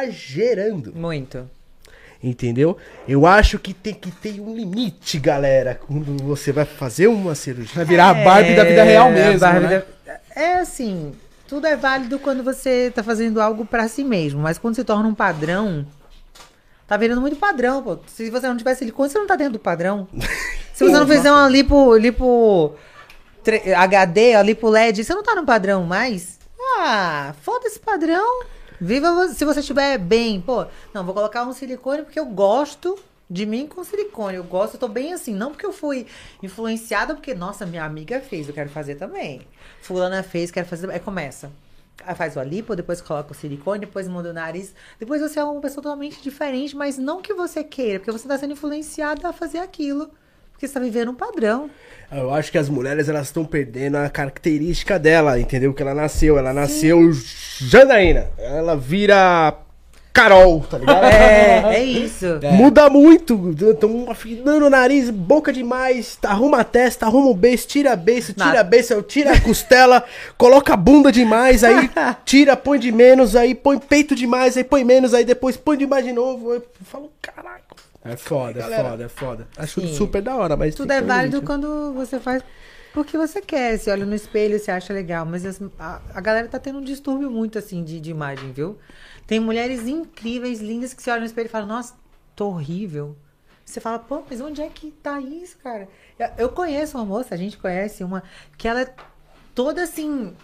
Speaker 1: exagerando,
Speaker 3: Muito.
Speaker 1: entendeu? Eu acho que tem que ter um limite, galera, quando você vai fazer uma cirurgia.
Speaker 2: Vai virar a Barbie da vida real
Speaker 3: É,
Speaker 2: mesmo,
Speaker 3: Barbie
Speaker 2: né?
Speaker 3: da- É assim, tudo é válido quando você tá fazendo algo pra si mesmo, mas quando se torna um padrão, tá virando muito padrão, pô. Se você não tiver silicone, você não tá dentro do padrão. Se você não fizer uma lipo, lipo tre- HD, a lipo LED, você não tá no padrão mais. Ah, foda esse padrão. Viva você. Se você estiver bem, pô, não, vou colocar um silicone porque eu gosto de mim com silicone. Eu gosto, eu tô bem assim. Não porque eu fui influenciada, porque, nossa, minha amiga fez, eu quero fazer também. Fulana fez, quero fazer. Aí começa. Aí faz o alipo, depois coloca o silicone, depois muda o nariz. Depois você é uma pessoa totalmente diferente, mas não que você queira, porque você tá sendo influenciada a fazer aquilo. Porque você tá vivendo um padrão.
Speaker 1: Eu acho que as mulheres, elas estão perdendo a característica dela, entendeu? Que ela nasceu, ela nasceu Janaína. Ela vira Carol, tá ligado?
Speaker 3: É, é isso.
Speaker 1: Muda muito. Estão afinando o nariz, boca demais. Arruma a testa, arruma o beiço, tira a beiço, tira a
Speaker 3: Nada.
Speaker 1: beiço, tira a costela, coloca a bunda demais, aí tira, põe de menos, aí põe peito demais, aí põe menos, aí depois põe demais de novo. Eu falo, caraca.
Speaker 2: É foda, é
Speaker 1: Galera.
Speaker 2: foda, é foda.
Speaker 1: Acho
Speaker 3: Sim.
Speaker 1: super da hora, mas.
Speaker 3: Tudo
Speaker 1: tem
Speaker 3: é
Speaker 1: que ter um
Speaker 3: válido
Speaker 1: limite, né?
Speaker 3: quando você faz porque você quer. Se olha no espelho, você acha legal. Mas as- a, a galera tá tendo um distúrbio muito, assim, de, de imagem, viu? Tem mulheres incríveis, lindas, que se olham no espelho e falam, nossa, tô horrível. Você fala, pô, mas onde é que tá isso, cara? Eu, eu conheço uma moça, a gente conhece uma, que ela é toda assim,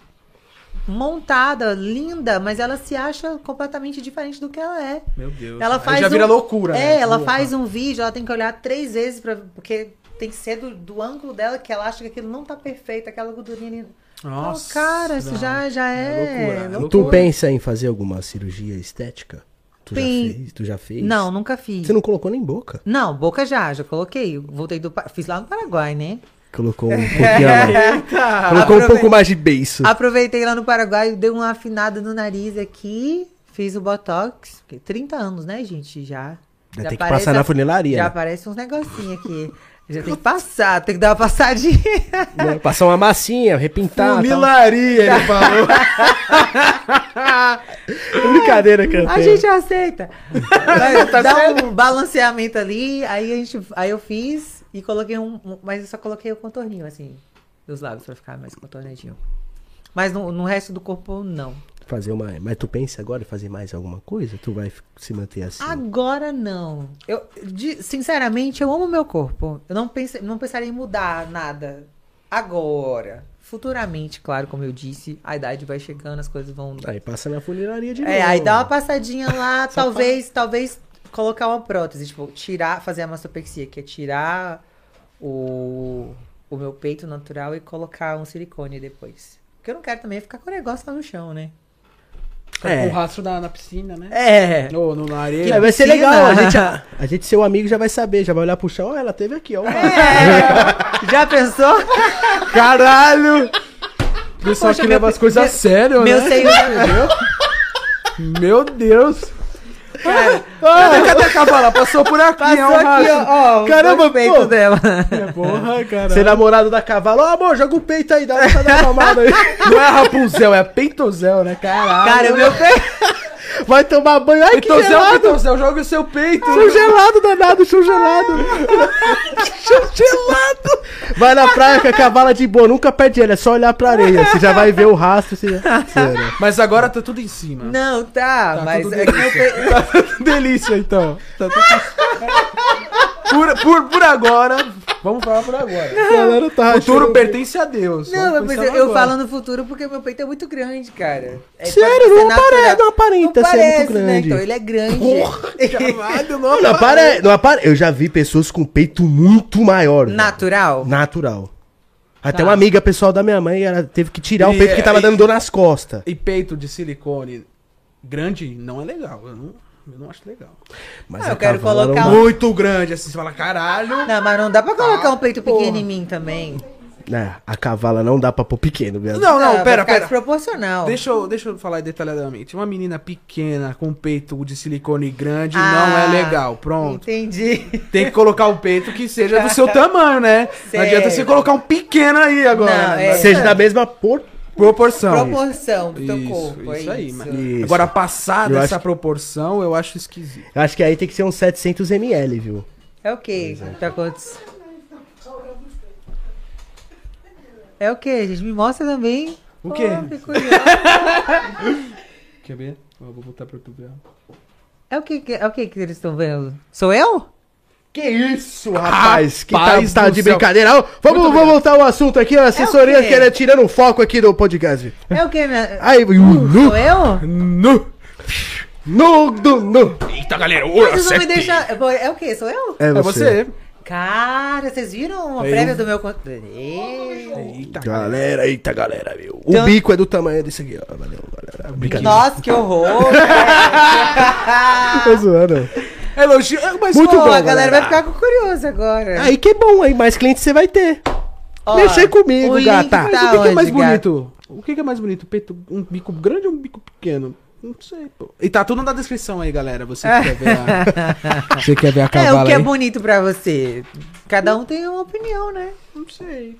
Speaker 3: montada, linda, mas ela se acha completamente diferente do que ela é.
Speaker 2: Meu Deus.
Speaker 3: Ela
Speaker 2: Aí
Speaker 3: faz
Speaker 2: já vira
Speaker 3: um-
Speaker 2: loucura,
Speaker 3: É,
Speaker 2: né?
Speaker 3: ela
Speaker 2: Porra.
Speaker 3: faz um vídeo, ela tem que olhar três vezes, pra, porque tem que ser do, do ângulo dela, que ela acha que aquilo não tá perfeito, aquela gordurinha ali.
Speaker 2: Nossa.
Speaker 3: Nossa, cara, isso já, já é.
Speaker 2: loucura, é
Speaker 3: não-
Speaker 1: Tu
Speaker 2: loucura.
Speaker 1: pensa em fazer alguma cirurgia estética? Tu
Speaker 3: Pen-
Speaker 1: já fez? Tu já fez?
Speaker 3: Não, nunca fiz.
Speaker 1: Você não colocou nem boca.
Speaker 3: Não, boca já, já coloquei. Eu Voltei do. Pa- Fiz lá no Paraguai, né?
Speaker 1: Colocou um pouquinho. a mais.
Speaker 3: Tá,
Speaker 2: Eita!
Speaker 1: Colocou um
Speaker 3: Aprove-
Speaker 1: pouco mais de beiço.
Speaker 3: Aproveitei lá no Paraguai, dei uma afinada no nariz aqui, fiz o Botox. Porque 30 anos, né, gente? Já.
Speaker 1: Vai ter
Speaker 3: já
Speaker 1: que
Speaker 3: parece
Speaker 1: passar na
Speaker 3: a-
Speaker 1: funilaria,
Speaker 3: Já
Speaker 1: né?
Speaker 3: aparece uns negocinhos aqui. Já tem que passar, tem que dar uma passadinha.
Speaker 1: Né? Passar uma massinha, repintar. tal.
Speaker 2: Funilaria, ele falou.
Speaker 1: Brincadeira, cara.
Speaker 3: A gente aceita. Mas
Speaker 2: Tá
Speaker 3: dá
Speaker 2: certo.
Speaker 3: um balanceamento ali, aí, a gente, aí eu fiz e coloquei um. um- Mas eu só coloquei o contorninho, assim, dos lábios pra ficar mais contornadinho. Mas no, no resto do corpo, não.
Speaker 1: fazer uma. Mas tu pensa agora em fazer mais alguma coisa? Tu vai fi- se manter assim?
Speaker 3: Agora não. Eu, de- sinceramente, eu amo meu corpo. Eu não, pense, não pensaria em mudar nada. Agora. Futuramente, claro, como eu disse, a idade vai chegando, as coisas vão.
Speaker 1: Aí passa na funilaria de novo.
Speaker 3: É, aí dá uma passadinha lá, talvez, talvez colocar uma prótese, tipo, tirar, fazer a mastopexia, que é tirar o, o meu peito natural e colocar um silicone depois. Porque eu não quero também ficar com o negócio lá no chão, né?
Speaker 1: É.
Speaker 2: O rastro na, na piscina, né?
Speaker 3: É.
Speaker 2: Ou no, na areia.
Speaker 1: É, vai ser
Speaker 3: Ensina.
Speaker 1: legal. A gente, a, a gente, seu amigo, já vai saber, já vai olhar pro chão. ó, ela teve aqui, ó.
Speaker 3: É. Já pensou?
Speaker 2: Caralho! O pessoal
Speaker 3: Poxa,
Speaker 2: que
Speaker 3: meu-
Speaker 2: leva as coisas a
Speaker 3: meu-
Speaker 2: sério,
Speaker 3: meu É.
Speaker 2: né?
Speaker 3: seio-
Speaker 2: Entendeu? Meu Deus!
Speaker 3: Cara,
Speaker 2: Ah, cadê a cavala? Passou por aqui, é um
Speaker 3: passou aqui,
Speaker 2: rastro.
Speaker 3: ó, ó
Speaker 1: Caramba,
Speaker 3: Caramba, peito
Speaker 1: pô.
Speaker 3: dela.
Speaker 2: Porra, cara.
Speaker 1: Ser namorado da cavalo. Ó, amor, joga o peito aí, dá uma dá uma palmada aí.
Speaker 2: Não é Rapunzel, é Peitozel, né? Caralho.
Speaker 3: Cara, meu peito.
Speaker 1: Vai tomar banho. Ai, que
Speaker 3: um
Speaker 2: Peitozel,
Speaker 1: gelado.
Speaker 2: Peitozel, joga o seu peito.
Speaker 1: Chão gelado, danado, chão gelado. chão gelado. Vai na praia com a cavala de boa, nunca perde ele, é só olhar pra areia. Você já vai ver o rastro. Você... já- Sério.
Speaker 2: Mas agora tá tudo em cima.
Speaker 3: Não, tá,
Speaker 2: Tá
Speaker 3: mas
Speaker 2: tudo
Speaker 3: é que meu peito.
Speaker 2: Delícia, então. Tá tudo- por, por, por agora, vamos falar por agora.
Speaker 1: A galera tá
Speaker 2: O futuro
Speaker 1: achando-
Speaker 2: pertence a Deus.
Speaker 3: Não,
Speaker 2: Vamos
Speaker 3: mas
Speaker 2: pensar
Speaker 3: eu, eu
Speaker 2: agora.
Speaker 3: falo no futuro porque meu peito é muito grande, cara. É
Speaker 1: Sério,
Speaker 3: pra ser
Speaker 1: não aparenta,
Speaker 3: natural.
Speaker 1: não aparenta
Speaker 3: Não
Speaker 1: ser muito
Speaker 3: parece, Né?
Speaker 1: grande.
Speaker 3: Então, ele é grande.
Speaker 2: Caralho, não. tá
Speaker 1: Não apare... não apare... Eu já vi pessoas com peito muito maior. velho.
Speaker 3: Natural.
Speaker 1: Natural. Até uma amiga pessoal da minha mãe, ela teve que tirar o
Speaker 2: E-
Speaker 1: peito que tava
Speaker 2: e- Ah,
Speaker 1: dando dor nas costas.
Speaker 2: E peito de silicone grande não é legal. Eu não, eu não acho legal.
Speaker 1: Mas
Speaker 3: Ah, eu
Speaker 1: a
Speaker 3: quero
Speaker 1: cavala não-
Speaker 3: colocar
Speaker 2: Muito grande, assim, você fala, caralho.
Speaker 3: Não, mas não dá pra colocar um peito pequeno em mim também. Ah,
Speaker 1: É, a cavala não dá pra pôr pequeno, viado.
Speaker 2: Não, não,
Speaker 3: vai
Speaker 2: pera,
Speaker 3: ficar
Speaker 2: pera.
Speaker 3: desproporcional.
Speaker 2: Deixa eu, deixa eu falar detalhadamente. Uma menina pequena com peito de silicone grande não
Speaker 3: Ah,
Speaker 2: é legal. Pronto.
Speaker 3: Entendi.
Speaker 2: Tem que colocar um peito que seja do seu tamanho, né? Não adianta você
Speaker 3: Certo.
Speaker 2: colocar um pequeno aí agora.
Speaker 3: Não,
Speaker 2: né?
Speaker 3: é.
Speaker 1: Seja da mesma por...
Speaker 2: Proporção.
Speaker 3: Proporção do teu
Speaker 2: Isso,
Speaker 3: corpo.
Speaker 2: isso
Speaker 3: é
Speaker 2: aí,
Speaker 3: isso.
Speaker 2: mas-
Speaker 1: Isso.
Speaker 2: Agora, passar
Speaker 1: Eu
Speaker 2: dessa
Speaker 1: acho-
Speaker 2: proporção, eu acho esquisito.
Speaker 1: Eu acho que aí tem que ser uns 700 ml, viu?
Speaker 3: É o que? Tá quantos? É o que, gente? Me mostra também.
Speaker 2: O quê?
Speaker 3: Pô, fiquei curiosa.
Speaker 2: Quer ver? Eu vou voltar pro tubo.
Speaker 3: é o que, que- é o que que eles estão vendo? Sou eu?
Speaker 1: Que isso,
Speaker 2: Ah,
Speaker 1: rapaz? que tá,
Speaker 2: Rapaz
Speaker 1: tá
Speaker 2: do
Speaker 1: de
Speaker 2: céu.
Speaker 1: brincadeira. Ó, Vamos, vamos voltar ao assunto aqui, ó. A assessoria
Speaker 3: É o quê?
Speaker 1: que ela tirando o foco aqui do podcast.
Speaker 3: É o que? Minha...
Speaker 1: Aí,
Speaker 3: Sou
Speaker 1: no,
Speaker 3: eu?
Speaker 2: No!
Speaker 1: no, no, no.
Speaker 3: Vocês vão me deixar. Pô, É o que? Sou eu?
Speaker 2: É você.
Speaker 3: Cara, vocês viram a
Speaker 2: Aí.
Speaker 3: prévia do meu. con- Ei.
Speaker 2: Eita,
Speaker 1: Galera, eita galera, meu. O
Speaker 3: Então-
Speaker 1: bico é do tamanho desse aqui, ó. Valeu, galera. Brincadeira.
Speaker 3: Nossa, que horror! cara.
Speaker 1: Tô zoando.
Speaker 2: É Elogio, mas
Speaker 1: Muito
Speaker 3: Pô,
Speaker 1: bom,
Speaker 3: a galera
Speaker 1: galera.
Speaker 3: vai ficar com curioso agora.
Speaker 1: Aí que bom, aí mais clientes você vai ter.
Speaker 3: Ó,
Speaker 1: Mexer comigo,
Speaker 3: o link
Speaker 1: gata.
Speaker 2: mas
Speaker 3: tá
Speaker 2: o que que, é
Speaker 3: onde,
Speaker 2: mais
Speaker 3: gato?
Speaker 2: bonito? O que que é mais bonito? Peito, um bico grande ou um bico pequeno? Não sei, pô. E tá tudo na descrição aí, galera. Você que quer ver a... Você quer ver a
Speaker 3: É, o
Speaker 2: cavala
Speaker 3: que é
Speaker 2: aí?
Speaker 3: bonito pra você? Cada um tem uma opinião, né?
Speaker 2: Não sei.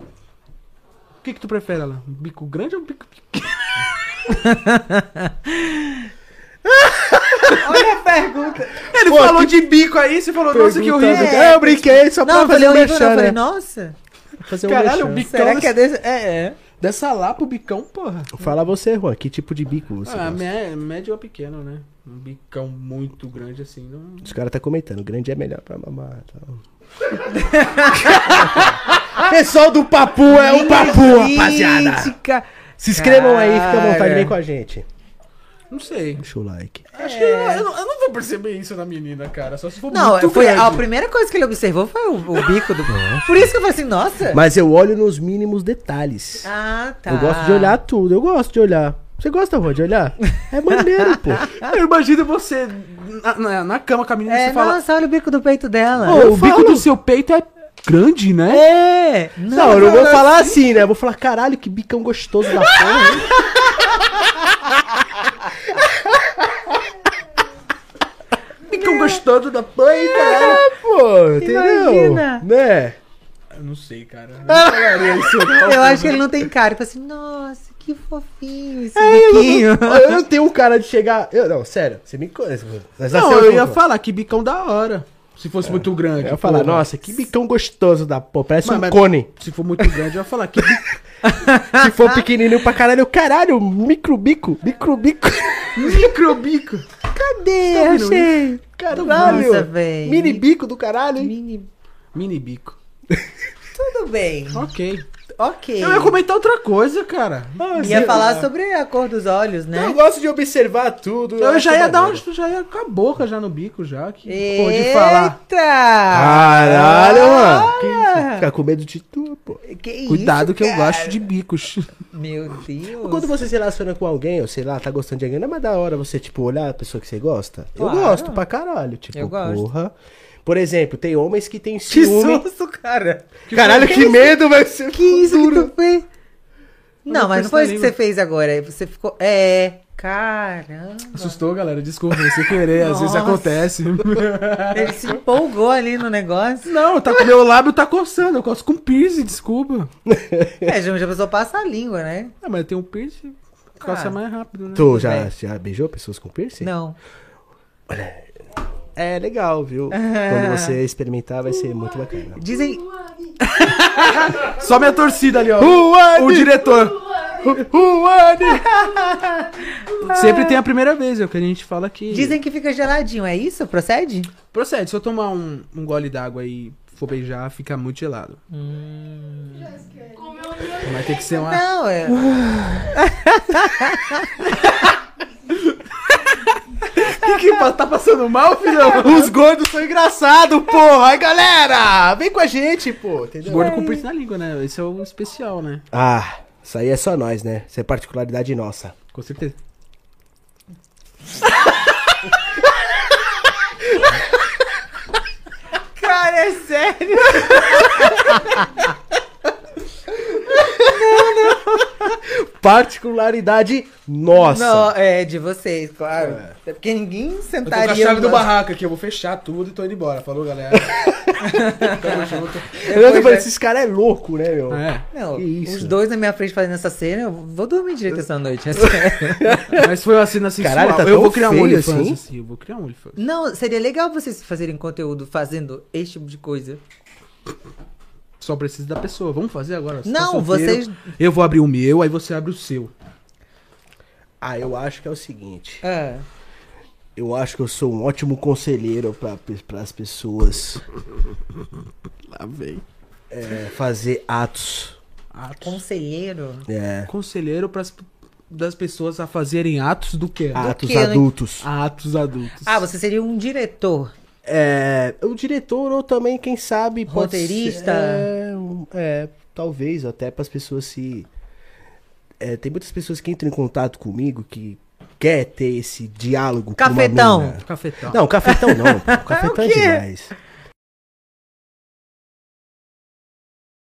Speaker 2: O que que tu prefere, lá? Um bico grande ou um bico pequeno?
Speaker 3: Olha a pergunta.
Speaker 2: Ele falou de bico aí, você falou, nossa, que horrível.
Speaker 3: É,
Speaker 1: É, eu brinquei só
Speaker 3: Não, eu
Speaker 1: pra fazer
Speaker 3: falei
Speaker 1: um
Speaker 3: horrível, não.
Speaker 1: merchan,
Speaker 3: Eu falei,
Speaker 1: né?
Speaker 3: nossa,
Speaker 1: Fazer um
Speaker 2: Caralho,
Speaker 1: merchan.
Speaker 2: o bico
Speaker 3: será que é
Speaker 2: desse...
Speaker 3: desse? É, é.
Speaker 2: dessa lá pro bicão, porra.
Speaker 1: Fala você, Juan, que tipo de bico você
Speaker 2: Ah,
Speaker 1: gosta?
Speaker 2: mé- médio ou pequeno, né? Um bicão muito grande assim, não...
Speaker 1: Os caras tá comentando, grande é melhor pra mamar. Tá. Pessoal do Papu é o Papu, rapaziada.
Speaker 3: Gente, ca-
Speaker 1: Se inscrevam aí, fica à vontade,
Speaker 3: Cara.
Speaker 1: vem com a gente.
Speaker 2: Não sei.
Speaker 1: Deixa o like.
Speaker 3: É.
Speaker 2: Acho que eu, eu não- eu não vou perceber isso na menina, cara. Só se for
Speaker 3: Não,
Speaker 2: muito
Speaker 3: foi
Speaker 2: grande.
Speaker 3: a primeira coisa que ele observou foi o, o bico do. Por isso que eu falei assim, nossa.
Speaker 1: Mas eu olho nos mínimos detalhes.
Speaker 3: Ah, tá.
Speaker 1: Eu gosto de olhar tudo, eu gosto de olhar. Você gosta, Juan, de olhar? É maneiro, pô.
Speaker 2: Eu imagino você na, na- na cama com a menina e
Speaker 3: Ah. É,
Speaker 2: você fala...
Speaker 3: nossa, olha o bico do peito dela.
Speaker 2: "Pô,
Speaker 1: eu
Speaker 2: o bico
Speaker 1: falo.
Speaker 2: do seu peito é grande, né?
Speaker 3: É!
Speaker 1: Não, eu não vou falar assim, né? Eu vou falar, caralho, que bicão gostoso da porra. hein?
Speaker 2: Bicão gostoso da mãe, cara.
Speaker 1: É, pô, entendeu?
Speaker 3: Imagina.
Speaker 1: Né?
Speaker 3: É.
Speaker 2: Eu não sei, cara. Eu não falaria isso, não.
Speaker 3: Eu acho que ele não tem cara. Eu falei assim, nossa, que fofinho esse
Speaker 1: Eu não-
Speaker 3: biquinho.
Speaker 1: Eu não tenho um cara de chegar. Eu, não, sério, você tá me conhece. Nós
Speaker 2: Não,
Speaker 1: nascemos
Speaker 2: eu ia
Speaker 1: junto.
Speaker 2: falar que bicão da hora. Se fosse muito grande.
Speaker 1: É. Eu ia falar,
Speaker 2: porra.
Speaker 1: nossa, que bicão gostoso da porra. Parece
Speaker 2: Mas-
Speaker 1: um
Speaker 2: mas-
Speaker 1: cone.
Speaker 2: Se for muito grande, eu ia falar que, bi-
Speaker 1: Se for pequenininho pra caralho, caralho, microbico, microbico.
Speaker 2: Microbico.
Speaker 1: Cadê? Achei. Caralho.
Speaker 3: Nossa, véi.
Speaker 1: Mini bico do caralho, hein?
Speaker 3: Mini-
Speaker 2: Mini bico.
Speaker 3: Tudo bem.
Speaker 2: Ok.
Speaker 3: Ok.
Speaker 2: Eu ia comentar outra coisa, cara.
Speaker 3: Ia falar sobre a cor dos olhos, né?
Speaker 1: Ah, Eu gosto de observar tudo.
Speaker 2: Eu já
Speaker 1: acho
Speaker 2: ia dar
Speaker 1: maneiro.
Speaker 2: um. Já ia com a boca já no bico, já. Que porra de falar.
Speaker 1: Ah,
Speaker 3: Eita!
Speaker 1: Caralho, mano.
Speaker 2: é.
Speaker 3: Ah.
Speaker 1: Fica com medo de tudo, pô.
Speaker 3: Que
Speaker 2: Cuidado
Speaker 3: isso,
Speaker 2: que eu
Speaker 3: cara?
Speaker 2: gosto de bicos.
Speaker 3: Meu Deus.
Speaker 1: Quando você se relaciona com alguém, ou sei lá, tá gostando de alguém, não é mais da hora você, tipo, olhar a pessoa que você gosta?
Speaker 3: Claro.
Speaker 1: Eu gosto pra caralho, tipo,
Speaker 3: Eu gosto.
Speaker 1: porra. Por exemplo, tem homens que têm
Speaker 3: Que
Speaker 1: ciúme.
Speaker 3: susto, cara.
Speaker 1: caralho, que, medo, vai ser
Speaker 3: Que isso
Speaker 1: futuro.
Speaker 3: que tu fez? Não,
Speaker 2: não
Speaker 3: mas não
Speaker 2: fiz
Speaker 3: foi isso
Speaker 2: nenhuma.
Speaker 3: que você fez agora. Você ficou. É. Caramba.
Speaker 2: Assustou, galera. Desculpa, sem querer. Às vezes
Speaker 3: Nossa.
Speaker 2: acontece.
Speaker 3: Ele se empolgou ali no negócio.
Speaker 2: Não, tá com meu lábio tá coçando. Eu coço com piercing, desculpa.
Speaker 3: É, já já a pessoa passa a língua, né?
Speaker 2: Ah, mas tem um piercing, coça
Speaker 3: Ah.
Speaker 2: mais rápido, né?
Speaker 1: Tu já, já beijou pessoas com piercing?
Speaker 3: Não.
Speaker 1: É legal, viu? Quando você experimentar, vai ser muito bacana.
Speaker 3: Dizem.
Speaker 4: é
Speaker 2: Só minha torcida ali, ó.
Speaker 1: Juane!
Speaker 2: O diretor.
Speaker 4: é
Speaker 1: Juane!
Speaker 2: Sempre tem a primeira vez, é o que a gente fala aqui.
Speaker 3: Dizem que fica geladinho, é isso? Procede?
Speaker 2: Procede, se eu tomar um, um gole d'água e for beijar, fica muito gelado.
Speaker 4: Comeu o meu
Speaker 2: Mas tem que ser uma.
Speaker 3: Não, é.
Speaker 2: que, que tá passando mal, filhão?
Speaker 1: Os gordos são engraçados, porra! Aí, galera! Vem com a gente, pô, entendeu?
Speaker 2: Gordo com piercing na língua, né? Esse é o especial, né?
Speaker 1: Ah, isso aí é só nós, né? Isso é particularidade nossa.
Speaker 2: Com certeza.
Speaker 3: Cara, é sério.
Speaker 1: Particularidade nossa!
Speaker 3: Não, é de vocês, claro. É porque ninguém
Speaker 2: Eu tô com
Speaker 3: sentaria. um
Speaker 2: a chave
Speaker 3: no
Speaker 2: do
Speaker 3: nosso-
Speaker 2: barraco aqui, eu vou fechar tudo e tô indo embora. Falou, galera. Tamo junto.
Speaker 1: Eu lembro,
Speaker 3: Pois
Speaker 1: falei,
Speaker 3: é.
Speaker 1: esses caras é louco, né, meu?
Speaker 2: É,
Speaker 3: Não,
Speaker 1: Que isso?
Speaker 3: os dois na minha frente fazendo essa cena, eu vou dormir direito essa noite. é sério.
Speaker 2: mas foi uma cena sensual.
Speaker 1: Caralho, tá
Speaker 2: eu
Speaker 1: tão
Speaker 2: vou criar um
Speaker 1: feio
Speaker 2: OnlyFans,
Speaker 1: assim?
Speaker 2: assim, Eu vou criar um OnlyFans.
Speaker 3: Não, seria legal vocês fazerem conteúdo fazendo esse tipo de coisa.
Speaker 2: Só preciso da pessoa. Vamos fazer agora? Você tá
Speaker 3: Não,
Speaker 2: solteiro,
Speaker 3: vocês-
Speaker 2: Eu vou abrir o meu, aí você abre o seu.
Speaker 1: Ah, eu acho que é o seguinte.
Speaker 3: Ah,
Speaker 1: Eu acho que eu sou um ótimo conselheiro pra, pras pessoas
Speaker 2: Lá vem.
Speaker 1: é, fazer atos.
Speaker 3: conselheiro.
Speaker 1: É,
Speaker 2: Ah, Conselheiro pras, das pessoas a fazerem atos do quê?
Speaker 1: atos
Speaker 3: que, né?
Speaker 1: adultos.
Speaker 2: Atos adultos.
Speaker 3: Ah, você seria um diretor.
Speaker 1: É, o diretor ou também, quem sabe, pode ser-
Speaker 3: Roteirista.
Speaker 1: é, um- é, talvez até para as pessoas se. É, tem muitas pessoas que entram em contato comigo que quer ter esse diálogo
Speaker 3: Cafetão.
Speaker 1: com uma mina.
Speaker 2: Cafetão.
Speaker 1: Não, cafetão não. pô. Cafetão é
Speaker 3: O quê?
Speaker 1: demais.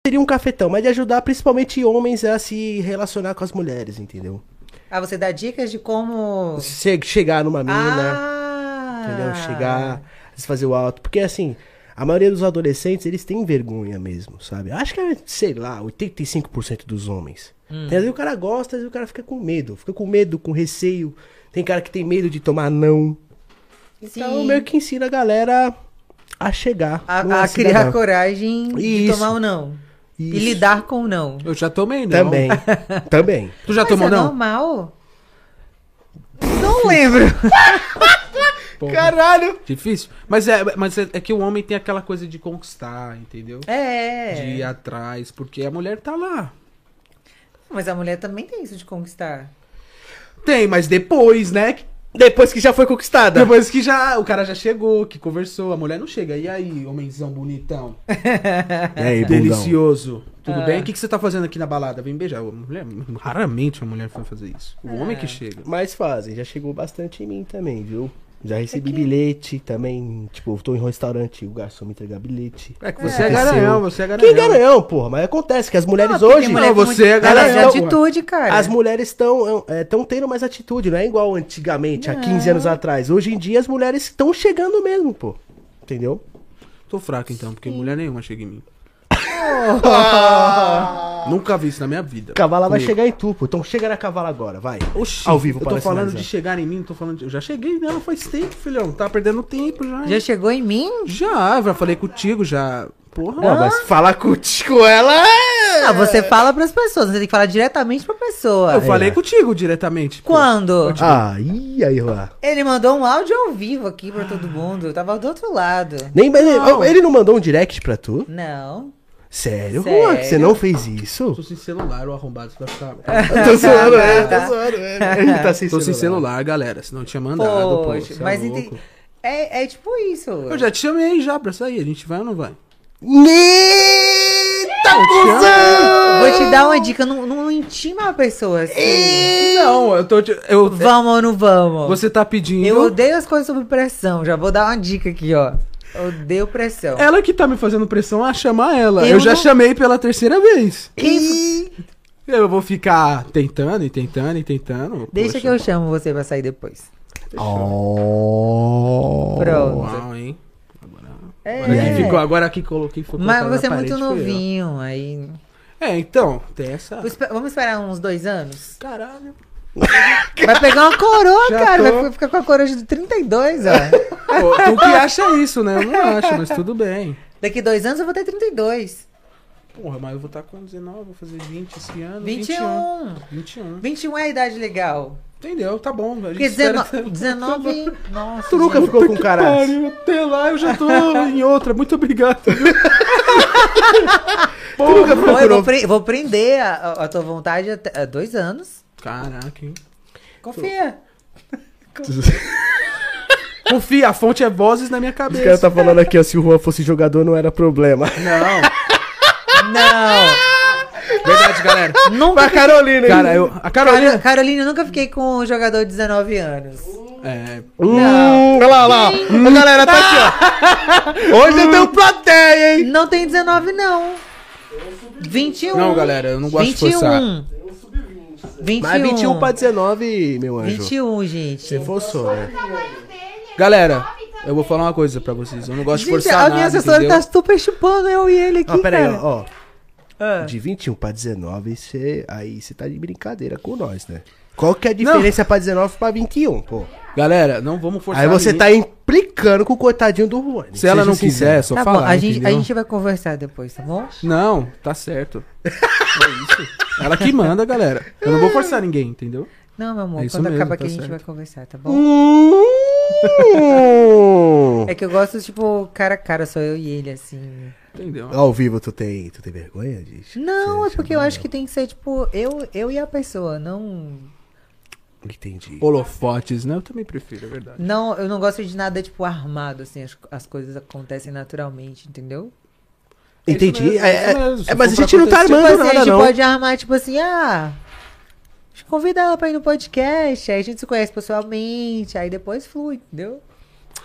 Speaker 1: Seria um cafetão, mas de ajudar principalmente homens a se relacionar com as mulheres, entendeu?
Speaker 3: Ah, você dá dicas de como.
Speaker 1: Che- chegar numa mina
Speaker 3: ah,
Speaker 1: entendeu? Chegar, se fazer o alto. Porque assim, a maioria dos adolescentes, eles têm vergonha mesmo, sabe? Acho que é, sei lá, 85% dos homens.
Speaker 3: Hum.
Speaker 1: Às vezes o cara gosta, às vezes o cara fica com medo. Fica com medo, com receio. Tem cara que tem medo de tomar não. Então
Speaker 3: Sim.
Speaker 1: meio que ensina a galera a chegar. no
Speaker 3: A, a criar
Speaker 1: cidadão.
Speaker 3: coragem de
Speaker 1: Isso.
Speaker 3: tomar o não. E
Speaker 1: Isso.
Speaker 3: lidar com o não.
Speaker 2: Eu já tomei, não.
Speaker 1: Também. também.
Speaker 2: Tu já
Speaker 3: Mas
Speaker 2: tomou,
Speaker 3: é
Speaker 2: não?
Speaker 3: normal? Não lembro.
Speaker 2: Porra,
Speaker 1: Caralho!
Speaker 2: Difícil. Mas, é, mas é, é que o homem tem aquela coisa de conquistar, entendeu?
Speaker 3: É.
Speaker 2: De ir atrás, porque a mulher tá lá.
Speaker 3: Mas a mulher também tem isso de conquistar.
Speaker 2: Tem, mas depois, né?
Speaker 1: Depois que já foi conquistada.
Speaker 2: Depois que já o cara já chegou, que conversou, a mulher não chega. E aí, homenzão bonitão,
Speaker 1: E aí, bundão?
Speaker 2: É delicioso, tudo bem? O que, que você tá fazendo aqui na balada? Vem beijar. Ô, Mulher, raramente uma mulher vai fazer isso. O homem que chega.
Speaker 1: Mas fazem, já chegou bastante em mim também, viu? Já recebi bilhete também, tipo, eu tô em um restaurante, o garçom me entregar bilhete.
Speaker 2: É que você é,
Speaker 1: Aconteceu.
Speaker 2: garanhão, você é garanhão.
Speaker 1: Que garanhão, porra, mas acontece que as mulheres
Speaker 3: porque tem
Speaker 1: hoje,
Speaker 3: mulher
Speaker 2: Não,
Speaker 3: que é
Speaker 2: você é
Speaker 3: muito- Ela
Speaker 1: garanhão,
Speaker 3: é de
Speaker 1: ué.
Speaker 3: atitude, cara.
Speaker 1: as mulheres estão é, tão tendo mais atitude, não é igual antigamente, há 15 anos atrás. Hoje em dia as mulheres estão chegando mesmo, pô. Entendeu?
Speaker 2: Tô fraco então, porque mulher nenhuma chega em mim. Nunca vi isso na minha vida.
Speaker 1: Cavala vai
Speaker 2: Comigo.
Speaker 1: chegar em tu, pô. Então chega na cavala agora, vai.
Speaker 2: Oxi,
Speaker 1: ao vivo
Speaker 2: eu tô
Speaker 1: para
Speaker 2: falando
Speaker 1: sinalizar.
Speaker 2: de chegar em mim, tô falando de... Eu já cheguei nela faz tempo, filhão. Tá perdendo tempo já.
Speaker 3: Já
Speaker 2: Já,
Speaker 3: chegou em mim?
Speaker 2: já, já falei contigo, já. Porra.
Speaker 1: Pô, mas falar contigo ela é
Speaker 3: Não, Ah, você fala pras pessoas, você tem que falar diretamente pra pessoa.
Speaker 2: Eu falei contigo diretamente. pô.
Speaker 3: Quando?
Speaker 1: Ah, ih, aí, lá.
Speaker 3: Ele mandou um áudio ao vivo aqui pra todo mundo. Eu tava do outro lado.
Speaker 1: Nem, ele, ele não mandou um direct pra tu?
Speaker 3: Não.
Speaker 1: Sério,
Speaker 3: Sério? Tá,
Speaker 1: Juan? Você não fez isso?
Speaker 2: Tô sem celular, o arrombado. Você vai ficar.
Speaker 1: Eu tô zoando, é, tô zoando, é. Ele tá sem
Speaker 2: Tô sem
Speaker 1: celular.
Speaker 2: celular, galera. Senão eu tinha mandado, pô.
Speaker 3: Poxa,
Speaker 2: você é
Speaker 3: mas
Speaker 2: louco.
Speaker 3: ente- é, é tipo isso.
Speaker 2: Eu já te chamei já pra sair. A gente vai ou não vai?
Speaker 1: Eita, cuzão!
Speaker 3: Vou te dar uma dica, não, não intima a pessoa assim.
Speaker 2: Não, eu tô. te- Eu,
Speaker 3: Vamos ou não vamos?
Speaker 2: você tá pedindo.
Speaker 3: Eu odeio as coisas sob pressão. Já vou dar uma dica aqui, ó. Odeio pressão.
Speaker 2: Ela que tá me fazendo pressão a chamar ela. Eu,
Speaker 3: Eu
Speaker 2: já
Speaker 3: não-
Speaker 2: chamei pela terceira vez.
Speaker 1: Ih,
Speaker 2: Eu vou ficar tentando e tentando e tentando.
Speaker 3: Deixa
Speaker 2: Poxa.
Speaker 3: que eu chamo você pra sair depois.
Speaker 1: Oh.
Speaker 3: Pronto.
Speaker 2: Uau, hein? Agora,
Speaker 3: É.
Speaker 2: agora que ficou, agora que coloquei foi
Speaker 3: Mas
Speaker 2: colocado na
Speaker 3: você é muito
Speaker 2: parede, foi eu.
Speaker 3: novinho, aí.
Speaker 2: É, então, tem essa.
Speaker 3: Vou espe- Vamos esperar uns dois anos?
Speaker 2: Caralho.
Speaker 3: Vai pegar uma coroa,
Speaker 2: Já
Speaker 3: cara.
Speaker 2: tô.
Speaker 3: Vai fi- ficar com a coroa de 32, ó.
Speaker 2: Pô, tu que acha isso, né? Eu não acho, mas tudo bem.
Speaker 3: Daqui dois anos eu vou ter 32.
Speaker 2: Porra, mas eu vou estar com 19, vou fazer 20 esse ano.
Speaker 3: 21.
Speaker 2: 21.
Speaker 3: 21 é a idade legal.
Speaker 2: Entendeu? Tá bom. A gente
Speaker 3: Porque
Speaker 2: espera
Speaker 3: 19.
Speaker 2: que-
Speaker 3: 19 nossa.
Speaker 1: Tu nunca
Speaker 3: gente.
Speaker 1: ficou com um assim? caras?
Speaker 2: Pariu, até lá eu já tô em outra. Muito obrigado.
Speaker 1: Tu nunca um
Speaker 3: Pô, eu
Speaker 1: procurou
Speaker 3: vou, pre- vou prender a, a- a tua vontade até a dois anos.
Speaker 2: Caraca, hein?
Speaker 3: Confia.
Speaker 1: assim?
Speaker 2: Confia, a fonte é vozes na minha
Speaker 1: Os caras
Speaker 2: cabeça.
Speaker 1: tá falando aqui, ó, se o Juan fosse jogador não era problema.
Speaker 2: Não.
Speaker 3: Não.
Speaker 2: Verdade, galera.
Speaker 1: Pra
Speaker 3: Nunca.
Speaker 1: Carolina,
Speaker 2: Cara,
Speaker 1: hein?
Speaker 2: eu, a
Speaker 3: Carolina,
Speaker 2: Carolina.
Speaker 3: Carolina, eu nunca fiquei com um jogador de 19 anos.
Speaker 2: É.
Speaker 1: Hum, olha lá, olha lá. ó. A galera tá aqui, ó. Hoje eu tenho plateia, hein?
Speaker 3: Não tem 19, não. 21.
Speaker 2: Não, galera, eu não gosto de forçar.
Speaker 3: 21.
Speaker 1: Mas 21 pra 19, meu anjo.
Speaker 3: 21, gente.
Speaker 1: Você forçou, né?
Speaker 2: Galera, eu vou falar uma coisa pra vocês. Eu não gosto de
Speaker 3: Gente,
Speaker 2: forçar
Speaker 3: a
Speaker 2: nada,
Speaker 3: minha assessora
Speaker 2: entendeu?
Speaker 3: tá super chupando eu e ele aqui,
Speaker 1: Ó, peraí,
Speaker 3: cara.
Speaker 1: ó. ó.
Speaker 3: Ah.
Speaker 1: De 21 pra 19, cê, aí você tá de brincadeira com nós, né? Qual que é a diferença pra 19 pra 21, pô?
Speaker 2: Galera, não vamos forçar
Speaker 1: aí você
Speaker 2: ninguém.
Speaker 1: tá implicando com o coitadinho do Juan.
Speaker 2: Se ela
Speaker 1: seja
Speaker 2: não
Speaker 1: sincero.
Speaker 2: quiser, é só
Speaker 3: Tá
Speaker 2: falar,
Speaker 3: bom, a gente, a
Speaker 2: entendeu?
Speaker 3: gente vai conversar depois, tá bom?
Speaker 2: Não, tá certo. É isso. Ela que manda, galera. Eu não vou forçar ninguém, entendeu?
Speaker 3: Não, meu amor,
Speaker 2: É isso
Speaker 3: quando
Speaker 2: mesmo,
Speaker 3: acabar
Speaker 2: tá
Speaker 3: aqui a gente
Speaker 2: certo.
Speaker 3: vai conversar, tá bom?
Speaker 1: Hum.
Speaker 3: É que eu gosto, tipo, cara a cara, só eu e ele, assim.
Speaker 2: Entendeu?
Speaker 1: Ao vivo tu tem, tu tem vergonha disso?
Speaker 2: Hum.
Speaker 3: Não,
Speaker 1: Você
Speaker 3: é porque eu acho que tem que ser, tipo, eu, eu e a pessoa, não...
Speaker 1: Entendi.
Speaker 2: Holofotes, né? Eu também prefiro, é verdade.
Speaker 3: Não, eu não gosto de nada, tipo, armado, assim, as, as coisas acontecem naturalmente, entendeu?
Speaker 1: Entendi.
Speaker 2: mesmo,
Speaker 1: é,
Speaker 2: é isso mesmo.
Speaker 1: é,
Speaker 2: Se
Speaker 1: é, mas a
Speaker 2: for pra
Speaker 1: gente não tá
Speaker 2: acontecer,
Speaker 1: armando
Speaker 3: tipo assim, a
Speaker 1: nada,
Speaker 3: gente
Speaker 1: não.
Speaker 3: pode armar, tipo assim, ah. Convida ela pra ir no podcast, aí a gente se conhece pessoalmente, aí depois flui, entendeu?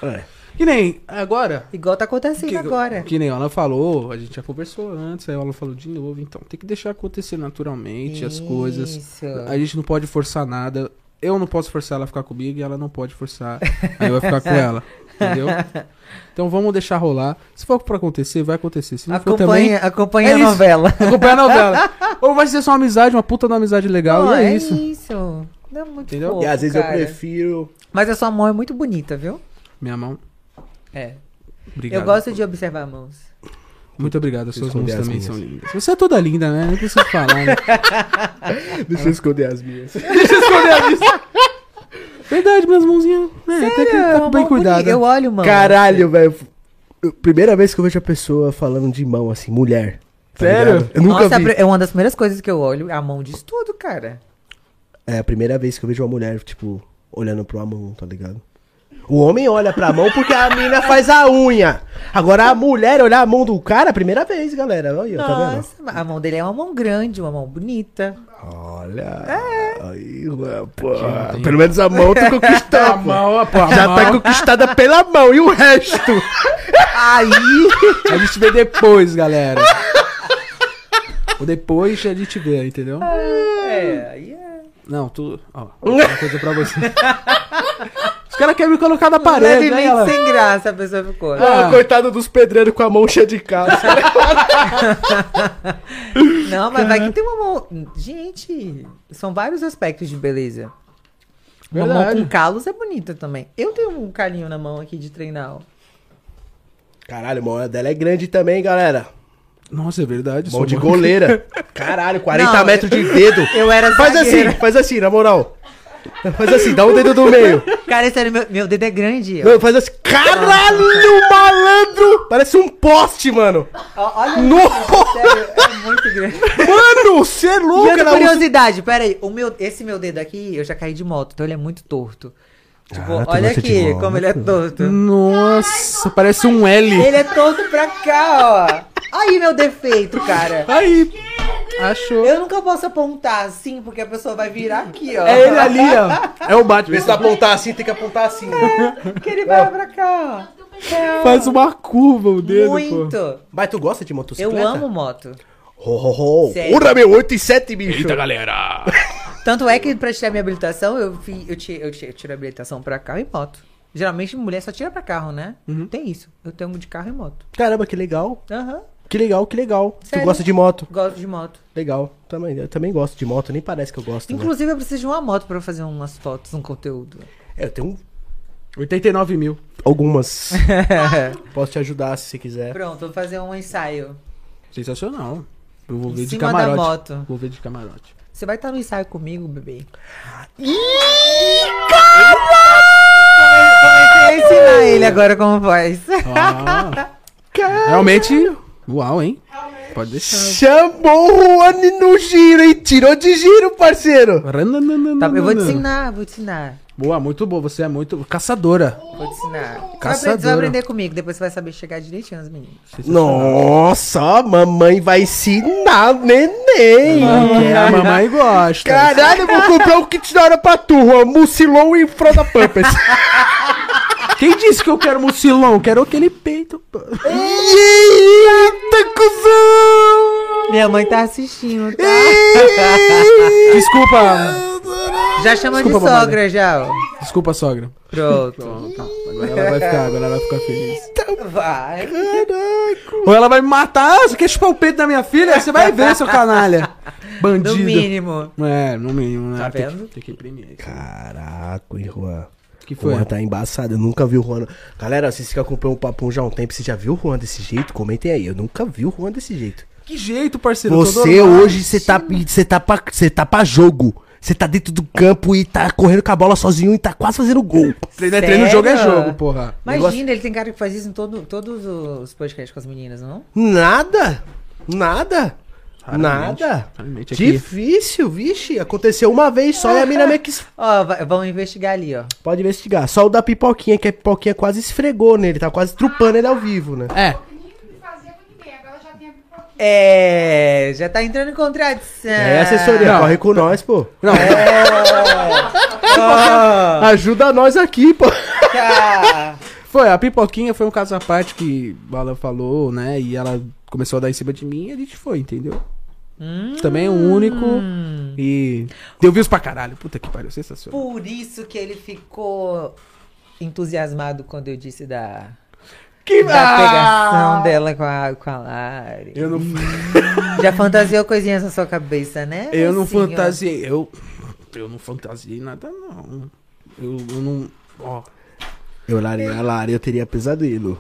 Speaker 1: É.
Speaker 2: Que nem agora.
Speaker 3: Igual tá acontecendo
Speaker 2: Que,
Speaker 3: agora.
Speaker 2: que nem ela falou, a gente já conversou antes, aí ela falou de novo, então tem que deixar acontecer naturalmente as coisas.
Speaker 3: Isso.
Speaker 2: A gente não pode forçar nada. Eu não posso forçar ela a ficar comigo e ela não pode forçar. Aí eu vou ficar com ela. Entendeu? Então vamos deixar rolar. Se for pra acontecer, vai acontecer. Se não for também,
Speaker 3: Acompanha, acompanha
Speaker 2: É
Speaker 3: a
Speaker 2: isso.
Speaker 3: novela.
Speaker 2: acompanha a novela. Ou vai ser só uma amizade, uma puta de uma amizade legal.
Speaker 3: Ó,
Speaker 2: e é,
Speaker 3: é
Speaker 2: isso.
Speaker 3: isso. Não é muito
Speaker 2: Entendeu?
Speaker 3: fofo,
Speaker 1: E às vezes
Speaker 3: cara.
Speaker 1: eu prefiro.
Speaker 3: Mas a sua mão é muito bonita, viu?
Speaker 2: Minha mão.
Speaker 3: É.
Speaker 2: Obrigado.
Speaker 3: Eu gosto de observar mãos.
Speaker 2: Muito obrigado, as suas
Speaker 1: Esconder
Speaker 2: mãos
Speaker 1: as
Speaker 2: também
Speaker 1: minhas.
Speaker 2: são lindas. Você é toda linda, né? Não preciso falar, né?
Speaker 1: Deixa eu esconder as minhas.
Speaker 2: Verdade, minhas mãozinhas. É, até que
Speaker 3: É
Speaker 2: tá
Speaker 3: uma
Speaker 2: bem
Speaker 3: mão bonita.
Speaker 2: cuidada.
Speaker 3: Eu olho, mano.
Speaker 1: Caralho, velho. Eu- Primeira vez que eu vejo a pessoa falando de mão, assim, mulher. tá
Speaker 2: Sério?
Speaker 1: ligado? Eu nunca
Speaker 3: Nossa,
Speaker 1: vi.
Speaker 3: é uma das primeiras coisas que eu olho. é A mão diz tudo, cara.
Speaker 1: É a primeira vez que eu vejo uma mulher, tipo, olhando pra uma mão, tá ligado? O homem olha pra mão porque a mina faz a unha. Agora a mulher olhar a mão do cara, é a primeira vez, galera. Olha, aí, ó, tá vendo?
Speaker 3: Nossa, a mão dele é uma mão grande, uma mão bonita.
Speaker 1: Olha.
Speaker 3: É.
Speaker 1: Aí, ué, pô.
Speaker 2: tem-
Speaker 1: Pelo menos a mão tá
Speaker 2: A
Speaker 1: conquistada.
Speaker 2: mão, a, a
Speaker 1: Já
Speaker 2: mão.
Speaker 1: tá conquistada pela mão. E o resto?
Speaker 2: Aí a gente vê depois, galera. O depois a gente vê, entendeu?
Speaker 3: É, aí é.
Speaker 2: Não, tu. Ó, uma coisa pra você. Os caras querem me colocar na parede, né,
Speaker 3: Levemente
Speaker 2: galera?
Speaker 3: sem graça a pessoa ficou.
Speaker 1: Ah, coitado dos pedreiros com a mão cheia de casa.
Speaker 3: Não, mas vai que tem uma mão. Gente, são vários aspectos de beleza. Uma mão
Speaker 2: Verdade.
Speaker 3: com calos é bonita também. Eu tenho um calinho na mão aqui de treinar. ó.
Speaker 1: Caralho, a mão dela é grande também, galera.
Speaker 2: Nossa, é verdade.
Speaker 1: Mão
Speaker 2: sou
Speaker 1: de
Speaker 2: uma-
Speaker 1: goleira. Caralho, 40
Speaker 3: Não,
Speaker 1: metros de dedo.
Speaker 3: Eu era
Speaker 1: Faz
Speaker 3: zagueira.
Speaker 1: assim, faz assim, na moral. Faz assim, dá o dedo do meio.
Speaker 3: Cara, esse era meu, meu dedo é grande. ó.
Speaker 1: Não, faz assim.
Speaker 2: Ah.
Speaker 1: Caralho, malandro! Parece um poste, mano.
Speaker 3: Ó, Olha isso,
Speaker 1: Nossa!
Speaker 3: sério, é muito grande.
Speaker 1: Mano, você é
Speaker 3: E
Speaker 1: louco,
Speaker 3: outra
Speaker 1: era um-
Speaker 3: curiosidade, peraí, o meu, esse meu dedo aqui, eu já caí de moto, então ele é muito torto. Tipo,
Speaker 1: Ah, tu
Speaker 3: olha
Speaker 1: gosta de
Speaker 3: aqui
Speaker 1: moto.
Speaker 3: como ele é
Speaker 2: Hum.
Speaker 3: torto.
Speaker 2: Nossa, parece um L.
Speaker 3: Ele é torto pra cá, ó. Aí meu defeito, cara.
Speaker 2: Aí. Achou.
Speaker 3: Eu nunca posso apontar assim, porque a pessoa vai virar aqui, ó.
Speaker 2: É ele ali, ó. É o Batman.
Speaker 1: Vê se tu apontar assim, tem que apontar assim.
Speaker 3: Que ele vai pra cá, ó. É, ó.
Speaker 2: Faz uma curva o É. dedo,
Speaker 3: Muito.
Speaker 2: pô.
Speaker 1: Mas tu gosta de motocicleta?
Speaker 3: Eu amo moto.
Speaker 1: Ho, ho, ho.
Speaker 3: Sério.
Speaker 1: Ura, meu, 8 e 7, bicho.
Speaker 2: galera.
Speaker 3: Tanto é que pra tirar minha habilitação, eu, fi, eu, ti- eu, ti- eu tiro a habilitação pra carro e moto. Geralmente mulher só tira pra carro, né?
Speaker 2: Uhum.
Speaker 3: Tem isso. Eu tenho de carro e moto.
Speaker 1: Caramba, que legal.
Speaker 3: Aham.
Speaker 1: Que legal, que legal.
Speaker 3: Sério?
Speaker 1: Tu gosta de moto?
Speaker 3: Gosto de moto.
Speaker 1: Legal. Também, eu também gosto de moto, nem parece que eu gosto. né?
Speaker 3: Inclusive, eu preciso de uma moto pra eu fazer umas fotos, um conteúdo.
Speaker 1: É, eu tenho
Speaker 2: 89 mil.
Speaker 1: algumas. Posso te ajudar se você quiser.
Speaker 3: Pronto, vou fazer um ensaio.
Speaker 2: Sensacional. Eu vou
Speaker 3: Em
Speaker 2: ver de
Speaker 3: cima da
Speaker 2: camarote.
Speaker 3: moto.
Speaker 2: Vou ver de camarote.
Speaker 3: Você vai estar no ensaio comigo, bebê? Comecei a ensinar ele agora como faz.
Speaker 2: Ah. Realmente. Uau, hein? Pode deixar.
Speaker 1: Chamou o Juan no giro, hein? Tirou de giro, parceiro.
Speaker 3: Tá, eu vou
Speaker 2: ensinar.
Speaker 3: te ensinar, vou te ensinar.
Speaker 2: Boa, muito boa. Você é muito caçadora.
Speaker 3: Vou te ensinar. Você vai apre- Você vai
Speaker 2: Caçadora.
Speaker 3: aprender comigo, depois você vai saber chegar direitinho nas meninas.
Speaker 1: Nossa, a mamãe vai ensinar o neném.
Speaker 2: Porque a mamãe gosta.
Speaker 1: Caralho, eu vou comprar um kit da hora pra tu, Juan. Mucilon e Froda Pampers.
Speaker 2: Quem disse que eu quero mucilão? Eu Quero aquele peito.
Speaker 1: Eita, cuzão!
Speaker 3: Minha mãe tá assistindo, tá?
Speaker 2: Desculpa.
Speaker 3: Já chama
Speaker 2: Desculpa,
Speaker 3: de
Speaker 2: mamãe.
Speaker 3: sogra, já, ó.
Speaker 2: Desculpa, sogra.
Speaker 3: Pronto. tá.
Speaker 2: Agora ela vai ficar, agora ela vai ficar feliz.
Speaker 3: Vai.
Speaker 2: Ou ela vai me matar. Ah, você quer chupar o peito da minha filha? Você vai ver, seu canalha. Bandido.
Speaker 3: No mínimo.
Speaker 2: É, no mínimo, né?
Speaker 3: Tá
Speaker 2: Tem
Speaker 3: vendo?
Speaker 2: que- Tem que, imprimir isso.
Speaker 1: Caraca, hein, Juan.
Speaker 2: O que
Speaker 1: O
Speaker 2: foi?
Speaker 1: Juan tá embaçado, eu nunca vi o Juan. Galera, vocês que acompanham o Papum já há um tempo, você já viu o Juan desse jeito? Comentem aí, eu nunca vi o Juan desse jeito.
Speaker 2: Que jeito, parceiro. eu tô
Speaker 1: Você
Speaker 2: normal.
Speaker 1: hoje, você tá, você, tá pra, você tá pra jogo. Você tá dentro do campo e tá correndo com a bola sozinho e tá quase fazendo gol.
Speaker 2: Treino é treino, jogo é
Speaker 3: Sério?
Speaker 2: jogo, porra.
Speaker 3: Imagina,
Speaker 1: Negócio-
Speaker 3: ele tem cara que faz isso em todo, todos os podcasts com as meninas, não?
Speaker 1: Nada. Nada.
Speaker 2: Raramente,
Speaker 1: Nada.
Speaker 2: raramente aqui.
Speaker 1: Difícil, vixe. Aconteceu uma vez só e a mina meio que es-
Speaker 3: Ó, va- vamos investigar ali, ó.
Speaker 1: pode investigar. Só o da pipoquinha, que a pipoquinha quase esfregou nele, tá quase trupando ele ao vivo, né?
Speaker 2: É.
Speaker 4: Nem fazia com ninguém, agora já tem a pipoquinha.
Speaker 3: É, já tá entrando em contradição.
Speaker 1: É assessoria,
Speaker 2: Não.
Speaker 1: corre com nós, pô.
Speaker 2: Não,
Speaker 3: É. Ó,
Speaker 1: Ajuda nós aqui, pô.
Speaker 3: tá.
Speaker 2: é. Foi, a pipoquinha foi um caso à parte que ela falou, né? E ela começou a dar em cima de mim e a gente foi, entendeu?
Speaker 3: Hum.
Speaker 2: Também o único. E deu views pra caralho. Puta que pariu, sensacional.
Speaker 3: Por isso que ele ficou entusiasmado quando eu disse da,
Speaker 2: Que
Speaker 1: Ah!
Speaker 3: da
Speaker 2: Ah!
Speaker 3: pegação dela com a, com a Lari.
Speaker 2: Eu não,
Speaker 3: Já fantasiou coisinhas na sua cabeça, né?
Speaker 2: eu não
Speaker 3: mocinho?
Speaker 2: fantasiei. Eu, eu não fantasiei nada, não. Eu, eu não. Ó.
Speaker 1: Eu, Lari, a Lari, eu teria pesadelo.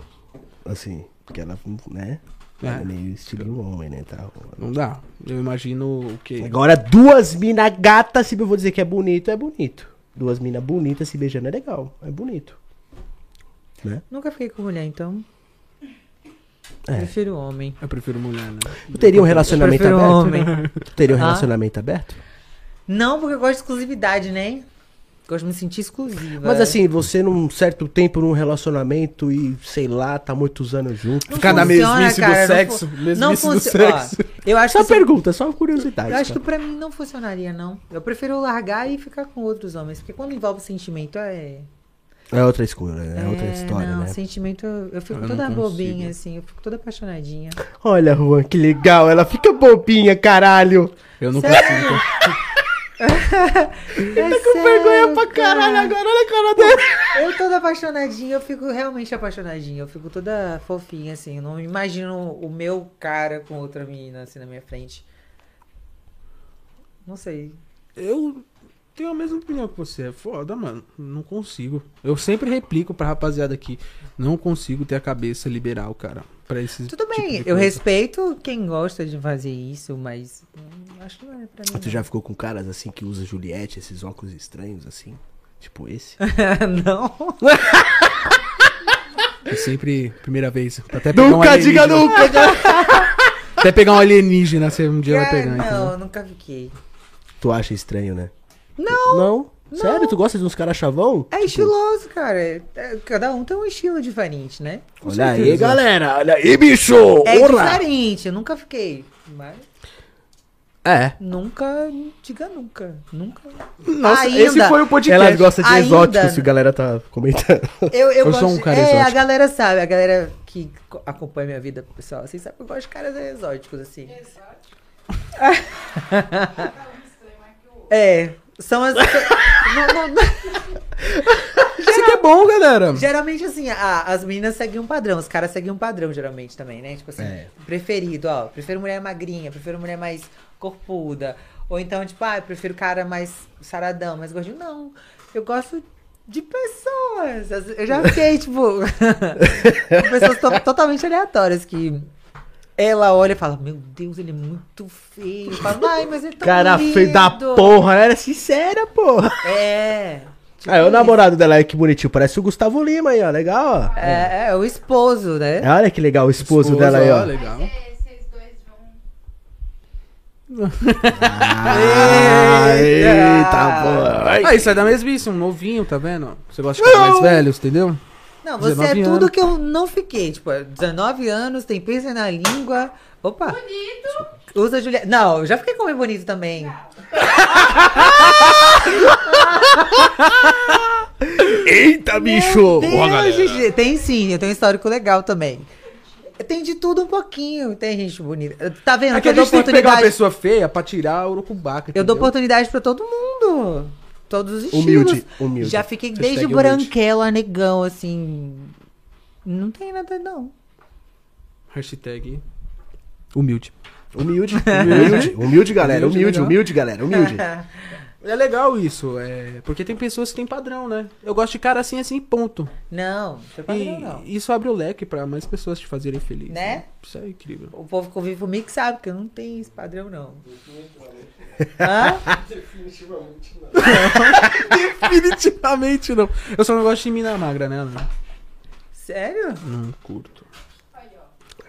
Speaker 1: Assim, porque ela, né? Ela
Speaker 2: É.
Speaker 1: é meio estilo homem, né? Tá,
Speaker 2: Não dá. Eu imagino o quê?
Speaker 1: Agora, duas mina gata, se eu vou dizer que é bonito, é bonito. Duas mina bonitas se beijando é legal, é bonito. Né?
Speaker 3: Nunca fiquei com mulher, então.
Speaker 1: É.
Speaker 3: Prefiro homem.
Speaker 2: Eu prefiro mulher, né?
Speaker 1: Tu teria um relacionamento
Speaker 3: Prefiro
Speaker 1: aberto?
Speaker 3: homem.
Speaker 1: Tu teria um
Speaker 3: Ah.
Speaker 1: relacionamento aberto?
Speaker 3: Não, porque eu gosto de exclusividade, né? Gosto de me sentir exclusiva.
Speaker 1: Mas assim, você num certo tempo num relacionamento e, sei lá, tá muitos anos junto.
Speaker 3: Não
Speaker 2: Ficar na
Speaker 3: funciona,
Speaker 2: mesmice do
Speaker 3: cara, não
Speaker 2: sexo,
Speaker 3: fu-
Speaker 2: mesmice
Speaker 3: não
Speaker 2: do
Speaker 3: funci-
Speaker 2: sexo.
Speaker 3: ó, eu acho
Speaker 1: Só
Speaker 3: que, se-
Speaker 1: pergunta, só curiosidade.
Speaker 3: assim,
Speaker 1: tá?
Speaker 3: eu acho que
Speaker 1: cara.
Speaker 3: pra mim não funcionaria, não. Eu prefiro largar e ficar com outros homens. Porque quando envolve sentimento é.
Speaker 1: É outra escolha, né? é outra
Speaker 3: é,
Speaker 1: história,
Speaker 3: não,
Speaker 1: né?
Speaker 3: Sentimento, eu eu fico
Speaker 2: Eu não
Speaker 3: toda
Speaker 2: consigo.
Speaker 3: bobinha, assim. Eu fico toda apaixonadinha.
Speaker 1: Olha, Juan, que legal. Ela fica bobinha, caralho.
Speaker 2: Eu não
Speaker 3: Sério?
Speaker 2: consigo.
Speaker 3: Eu tô com
Speaker 1: Vergonha pra caralho agora, olha a cara dela.
Speaker 3: É Eu toda apaixonadinha, eu fico realmente apaixonadinha. Eu fico toda fofinha, assim. Eu não imagino o meu cara com outra menina, assim, na minha frente. Não sei.
Speaker 2: Eu. tenho a mesma opinião que você. É foda, mano. Não consigo. Eu sempre replico pra rapaziada aqui. Não consigo ter a cabeça liberal, cara. Pra esses.
Speaker 3: Tudo
Speaker 2: tipo
Speaker 3: bem,
Speaker 2: de
Speaker 3: eu
Speaker 2: coisa.
Speaker 3: respeito quem gosta de fazer isso, mas hum, acho que não é pra mim.
Speaker 1: Tu já ficou com caras assim que usa Juliette, esses óculos estranhos assim? Tipo esse?
Speaker 3: não.
Speaker 2: Eu É sempre, primeira vez. Até
Speaker 1: é
Speaker 2: pegar um alienígena.
Speaker 3: né?
Speaker 1: nunca!
Speaker 2: Até pegar um alienígena, você um dia vai
Speaker 3: É,
Speaker 2: pegar,
Speaker 3: não,
Speaker 2: então.
Speaker 3: nunca fiquei.
Speaker 1: Tu acha estranho, né?
Speaker 3: Não,
Speaker 1: Não? Sério? Tu gosta de uns caras chavão? Tipo,
Speaker 3: é estiloso, cara. É, Cada um tem um estilo diferente, né?
Speaker 1: Olha aí,
Speaker 2: certeza.
Speaker 1: galera! Olha aí, bicho!
Speaker 3: É
Speaker 1: Orra!
Speaker 3: diferente, eu nunca fiquei. Mas
Speaker 1: É.
Speaker 3: nunca, diga nunca. Nunca.
Speaker 2: Nossa,
Speaker 3: Ainda.
Speaker 2: esse foi o podcast.
Speaker 1: Elas gostam de
Speaker 3: Ainda-
Speaker 1: exóticos, se a galera tá comentando.
Speaker 3: Eu, eu,
Speaker 2: Eu
Speaker 3: gosto.
Speaker 2: sou um cara
Speaker 3: é,
Speaker 2: exótico.
Speaker 3: a galera sabe, a galera que co- acompanha minha vida pessoal, assim, sabe que eu gosto de caras exóticos, assim.
Speaker 4: Exótico.
Speaker 3: É, são as. não- não-
Speaker 2: Isso aqui é bom, galera.
Speaker 3: Geralmente, assim, a- as meninas seguem um padrão, os caras seguem um padrão, geralmente, também, né? Tipo assim,
Speaker 1: É.
Speaker 3: preferido, ó, prefiro mulher magrinha, prefiro mulher mais corpuda. Ou então, tipo, ah, eu prefiro cara mais saradão, mais gordinho. Não, eu gosto de pessoas. As- Eu já fiquei, tipo, com pessoas to- totalmente aleatórias que... Ela olha e fala, meu Deus, ele é muito feio. Eu falo, ai, mas ele é tão
Speaker 1: Cara
Speaker 3: lindo.
Speaker 1: feio da porra, era sincera, porra.
Speaker 3: É. tipo
Speaker 1: Aí o
Speaker 3: isso.
Speaker 1: namorado dela aí, que bonitinho, parece o Gustavo Lima aí, ó, legal, ó.
Speaker 3: É, é, o esposo, né?
Speaker 1: É, Olha que legal o esposo,
Speaker 2: Esposa,
Speaker 1: dela aí, ó.
Speaker 2: Legal.
Speaker 4: É, vocês dois vão.
Speaker 1: Ah,
Speaker 3: Eita.
Speaker 1: Eita, porra.
Speaker 2: Ah, isso é da mesmice, um novinho, tá vendo? Você gosta de ficar mais velhos, entendeu?
Speaker 3: Não, você é
Speaker 2: 19
Speaker 3: tudo
Speaker 2: anos.
Speaker 3: que eu não fiquei. Tipo, 19 anos, tem piercing na língua. Opa,
Speaker 4: Bonito!
Speaker 3: usa Juliette. Não, eu já fiquei com homem bonito também.
Speaker 1: Eita, bicho.
Speaker 3: Tem, gente, tem sim, eu tenho um histórico legal também. Tem de tudo um pouquinho, tem gente bonita. Tá vendo?
Speaker 2: É
Speaker 3: que
Speaker 2: que a
Speaker 3: eu dou
Speaker 2: gente tem que pegar uma
Speaker 3: oportunidade.
Speaker 2: pessoa feia pra tirar o urucubaca.
Speaker 3: Eu
Speaker 2: entendeu?
Speaker 3: dou oportunidade pra todo mundo. Todos os estilos.
Speaker 1: Humilde, humilde.
Speaker 3: Já fiquei
Speaker 2: Hashtag
Speaker 3: desde
Speaker 2: humilde.
Speaker 3: branquela, negão, assim. Não tem nada, não.
Speaker 2: Hashtag humilde.
Speaker 1: Humilde, humilde, humilde, galera.
Speaker 2: Humilde,
Speaker 1: Humilde,
Speaker 2: legal.
Speaker 1: humilde, galera. Humilde.
Speaker 2: É legal isso, é... porque tem pessoas que têm padrão, né? Eu gosto de cara assim, assim, ponto.
Speaker 3: Não, não tem
Speaker 2: E
Speaker 3: padrão, não.
Speaker 2: isso abre o leque pra mais pessoas te fazerem feliz.
Speaker 3: Né?
Speaker 2: Isso é incrível.
Speaker 3: O povo que convive comigo sabe que eu não tenho esse padrão, não. Hã?
Speaker 5: Definitivamente não.
Speaker 2: Definitivamente não. Eu só não gosto de mina magra, né? Ana?
Speaker 3: Sério?
Speaker 2: Não curto.
Speaker 4: Aí, ó.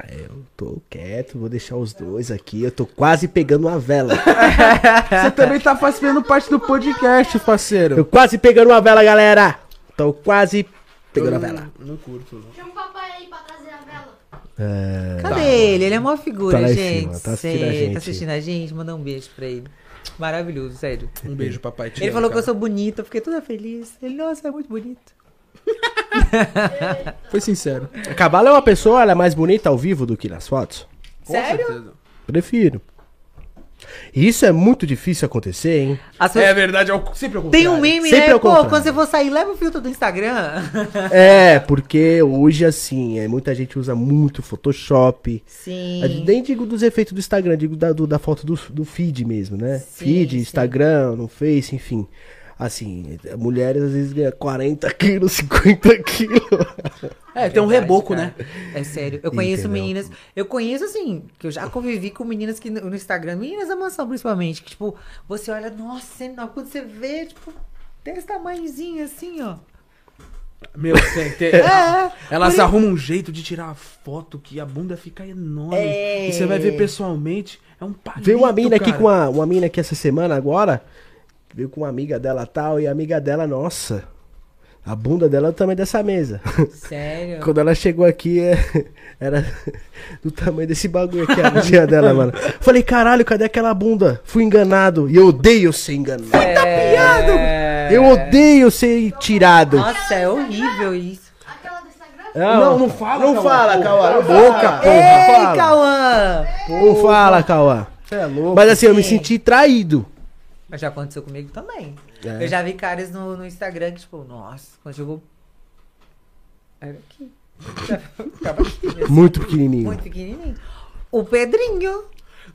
Speaker 1: Ah, eu tô quieto, vou deixar os dois aqui. Eu tô quase pegando uma vela.
Speaker 2: Você também tá fazendo parte do podcast,
Speaker 1: Tô
Speaker 2: parceiro.
Speaker 1: quase pegando uma vela, galera. Tô quase pegando a vela.
Speaker 2: Não, não curto, não.
Speaker 4: Chama o um papai aí pra trazer a vela.
Speaker 1: É,
Speaker 3: Cadê ele? Ele é uma figura,
Speaker 1: Tá lá em
Speaker 3: gente.
Speaker 1: cima, tá assistindo
Speaker 3: Sei,
Speaker 1: a gente.
Speaker 3: Tá assistindo a gente? Manda um beijo pra ele. Maravilhoso, sério.
Speaker 2: Um beijo, papai. te
Speaker 3: ele
Speaker 2: amo,
Speaker 3: falou que
Speaker 2: cara.
Speaker 3: eu sou bonita, eu fiquei toda feliz. Ele, nossa, é muito bonito.
Speaker 2: Foi sincero.
Speaker 1: A Cabala é uma pessoa, ela é mais bonita ao vivo do que nas fotos?
Speaker 3: Sério?
Speaker 2: certeza.
Speaker 1: Prefiro. E isso é muito difícil acontecer, hein?
Speaker 3: As pessoas-
Speaker 2: É verdade, é o- sempre ao
Speaker 3: Tem
Speaker 2: contrário.
Speaker 3: um meme,
Speaker 1: Sempre
Speaker 3: né?
Speaker 1: ao
Speaker 3: Pô,
Speaker 1: contrário.
Speaker 3: quando você for sair, leva o filtro do Instagram.
Speaker 1: É, porque hoje, assim, é, muita gente usa muito Photoshop.
Speaker 3: Sim.
Speaker 1: A gente- É Nem digo dos efeitos do Instagram, digo da, do- da foto do, do feed mesmo, né?
Speaker 3: Sim,
Speaker 1: feed,
Speaker 3: sim.
Speaker 1: Instagram, no Face, enfim. Assim, mulheres às vezes ganham 40 quilos, 50 quilos.
Speaker 2: É, tem um
Speaker 3: Verdade,
Speaker 2: reboco,
Speaker 3: cara.
Speaker 2: né?
Speaker 3: É sério. Eu conheço
Speaker 1: Entendeu?
Speaker 3: meninas. Eu conheço, assim, que eu já convivi com meninas que no no Instagram, meninas da mansão principalmente, que, tipo, você olha, nossa, é enorme. Quando você vê, tipo, desse tamanhozinho assim, ó.
Speaker 2: Meu, tem, tem-
Speaker 3: É.
Speaker 2: Elas
Speaker 3: por isso-
Speaker 2: arrumam um jeito de tirar a foto que a bunda fica enorme.
Speaker 3: É.
Speaker 2: E você vai ver pessoalmente, é um palito,
Speaker 1: Veio uma mina aqui
Speaker 2: cara.
Speaker 1: com uma, uma mina aqui essa semana agora. Veio com uma amiga dela tal, e a amiga dela, nossa. A bunda dela é do tamanho dessa mesa.
Speaker 3: É. Sério.
Speaker 1: Quando ela chegou aqui, é- era do tamanho desse bagulho aqui, a bundinha dela, mano. Falei, caralho, cadê aquela bunda? Fui enganado. E eu odeio ser enganado.
Speaker 3: É...
Speaker 1: Eu odeio ser tirado.
Speaker 3: Nossa, é horrível isso.
Speaker 4: Aquela do Instagram?
Speaker 1: É.
Speaker 2: Não, não fala,
Speaker 1: Não
Speaker 2: Cauã,
Speaker 1: fala,
Speaker 2: porra.
Speaker 1: Cauã. Não
Speaker 2: Cala a boca,
Speaker 1: fala.
Speaker 2: porra.
Speaker 3: Ei,
Speaker 1: Não fala.
Speaker 3: Cauã!
Speaker 1: Não fala, Cauã.
Speaker 2: Você é louco.
Speaker 1: Mas assim, eu me
Speaker 3: Sim.
Speaker 1: senti traído.
Speaker 3: Mas já aconteceu comigo também.
Speaker 1: É.
Speaker 3: Eu já vi caras no, no Instagram que, tipo, nossa, quando chegou. Era aqui. Ficava aqui, assim,
Speaker 1: Muito pequenininho.
Speaker 3: muito pequenininho. O Pedrinho.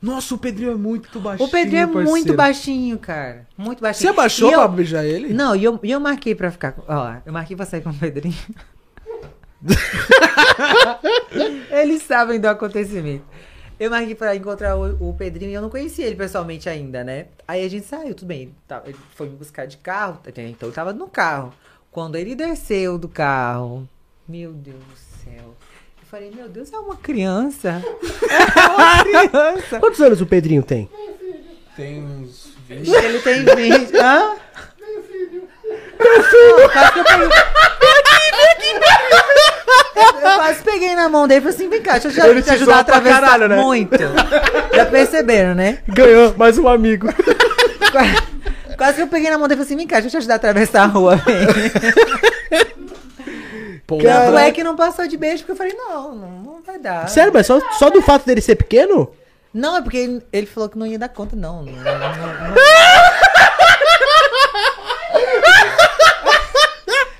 Speaker 2: Nossa, o Pedrinho é muito baixinho.
Speaker 3: o Pedrinho é
Speaker 2: parceiro.
Speaker 3: muito baixinho, cara. Muito
Speaker 2: Você
Speaker 3: baixinho.
Speaker 2: abaixou
Speaker 3: E eu-
Speaker 2: pra beijar ele?
Speaker 3: Não, e eu, e eu marquei pra ficar. com- Ó, eu marquei pra sair com o Pedrinho. Eles sabem do acontecimento. Eu marquei pra encontrar o, o Pedrinho e eu não conhecia ele pessoalmente ainda, né? Aí a gente saiu, tudo bem. Ele, tá- ele foi me buscar de carro, até então eu tava no carro. Quando ele desceu do carro, meu Deus do céu. Eu falei, meu Deus, é uma criança. É uma criança.
Speaker 1: Quantos anos o Pedrinho tem?
Speaker 2: Tem uns 20.
Speaker 3: Ele tem 20. Hã? Eu quase peguei na mão dele e falei assim: vem cá, deixa eu te,
Speaker 1: Ele
Speaker 3: te
Speaker 1: te
Speaker 3: ajudar a
Speaker 1: zoa pra
Speaker 3: atravessar
Speaker 1: caralho, né?
Speaker 3: muito. Já perceberam, né?
Speaker 1: Ganhou mais um amigo.
Speaker 3: Qua- Quase que eu peguei na mão dele e falei assim: vem cá, deixa eu te ajudar a atravessar a rua. vem."
Speaker 2: Pô,
Speaker 1: Cara-
Speaker 3: Tanto é que não passou de beijo, porque eu falei: não, não, não vai dar.
Speaker 1: Sério, mas só, só do fato dele ser pequeno?
Speaker 3: Não, é porque ele, ele falou que não ia dar conta, não. não, não, não.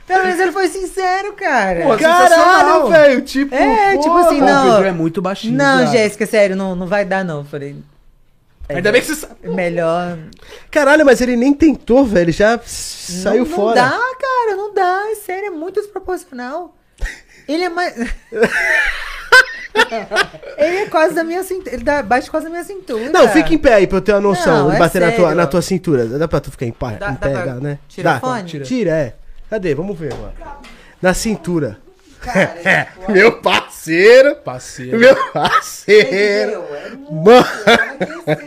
Speaker 3: Pelo menos ele foi sincero, cara.
Speaker 2: Pô,
Speaker 1: Caralho,
Speaker 2: sensacional.
Speaker 1: velho, tipo,
Speaker 3: É, tipo assim,
Speaker 2: Pô, O
Speaker 3: não.
Speaker 2: Pedrinho é muito baixinho.
Speaker 3: Não,
Speaker 2: viado.
Speaker 3: Jéssica, sério, não, não vai dar, não. Eu Falei,
Speaker 2: Ainda bem que você sabe.
Speaker 3: é melhor.
Speaker 1: Caralho, mas ele nem tentou, velho. ele Já saiu
Speaker 3: não,
Speaker 1: fora.
Speaker 3: Não dá, cara, não dá. É sério, é muito desproporcional. Ele é mais. ele é quase da minha cintura. Ele dá, bate quase da minha cintura.
Speaker 1: Não, fica em pé aí pra eu ter uma noção
Speaker 3: É. Não,
Speaker 1: de
Speaker 3: é
Speaker 1: bater na, tua,
Speaker 3: sério.
Speaker 1: na tua cintura. Dá pra tu ficar em, pá,
Speaker 3: Dá-
Speaker 1: em
Speaker 3: dá
Speaker 1: pé,
Speaker 3: pra
Speaker 1: dá, né? dá.
Speaker 3: tirar o fone?
Speaker 1: Tira. Tira, é. Cadê? Vamos ver agora. Na cintura.
Speaker 3: Cara,
Speaker 1: É, Meu parceiro!
Speaker 2: Parceiro.
Speaker 1: Meu parceiro!
Speaker 3: entendeu? É muito.
Speaker 1: Mano,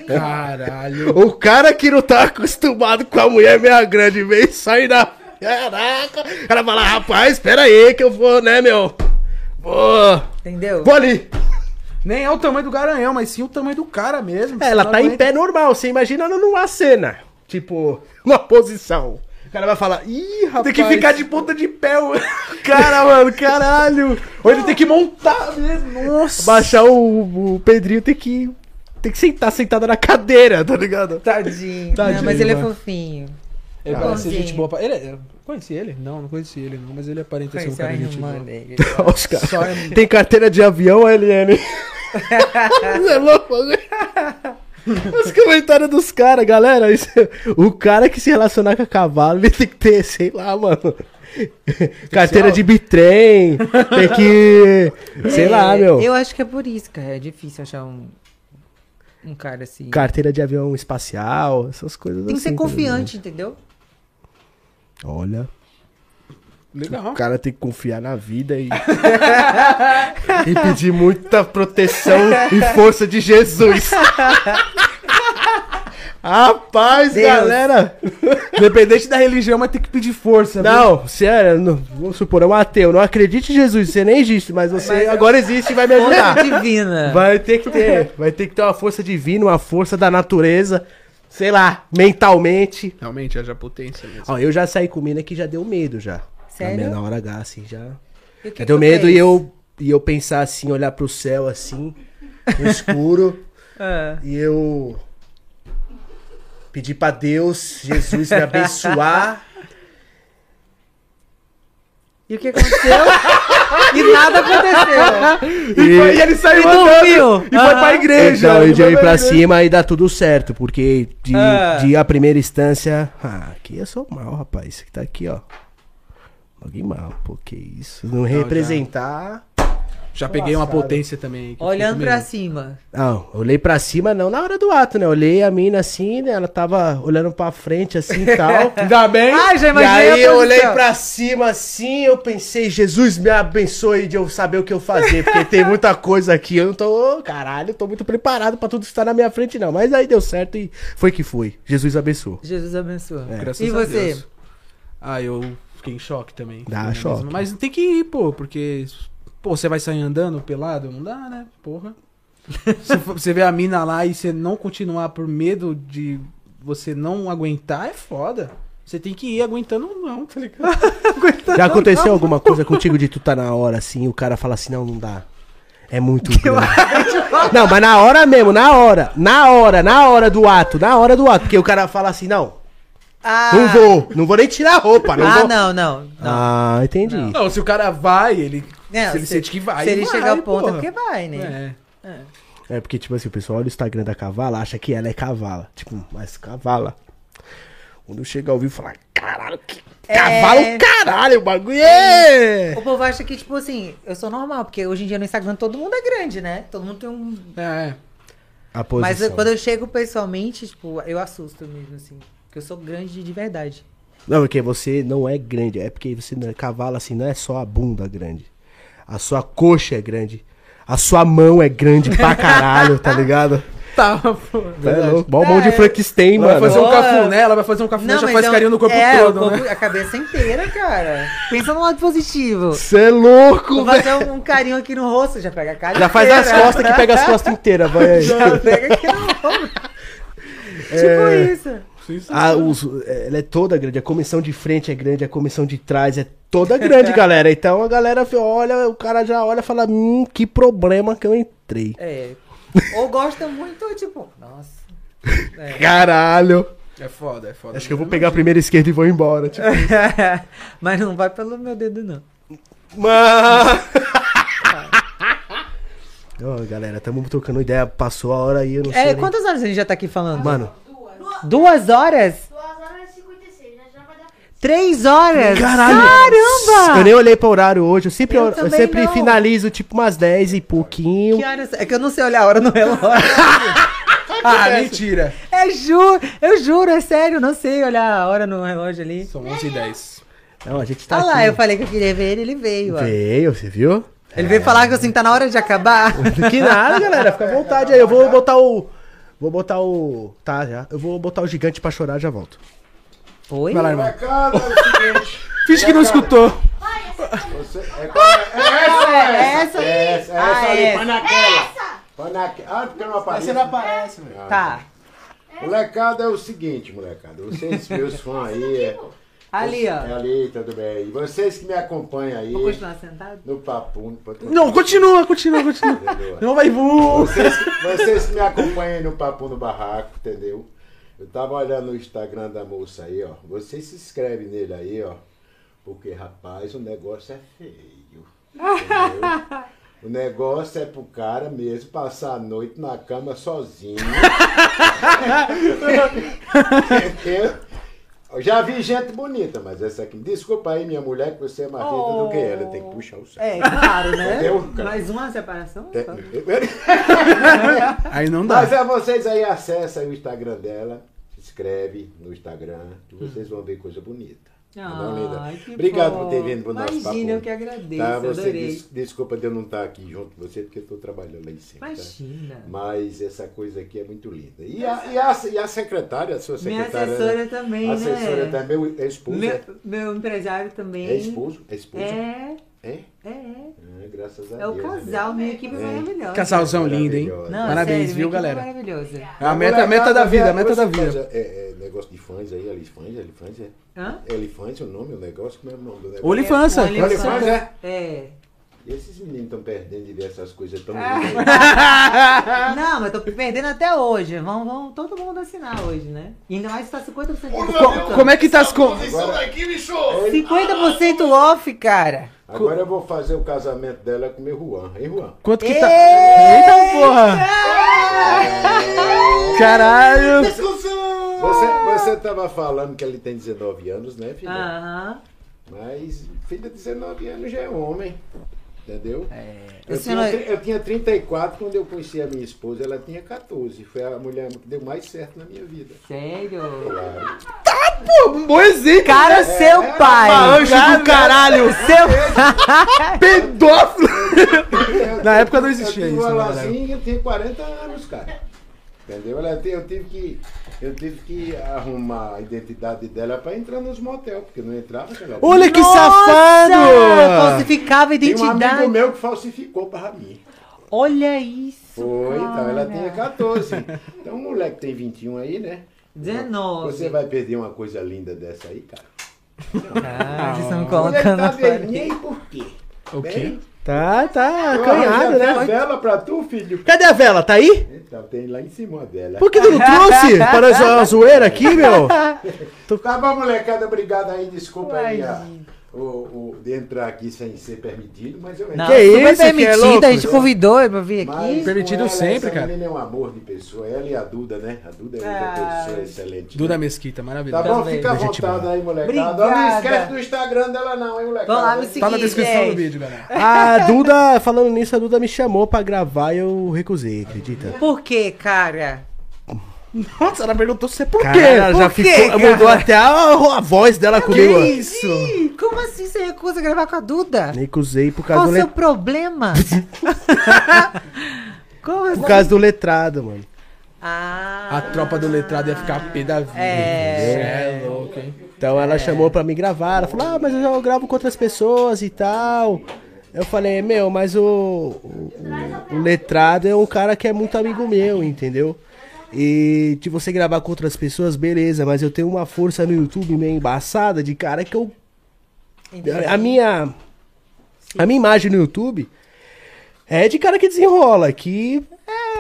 Speaker 2: Caralho.
Speaker 1: o cara que não tá acostumado com a mulher meia grande vem sair da. Caraca! O cara fala, rapaz, pera aí que eu vou, né, meu? Vou.
Speaker 3: Entendeu?
Speaker 1: Vou ali!
Speaker 2: Nem é o tamanho do garanhão, mas sim o tamanho do cara mesmo.
Speaker 1: É, ela
Speaker 2: Não
Speaker 1: tá em
Speaker 2: aguenta.
Speaker 1: pé normal, você imagina ela numa cena. Tipo, numa posição. O cara vai falar, ih, rapaz.
Speaker 2: Tem que ficar de ponta de pé, o cara, mano, caralho. Ou ele tem que montar tá mesmo. Nossa.
Speaker 1: Baixar o, o Pedrinho tem que. Tem que sentar sentada na cadeira, tá ligado?
Speaker 3: Tadinho.
Speaker 1: Tadinho,
Speaker 3: Não, mas ele é
Speaker 1: mano.
Speaker 3: fofinho.
Speaker 2: Ele
Speaker 3: Tá.
Speaker 2: parece
Speaker 3: Sim.
Speaker 2: gente boa. pra- Ele é... eu Conheci ele? Não, não conheci ele, não. Mas ele aparenta ser um
Speaker 3: Conheceu a
Speaker 2: cara de gente
Speaker 3: é, irmã
Speaker 2: boa.
Speaker 3: dele.
Speaker 1: Os caras- Tem carteira de avião, LN. Você é louco, né? Os comentários dos caras, galera. isso- é o cara que se relacionar com a cavalo, ele tem que ter, sei lá, mano. Carteira de bitrem. Tem que. Sei
Speaker 3: É,
Speaker 1: lá, meu.
Speaker 3: Eu acho que é por isso, cara. É difícil achar um, um cara assim.
Speaker 1: Carteira de avião espacial, essas coisas
Speaker 3: Tem que
Speaker 1: assim.
Speaker 3: ser
Speaker 1: tá ligado?
Speaker 3: confiante, entendeu?
Speaker 1: Olha, o
Speaker 2: Legal.
Speaker 1: cara tem que confiar na vida e. e pedir muita proteção e força de Jesus. Rapaz,
Speaker 3: Deus.
Speaker 1: galera!
Speaker 2: Independente da religião, mas tem que pedir força. viu?
Speaker 1: Não, sério, não- vamos supor, é um ateu. Não acredite em Jesus, você nem existe, mas você agora existe e vai me ajudar.
Speaker 3: Fonte divina.
Speaker 1: Vai ter que ter. Vai ter que ter uma força divina, uma força da natureza. Sei lá, mentalmente.
Speaker 2: Realmente, haja potência mesmo.
Speaker 1: Ó, eu já saí com mina que já deu medo já.
Speaker 3: Sério?
Speaker 1: Na, minha- na hora H, assim, já.
Speaker 3: E o que
Speaker 1: já
Speaker 3: que
Speaker 1: deu
Speaker 3: tu
Speaker 1: medo
Speaker 3: fez?
Speaker 1: e eu, e eu pensar assim, olhar pro céu assim, no escuro,
Speaker 3: Ah.
Speaker 1: e eu pedir pra Deus, Jesus, me abençoar.
Speaker 3: E o que aconteceu? e nada aconteceu.
Speaker 1: e
Speaker 2: E, foi- e ele saiu
Speaker 3: e
Speaker 2: andando
Speaker 3: dormiu.
Speaker 2: e foi pra
Speaker 3: Aham.
Speaker 2: igreja.
Speaker 1: Então, eu
Speaker 2: Ele
Speaker 1: de
Speaker 2: foi
Speaker 1: ir pra
Speaker 2: igreja.
Speaker 1: cima e dá tudo certo, porque de,
Speaker 3: Ah.
Speaker 1: de a primeira instância. Ah, aqui eu sou mal, rapaz. Isso que tá aqui, ó. Alguém mal, pô, que isso. Não, representar.
Speaker 2: Já peguei uma
Speaker 1: Engraçado.
Speaker 2: potência também. que eu
Speaker 3: Olhando
Speaker 2: fico
Speaker 3: pra
Speaker 2: meio-
Speaker 3: cima.
Speaker 1: Não, olhei pra cima, não na hora do ato, né? Olhei a mina assim, né? Ela tava olhando pra frente assim e tal.
Speaker 2: Ainda bem.
Speaker 3: Ai, Ah, já
Speaker 1: e
Speaker 3: imaginei.
Speaker 1: aí
Speaker 3: a
Speaker 1: eu olhei
Speaker 3: posição.
Speaker 1: pra cima assim, eu pensei, Jesus me abençoe de eu saber o que eu fazer, porque tem muita coisa aqui, eu não tô, ô, caralho, eu tô muito preparado pra tudo que está na minha frente não, mas aí deu certo e foi que foi. Jesus abençoou.
Speaker 3: Jesus abençoa.
Speaker 1: É,
Speaker 2: Graças
Speaker 3: E
Speaker 2: a
Speaker 3: você?
Speaker 2: Deus. Ah, eu fiquei em choque também.
Speaker 1: Dá
Speaker 2: Fiquei na
Speaker 1: choque.
Speaker 2: mesma- Mas tem que ir, pô, porque. Pô, você vai sair andando pelado? Não dá, né? Porra. Você for- Você vê a mina lá e você não continuar por medo de você não aguentar é foda. Você tem que ir aguentando ou não, tá ligado?
Speaker 1: Já aconteceu alguma coisa contigo de tu tá na hora assim, e o cara fala assim, não, não dá. É muito grande. Não, mas na hora mesmo, na hora, na hora, na hora do ato, na hora do ato, porque o cara fala assim, não,
Speaker 3: Ah,
Speaker 1: não vou, não vou nem tirar a roupa, não
Speaker 3: Ah,
Speaker 1: vou.
Speaker 3: não, não. não.
Speaker 1: Ah, entendi.
Speaker 2: Não, se o cara vai, ele.
Speaker 3: Não,
Speaker 2: se ele sente que vai.
Speaker 3: Se ele
Speaker 2: vai,
Speaker 3: chegar ao ponto, é
Speaker 2: porra.
Speaker 3: porque vai, né?
Speaker 2: É.
Speaker 1: É porque, tipo assim, o pessoal olha o Instagram da cavala, acha que ela é cavala. Tipo, mas cavala. Quando chega ao vivo, fala, caralho, que cavalo, caralho, o bagulho é...
Speaker 3: O povo acha que, tipo assim, eu sou normal, porque hoje em dia no Instagram todo mundo é grande, né? Todo mundo tem um.
Speaker 2: É,
Speaker 1: A posição.
Speaker 3: Mas eu- quando eu chego pessoalmente, tipo, eu assusto mesmo, assim. Porque eu sou grande de verdade.
Speaker 1: Não, porque você não é grande. É porque você não é cavalo assim, não é só a bunda grande. A sua coxa é grande. A sua mão é grande pra caralho, tá ligado?
Speaker 2: Tá, pô.
Speaker 1: É
Speaker 2: Verdade.
Speaker 1: louco. Mó mão de
Speaker 3: É.
Speaker 1: Frankenstein,
Speaker 2: Ela vai
Speaker 1: mano.
Speaker 2: fazer um
Speaker 3: Boa.
Speaker 2: cafuné, ela vai fazer um cafuné, já
Speaker 3: mas
Speaker 2: faz
Speaker 3: é um-
Speaker 2: carinho no corpo
Speaker 3: é,
Speaker 2: todo,
Speaker 3: o corpo-
Speaker 2: né?
Speaker 3: A cabeça inteira, cara. Pensa no lado positivo.
Speaker 1: Você é louco,
Speaker 3: Vou
Speaker 1: velho.
Speaker 3: fazer um carinho aqui no rosto, já pega a cara
Speaker 1: Já faz as
Speaker 3: inteira.
Speaker 1: costas que pega as costas inteiras, vai aí.
Speaker 3: Já pega aqui no rosto.
Speaker 1: É.
Speaker 3: Tipo isso.
Speaker 1: Ah, os- ela é toda grande, a comissão de frente é grande, a comissão de trás é toda grande, galera. Então a galera olha, o cara já olha e fala, hum, que problema que eu entrei.
Speaker 3: É. Ou gosta muito, ou tipo, nossa. É.
Speaker 1: Caralho!
Speaker 2: É foda, é foda.
Speaker 1: Acho que eu vou pegar a primeira esquerda e vou embora. Tipo,
Speaker 3: Mas não vai pelo meu dedo, não.
Speaker 1: Mano! Ô, galera, tamo trocando ideia. Passou a hora aí, eu não sei.
Speaker 3: É,
Speaker 1: nem-
Speaker 3: quantas horas a gente já tá aqui falando?
Speaker 1: Mano,
Speaker 4: Duas.
Speaker 3: Duas horas?
Speaker 6: 2 horas e 56,
Speaker 4: né?
Speaker 6: já, já vai dar
Speaker 3: Ah,
Speaker 6: tempo.
Speaker 3: Três horas?
Speaker 1: caralho!
Speaker 3: Caramba!
Speaker 1: Eu nem olhei pra horário hoje. Eu sempre,
Speaker 3: Eu
Speaker 1: eu
Speaker 3: também
Speaker 1: sempre
Speaker 3: não.
Speaker 1: finalizo tipo umas 10 e pouquinho.
Speaker 3: Que horas? É que eu não sei olhar a hora no relógio.
Speaker 2: Ah, mentira.
Speaker 3: É juro, eu juro, é sério, não sei olhar a hora no relógio ali.
Speaker 2: São 11 e 10.
Speaker 1: Não, a gente tá
Speaker 3: Olha lá,
Speaker 1: aqui.
Speaker 3: eu falei que eu queria ver ele, ele veio, ó.
Speaker 1: Veio, você viu?
Speaker 3: Ele veio falar que assim, tá na hora de acabar.
Speaker 1: Que nada, galera. Fica à vontade aí. Eu vou botar o. Vou botar o. Tá, já. Eu vou botar o gigante pra chorar já volto.
Speaker 3: Oi?
Speaker 2: Vai lá, irmão.
Speaker 5: É cara, é o seguinte.
Speaker 2: Finge que não escutou.
Speaker 6: Vai, essa
Speaker 5: Você, é, cara, é essa,
Speaker 3: Ah, é essa aí?
Speaker 5: é essa, é
Speaker 3: Ah,
Speaker 5: essa ali,
Speaker 3: é
Speaker 5: põe naquela. Põe naquela. Ah, porque não aparece. Você não aparece, velho.
Speaker 3: Tá.
Speaker 5: Molecada é o seguinte, molecada. Vocês, meus fãs aí. é-
Speaker 3: Ali,
Speaker 5: É
Speaker 3: ó.
Speaker 5: ali, tudo bem. E vocês que me acompanham aí.
Speaker 3: Vou continuar sentado?
Speaker 5: No papo. no papo-
Speaker 2: Não, continua, continua, continua.
Speaker 5: Entendeu?
Speaker 2: Não vai vu.
Speaker 5: Vocês, vocês que me acompanham no Papo no Barraco, entendeu? Eu tava olhando o Instagram da moça aí, ó. Vocês se inscrevem nele aí, ó. Porque, rapaz, o negócio é feio. Entendeu? O negócio é pro cara mesmo passar a noite na cama sozinho. entendeu? Eu já vi gente bonita, mas essa aqui. Desculpa aí, minha mulher, que você é mais linda do que ela. Tem que puxar o saco.
Speaker 3: É, claro, né?
Speaker 5: Entendeu, cara? É.
Speaker 3: Mais uma separação?
Speaker 2: Aí não dá.
Speaker 5: Mas é vocês aí, acessa aí o Instagram dela, se inscreve no Instagram, que vocês vão ver coisa bonita. Não, linda.
Speaker 3: Ai, que
Speaker 5: Obrigado
Speaker 3: bom.
Speaker 5: por ter vindo pro nosso papo.
Speaker 3: Imagina, eu que agradeço,
Speaker 5: Tá, você
Speaker 3: adorei.
Speaker 5: des- desculpa de eu não estar aqui junto com você, porque eu estou trabalhando aí sempre. tá?
Speaker 3: Imagina.
Speaker 5: Mas essa coisa aqui é muito linda. E a, e a, e a secretária, a sua
Speaker 3: Minha
Speaker 5: secretária. né?
Speaker 3: assessora também,
Speaker 5: a assessora
Speaker 3: né?
Speaker 5: também, meu esposo. é-
Speaker 3: Meu, meu empresário também.
Speaker 5: É esposo? É esposo?
Speaker 3: É,
Speaker 5: É?
Speaker 3: é, é.
Speaker 5: Ah, graças a
Speaker 3: É
Speaker 5: Deus.
Speaker 3: o
Speaker 5: né?
Speaker 3: casal, minha equipe é maravilhosa.
Speaker 2: Casalzão lindo, hein?
Speaker 5: Maravilhosa.
Speaker 3: Não,
Speaker 2: Parabéns,
Speaker 3: sério, minha
Speaker 2: viu,
Speaker 3: equipe
Speaker 2: galera?
Speaker 3: é Maravilhosa.
Speaker 2: A meta, a meta da vida, a meta da
Speaker 5: Você
Speaker 2: vida.
Speaker 5: faz, É, é, negócio de fãs aí, elefante, elefante, é.
Speaker 3: Hã?
Speaker 5: Elefante é o nome, o negócio, como é o nome do negócio?
Speaker 2: Olifança.
Speaker 3: Olha
Speaker 5: Olha,
Speaker 3: só.
Speaker 5: faz, é?
Speaker 3: É.
Speaker 5: E esses meninos estão perdendo de ver essas coisas tão lindas.
Speaker 3: Não, mas tô perdendo até hoje. Vão, vão todo mundo assinar hoje, né? E ainda mais que tá 50% de
Speaker 2: Co-
Speaker 3: desconto.
Speaker 2: Como é que tá as coisas?
Speaker 5: Agora-
Speaker 7: daqui, bicho!
Speaker 5: é?
Speaker 3: 50% off, cara.
Speaker 5: Agora eu vou fazer o casamento dela com o meu Juan, hein, Juan?
Speaker 2: Quanto que tá? Eita porra! Caralho!
Speaker 5: Você, você tava falando que ele tem 19 anos, né, filha?
Speaker 3: Ah. Aham.
Speaker 5: Mas filha de 19 anos já é homem. Entendeu? Eu,
Speaker 3: Eu
Speaker 5: tinha,
Speaker 3: sei lá-
Speaker 5: tri- eu tinha 34 quando eu conheci a minha esposa, ela tinha 14. Foi a mulher que deu mais certo na minha vida.
Speaker 3: Sério?
Speaker 5: Claro.
Speaker 2: Pô, um bom exemplo!
Speaker 3: Cara, seu
Speaker 2: Uma
Speaker 3: pai.
Speaker 2: anjo do caralho!
Speaker 3: Seu...
Speaker 2: Pedófilo!
Speaker 5: Eu-
Speaker 2: Na época não
Speaker 5: eu
Speaker 2: existia
Speaker 5: tive
Speaker 2: isso,
Speaker 5: uma
Speaker 2: né,
Speaker 5: lazinha, eu tinha 40 anos, cara. Entendeu? Ela te- Eu tive que, eu tive que arrumar a identidade dela pra entrar nos motel, porque não entrava. Cara.
Speaker 2: Olha que
Speaker 3: Nossa,
Speaker 2: safado!
Speaker 3: Falsificava a
Speaker 5: Tem um amigo
Speaker 3: identidade.
Speaker 5: meu que falsificou pra mim.
Speaker 3: Olha isso.
Speaker 5: Foi, então, ela
Speaker 3: cara.
Speaker 5: tinha 14. Então, um moleque tem 21 aí, né?
Speaker 3: É 19.
Speaker 5: Você vai perder uma coisa linda dessa aí, cara.
Speaker 3: Cara, vocês estão me
Speaker 5: Mulher
Speaker 3: colocando
Speaker 5: tá
Speaker 3: agora.
Speaker 5: vermelha, por quê?
Speaker 2: O quê?
Speaker 1: Tá, tá,
Speaker 5: Eu
Speaker 1: acanhado,
Speaker 5: arranjei até
Speaker 1: né?
Speaker 5: vela pra tu, filho.
Speaker 1: Cadê a vela? Tá aí?
Speaker 5: Então, tem lá em cima dela.
Speaker 1: Por que tu não trouxe? Para a zo- a zoeira aqui, meu?
Speaker 5: Tá bom, molecada, obrigado aí, desculpa aí a, o- o- de entrar aqui sem ser permitido, mas eu
Speaker 3: Não,
Speaker 5: entrei.
Speaker 1: Que
Speaker 3: super
Speaker 1: isso, que é
Speaker 3: permitida,
Speaker 1: louco,
Speaker 3: a gente
Speaker 5: né?
Speaker 3: convidou ele pra vir
Speaker 5: Mas
Speaker 3: aqui.
Speaker 5: com
Speaker 2: Permitido
Speaker 5: ela,
Speaker 2: sempre,
Speaker 5: essa
Speaker 2: cara.
Speaker 5: menina é um amor de pessoa. Ela e a Duda, né? A Duda é outra
Speaker 3: Ah.
Speaker 5: pessoa excelente.
Speaker 2: Duda
Speaker 5: né?
Speaker 2: Mesquita,
Speaker 5: Tá
Speaker 2: maravilhosa.
Speaker 5: bom,
Speaker 3: Também.
Speaker 5: fica à
Speaker 1: Gente
Speaker 5: vontade
Speaker 1: boa.
Speaker 5: aí, molecada. Ó, Não
Speaker 3: Obrigada.
Speaker 5: esquece do Instagram dela, não, hein, molecada.
Speaker 3: Vão lá me seguir.
Speaker 2: Tá na descrição do
Speaker 3: gente.
Speaker 2: vídeo, galera.
Speaker 1: A Duda, falando nisso, a Duda me chamou pra gravar e eu recusei, acredita?
Speaker 3: Por quê, cara?
Speaker 2: Nossa, ela perguntou se é por
Speaker 1: Caralho, ela
Speaker 3: Por
Speaker 1: já
Speaker 3: quê,
Speaker 1: ficou,
Speaker 3: cara? é
Speaker 1: mudou até a, a voz dela comigo. ó.
Speaker 2: isso?
Speaker 3: Ih, Como assim você recusa gravar com a Duda?
Speaker 1: Recusei por causa,
Speaker 3: Qual o
Speaker 1: do, le-
Speaker 3: seu problema? Como assim?
Speaker 1: por causa do letrado, mano.
Speaker 3: Ah,
Speaker 2: A tropa do letrado ia ficar pé da vida.
Speaker 3: É.
Speaker 2: Cê é louco, hein?
Speaker 1: Então ela chamou pra me gravar, ela falou, ah, mas eu já gravo com outras pessoas e tal. Eu falei, meu, mas o, o, o letrado é um cara que é muito amigo meu, entendeu? E de você gravar com outras pessoas, beleza, mas eu tenho uma força no YouTube meio embaçada de cara que eu. A minha. A minha imagem no YouTube é de cara que desenrola, que.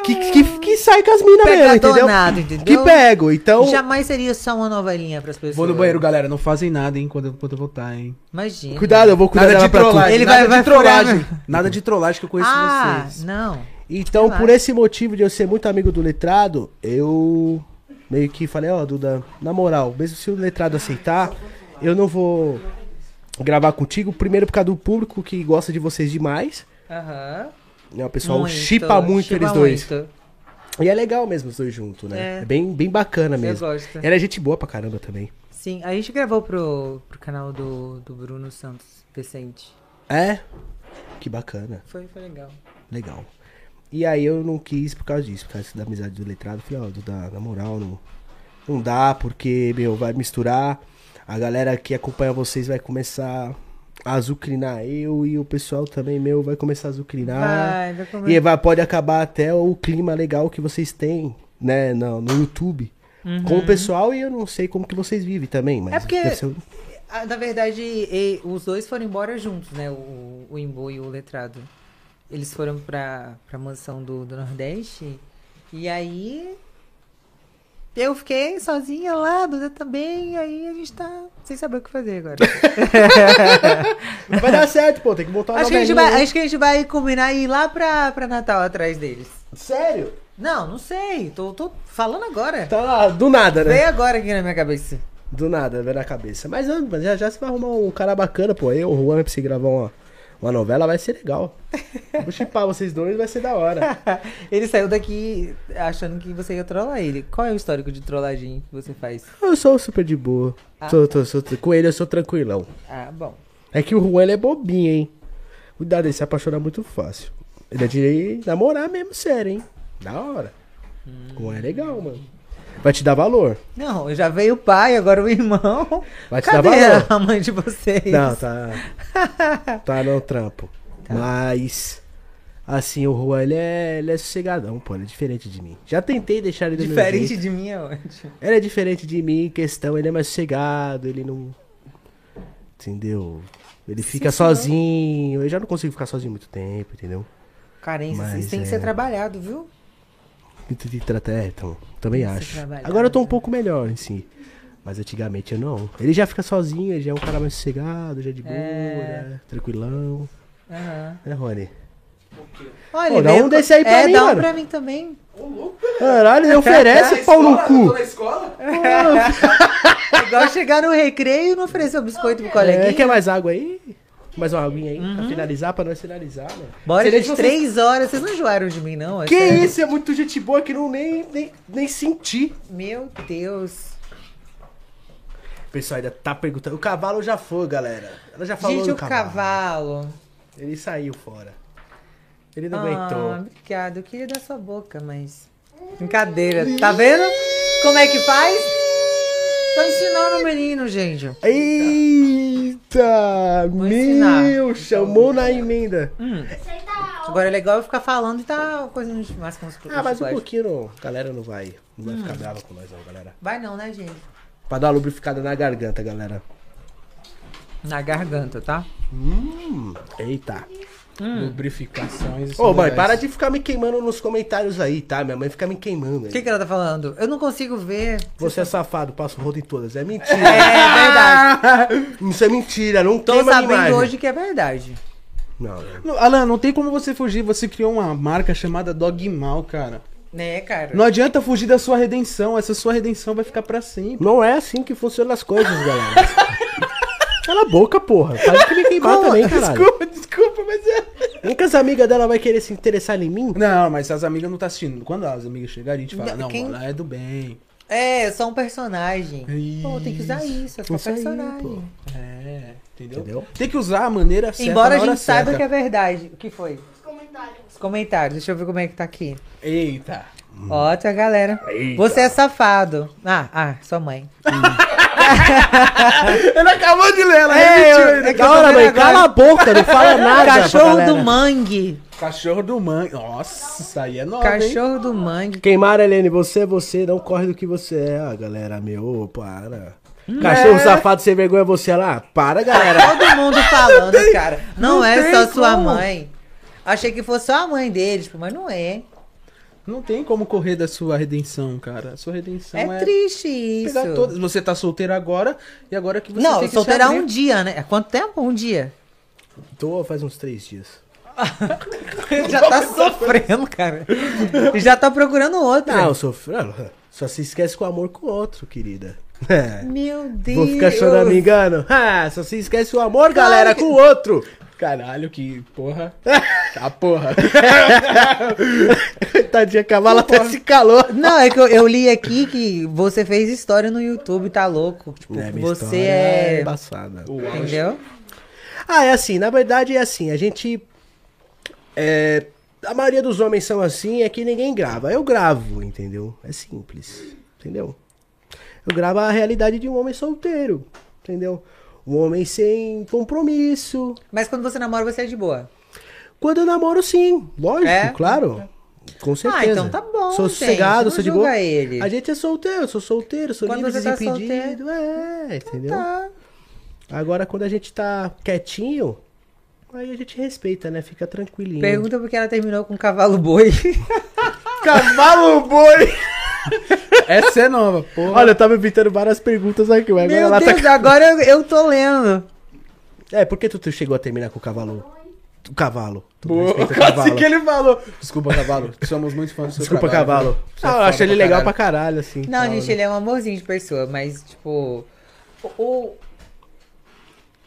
Speaker 1: Que, que, que sai com as minas mesmo, entendeu?
Speaker 3: Pegadonado, entendeu?
Speaker 1: Que pego, então.
Speaker 3: Jamais seria só uma novelinha pras pessoas.
Speaker 2: Vou no banheiro, galera. Não fazem nada, hein, quando, eu- quando eu voltar, hein?
Speaker 3: Imagina.
Speaker 1: Cuidado, eu vou cuidar
Speaker 2: Nada
Speaker 1: dela
Speaker 2: de
Speaker 1: pra tudo.
Speaker 2: trollagem.
Speaker 3: Ele
Speaker 2: nada
Speaker 3: vai-
Speaker 2: de
Speaker 3: vai
Speaker 2: trollagem.
Speaker 3: furar, né?
Speaker 2: Nada de trollagem que eu conheço
Speaker 3: Ah,
Speaker 2: vocês.
Speaker 3: não.
Speaker 1: Então,
Speaker 3: Relaxa.
Speaker 1: por esse motivo de eu ser muito amigo do letrado, eu meio que falei, ó, Duda, na moral, mesmo se o letrado aceitar, eu não vou gravar contigo, primeiro por causa do público que gosta de vocês demais.
Speaker 3: Aham.
Speaker 1: Né, o pessoal
Speaker 3: Muito,
Speaker 1: chipa muito
Speaker 3: chipa
Speaker 1: eles dois.
Speaker 3: muito.
Speaker 1: E é legal mesmo os dois juntos, né?
Speaker 3: É.
Speaker 1: É, bem, bem bacana
Speaker 3: Eu
Speaker 1: mesmo.
Speaker 3: gosto.
Speaker 1: Ela é gente boa pra caramba também.
Speaker 3: Sim, a gente gravou pro, pro canal do, do Bruno Santos Vicente.
Speaker 1: É? Que bacana,
Speaker 3: Foi, foi legal.
Speaker 1: legal. E aí eu não quis por causa disso, por causa da amizade do letrado. Falei, ó, Duda, na moral, não, não dá, porque, meu, vai misturar. A galera que acompanha vocês vai começar a azucrinar eu e o pessoal também, meu, vai começar a
Speaker 3: Ah.
Speaker 1: azucrinar.
Speaker 3: vai
Speaker 1: E
Speaker 3: comer.
Speaker 1: vai, pode acabar até o clima legal que vocês têm, né, no, no YouTube. Com o pessoal e eu não sei como que vocês vivem também, mas
Speaker 3: Uhum. É porque-
Speaker 1: deve ser- um-
Speaker 3: Ah, na verdade, e- os dois foram embora juntos, né? O, o Imbu e o Letrado. Eles foram pra, pra mansão do, do Nordeste. E aí. Eu fiquei sozinha lá, a Duda também. E aí a gente tá sem saber o que fazer agora.
Speaker 1: Mas vai dar certo, pô, tem que montar uma
Speaker 3: acho, que a gente
Speaker 1: novelinha,
Speaker 3: vai,
Speaker 1: né?
Speaker 3: acho que a gente vai combinar e ir lá pra, pra Natal atrás deles.
Speaker 1: Sério?
Speaker 3: Não, não sei. Tô, tô falando agora.
Speaker 1: Tá lá, do nada, né?
Speaker 3: Veio agora aqui na minha cabeça.
Speaker 1: Do nada, veio na cabeça. Mas ah, mas já já você vai arrumar um cara bacana, pô. Eu, o Juan, né, pra você gravar uma, uma novela, vai ser legal. Vou chipar vocês dois, vai ser da hora.
Speaker 3: ele saiu daqui achando que você ia trollar ele. Qual é o histórico de trollagem que você faz?
Speaker 1: Eu sou super de boa. Sou- tô- sou- tô- com ele eu sou tranquilão.
Speaker 3: Ah, bom.
Speaker 1: É que o Juan ele é bobinho, hein? Cuidado, ele se apaixona muito fácil. Ele é de namorar mesmo, sério, hein? Da hora. O Juan é legal, mano. Vai te dar valor.
Speaker 3: Não, já veio o pai, agora o irmão.
Speaker 1: Vai te
Speaker 3: Cadê
Speaker 1: dar valor.
Speaker 3: a mãe de vocês?
Speaker 1: Não, tá. tá no trampo. Mas. Assim, o Juan, ele é, ele é sossegadão, pô. Ele é diferente de mim. Já tentei deixar ele do meu
Speaker 3: Diferente
Speaker 1: jeito.
Speaker 3: de mim é ótimo.
Speaker 1: Ele é diferente de mim em questão, ele é mais sossegado, ele não. Entendeu? Ele fica sozinho. Eu já não consigo ficar sozinho muito tempo, entendeu?
Speaker 3: Carência,
Speaker 1: Mas
Speaker 3: isso tem que
Speaker 1: é.
Speaker 3: ser trabalhado, viu?
Speaker 1: Muito de tratar, é, então, também
Speaker 3: Tem que ser
Speaker 1: acho.
Speaker 3: trabalhado,
Speaker 1: Agora eu tô um
Speaker 3: né?
Speaker 1: pouco melhor, assim. Mas antigamente eu não. Ele já fica sozinho, ele já é um cara mais sossegado, já é de boa,
Speaker 3: É.
Speaker 1: né? Tranquilão.
Speaker 3: Aham.
Speaker 1: Né, Rony?
Speaker 3: Olha,
Speaker 1: Pô,
Speaker 3: ele
Speaker 1: dá um
Speaker 3: veio-
Speaker 1: desse aí pra
Speaker 3: é,
Speaker 1: mim,
Speaker 3: dá um
Speaker 1: mano.
Speaker 3: pra mim também.
Speaker 1: Caralho, ele oferece pau no cu. Ah,
Speaker 3: É igual chegar no recreio e não oferecer um biscoito pro coleguinha.
Speaker 1: É, quer mais água aí? Mais uma aguinha aí? Pra finalizar, pra nós finalizar, né?
Speaker 3: Bora,
Speaker 1: Seria de
Speaker 3: gente,
Speaker 1: vocês-
Speaker 3: três horas. Vocês não enjoaram de mim, não? É
Speaker 1: Que
Speaker 3: sério.
Speaker 1: isso? É muito gente boa que não nem, nem, nem senti.
Speaker 3: Meu Deus.
Speaker 1: O pessoal ainda tá perguntando. O cavalo já foi, galera. Ela já falou
Speaker 3: Gente,
Speaker 1: do
Speaker 3: o cavalo.
Speaker 1: Ele saiu fora. Ele não
Speaker 3: Ah,
Speaker 1: aguentou.
Speaker 3: obrigado. Eu queria dar sua boca, mas. Brincadeira. Tá vendo como é que faz? Tô ensinando o menino, gente.
Speaker 1: Eita!
Speaker 3: Vou ensinar. Hum.
Speaker 1: Meu! Chamou na emenda.
Speaker 3: Agora é legal eu ficar falando e tá coisa mais com os
Speaker 1: Ah, mas um
Speaker 3: pode.
Speaker 1: pouquinho, não. a galera não vai. Não vai
Speaker 3: Hum.
Speaker 1: ficar brava com nós, não, galera.
Speaker 3: Vai não, né, gente?
Speaker 1: Pra dar uma lubrificada na garganta, galera.
Speaker 3: Na garganta, tá?
Speaker 1: Hum, eita.
Speaker 2: Lubrificações.
Speaker 1: Ô, mãe,
Speaker 2: são
Speaker 1: para
Speaker 2: legais.
Speaker 1: de ficar me queimando nos comentários aí, tá? Minha mãe fica me queimando.
Speaker 3: O
Speaker 1: aí.
Speaker 3: que, que ela tá falando? Eu não consigo ver.
Speaker 1: Você é safado, passa o rodo em todas. É
Speaker 3: É
Speaker 1: mentira.
Speaker 3: verdade.
Speaker 1: Isso é mentira, não
Speaker 3: Tô
Speaker 1: queima a
Speaker 3: sabendo
Speaker 1: imagem.
Speaker 3: hoje que é verdade.
Speaker 1: Não, não.
Speaker 2: Não, Alan, não tem como você fugir. Você criou uma marca chamada Dogmal, cara.
Speaker 3: Né, cara?
Speaker 2: Não adianta fugir da sua redenção. Essa sua redenção vai ficar pra sempre.
Speaker 1: Não é assim que funcionam as coisas, galera. Cala a boca, porra. Faz que me queimar também, caralho.
Speaker 2: Desculpa, desculpa, mas é.
Speaker 1: Nem que as amigas dela vai querer se interessar em mim.
Speaker 2: Não, mas as amigas não tá assistindo. Quando as amigas chegarem, a gente fala,
Speaker 3: Não,
Speaker 2: não,
Speaker 3: quem-
Speaker 2: ela é do bem.
Speaker 3: É, eu sou um personagem. Pô, tem que usar
Speaker 2: Isso.
Speaker 3: isso, eu sou um
Speaker 1: Isso aí,
Speaker 3: personagem.
Speaker 1: pô.
Speaker 2: É, entendeu?
Speaker 1: Entendeu?
Speaker 2: Tem que usar a maneira certa.
Speaker 3: Embora a
Speaker 2: na hora
Speaker 3: gente saiba
Speaker 2: certa.
Speaker 3: que é verdade. O que foi?
Speaker 6: Os comentários.
Speaker 3: Os comentários, deixa eu ver como é que tá aqui.
Speaker 2: Eita.
Speaker 3: Ó, tem a galera. Você é safado. Ah, ah, sua mãe.
Speaker 2: Ela Hum. acabou de ler, ela
Speaker 3: É,
Speaker 2: repetiu
Speaker 3: eu-
Speaker 2: ainda.
Speaker 3: é que eu
Speaker 1: Da hora,
Speaker 3: tô
Speaker 1: mãe.
Speaker 3: vendo agora.
Speaker 1: Cala a boca, não fala nada. pra
Speaker 3: Cachorro
Speaker 1: galera.
Speaker 3: do mangue.
Speaker 2: Cachorro do mangue. Nossa, isso aí é nova, hein?
Speaker 3: Cachorro do mangue.
Speaker 1: Queimaram, Helene, você é você, não corre do que você é. Ah, galera, meu, para. Cachorro safado sem vergonha, você é lá. Para, galera.
Speaker 3: Todo mundo falando, cara. Não,
Speaker 2: não
Speaker 3: é
Speaker 2: tem
Speaker 3: só sua
Speaker 2: como.
Speaker 3: mãe. Achei que fosse só a mãe deles, pô, mas não é.
Speaker 2: Não tem como correr da sua redenção, cara. A sua redenção é...
Speaker 3: é triste isso.
Speaker 2: pegar todas. Você tá solteiro agora, e agora que você
Speaker 3: Não,
Speaker 2: tem que
Speaker 3: solteira há
Speaker 2: se abrir.
Speaker 3: um dia, né? Há Quanto tempo? Um dia.
Speaker 1: Tô faz uns três dias.
Speaker 3: Já tá sofrendo, cara. Já tá procurando outra.
Speaker 1: Não, eu sou. ah, Só se esquece com o amor com o outro, querida. É.
Speaker 3: Meu Deus.
Speaker 1: Vou ficar chorando, me engano. Ah, só se esquece o amor, galera, com o outro.
Speaker 2: Caralho, que porra. A porra.
Speaker 1: Tadinha, cavalo até se calou.
Speaker 3: Não, é que eu, eu li aqui que você fez história no YouTube, tá louco? Tipo,
Speaker 1: É, minha
Speaker 3: você
Speaker 1: história
Speaker 3: é.
Speaker 1: Embaçada.
Speaker 3: Entendeu?
Speaker 1: Ah, é assim, na verdade é assim, a gente. é, a maioria dos homens são assim, é que ninguém grava. Eu gravo, entendeu? É simples, entendeu? Eu gravo a realidade de um homem solteiro, entendeu? Um homem sem compromisso.
Speaker 3: Mas quando você namora, você é de boa.
Speaker 1: Quando eu namoro, sim, lógico,
Speaker 3: É?
Speaker 1: claro. Com certeza.
Speaker 3: então tá bom,
Speaker 1: Sou
Speaker 3: gente,
Speaker 1: sossegado,
Speaker 3: não
Speaker 1: sou de
Speaker 3: julga
Speaker 1: boa.
Speaker 3: ele.
Speaker 1: A gente é solteiro, eu sou solteiro, sou
Speaker 3: Quando
Speaker 1: livre,
Speaker 3: você tá
Speaker 1: desimpedido. é, entendeu?
Speaker 3: Tá.
Speaker 1: Agora, quando a gente tá quietinho, aí a gente respeita, né? Fica tranquilinho.
Speaker 3: Pergunta porque ela terminou com um cavalo boi.
Speaker 1: Cavalo boi!
Speaker 2: Essa é nova, porra.
Speaker 1: Olha, eu tava evitando várias perguntas aqui, mas agora
Speaker 3: Meu
Speaker 1: ela
Speaker 3: Deus, agora eu, eu tô lendo.
Speaker 1: tá... É, por que tu, tu chegou a terminar com o cavalo? O cavalo. Tu não
Speaker 2: Pô,
Speaker 1: respeita o
Speaker 2: quase
Speaker 1: cavalo.
Speaker 2: que ele falou. Desculpa, cavalo. Somos muito fãs do seu
Speaker 1: Desculpa,
Speaker 2: trabalho.
Speaker 1: cavalo.
Speaker 2: Você é
Speaker 1: Ah, eu
Speaker 2: foda
Speaker 1: achei ele
Speaker 2: pra
Speaker 1: legal pra
Speaker 2: caralho.
Speaker 1: caralho, assim.
Speaker 3: Não,
Speaker 1: tal,
Speaker 3: gente,
Speaker 1: né?
Speaker 3: ele é um amorzinho de pessoa, mas, tipo. O, o-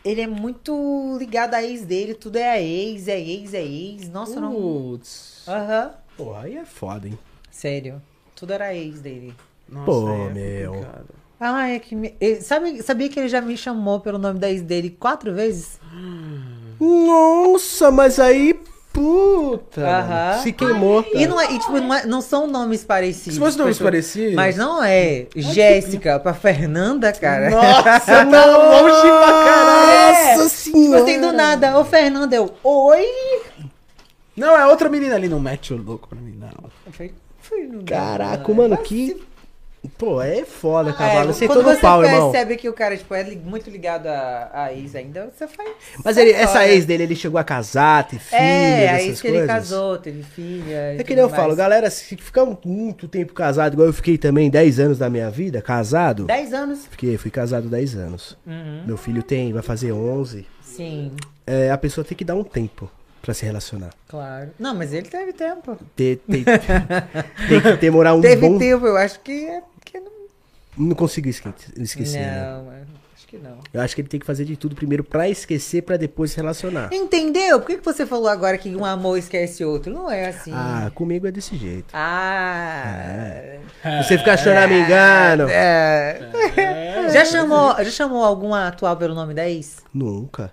Speaker 3: Ele é muito ligado à ex dele, tudo é a ex, é ex, é ex. Nossa,
Speaker 1: Uh.
Speaker 3: não.
Speaker 2: Putz.
Speaker 3: Aham.
Speaker 1: Pô, aí é foda, hein?
Speaker 3: Sério. Tudo era ex dele.
Speaker 2: Nossa,
Speaker 1: Pô,
Speaker 2: aí é
Speaker 1: meu.
Speaker 2: complicado.
Speaker 3: Ah, é que. Me... ele- Sabe, sabia que ele já me chamou pelo nome da ex dele quatro vezes?
Speaker 1: Nossa, mas aí... Puta!
Speaker 3: Aham.
Speaker 1: mano, Se queimou.
Speaker 3: E, não, é, e, tipo, não, é- não são nomes parecidos.
Speaker 2: Se fosse nomes
Speaker 3: pessoal.
Speaker 2: parecidos...
Speaker 3: Mas não é Jéssica pra Fernanda, cara.
Speaker 2: Nossa, não, longe pra caralho.
Speaker 1: Nossa
Speaker 3: Tipo
Speaker 1: senhora!
Speaker 3: assim, do nada, ô Fernanda, eu, oi?
Speaker 2: Não, é outra menina ali. Não mete o louco pra mim, não.
Speaker 3: Eu falei, "Fui, não dá,
Speaker 1: Caraca,
Speaker 3: não,
Speaker 1: mano,
Speaker 3: vai se
Speaker 1: que. Pô, é foda,
Speaker 3: Ah,
Speaker 1: cavalo.
Speaker 3: é,
Speaker 1: Você
Speaker 3: quando
Speaker 1: todo
Speaker 3: você
Speaker 1: pau, irmão.
Speaker 3: percebe que o cara tipo, é li- muito ligado à, à ex ainda, você faz.
Speaker 1: Mas
Speaker 3: sai
Speaker 1: ele, essa
Speaker 3: fora.
Speaker 1: ex dele, ele chegou a casar, ter filho,
Speaker 3: É, a
Speaker 1: essas
Speaker 3: ex que
Speaker 1: coisas.
Speaker 3: ele casou, teve filha.
Speaker 1: É que nem eu falo, galera, se ficar muito tempo casado, igual eu fiquei também 10 anos da minha vida, casado.
Speaker 3: 10 anos?
Speaker 1: Porque fui casado 10 anos.
Speaker 3: Uhum.
Speaker 1: Meu filho tem, vai fazer 11.
Speaker 3: Sim,
Speaker 1: É, a pessoa tem que dar um tempo pra se relacionar.
Speaker 3: claro. Não, mas ele teve tempo.
Speaker 1: Tem, tem, tem que demorar um
Speaker 3: teve
Speaker 1: bom...
Speaker 3: tempo, eu acho que, é- que não.
Speaker 1: Não consigo esque- esquecer, né?
Speaker 3: não, acho que não.
Speaker 1: Eu acho que ele tem que fazer de tudo primeiro pra esquecer, pra depois se relacionar.
Speaker 3: Entendeu? Por que, que você falou agora que um amor esquece outro? Não é assim.
Speaker 1: Ah, comigo é desse jeito.
Speaker 3: Ah.
Speaker 2: É.
Speaker 1: Você fica choramingando.
Speaker 3: É. Já chamou, já chamou alguma atual pelo nome da ex?
Speaker 1: Nunca.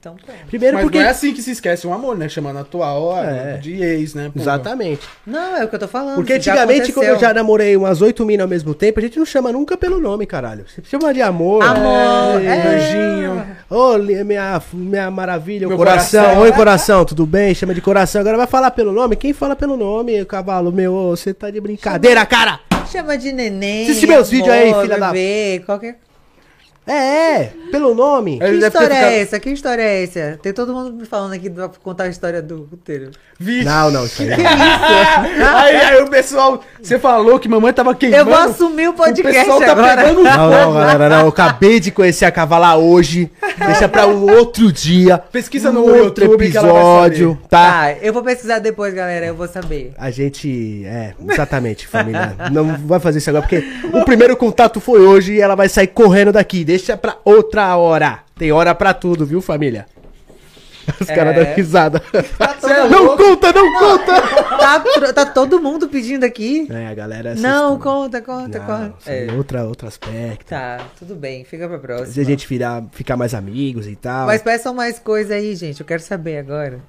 Speaker 3: Então, pronto.
Speaker 1: Primeiro
Speaker 2: Mas
Speaker 1: porque.
Speaker 2: não é assim que se esquece um amor, né? Chamando a atual ó,
Speaker 1: É.
Speaker 2: de ex, né? porra?
Speaker 1: Exatamente.
Speaker 3: Não, é o que eu tô falando.
Speaker 1: Porque
Speaker 3: já
Speaker 1: antigamente, quando eu
Speaker 3: aconteceu.
Speaker 1: já namorei umas oito minas ao mesmo tempo, a gente não chama nunca pelo nome, caralho. Você chama de amor.
Speaker 3: Amor,
Speaker 1: É.
Speaker 3: é.
Speaker 2: um Beijinho.
Speaker 1: Ô, li- minha, minha maravilha,
Speaker 2: Meu
Speaker 1: coração.
Speaker 2: coração. né?
Speaker 1: Oi, coração, tudo bem? Chama de coração. Agora vai falar pelo nome? Quem fala pelo nome, cavalo meu? Ô, Você tá de brincadeira, cara!
Speaker 3: Chama de neném.
Speaker 1: Assiste meus vídeos aí, filha da-
Speaker 3: bebê, Qualquer...
Speaker 1: É, é, pelo nome.
Speaker 2: Ele
Speaker 3: Que
Speaker 2: deve ter
Speaker 3: história
Speaker 2: ficado-
Speaker 3: é essa? Que história é essa? Tem todo mundo me falando aqui pra contar a história do roteiro.
Speaker 2: Vixe.
Speaker 1: Não, não, isso aí.
Speaker 3: Que isso?
Speaker 2: aí, aí o pessoal, você falou que mamãe tava queimando.
Speaker 3: Eu vou assumir o
Speaker 2: o
Speaker 3: podcast
Speaker 2: pessoal tá
Speaker 3: agora.
Speaker 2: pegando
Speaker 1: Não,
Speaker 2: fogo.
Speaker 1: não, galera, não. Eu acabei de conhecer a Cavalar hoje. Deixa pra um outro dia.
Speaker 2: Pesquisa
Speaker 1: um
Speaker 2: no
Speaker 1: outro
Speaker 2: YouTube que ela vai
Speaker 1: episódio, tá?
Speaker 3: Tá, eu vou pesquisar depois, galera. Eu vou saber.
Speaker 1: A gente. É, exatamente, família. Não vai fazer isso agora, porque o primeiro contato foi hoje e ela vai sair correndo daqui. Deixa pra outra hora. Tem hora pra tudo, viu, família? Os caras
Speaker 3: É.
Speaker 1: dão risada. não conta, não, conta!
Speaker 3: Tá, tro- tá todo mundo pedindo aqui?
Speaker 1: É, a galera. assiste também.
Speaker 3: Não, conta, conta,
Speaker 1: Não,
Speaker 3: conta. É,
Speaker 1: assim, outra, outro aspecto.
Speaker 3: tá, tudo bem. Fica pra
Speaker 1: Se a
Speaker 3: próxima.
Speaker 1: gente virar, ficar mais amigos e tal.
Speaker 3: Mas peçam mais coisa aí, gente. Eu quero saber agora.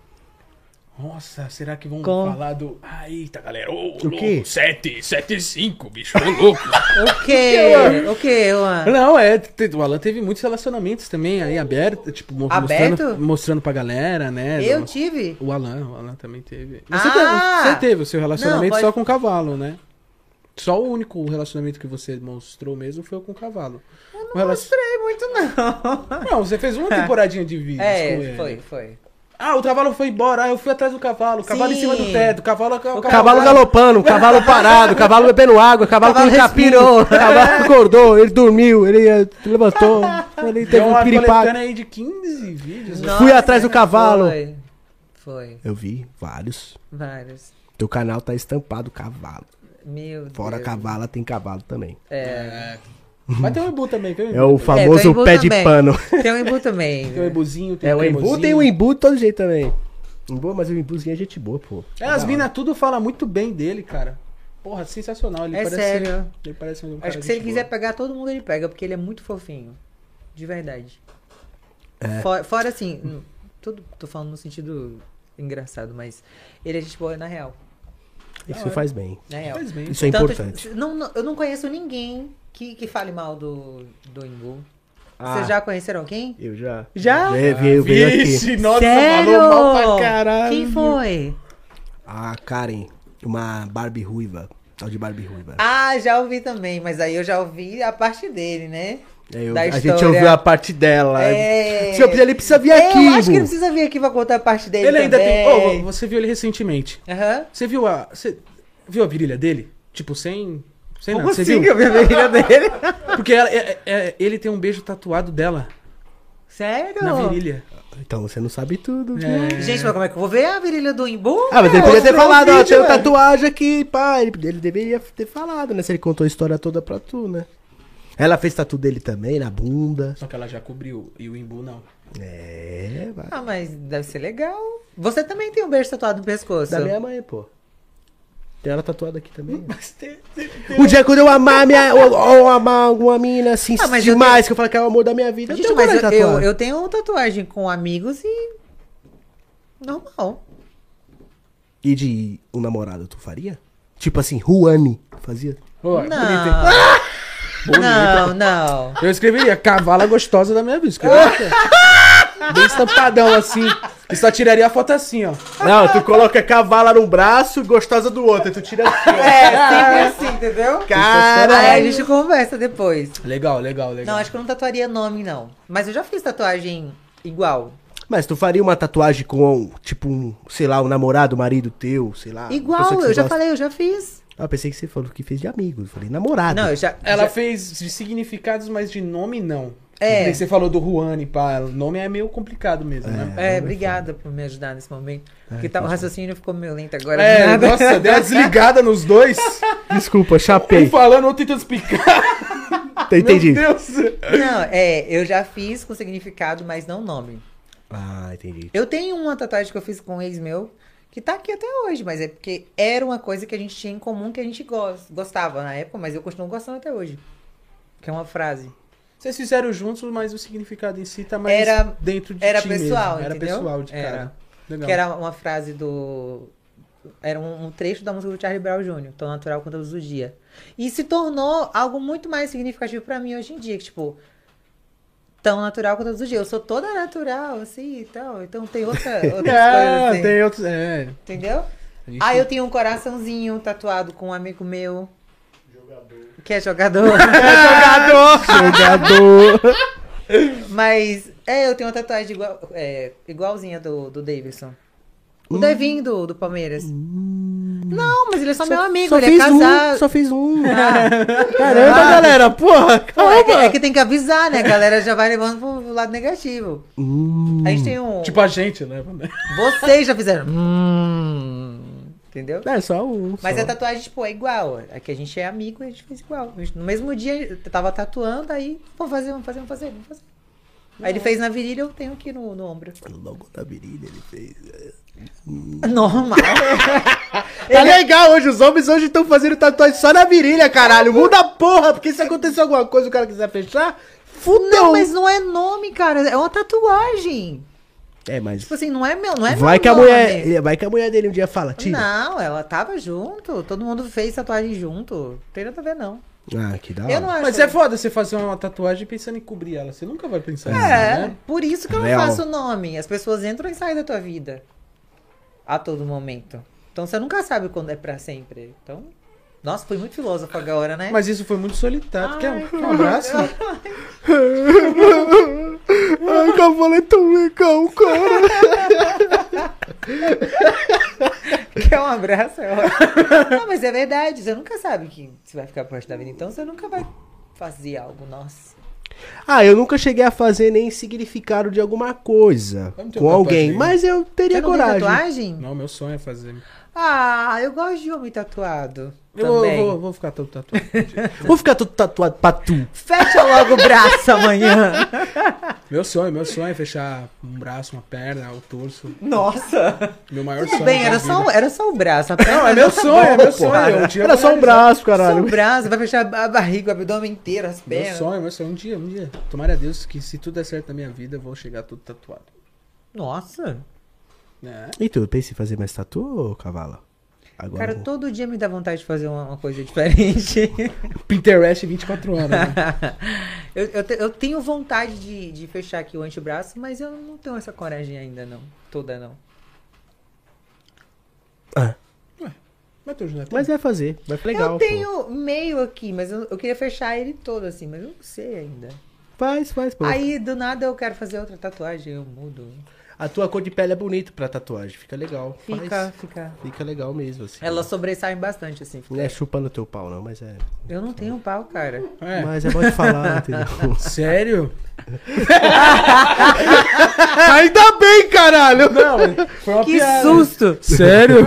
Speaker 2: Nossa, será que vão
Speaker 3: Com-
Speaker 2: falar do. Ah, eita, galera. Ô,
Speaker 1: O quê?
Speaker 2: 7, 7, 5, bicho, ô louco.
Speaker 3: O quê? O quê, Juan?
Speaker 2: Não, é. te- O Alan teve muitos relacionamentos também aí aberto, tipo, mo-
Speaker 3: Aberto?
Speaker 2: mostrando, mostrando pra galera, né?
Speaker 3: Eu
Speaker 2: Nossa.
Speaker 3: tive?
Speaker 2: O Alan, o Alan também teve. Você,
Speaker 3: Ah!
Speaker 2: teve, você teve o seu relacionamento
Speaker 3: Não, pode-
Speaker 2: só com o cavalo, né? Só o único relacionamento que você mostrou mesmo foi com o cavalo. Eu não
Speaker 3: Não muito, não.
Speaker 2: Não, você fez uma temporadinha de vídeos com ele.
Speaker 3: É, foi, foi.
Speaker 2: Ah, o cavalo foi embora, ah, eu fui atrás do cavalo, o cavalo em
Speaker 3: Sim.
Speaker 2: cima do teto, o cavalo...
Speaker 3: O é um
Speaker 1: Cavalo galopando, cavalo parado, cavalo bebendo água, cavalo,
Speaker 3: Cavalo
Speaker 1: com capiro,
Speaker 3: respirou.
Speaker 1: cavalo acordou, ele dormiu, ele eh, levantou, ele
Speaker 2: Tem
Speaker 1: teve um
Speaker 2: uma
Speaker 1: piripaque.
Speaker 2: coletânea aí de 15 vídeos. né?
Speaker 1: Fui atrás do cavalo.
Speaker 3: Foi, foi.
Speaker 1: Eu vi vários.
Speaker 3: Vários.
Speaker 1: Teu canal tá estampado cavalo.
Speaker 3: Meu
Speaker 1: Fora
Speaker 3: Deus.
Speaker 1: cavala tem cavalo também.
Speaker 3: É.
Speaker 2: Mas tem o Embu um também, tem o Embu.
Speaker 1: É o famoso
Speaker 3: tem o
Speaker 1: pé
Speaker 3: Embu também.
Speaker 1: de pano.
Speaker 3: Tem o Embu também.
Speaker 2: Tem o Embuzinho, tem um
Speaker 1: É, o embu
Speaker 2: cremosinho.
Speaker 1: tem o embu de todo jeito também. Embu, mas o embuzinho é gente boa, pô.
Speaker 2: É, as minas tudo fala muito bem dele, cara. Porra, sensacional. Ele
Speaker 3: É
Speaker 2: parece,
Speaker 3: sério.
Speaker 2: Ele parece um cara
Speaker 3: Acho que se
Speaker 2: gente
Speaker 3: ele quiser
Speaker 2: boa.
Speaker 3: pegar todo mundo, ele pega, porque ele é muito fofinho. De verdade.
Speaker 1: É.
Speaker 3: Fo- Fora, assim, hum, tudo tô falando no sentido engraçado, mas ele é gente boa na real.
Speaker 1: Isso faz bem.
Speaker 3: Na real.
Speaker 2: Faz bem.
Speaker 1: Isso é
Speaker 3: Tanto-
Speaker 1: importante.
Speaker 3: não- não- eu não conheço ninguém que, que fale mal do, do Imbu.
Speaker 1: Ah.
Speaker 3: Vocês já conheceram alguém?
Speaker 1: Eu já.
Speaker 3: Já?
Speaker 1: Veio, veio, veio aqui.
Speaker 2: Vixe, nossa,
Speaker 3: Sério?
Speaker 2: falou mal pra caralho.
Speaker 3: Quem foi?
Speaker 1: A Ah, Karen, uma Barbie ruiva. Tal de Barbie ruiva.
Speaker 3: Ah, já ouvi também, mas aí eu já ouvi a parte dele, né?
Speaker 1: É, eu-
Speaker 3: da
Speaker 1: a gente
Speaker 3: história.
Speaker 1: ouviu a parte dela.
Speaker 3: É.
Speaker 1: Se eu precisar, ele precisa vir
Speaker 3: É,
Speaker 1: aqui.
Speaker 3: eu acho que ele
Speaker 1: Hugo.
Speaker 3: precisa vir aqui pra contar a parte dele.
Speaker 2: Ele, ainda tem...
Speaker 3: também.
Speaker 2: Ô, você viu ele recentemente.
Speaker 3: Aham.
Speaker 2: Você viu a... Você viu a virilha dele? Tipo, sem... Sem
Speaker 3: Como
Speaker 2: nada. Você
Speaker 3: assim
Speaker 2: viu?
Speaker 3: que eu vi a barriga dele?
Speaker 2: Porque ela- é- é- ele tem um beijo tatuado dela
Speaker 3: Sério?
Speaker 2: na virilha.
Speaker 1: Então você não sabe tudo. né? viu?
Speaker 2: É.
Speaker 3: Gente, mas como é que eu vou ver a virilha do Imbu?
Speaker 1: Ah, mas ele
Speaker 3: meu?
Speaker 1: podia ter falado, ó,
Speaker 2: vídeo,
Speaker 1: tem
Speaker 2: velho.
Speaker 1: tatuagem aqui, pá. Ele, ele deveria ter falado, né? Se ele contou a história toda pra tu, né? Ela fez tatu dele também, na bunda.
Speaker 2: Só que ela já cobriu. E o Imbu não.
Speaker 1: É, vai.
Speaker 3: Ah, mas deve ser legal. Você também tem um beijo tatuado no pescoço.
Speaker 1: Da minha mãe, pô. Tem ela tatuada aqui também.
Speaker 2: Mas tem...
Speaker 1: Um dia quando eu amar minha, ou, ou amar alguma mina assim
Speaker 3: Ah, mas eu
Speaker 1: demais, que eu falo que é o amor da minha vida.
Speaker 3: Gente,
Speaker 1: tenho
Speaker 3: mas eu,
Speaker 1: coragem de
Speaker 3: eu,
Speaker 1: tatuar.
Speaker 3: eu tenho tatuagem com amigos e. Normal.
Speaker 1: E de um namorado, tu faria? Tipo assim, Juane. Fazia?
Speaker 2: Ó,
Speaker 3: não.
Speaker 2: é bonito, hein?
Speaker 3: não, não.
Speaker 2: Eu escreveria cavala gostosa da minha vida. Escreveria. Bem estampadão assim. E só tiraria a foto assim, ó.
Speaker 1: Não, tu coloca cavala num braço, gostosa do outro. Aí tu tira assim.
Speaker 3: É, sempre assim, entendeu? Aí a gente conversa depois.
Speaker 2: Legal, legal, legal.
Speaker 3: Não, acho que eu não tatuaria nome, não. Mas eu já fiz tatuagem igual.
Speaker 1: Mas tu faria uma tatuagem com, tipo, um, sei lá, um namorado, marido teu, Ah, sei lá. uma
Speaker 3: igual,
Speaker 1: pessoa que
Speaker 3: eu
Speaker 1: você
Speaker 3: já
Speaker 1: gosta.
Speaker 3: falei, eu já fiz.
Speaker 1: Ah, eu pensei que você falou que fez de amigo. Eu falei namorado.
Speaker 3: Não, eu já.
Speaker 2: Ela
Speaker 3: já-
Speaker 2: fez de significados, mas de nome não.
Speaker 3: É.
Speaker 2: Que nem Você falou do Juane, pá. Nome é meio complicado mesmo, né?
Speaker 3: É, obrigada por me ajudar nesse momento. Porque tá, o raciocínio ficou meio lento agora.
Speaker 2: É,
Speaker 3: do nada.
Speaker 2: nossa, deu uma desligada nos dois.
Speaker 1: Desculpa,
Speaker 2: Um
Speaker 1: chapei. Tá,
Speaker 2: falando, outro tentando explicar.
Speaker 1: Entendi.
Speaker 2: Meu Deus.
Speaker 3: Não, é, eu já fiz com significado, mas não nome.
Speaker 1: Ah, entendi.
Speaker 3: Eu tenho uma tatuagem que eu fiz com um ex meu, que tá aqui até hoje, mas é porque era uma coisa que a gente tinha em comum que a gente gos- gostava na época, mas eu continuo gostando até hoje. Que é uma frase.
Speaker 2: Vocês fizeram juntos, mas o significado em si tá mais
Speaker 3: Era-
Speaker 2: dentro de
Speaker 3: era
Speaker 2: ti mesmo.
Speaker 3: pessoal,
Speaker 2: Era
Speaker 3: entendeu?
Speaker 2: pessoal, de
Speaker 3: Era.
Speaker 2: cara. Legal.
Speaker 3: Que era uma frase do. Era um, um trecho da música do Charlie Brown Jr., Tão Natural quanto a Luz do Dia. E se tornou algo muito mais significativo pra mim hoje em dia, que tipo. Tão natural quanto a luz do dia. Eu sou toda natural, assim e tal. Então tem outra, outras
Speaker 2: É,
Speaker 3: coisas assim.
Speaker 2: tem outros... É.
Speaker 3: Entendeu?
Speaker 2: A gente-
Speaker 3: Ah, eu tenho um coraçãozinho tatuado com um amigo meu. Que é jogador.
Speaker 2: Jogador.
Speaker 3: Mas, é, eu tenho uma tatuagem igual, é, igualzinha do, do Davidson.
Speaker 1: Hum.
Speaker 3: O Devinho do, do Palmeiras. Não, mas ele é só, meu amigo,
Speaker 1: só
Speaker 3: ele é
Speaker 1: fiz
Speaker 3: casado.
Speaker 1: um, só fiz um.
Speaker 3: Ah,
Speaker 1: Caramba, galera, porra,
Speaker 3: não, é, que, é
Speaker 1: calma.
Speaker 3: que tem que avisar, né? A galera já vai levando pro, pro lado negativo.
Speaker 1: Hum.
Speaker 3: A gente tem um.
Speaker 2: tipo a gente, né?
Speaker 3: Vocês já fizeram. Hum, entendeu?
Speaker 1: É, só um.
Speaker 3: Mas
Speaker 1: só.
Speaker 3: a tatuagem, tipo, é igual. É que a gente é amigo e a gente fez igual. A gente- No mesmo dia, eu tava tatuando, aí, vou fazer, vamos fazer, vamos fazer, vamos fazer. Aí ele fez na virilha, eu tenho aqui no, no ombro.
Speaker 1: Logo um na virilha ele fez. Hum.
Speaker 3: Normal.
Speaker 1: Tá legal hoje, os homens hoje estão fazendo tatuagem só na virilha, caralho. Muda a porra, porque se acontecer alguma coisa e o cara quiser fechar, fudeu.
Speaker 3: Não, mas não é nome, cara. É uma tatuagem.
Speaker 1: É, mas.
Speaker 3: Tipo assim, não é meu, não é
Speaker 1: Vai
Speaker 3: meu
Speaker 1: que, a
Speaker 3: nome.
Speaker 1: mulher, vai que a mulher dele um dia fala, tira.
Speaker 3: Não, ela tava junto. Todo mundo fez tatuagem junto. Não tem nada a ver, não.
Speaker 1: Ah, que da
Speaker 3: Eu não
Speaker 1: hora.
Speaker 3: acho.
Speaker 2: Mas é foda você fazer uma tatuagem pensando em cobrir ela. Você nunca vai pensar nisso,
Speaker 3: É,
Speaker 2: né?
Speaker 3: por isso que eu não
Speaker 1: Real.
Speaker 3: faço nome. As pessoas entram e saem da tua vida. A todo momento. Então você nunca sabe quando é pra sempre. Então. Nossa, fui muito filósofo agora, né?
Speaker 2: Mas isso foi muito solitário. quer, um,
Speaker 3: Ai,
Speaker 2: quer um abraço?
Speaker 1: Ai, cavalo é tão legal, cara.
Speaker 3: Quer um abraço? É ótimo. Não, mas é verdade. Você nunca sabe que você vai ficar pro resto da vida. Então você nunca vai fazer algo. Nossa.
Speaker 1: Ah, eu nunca cheguei a fazer nem significado de alguma coisa
Speaker 2: Eu não tenho
Speaker 1: com alguém,
Speaker 2: tatuagem.
Speaker 1: mas eu teria
Speaker 3: Você não tem
Speaker 1: coragem.
Speaker 3: tatuagem?
Speaker 2: Não, meu sonho é fazer.
Speaker 3: Ah, eu gosto de homem tatuado.
Speaker 2: Eu vou,
Speaker 3: também.
Speaker 2: vou- vou ficar todo tatuado.
Speaker 1: Vou ficar todo tatuado pra tu.
Speaker 3: Fecha logo o braço amanhã.
Speaker 2: meu sonho, meu sonho é fechar um braço, uma perna, o torso.
Speaker 3: Nossa.
Speaker 2: Meu maior
Speaker 3: Tudo
Speaker 2: sonho.
Speaker 3: bem,
Speaker 2: da
Speaker 3: era
Speaker 2: vida.
Speaker 3: só, um- era só o braço. A perna
Speaker 2: Não, é
Speaker 3: já
Speaker 2: meu
Speaker 3: tá
Speaker 2: sonho, é
Speaker 3: bom,
Speaker 2: meu sonho.
Speaker 3: porra.
Speaker 2: Um dia eu
Speaker 1: Era
Speaker 2: vou
Speaker 1: só um
Speaker 2: realizar.
Speaker 1: braço,
Speaker 3: Só o
Speaker 1: caralho.
Speaker 3: braço, vai fechar a barriga, o abdômen inteiro, as
Speaker 2: Meu
Speaker 3: pernas.
Speaker 2: sonho, meu sonho. Um dia, um dia. Tomara a Deus que se tudo der certo na minha vida, eu vou chegar todo tatuado.
Speaker 3: Nossa.
Speaker 2: É.
Speaker 1: E tu, pensa em fazer mais tatu, ô, cavalo? Agora.
Speaker 3: Cara,
Speaker 1: eu vou-
Speaker 3: todo dia me dá vontade de fazer uma, uma coisa diferente.
Speaker 2: Pinterest 24 horas. Né?
Speaker 3: eu, eu, te- eu tenho vontade de, de fechar aqui o antebraço, mas eu não tenho essa coragem ainda, não. Toda, não.
Speaker 1: Ah,
Speaker 2: Mas, tu, Jonathan,
Speaker 1: mas vai fazer, vai ficar legal.
Speaker 3: eu
Speaker 1: pô.
Speaker 3: tenho meio aqui, mas eu, eu queria fechar ele todo assim, mas eu não sei ainda.
Speaker 1: Faz, faz, pô.
Speaker 3: Aí, do nada, eu quero fazer outra tatuagem, eu mudo.
Speaker 1: A tua cor de pele é bonita pra tatuagem, fica legal.
Speaker 3: Fica,
Speaker 1: Faz.
Speaker 3: fica.
Speaker 1: Fica legal mesmo, assim.
Speaker 3: Elas sobressaem bastante, assim. fica-
Speaker 1: Não é chupando teu pau, não, mas é.
Speaker 3: Eu não tenho pau, cara.
Speaker 2: É.
Speaker 1: Mas é bom de falar, entendeu?
Speaker 2: Sério?
Speaker 1: Ainda bem, caralho!
Speaker 2: Não, foi uma
Speaker 3: Que
Speaker 2: piada.
Speaker 3: susto!
Speaker 2: Sério?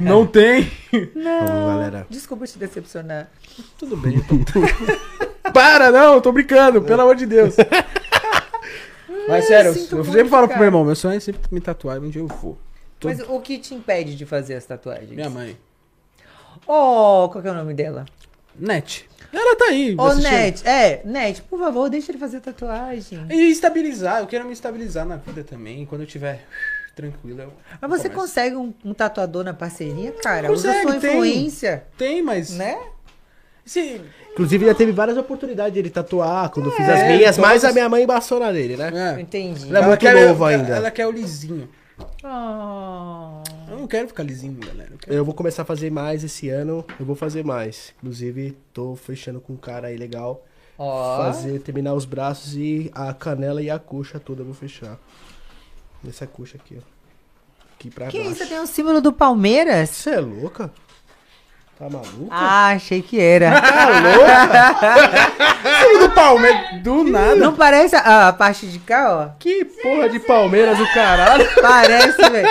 Speaker 2: Não tem?
Speaker 1: Vamos, galera.
Speaker 3: Desculpa te decepcionar.
Speaker 2: Tudo bem. Para, não, eu tô brincando, pelo amor de Deus. Mas sério,
Speaker 3: eu
Speaker 2: eu,
Speaker 3: sinto muito,
Speaker 2: sempre falo pro
Speaker 3: cara.
Speaker 2: meu irmão, meu sonho é sempre me tatuar e um dia eu vou. Tô-
Speaker 3: Mas o que te impede de fazer as tatuagens?
Speaker 2: Minha mãe.
Speaker 3: Oh, qual que é o nome dela?
Speaker 2: Net. Ela tá aí.
Speaker 3: Ô,
Speaker 2: assistindo.
Speaker 3: Net. É, Net, por favor, deixa ele fazer tatuagem.
Speaker 2: E estabilizar, eu quero me estabilizar na vida também. Quando eu tiver tranquilo, eu.
Speaker 3: Mas você
Speaker 2: começo.
Speaker 3: consegue um, um tatuador na parceria, cara? Usa
Speaker 2: Consegue,
Speaker 3: sua
Speaker 2: tem.
Speaker 3: influência,
Speaker 2: Tem, mas. é.
Speaker 3: né?
Speaker 2: Sim.
Speaker 1: Inclusive, já teve várias oportunidades de ele tatuar quando eu fiz as
Speaker 2: É,
Speaker 1: minhas,
Speaker 2: todas.
Speaker 1: mas a minha mãe embaçou na dele, né?
Speaker 2: É.
Speaker 3: Entendi.
Speaker 1: Ela é muito
Speaker 2: quer,
Speaker 1: novo
Speaker 2: ela-
Speaker 1: ainda.
Speaker 2: Ela quer o lisinho.
Speaker 3: Oh.
Speaker 2: Eu não quero ficar lisinho, galera. Eu quero-
Speaker 1: Eu vou começar a fazer mais esse ano, eu vou fazer mais. Inclusive, tô fechando com um cara aí legal.
Speaker 3: Ó.
Speaker 1: Fazer, terminar os braços e a canela e a coxa toda eu vou fechar. Nessa coxa aqui, ó. Aqui pra
Speaker 3: Que
Speaker 1: baixo.
Speaker 3: isso? Você tem um símbolo do Palmeiras?
Speaker 1: Você é louca? Tá maluca?
Speaker 3: Ah, achei que era.
Speaker 2: do Palmeiras, do nada.
Speaker 3: Não parece a, a parte de cá, ó?
Speaker 1: Que porra de Palmeiras, o caralho!
Speaker 3: Parece, velho.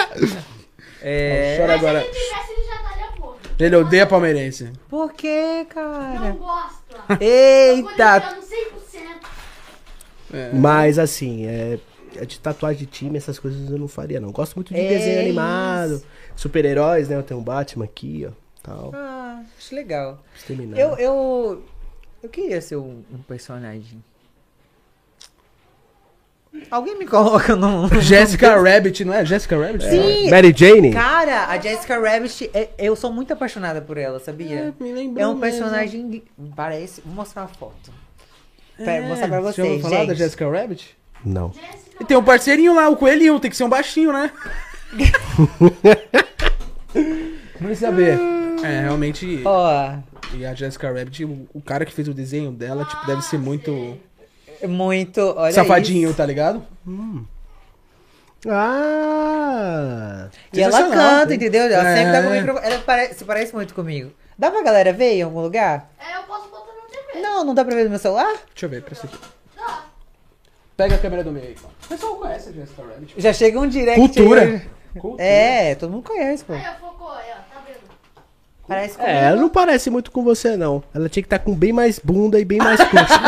Speaker 3: É.
Speaker 2: Chora agora.
Speaker 6: Se tivesse, ele já tá estaria morto.
Speaker 2: Ele odeia palmeirense.
Speaker 3: Por que, cara?
Speaker 6: Não gosta.
Speaker 3: Eita,
Speaker 6: Corintiano 100%.
Speaker 1: Mas assim, é, é de tatuagem de time, essas coisas eu não faria, não. Gosto muito de
Speaker 3: É
Speaker 1: desenho
Speaker 3: isso.
Speaker 1: animado, super-heróis, né? Eu tenho um Batman aqui, ó. Tal.
Speaker 3: Ah, acho legal.
Speaker 1: Exterminado.
Speaker 3: Eu, eu, eu queria ser um, um personagem. Alguém me coloca no.
Speaker 2: Jessica Rabbit, não é? Jessica Rabbit?
Speaker 3: Sim!
Speaker 1: Mary Jane?
Speaker 3: Cara, a Jessica Rabbit, é- eu sou muito apaixonada por ela, sabia?
Speaker 2: me lembrou
Speaker 3: É um
Speaker 2: mesmo.
Speaker 3: personagem. Parece. Vou mostrar uma foto. Pera,
Speaker 2: É,
Speaker 3: vou mostrar pra
Speaker 2: Você ouviu
Speaker 3: vocês.
Speaker 2: falar da
Speaker 3: Gente.
Speaker 2: Jessica Rabbit?
Speaker 1: Não.
Speaker 6: Jéssica,
Speaker 2: E tem um parceirinho lá, o coelhinho, tem que ser um baixinho, né? Não precisa saber. É, realmente.
Speaker 3: Ó,
Speaker 2: E a Jessica Rabbit, o, o cara que fez o desenho dela, tipo, deve ser muito
Speaker 3: Muito, olha
Speaker 2: safadinho,
Speaker 3: isso.
Speaker 2: tá ligado?
Speaker 1: Ah!
Speaker 3: E ela
Speaker 2: Sensacional,
Speaker 3: canta,
Speaker 2: né?
Speaker 3: entendeu? Ela sempre tá com o
Speaker 2: É.
Speaker 3: microfone. Ela parece, se parece muito comigo. Dá pra galera ver em algum lugar?
Speaker 6: É, eu posso botar na TV.
Speaker 3: Não, não dá pra ver no meu celular?
Speaker 2: Deixa eu ver, pera aí.
Speaker 6: Dá.
Speaker 2: Pega a câmera do meio aí, pô. O pessoal conhece a Jessica Rabbit.
Speaker 3: Já chega um direct.
Speaker 2: Cultura.
Speaker 3: aí.
Speaker 2: Cultura.
Speaker 3: É, todo mundo conhece, pô.
Speaker 6: Aí, ó, focou aí, ó. Tá vendo?
Speaker 3: Parece comigo.
Speaker 1: É, ela não parece muito com você, não. Ela tinha que estar com bem mais bunda e bem mais coxa.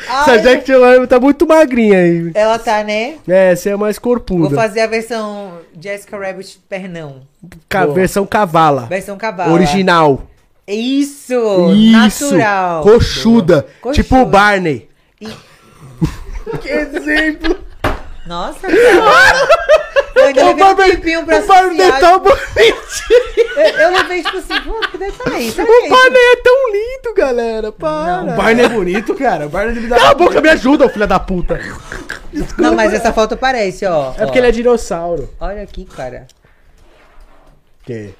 Speaker 1: Essa
Speaker 3: Ai,
Speaker 1: Jack Lime tá muito magrinha aí.
Speaker 3: Ah, Ela tá, né?
Speaker 1: É, você é mais corpuda.
Speaker 3: Vou fazer a versão Jessica Rabbit Pernão.
Speaker 1: Ca-
Speaker 2: Boa.
Speaker 1: Versão cavala.
Speaker 3: Versão cavalo.
Speaker 1: Original.
Speaker 3: Isso!
Speaker 1: Isso.
Speaker 3: Natural.
Speaker 1: Coxuda.
Speaker 3: Boa.
Speaker 1: Tipo o
Speaker 3: Coxuda.
Speaker 1: Barney.
Speaker 2: Que exemplo!
Speaker 3: Nossa, cara. Eu ainda
Speaker 1: O
Speaker 3: levei um
Speaker 1: Barney,
Speaker 3: tempinho pra
Speaker 1: o Barney é
Speaker 3: associar.
Speaker 1: tão bonitinho.
Speaker 3: Eu, eu levei, tipo assim, pô, que detalhe. Será que é
Speaker 1: O
Speaker 3: isso?
Speaker 1: Barney é tão lindo, galera. Para.
Speaker 2: O Barney é bonito, cara. O Barney deve dar.
Speaker 1: Cala a boca, me ajuda, ô filha da puta.
Speaker 3: Não, mas essa foto parece, ó.
Speaker 1: É porque ele é dinossauro.
Speaker 3: Olha aqui, cara.
Speaker 1: Que?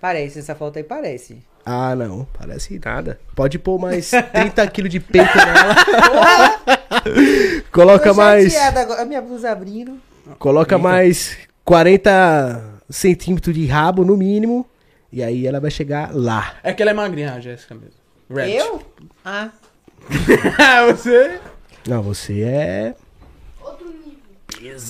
Speaker 3: Parece, essa foto aí parece.
Speaker 1: Ah, não. Parece nada. Pode pôr mais 30 quilos de peito nela. Coloca
Speaker 3: Tô
Speaker 1: mais...
Speaker 3: chateada agora. Minha blusa abrindo.
Speaker 1: Coloca mais 40 centímetros de rabo, no mínimo. E aí ela vai chegar lá.
Speaker 2: É que ela é magrinha, a Jessica mesmo. Rabbit.
Speaker 3: Eu? Ah.
Speaker 2: Você?
Speaker 1: Não, você é
Speaker 6: Outro nível.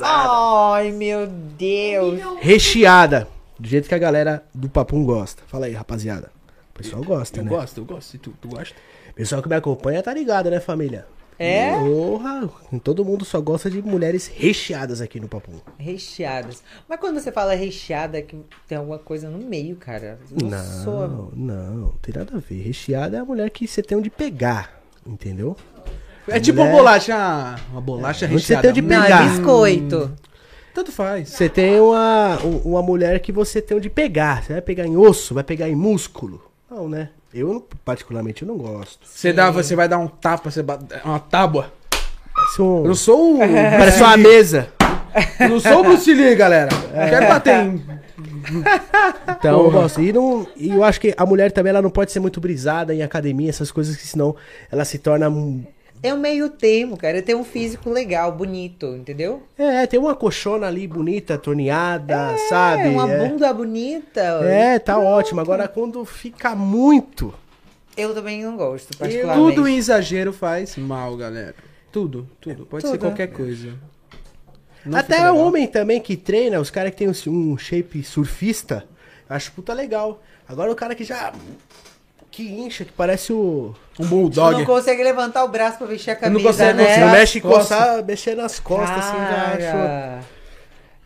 Speaker 3: Ai, meu Deus.
Speaker 6: Nível
Speaker 1: recheada. Do jeito que a galera do Papum gosta. Fala aí, rapaziada. O pessoal gosta,
Speaker 2: Eu
Speaker 1: né?
Speaker 2: gosto, eu gosto. E tu, tu gosta?
Speaker 1: O pessoal que me acompanha tá ligado, né, família?
Speaker 3: É?
Speaker 1: Porra, todo mundo só gosta de mulheres recheadas aqui no Papum.
Speaker 3: Recheadas. Mas quando você fala recheada, que tem alguma coisa no meio, cara. Eu não sou.
Speaker 1: Não, é não, tem nada a ver. Recheada é a mulher que você tem onde pegar, entendeu?
Speaker 2: É tipo uma
Speaker 1: Mulher.
Speaker 2: bolacha. Uma bolacha
Speaker 1: Onde você
Speaker 2: recheada.
Speaker 1: tem de
Speaker 3: Não,
Speaker 1: pegar.
Speaker 3: é biscoito.
Speaker 2: Tanto faz.
Speaker 1: Você tem uma, um- uma mulher que você tem onde pegar. Você vai pegar em osso, vai pegar em músculo. Não, né? Eu, não- particularmente, eu não gosto.
Speaker 2: Você, dá, você vai dar um tapa, você bate uma tábua.
Speaker 1: Parece, um,
Speaker 2: Eu não sou o.
Speaker 1: parece uma mesa.
Speaker 2: eu não sou o Bruce Lee, galera. Eu
Speaker 3: É.
Speaker 2: Quero bater em.
Speaker 1: Então, eu
Speaker 2: Porra.
Speaker 1: gosto. E, não, e eu acho que a mulher também ela não pode ser muito brisada em academia, essas coisas, que senão ela se torna. um-
Speaker 3: É um meio termo, cara. Eu tenho um físico legal, bonito, entendeu?
Speaker 1: É, tem uma coxona ali bonita, torneada, sabe?
Speaker 3: É, uma
Speaker 1: é.
Speaker 3: bunda bonita.
Speaker 1: É, tá ótimo. Agora, quando fica muito.
Speaker 3: Eu também não gosto, particularmente.
Speaker 2: Tudo em exagero faz mal, galera. Tudo, tudo. Pode ser
Speaker 3: Tudo. é.
Speaker 2: qualquer coisa. Não fica
Speaker 1: Até
Speaker 2: legal.
Speaker 1: o homem também que treina, os caras que tem um, um shape surfista, eu acho puta legal. Agora o cara que já. que incha, que parece o.
Speaker 2: Um
Speaker 3: Tu
Speaker 2: bulldog.
Speaker 3: não consegue levantar o braço pra vestir a camisa,
Speaker 2: consegue,
Speaker 3: né?
Speaker 2: É,
Speaker 1: não
Speaker 2: as
Speaker 1: mexe
Speaker 2: costas.
Speaker 1: coçar, mexer nas costas, assim, já acho.
Speaker 3: Cara.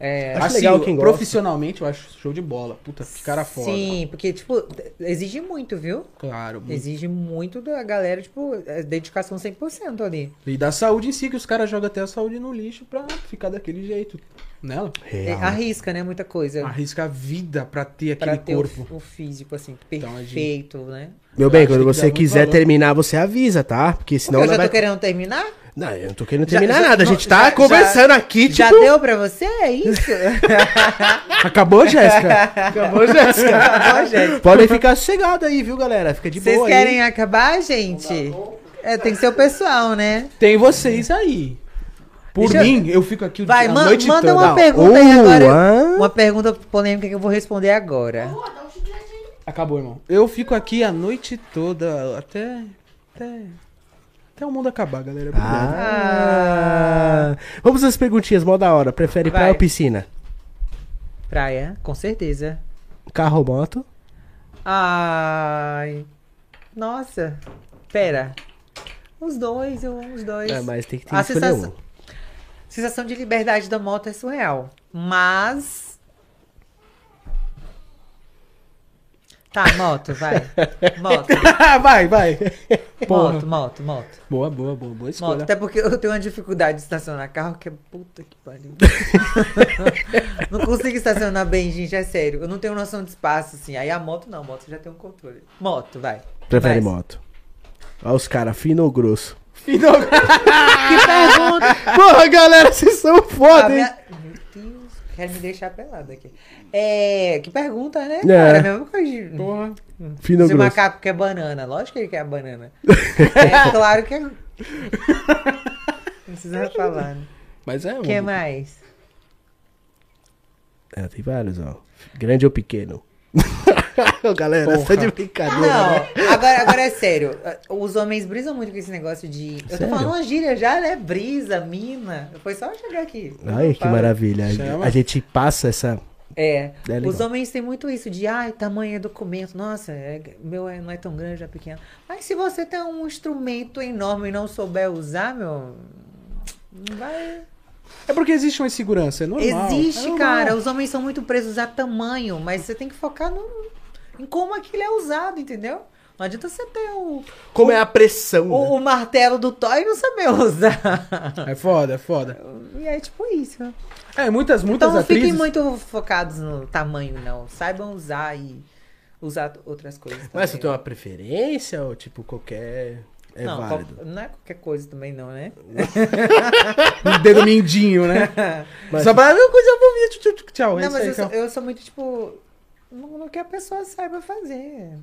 Speaker 3: É.
Speaker 2: Assim,
Speaker 1: Acho legal quem gosta.
Speaker 2: Profissionalmente, eu acho show de bola. Puta, que cara foda. Hum.
Speaker 3: Sim, porque, tipo, exige muito, viu?
Speaker 2: Claro. muito.
Speaker 3: Exige muito da galera, tipo, é dedicação 100% ali.
Speaker 2: E da saúde em si, que os caras jogam até a saúde no lixo pra ficar daquele jeito. Nela.
Speaker 3: É,
Speaker 1: Real.
Speaker 3: arrisca, né? Muita coisa.
Speaker 2: Arrisca a vida pra ter
Speaker 3: Pra
Speaker 2: aquele
Speaker 3: ter o,
Speaker 2: corpo.
Speaker 3: o físico, assim,
Speaker 2: Então, a gente-
Speaker 3: perfeito, né?
Speaker 1: Meu bem,
Speaker 2: acho que
Speaker 1: quando
Speaker 2: tem que dar
Speaker 1: você
Speaker 2: muito
Speaker 1: quiser
Speaker 2: valor.
Speaker 1: terminar, você avisa, tá? Porque senão
Speaker 3: eu
Speaker 1: ela
Speaker 3: já
Speaker 1: vai.
Speaker 3: tô querendo terminar?
Speaker 1: Não, eu não tô querendo
Speaker 2: Já-
Speaker 1: terminar
Speaker 2: já-
Speaker 1: nada. A
Speaker 2: não,
Speaker 1: gente tá
Speaker 2: já-
Speaker 1: conversando aqui, tipo.
Speaker 3: Já deu pra você? É isso?
Speaker 1: Acabou, Jéssica?
Speaker 3: É,
Speaker 1: Acabou, Jéssica?
Speaker 3: Acabou, gente.
Speaker 1: Podem ficar sossegado aí, viu, galera? Fica de
Speaker 3: Vocês
Speaker 1: boa aí.
Speaker 3: querem acabar, gente? É, tem que ser o pessoal, né?
Speaker 2: Tem vocês aí. Por
Speaker 3: Deixa eu-
Speaker 2: mim, eu... fico aqui o
Speaker 3: Vai,
Speaker 2: dia- a
Speaker 3: man-
Speaker 2: noite
Speaker 3: manda
Speaker 2: toda. Uh,
Speaker 3: uma
Speaker 2: Não,
Speaker 3: pergunta aí
Speaker 1: Ou
Speaker 3: agora.
Speaker 1: a-
Speaker 3: Uma pergunta polêmica que eu vou responder agora.
Speaker 6: Pô, dá um chiclete aí.
Speaker 2: Acabou, irmão. Eu fico aqui a noite toda, até. Até, até o mundo acabar, galera. Obrigado.
Speaker 1: Ah. Vamos às perguntinhas, mó da hora. Prefere
Speaker 3: Vai.
Speaker 1: praia ou piscina?
Speaker 3: Praia, com certeza.
Speaker 1: Carro ou moto?
Speaker 3: Ai. Nossa. Pera. Os dois, eu amo os dois.
Speaker 1: É, mas tem que ter
Speaker 3: A
Speaker 1: que escolher
Speaker 3: sensação-
Speaker 1: um.
Speaker 3: Sensação de liberdade da moto é surreal. Mas. Tá, moto, vai. Moto,
Speaker 2: vai, vai.
Speaker 3: moto, moto, moto.
Speaker 2: Boa, boa, boa, boa escolha.
Speaker 3: Moto, até porque eu tenho uma dificuldade de estacionar carro, que é puta que pariu. não consigo estacionar bem, gente, é sério. Eu não tenho noção de espaço, assim. Aí a moto não, moto você já tem um controle. Moto, vai.
Speaker 1: Prefere
Speaker 3: Vai.
Speaker 1: moto. Olha os caras, fino ou grosso?
Speaker 2: Final-
Speaker 3: Que pergunta!
Speaker 1: Porra, galera, vocês são
Speaker 3: A
Speaker 1: foda, hein?
Speaker 3: minha- Ah, Meu Deus, Quer me deixar pelado aqui. É, que pergunta, né?
Speaker 1: É.
Speaker 3: Cara, a mesma coisa de...
Speaker 2: Porra.
Speaker 1: Fino
Speaker 3: Se
Speaker 1: grosso.
Speaker 3: o macaco quer banana, lógico que ele quer a banana. é claro que é. Não precisa falar. né?
Speaker 2: Mas é um.
Speaker 3: O que mais?
Speaker 1: É, tem vários, ó. Grande ou pequeno? Galera, essa é de brincadeira. né?
Speaker 3: Não, agora, agora é sério. Os homens brisam muito com esse negócio de. Eu
Speaker 1: Sério?
Speaker 3: tô falando uma gíria já, né? Brisa, mina. Foi só eu chegar aqui.
Speaker 1: Ai, que
Speaker 3: Fala.
Speaker 1: maravilha.
Speaker 2: Chama.
Speaker 1: A gente passa essa.
Speaker 3: É.
Speaker 1: É legal.
Speaker 3: Os homens têm muito isso de, ai, tamanho é documento. Nossa, é- meu é- não é tão grande, é pequeno. Mas se você tem um instrumento enorme e não souber usar, meu. não Vai.
Speaker 2: É porque existe uma insegurança, é normal.
Speaker 3: Existe,
Speaker 2: É normal.
Speaker 3: cara. Os homens são muito presos a tamanho, mas você tem que focar no, em como aquilo é usado, entendeu? Não adianta você ter o,
Speaker 1: Como é a pressão? né?
Speaker 3: o, o martelo do Thor e não saber usar.
Speaker 2: É foda, é foda.
Speaker 3: E é tipo isso.
Speaker 2: É, muitas, muitas
Speaker 3: então não
Speaker 2: atrizes...
Speaker 3: fiquem muito focados no tamanho, não. Saibam usar e usar outras coisas.
Speaker 2: é
Speaker 3: Também.
Speaker 1: Mas você tem uma preferência ou tipo qualquer. É
Speaker 3: não, qual-
Speaker 1: válido.
Speaker 3: não é qualquer coisa também, não, né?
Speaker 2: Um dedo mindinho, né?
Speaker 1: Mas-
Speaker 2: Só pra ver coisa bonita. tchau, tchau, Tchau, é
Speaker 3: não,
Speaker 2: isso
Speaker 3: mas
Speaker 2: aí,
Speaker 3: eu sou,
Speaker 2: tchau.
Speaker 3: eu sou muito tipo. Não, não que a pessoa saiba fazer.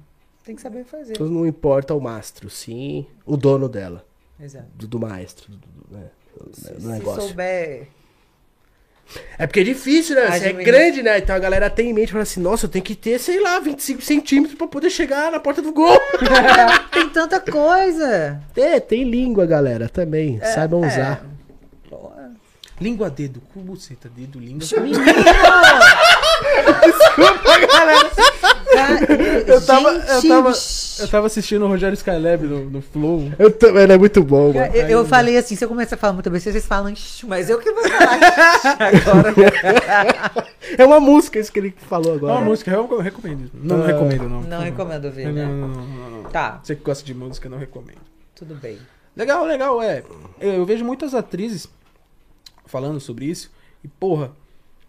Speaker 3: Tem que saber fazer.
Speaker 1: Então não importa o mastro, sim o dono dela,
Speaker 3: Exato.
Speaker 1: do, do maestro, do, do- né, do-
Speaker 3: Se,
Speaker 1: do
Speaker 3: se
Speaker 1: negócio.
Speaker 3: souber
Speaker 1: É porque é difícil, né? Você é
Speaker 3: Administra-
Speaker 1: grande, né? Então a galera tem em mente, fala assim, nossa, eu tenho que ter, sei lá, 25 centímetros pra poder chegar na porta do gol.
Speaker 3: Tem tanta coisa.
Speaker 1: é, tem língua, galera, também. Saibam usar.
Speaker 2: Língua, dedo, cu, buceta, dedo, língua.
Speaker 3: Menino! Desculpa, galera.
Speaker 2: Eu tava, eu, tava, eu tava assistindo o Rogério Skylab no, no Flow.
Speaker 1: Eu também, ele é muito bom, mano.
Speaker 3: Eu, eu falei assim, se eu começar a falar muito bem, vocês falam, "Ixi", mas eu que vou falar agora.
Speaker 1: É uma música isso que ele falou
Speaker 2: É uma
Speaker 1: agora.
Speaker 2: música, eu recomendo. Não, não
Speaker 1: Ah.
Speaker 2: recomendo, não.
Speaker 3: Não recomendo ouvir,
Speaker 2: Não,
Speaker 3: né?
Speaker 2: não, não, não, não, não.
Speaker 3: Tá,
Speaker 2: Você que gosta de música, não recomendo.
Speaker 3: tudo bem.
Speaker 2: Legal, legal, é. Eu, eu vejo muitas atrizes falando sobre isso. E, porra,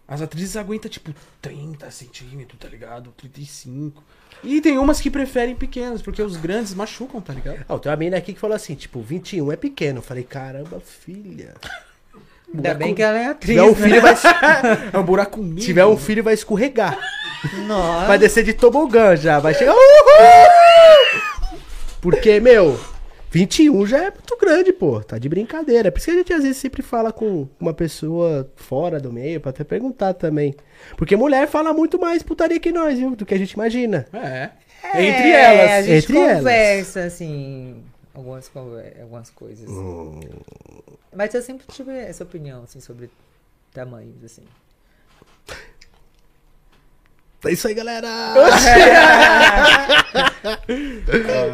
Speaker 2: as atrizes aguentam, tipo, 30 centímetros, tá ligado? 35. E tem umas que preferem pequenas, porque os grandes machucam, tá ligado?
Speaker 1: Ah, tem uma mina aqui que falou assim, tipo, 21 é pequeno. Eu falei, caramba, filha.
Speaker 3: Ainda bem que ela é
Speaker 1: Se
Speaker 3: atriz.
Speaker 1: tiver um
Speaker 3: né?
Speaker 1: filho, vai,
Speaker 2: É um buraco mínimo.
Speaker 1: se tiver um filho, vai escorregar.
Speaker 3: Nossa.
Speaker 1: Vai descer de tobogã já, vai chegar. Uhul! Porque, meu, 21 já é muito grande, pô. Tá de brincadeira. Por isso que a gente às vezes sempre fala com uma pessoa fora do meio, pra até perguntar também. Porque mulher fala muito mais putaria que nós, viu? Do que a gente imagina.
Speaker 2: É.
Speaker 3: É,
Speaker 1: entre elas,
Speaker 3: A gente
Speaker 1: entre
Speaker 3: conversa, assim, algumas, conver- algumas coisas.
Speaker 1: Hum.
Speaker 3: Mas eu sempre tive essa opinião, assim, sobre tamanhos, assim.
Speaker 1: É isso aí, galera!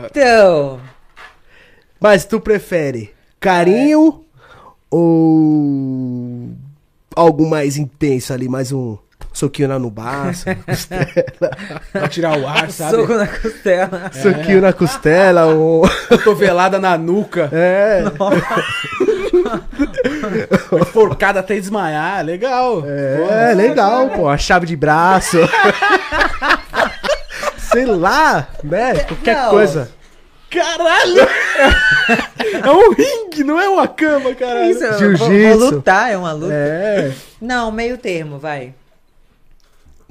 Speaker 3: Então,
Speaker 1: Mas tu prefere carinho ou algo mais intenso ali, mais um soquinho na nubaça,
Speaker 2: Pra tirar o ar, sabe?
Speaker 3: soco na costela.
Speaker 1: um soquinho na costela, um...
Speaker 2: Cotovelada na nuca.
Speaker 1: É,
Speaker 2: Enforcada até desmaiar, legal.
Speaker 1: é legal, pô. A chave de braço. Sei lá, né? Qualquer
Speaker 3: É, Não.
Speaker 1: coisa.
Speaker 2: Caralho! é um ringue, não é uma cama, caralho.
Speaker 1: é-
Speaker 3: Isso, eu vou,
Speaker 1: Jiu-jitsu.
Speaker 3: vou lutar, é uma luta.
Speaker 1: É.
Speaker 3: Não, meio termo, vai.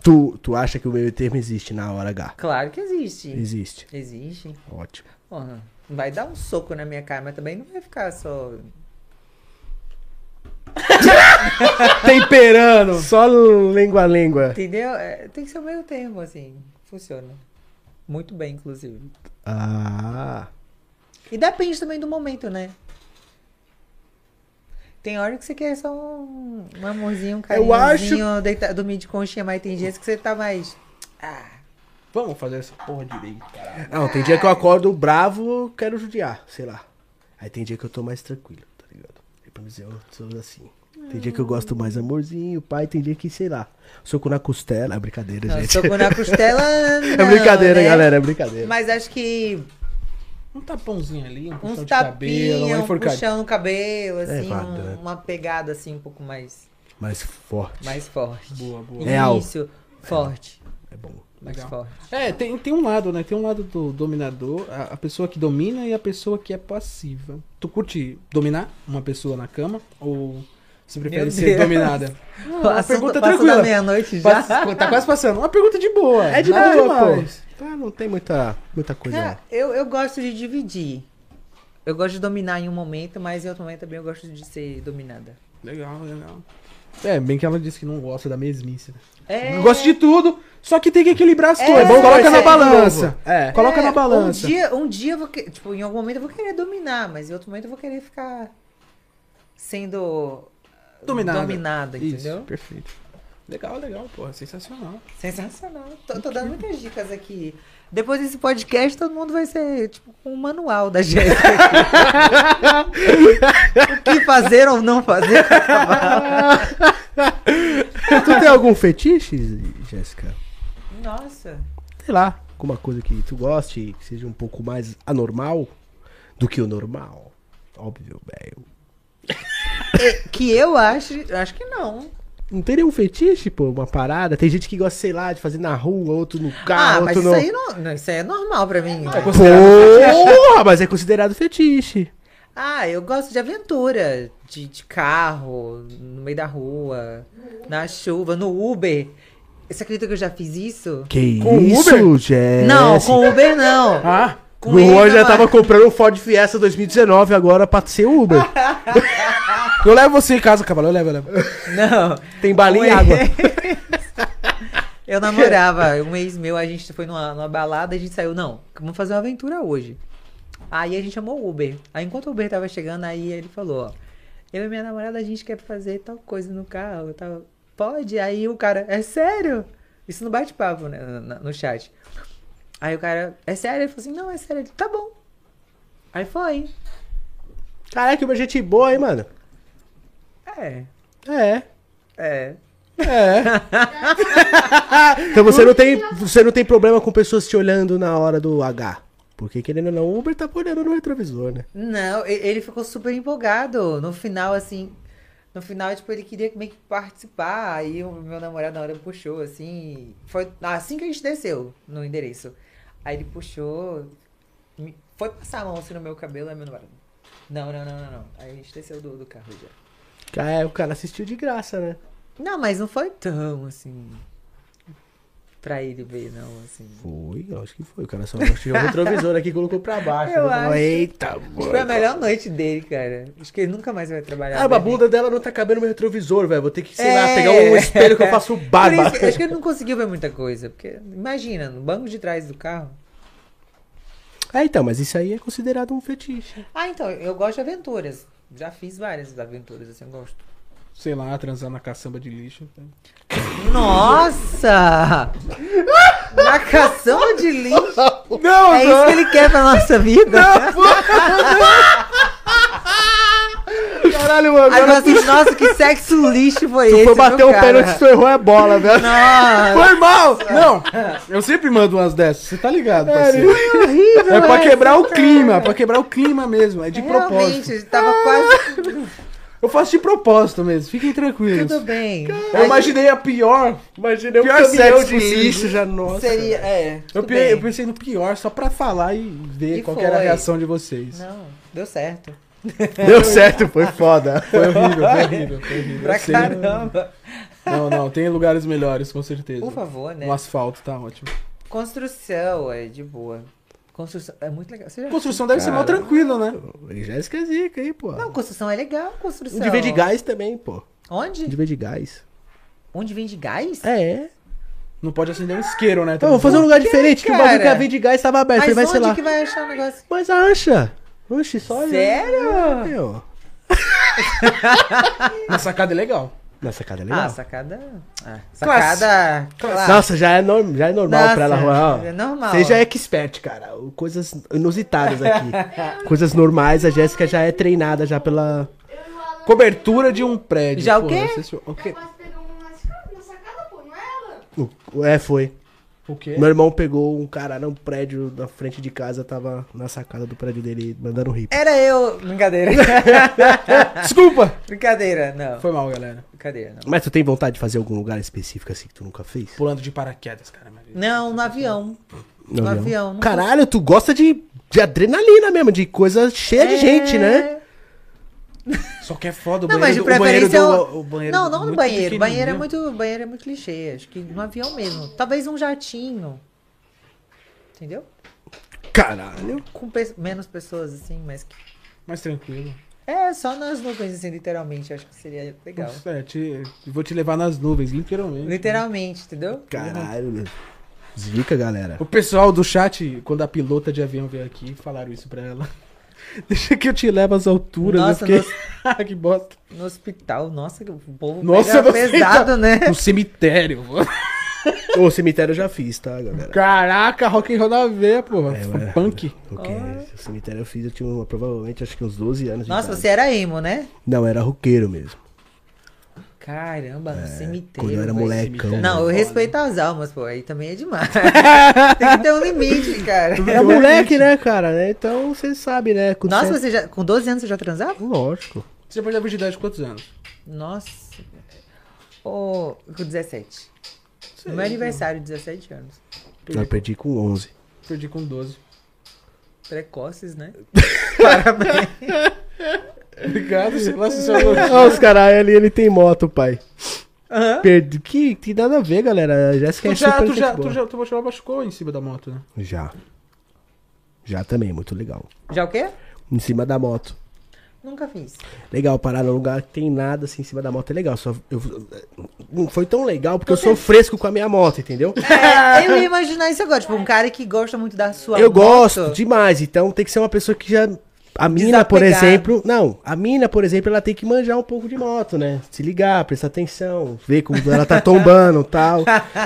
Speaker 1: Tu, tu acha que o meio termo existe na hora H?
Speaker 3: Claro que existe.
Speaker 1: Existe.
Speaker 3: Existe.
Speaker 1: Ótimo.
Speaker 3: Porra, vai dar um soco na minha cara, mas também não vai ficar só...
Speaker 1: Temperando. Só língua a língua.
Speaker 3: Entendeu? É, tem que ser o meio termo, assim. Funciona. Muito bem, inclusive.
Speaker 1: Ah.
Speaker 3: E depende também do momento, né? Tem hora que você quer só um, um amorzinho, um
Speaker 1: Eu acho-
Speaker 3: carinhozinho, deita- dormir de conchinha, mas tem dias que você tá mais... Ah,
Speaker 2: Vamos fazer essa porra direito, caralho.
Speaker 1: Não, tem dia que eu acordo bravo, quero judiar, sei lá. Aí tem dia que eu tô mais tranquilo, tá ligado? Tem pra dizer, eu sou assim. Tem dia que eu gosto mais amorzinho, pai, tem dia que, sei lá, soco na costela. É brincadeira,
Speaker 3: não,
Speaker 1: gente.
Speaker 3: soco na costela,
Speaker 1: é
Speaker 3: não,
Speaker 1: brincadeira,
Speaker 3: né?
Speaker 1: galera, é brincadeira.
Speaker 3: Mas acho que
Speaker 2: Um tapãozinho ali, um puxão
Speaker 3: uns
Speaker 2: de cabelo, uma
Speaker 3: tapinhas, um
Speaker 2: enforcadinha.
Speaker 3: puxão no cabelo, assim,
Speaker 1: vai,
Speaker 3: um-
Speaker 1: né?
Speaker 3: uma pegada assim um pouco mais,
Speaker 1: Mais forte.
Speaker 3: mais forte.
Speaker 2: Boa, boa.
Speaker 1: Real.
Speaker 3: Início, forte,
Speaker 1: É bom.
Speaker 3: mais
Speaker 2: Legal.
Speaker 3: forte.
Speaker 2: É, tem, tem um lado, né? Tem um lado do dominador, a, a pessoa que domina e a pessoa que é passiva. Tu curte dominar uma pessoa na cama ou Você prefere
Speaker 3: Meu
Speaker 2: ser
Speaker 3: Deus.
Speaker 2: dominada? Não,
Speaker 3: O
Speaker 2: Ah, uma
Speaker 3: assunto
Speaker 2: pergunta
Speaker 3: passou
Speaker 2: tranquila.
Speaker 3: da meia-noite já.
Speaker 2: Passa- tá quase passando. Uma pergunta de boa.
Speaker 1: É de
Speaker 2: nada
Speaker 1: boa, pô.
Speaker 2: demais.
Speaker 1: Ah, não tem muita, muita coisa.
Speaker 3: Cara, eu, eu gosto de dividir. Eu gosto de dominar em um momento, mas em outro momento também eu gosto de ser dominada.
Speaker 2: Legal, legal. É, bem que ela disse que não gosta da mesmice. né?
Speaker 3: É,
Speaker 2: Eu gosto de tudo, só que tem que equilibrar as
Speaker 3: É,
Speaker 2: coisas.
Speaker 3: bom
Speaker 2: Coloca
Speaker 3: conhecer
Speaker 2: na
Speaker 3: de
Speaker 2: balança.
Speaker 1: novo. É.
Speaker 2: Coloca
Speaker 3: é,
Speaker 2: na balança.
Speaker 3: Um dia, um dia eu vou que- tipo, em algum momento eu vou querer dominar, mas em outro momento eu vou querer ficar sendo
Speaker 2: Dominada.
Speaker 3: dominada,
Speaker 2: Isso,
Speaker 3: entendeu?
Speaker 2: perfeito. Legal, legal, porra. Sensacional.
Speaker 3: Sensacional. Tô, tô dando muitas dicas aqui. Depois desse podcast, todo mundo vai ser tipo com um manual da gente. o que fazer ou não fazer.
Speaker 1: Tu tem algum fetiche, Jéssica?
Speaker 3: Nossa.
Speaker 1: Sei lá, alguma coisa que tu goste, que seja um pouco mais anormal do que o normal. Óbvio, velho.
Speaker 3: E- Que eu acho. Acho que não.
Speaker 1: Não tem nenhum fetiche, pô, uma parada. Tem gente que gosta, sei lá, de fazer na rua, outro no
Speaker 3: Ah,
Speaker 1: carro,
Speaker 3: mas
Speaker 1: outro
Speaker 3: isso
Speaker 1: no.
Speaker 3: aí não, não, Isso aí é normal pra mim.
Speaker 1: Porra, mas é considerado fetiche.
Speaker 3: Ah, eu gosto de aventura. De, de carro, no meio da rua, na chuva, no Uber. Você acredita que eu já fiz isso?
Speaker 1: Que
Speaker 2: Com o
Speaker 1: isso, Jéssica?
Speaker 3: Não, com Uber não.
Speaker 2: Ah,
Speaker 3: Com
Speaker 1: É, o Juan
Speaker 3: ele,
Speaker 1: já
Speaker 3: não. é.
Speaker 1: tava comprando um Ford Fiesta 2019 agora pra ser Uber.
Speaker 2: eu levo você em casa, cavalo. Eu levo, eu levo.
Speaker 3: Não.
Speaker 1: Tem balinha e
Speaker 3: Um
Speaker 1: água.
Speaker 3: Eu namorava, um ex meu, a gente foi numa, numa balada, a gente saiu, não, vamos fazer uma aventura hoje. Aí a gente chamou o Uber. Aí enquanto o Uber tava chegando, aí ele falou, ó, eu e minha namorada, a gente quer fazer tal coisa no carro, tal. Pode? Aí o cara, é sério? Isso no bate-papo, né, na- no chat. Aí o cara, é sério? Ele falou assim, não, é sério. Ele, tá bom. Aí foi.
Speaker 1: Caraca, uma gente boa, hein, mano?
Speaker 3: É,
Speaker 1: É.
Speaker 3: é.
Speaker 1: Então você não tem, você não tem problema com pessoas te olhando na hora do H. Porque querendo ou não, o Uber tá olhando no retrovisor, né?
Speaker 3: Não, e- ele ficou super empolgado. No final, assim. No final, tipo, ele queria meio que participar. Aí o meu namorado na hora puxou, assim. Foi assim que a gente desceu no endereço. Aí ele puxou. me- Foi passar a mão assim no meu cabelo, aí meu namorado. Não, não, não, não, não. Aí a gente desceu do, do carro já.
Speaker 1: Ca- é, O cara assistiu de graça, né?
Speaker 3: Não, mas não foi tão assim. Pra ele ver, não, assim.
Speaker 1: Foi, eu acho que foi. O cara só tirou o retrovisor aqui e colocou pra baixo.
Speaker 3: Eu
Speaker 1: né? Falou,
Speaker 3: acho.
Speaker 1: Eita,
Speaker 3: Acho que Foi a
Speaker 1: mano.
Speaker 3: melhor noite dele, cara. Acho que ele nunca mais vai trabalhar. né?
Speaker 1: Ah, a
Speaker 3: pra mim.
Speaker 1: bunda dela não tá cabendo no retrovisor, velho. Vou ter que, sei lá,
Speaker 3: É.
Speaker 1: pegar um espelho que eu faço
Speaker 3: Por
Speaker 1: barba.
Speaker 3: isso é que- acho que ele não conseguiu ver muita coisa. Porque, imagina, no banco de trás do carro.
Speaker 1: É, então, mas isso aí é considerado um fetiche.
Speaker 3: Ah, então, eu gosto de aventuras. Já fiz várias aventuras, assim, eu gosto.
Speaker 2: Sei lá, transar na caçamba de lixo. então.
Speaker 3: Nossa! Na cação de lixo!
Speaker 2: Não,
Speaker 3: É isso que ele quer pra nossa vida?
Speaker 1: Caralho, mano.
Speaker 3: Agora assim, nossa, que sexo lixo foi um
Speaker 1: Foi
Speaker 3: esse? meu
Speaker 1: bater o
Speaker 3: cara?
Speaker 1: pênalti, tu
Speaker 3: é
Speaker 1: errou a bola, velho.
Speaker 3: Nossa!
Speaker 2: Foi mal! né? Não! É. Eu sempre mando umas dessas, você tá ligado, parceiro?
Speaker 3: É, horrível
Speaker 2: É pra
Speaker 3: essa,
Speaker 2: quebrar o
Speaker 3: cara.
Speaker 2: clima, pra quebrar o clima mesmo, é de propósito.
Speaker 3: Realmente, tava quase.
Speaker 2: Eu faço de propósito mesmo, fiquem tranquilos.
Speaker 3: Tudo bem.
Speaker 2: Eu imaginei a pior.
Speaker 1: Imaginei um
Speaker 2: Pior
Speaker 1: caminhão
Speaker 2: sexo
Speaker 1: de
Speaker 2: possível.
Speaker 1: lixo já, nossa.
Speaker 3: Seria. É.
Speaker 2: Eu,
Speaker 3: tudo
Speaker 2: pe-
Speaker 3: bem.
Speaker 2: eu pensei no pior só pra falar e ver
Speaker 3: E
Speaker 2: qual que era a
Speaker 3: foi.
Speaker 2: reação de vocês.
Speaker 3: Não, deu certo.
Speaker 1: Deu certo, foi foda.
Speaker 2: Foi horrível, foi horrível, foi horrível.
Speaker 3: Pra
Speaker 2: eu sei.
Speaker 3: caramba.
Speaker 2: Não, não, tem lugares melhores, com certeza.
Speaker 3: Por favor, né?
Speaker 2: O asfalto tá ótimo.
Speaker 3: Construção é de boa. Construção é muito legal. Você já-
Speaker 2: Construção deve ser mal tranquilo, né?
Speaker 1: Jéssica é zica, hein, pô.
Speaker 3: Não, então. construção é legal, construção.
Speaker 1: De ver de gás também, pô. De
Speaker 3: Onde?
Speaker 1: ver de gás.
Speaker 3: Onde vende gás?
Speaker 1: É.
Speaker 2: Não pode acender um isqueiro, né?
Speaker 1: Então, vou fazer um lugar diferente, que o bagulho que
Speaker 3: cara?
Speaker 1: a vende gás tava aberto.
Speaker 3: Mas
Speaker 1: Falei, vai,
Speaker 3: onde
Speaker 1: sei lá.
Speaker 3: que vai achar o negócio?
Speaker 1: Mas acha. Oxe, só olha.
Speaker 3: Sério?
Speaker 1: É, ó.
Speaker 2: Uma sacada é legal.
Speaker 1: Nossa, sacada é legal.
Speaker 3: Ah, sacada. Ah, sacada. Claro.
Speaker 1: Nossa, já é, norm- já é normal
Speaker 3: Nossa,
Speaker 1: pra ela rolar. ó.
Speaker 3: é normal.
Speaker 1: Você já é expert, cara. Coisas inusitadas aqui. Coisas normais, a Jéssica já é treinada já pela.
Speaker 6: Eu e o Alan
Speaker 2: Cobertura de um prédio.
Speaker 3: Já o
Speaker 2: pô,
Speaker 3: quê?
Speaker 2: você se- O quê?
Speaker 6: quase pegamos na sacada, na sacada, pô, não é, Alan?
Speaker 1: O- É, foi.
Speaker 2: O quê?
Speaker 1: Meu irmão pegou um cara num prédio na frente de casa, tava na sacada do prédio dele mandando rir.
Speaker 3: Era eu. Brincadeira. É,
Speaker 2: Desculpa!
Speaker 3: Brincadeira, não.
Speaker 2: Foi mal, galera.
Speaker 3: Brincadeira, não.
Speaker 1: Mas tu tem vontade de fazer algum lugar específico assim que tu nunca fez?
Speaker 2: Pulando de paraquedas, cara. minha vida.
Speaker 3: Não, no avião.
Speaker 1: No
Speaker 3: avião. não
Speaker 1: Caralho, tu É
Speaker 3: É.
Speaker 1: né? gosta de, de adrenalina mesmo, de coisa cheia de gente, né?
Speaker 2: Só que é foda o
Speaker 3: Não, mas de
Speaker 2: banheiro. do- o banheiro
Speaker 3: preferência.
Speaker 2: do-
Speaker 3: eu-
Speaker 2: o banheiro
Speaker 3: não,
Speaker 2: do-
Speaker 3: não no
Speaker 2: muito
Speaker 3: banheiro.
Speaker 2: pequenininho. né?
Speaker 3: Banheiro é, muito, banheiro é muito clichê. Acho que no avião mesmo. Talvez um jatinho. Entendeu?
Speaker 1: Caralho.
Speaker 3: Com pe- menos pessoas, assim, mas. que-
Speaker 2: Mais tranquilo.
Speaker 3: É, só nas nuvens, assim, literalmente. Acho que seria legal.
Speaker 2: É, te- vou te levar nas nuvens, literalmente.
Speaker 3: Literalmente, entendeu?
Speaker 1: Caralho, meu. Zica, galera.
Speaker 2: O pessoal do chat, quando a pilota de avião veio aqui, falaram isso pra ela. Deixa que eu te levo às alturas. eu
Speaker 3: Nossa,
Speaker 2: fiquei- Ah, que bosta.
Speaker 3: No hospital, nossa, que o povo
Speaker 2: Nossa,
Speaker 3: pega
Speaker 2: você
Speaker 3: pesado,
Speaker 1: tá
Speaker 3: né?
Speaker 2: No cemitério, pô.
Speaker 1: Ô, cemitério eu já fiz, tá, galera?
Speaker 2: Caraca, rock and roll na veia, pô. Foi
Speaker 1: mas-
Speaker 2: punk.
Speaker 1: Ok, esse cemitério eu fiz, eu tinha uma- provavelmente acho que uns 12 anos. de
Speaker 3: Nossa,
Speaker 1: idade.
Speaker 3: você era emo, né?
Speaker 1: Não, era roqueiro mesmo.
Speaker 3: Caramba, no cemitério.
Speaker 1: É, quando eu era
Speaker 3: mas-
Speaker 1: molecão. né?
Speaker 3: Não, eu
Speaker 2: Foda.
Speaker 3: respeito as almas, pô. Aí também é demais. Tem que ter um limite, cara.
Speaker 1: Era moleque, né, cara? né? Então você sabe, né? Com
Speaker 3: É Nossa,
Speaker 1: certo-
Speaker 3: você já. Com 12 anos você já transava?
Speaker 1: Lógico.
Speaker 2: Você perdeu a virgindade de quantos anos?
Speaker 3: Nossa. Ô, com 17.
Speaker 2: Sei,
Speaker 1: né?
Speaker 3: No meu aniversário, 17 anos.
Speaker 1: Eu perdi com 11.
Speaker 2: Perdi com 12.
Speaker 3: Precoces, né?
Speaker 2: Obrigado, sei lá se você
Speaker 1: Olha Ah, os caras ali, ele tem moto, pai. Perdi. Que tem nada a ver, galera. A Jéssica é
Speaker 2: Tu já,
Speaker 1: super
Speaker 2: tu
Speaker 1: gente
Speaker 2: já,
Speaker 1: boa.
Speaker 2: tu já, tu já machucou em cima da moto, né?
Speaker 1: Já. Já também, muito legal.
Speaker 3: Já o quê?
Speaker 1: Em cima da moto.
Speaker 3: Nunca fiz.
Speaker 1: Legal, parar num lugar que tem nada assim em cima da moto é legal. Só eu, eh, não foi tão legal porque eu sou fresco com a minha moto, entendeu?
Speaker 3: É, eu ia imaginar isso agora. Tipo, um cara que gosta muito da sua
Speaker 1: Eu
Speaker 3: moto.
Speaker 1: gosto demais, então tem que ser uma pessoa que já. A mina, por
Speaker 3: Desapegar.
Speaker 1: exemplo. Não, a mina, por exemplo, ela tem que manjar um pouco de moto, né? Se ligar, prestar atenção, ver como ela tá tombando e tal.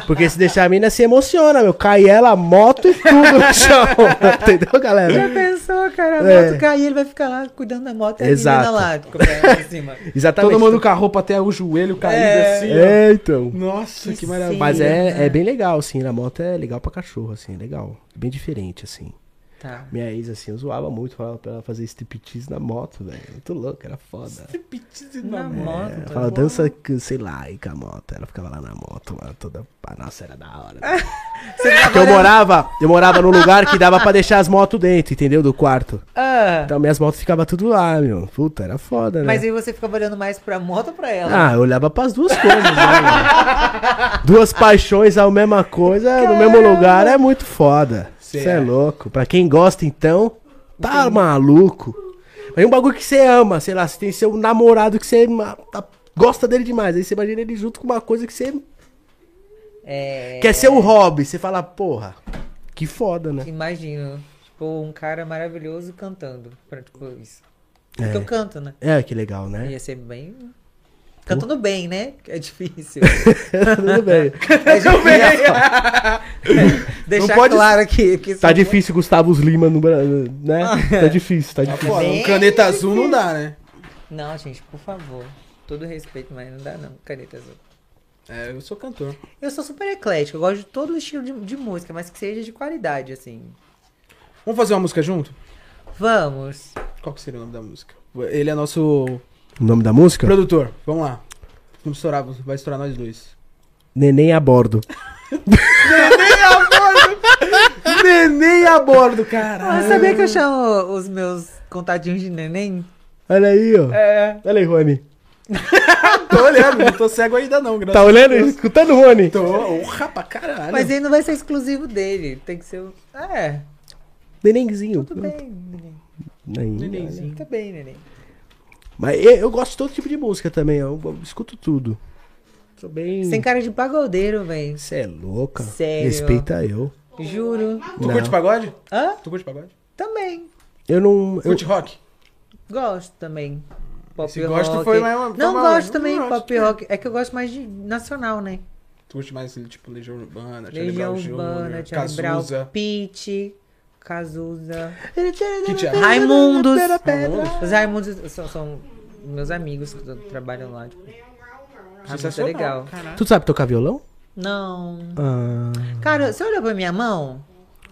Speaker 1: Porque se deixar a mina, se emociona, meu. Cai ela, a moto e tudo no chão. Entendeu,
Speaker 3: Já
Speaker 1: galera?
Speaker 3: pensou, cara? A
Speaker 1: É.
Speaker 3: moto cair, ele vai ficar lá cuidando da moto e a
Speaker 1: Exato.
Speaker 3: menina lá com ela em cima.
Speaker 1: Exatamente.
Speaker 2: Todo mundo com a roupa até o joelho caído assim. ó.
Speaker 1: É, então.
Speaker 2: Nossa, que,
Speaker 3: Que
Speaker 2: maravilha.
Speaker 1: Mas
Speaker 3: Sim, né?
Speaker 1: é, é bem legal, assim. Na moto é legal pra cachorro, assim. É legal. É bem diferente, assim.
Speaker 3: Tá.
Speaker 1: Minha ex, assim, eu zoava muito, falava pra ela fazer striptease na moto, velho. Muito louco, era foda.
Speaker 3: Na moto.
Speaker 1: Ela fala, dança, que, sei lá, aí com a moto. Ela ficava lá na moto, lá toda. Ah, Nossa, era da hora. né? Porque eu morava, eu morava num lugar que dava pra deixar as motos dentro, entendeu? Do quarto.
Speaker 3: Ah,
Speaker 1: Então minhas motos ficavam tudo lá, meu. Puta, era foda, né?
Speaker 3: mas aí você ficava olhando mais pra moto ou pra ela?
Speaker 1: Ah, eu olhava pras duas coisas, né? mano? Duas paixões, a mesma coisa, no mesmo lugar, é muito foda. Você é.
Speaker 2: é.
Speaker 1: louco. Pra quem gosta, então, tá maluco. Mas é um bagulho que você ama, sei lá, você tem seu namorado que você ma- tá- gosta dele demais. Aí você imagina ele junto com uma coisa que você
Speaker 3: É,
Speaker 1: quer ser o hobby. Você fala, porra, que foda, né?
Speaker 3: imagino. Tipo, um cara maravilhoso cantando. Pra, tipo, isso.
Speaker 1: É.
Speaker 3: Porque eu canto, né?
Speaker 1: É, que legal, né?
Speaker 3: Ia ser bem... Cantando bem, né? Que É difícil.
Speaker 1: É. Tudo bem.
Speaker 3: Cantando bem! Deixar
Speaker 1: Não pode-
Speaker 3: claro que... que
Speaker 1: Tá
Speaker 3: sou-
Speaker 1: difícil, Gustavo Lima, no, Bra- né? Tá difícil, tá difícil.
Speaker 2: Pô,
Speaker 3: Bem
Speaker 2: um caneta azul não dá, né?
Speaker 3: Não, gente, por favor. Todo respeito, mas não dá não. Caneta azul.
Speaker 2: É, eu sou cantor.
Speaker 3: Eu sou super eclético. Eu gosto de todo estilo de, de música, mas que seja de qualidade, assim.
Speaker 2: Vamos fazer uma música junto?
Speaker 3: Vamos.
Speaker 2: Qual que seria o nome da música? Ele é nosso
Speaker 1: O nome da música?
Speaker 2: produtor. Vamos lá. Vamos estourar, vai estourar nós dois.
Speaker 1: Neném a bordo.
Speaker 2: Neném a bordo, cara.
Speaker 3: Ah, sabia que eu chamo os meus contadinhos de neném?
Speaker 1: Olha aí, ó.
Speaker 3: É.
Speaker 1: Olha aí, Rony.
Speaker 2: Tô olhando, não tô cego ainda não, graças
Speaker 1: Tá olhando? Escutando, Rony?
Speaker 2: Tô, oh, rapa, caralho.
Speaker 3: Mas ele não vai ser exclusivo dele. Tem que ser. o- É.
Speaker 1: Nenenzinho.
Speaker 3: Tudo bem, neném.
Speaker 1: Nem-
Speaker 2: Nenenzinho.
Speaker 3: Tá bem, neném.
Speaker 1: Mas eu, eu gosto de todo tipo de música também. Eu, eu escuto tudo. Sou bem.
Speaker 3: Sem cara de pagodeiro, velho.
Speaker 1: Você é louca.
Speaker 3: Sério?
Speaker 1: Respeita eu.
Speaker 3: Juro.
Speaker 2: Tu
Speaker 1: Não.
Speaker 2: curte pagode?
Speaker 3: Hã?
Speaker 2: Tu curte pagode?
Speaker 3: Também.
Speaker 1: Eu não. Eu,
Speaker 2: Curte rock?
Speaker 3: Gosto também. Pop
Speaker 2: Esse
Speaker 3: rock.
Speaker 2: gosto foi mais uma- foi
Speaker 3: não
Speaker 2: uma-
Speaker 3: gosto
Speaker 2: um
Speaker 3: também
Speaker 2: gosto,
Speaker 3: pop rock. É que eu gosto mais de nacional, né?
Speaker 2: Tu curte mais, tipo, Legião Urbana, Charlie
Speaker 3: Legião
Speaker 2: Brown
Speaker 3: Urbana,
Speaker 2: Jr.,
Speaker 3: Charlie Brown,
Speaker 2: Cazuza.
Speaker 3: Pete, Cazuza.
Speaker 2: Kit Abelha.
Speaker 3: Raimundos.
Speaker 2: Raimundos.
Speaker 3: Os Raimundos são, são meus amigos que trabalham lá. Tipo, Raimundos é
Speaker 2: Sensacional,
Speaker 3: legal.
Speaker 1: Tu sabe tocar violão?
Speaker 3: Não.
Speaker 1: Ah,
Speaker 3: Cara, você olhou pra minha mão?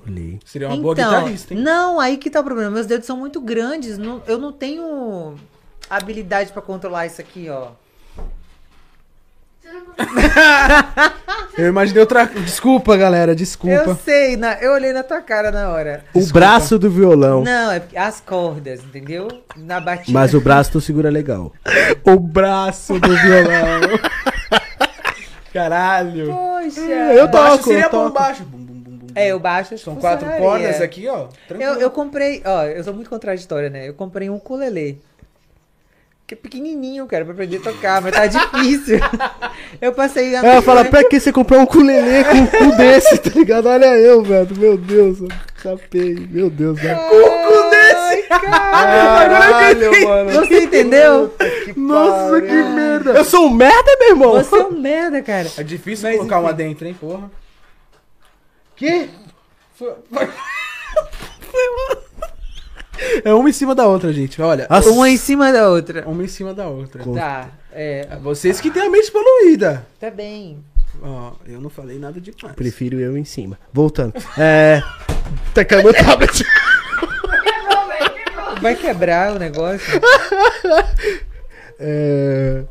Speaker 1: olhei.
Speaker 2: Seria É uma boa
Speaker 3: Então,
Speaker 2: guitarrista, hein?
Speaker 3: não, aí que tá o problema. Meus dedos são muito grandes. não- eu não tenho habilidade pra controlar isso aqui, ó.
Speaker 6: Você não consegue. Você
Speaker 2: Eu imaginei outra. Desculpa, galera, desculpa.
Speaker 3: Eu sei, na- eu olhei na tua cara na hora.
Speaker 1: O braço do violão.
Speaker 3: Não, é porque as cordas, entendeu? Na batida.
Speaker 1: Mas o braço tu segura legal.
Speaker 2: O braço do violão. Caralho.
Speaker 3: Poxa.
Speaker 1: eu tô-
Speaker 2: Baixo
Speaker 1: Toco,
Speaker 2: seria
Speaker 1: eu toco.
Speaker 2: bom baixo. Bum, bum, bum, bum, bum.
Speaker 3: É, eu baixo. acho que
Speaker 2: É, São quatro
Speaker 3: funcionaria.
Speaker 2: cordas é aqui, ó.
Speaker 3: Eu,
Speaker 2: Tranquilo.
Speaker 3: eu comprei, ó, eu sou muito contraditória, né? Eu comprei um ukulele. Que é pequenininho, cara, pra aprender a tocar, mas tá difícil. eu passei a
Speaker 1: Ela
Speaker 3: noite-
Speaker 1: fala, pra que você comprou um ukulele com um cu desse, tá ligado? Olha eu, velho. Meu Deus, eu chapei. Meu Deus, né? velho.
Speaker 3: Cuco desse!
Speaker 5: Caralho, mano.
Speaker 3: Você entendeu?
Speaker 1: Nossa, que merda. Eu sou um merda, meu irmão.
Speaker 3: Você é um merda, cara.
Speaker 2: É difícil colocar uma dentro, hein, porra.
Speaker 1: Que?
Speaker 2: É uma em cima da outra, gente. Olha.
Speaker 1: Nossa.
Speaker 3: Uma em cima da outra.
Speaker 2: Uma em cima da outra.
Speaker 3: Tá, é.
Speaker 2: Vocês que têm a mente poluída.
Speaker 3: Tá bem.
Speaker 2: Ó, eu não falei nada demais.
Speaker 1: Prefiro eu em cima. Voltando. É... Tá caindo o tablet.
Speaker 3: Vai quebrar o negócio?
Speaker 1: É...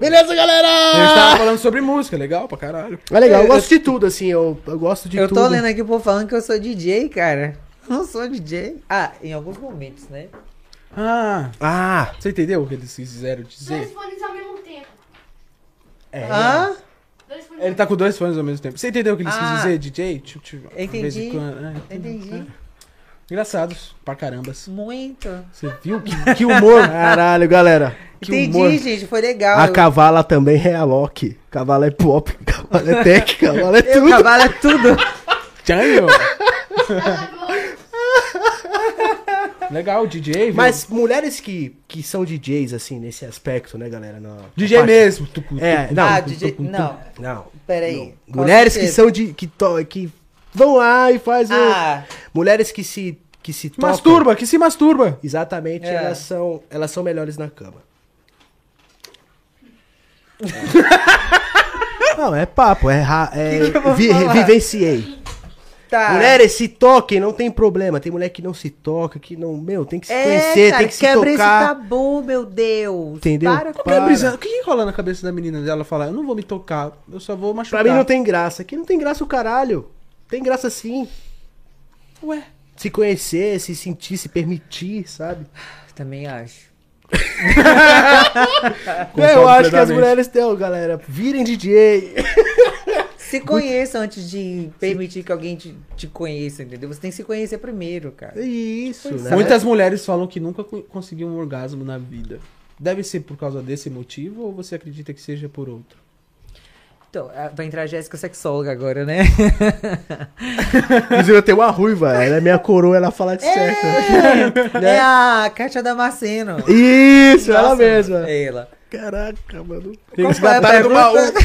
Speaker 1: Beleza,
Speaker 2: A gente
Speaker 1: galera!
Speaker 2: tava falando sobre música, legal pra caralho.
Speaker 1: tá- É legal, eu
Speaker 3: Eu-
Speaker 1: gosto de tudo, assim. Eu, eu gosto de
Speaker 3: eu
Speaker 1: tudo.
Speaker 3: tô lendo aqui o povo falando que eu sou DJ, cara. Não sou DJ. Ah, em alguns momentos, né?
Speaker 2: Ah,
Speaker 1: Ah,
Speaker 2: você entendeu o que eles quiseram dizer?
Speaker 6: Dois fones ao mesmo tempo.
Speaker 2: É.
Speaker 3: Hã?
Speaker 6: Dois fones
Speaker 2: Ele tá com dois fones ao mesmo tempo. Você entendeu o que eles
Speaker 3: Ah.
Speaker 2: quis dizer, DJ? Tipo, tipo, de
Speaker 3: Entendi.
Speaker 2: vez em quando, né?
Speaker 3: Entendi.
Speaker 2: Engraçados, pra carambas.
Speaker 3: Muito.
Speaker 2: Você viu que,
Speaker 1: que humor. Caralho, galera. Que
Speaker 3: Entendi,
Speaker 1: humor.
Speaker 3: gente. Foi legal.
Speaker 1: A cavala também é a Loki. Cavala é pop, cavala é tech, cavala é
Speaker 3: Eu
Speaker 1: tudo.
Speaker 3: cavalo é tudo.
Speaker 2: Tchanho!
Speaker 6: Agora,
Speaker 2: Legal, DJ,
Speaker 3: é
Speaker 2: viu?
Speaker 1: Mas mulheres que, que são DJs, assim, nesse aspecto, né, galera? Na- na
Speaker 2: DJ
Speaker 1: parte-
Speaker 2: mesmo. Tucu,
Speaker 1: É,
Speaker 2: tucu.
Speaker 1: não.
Speaker 3: ah, DJ. Não,
Speaker 1: Não.
Speaker 3: peraí.
Speaker 1: não. Mulheres que
Speaker 3: Qual
Speaker 1: são de. Que, to, que vão lá e fazem.
Speaker 3: Ah,
Speaker 1: Mulheres que se. Que se tocam.
Speaker 2: Masturba, que se masturba.
Speaker 1: Exatamente,
Speaker 3: É.
Speaker 1: elas, são, elas são melhores na cama. Não, é papo, é, ra- é
Speaker 3: Que que eu vou
Speaker 1: vi-
Speaker 3: falar?
Speaker 1: vivenciei.
Speaker 3: tá.
Speaker 1: Mulheres se toquem, não tem problema. Tem mulher que não se toca, que não, meu, tem que se
Speaker 3: É,
Speaker 1: conhecer,
Speaker 3: cara,
Speaker 1: tem que se
Speaker 3: quebra
Speaker 1: tocar.
Speaker 3: esse tabu, meu Deus.
Speaker 1: Entendeu?
Speaker 3: Para com
Speaker 1: Para.
Speaker 3: isso.
Speaker 2: Brisa, é O que que rola na cabeça da menina dela falar? Eu não vou me tocar, eu só vou machucar.
Speaker 1: Pra mim não tem graça. Aqui não tem graça o caralho. Tem graça sim.
Speaker 2: Ué.
Speaker 1: Se conhecer, se sentir, se permitir, sabe?
Speaker 3: Também acho.
Speaker 1: É, eu acho que as
Speaker 2: plenamente.
Speaker 1: mulheres têm, galera. Virem DJ.
Speaker 3: Se conheça antes de permitir que alguém te, te conheça, entendeu? Você tem que se conhecer primeiro, cara.
Speaker 1: É Isso, né?
Speaker 2: Muitas mulheres falam que nunca co- conseguiu um orgasmo na vida. Deve ser por causa desse motivo ou você acredita que seja por outro?
Speaker 3: Então, ah, vai entrar a Jéssica sexóloga agora, né?
Speaker 1: Inclusive, eu tenho uma ruiva. Ela é minha coroa, ela fala de certo.
Speaker 3: É, a Kátia Damasceno.
Speaker 1: Né? Isso, ela
Speaker 3: Nossa,
Speaker 1: mesma.
Speaker 3: É ela.
Speaker 1: Caraca, mano.
Speaker 3: Qual é a
Speaker 1: Resgataram do baú.
Speaker 3: pergunta?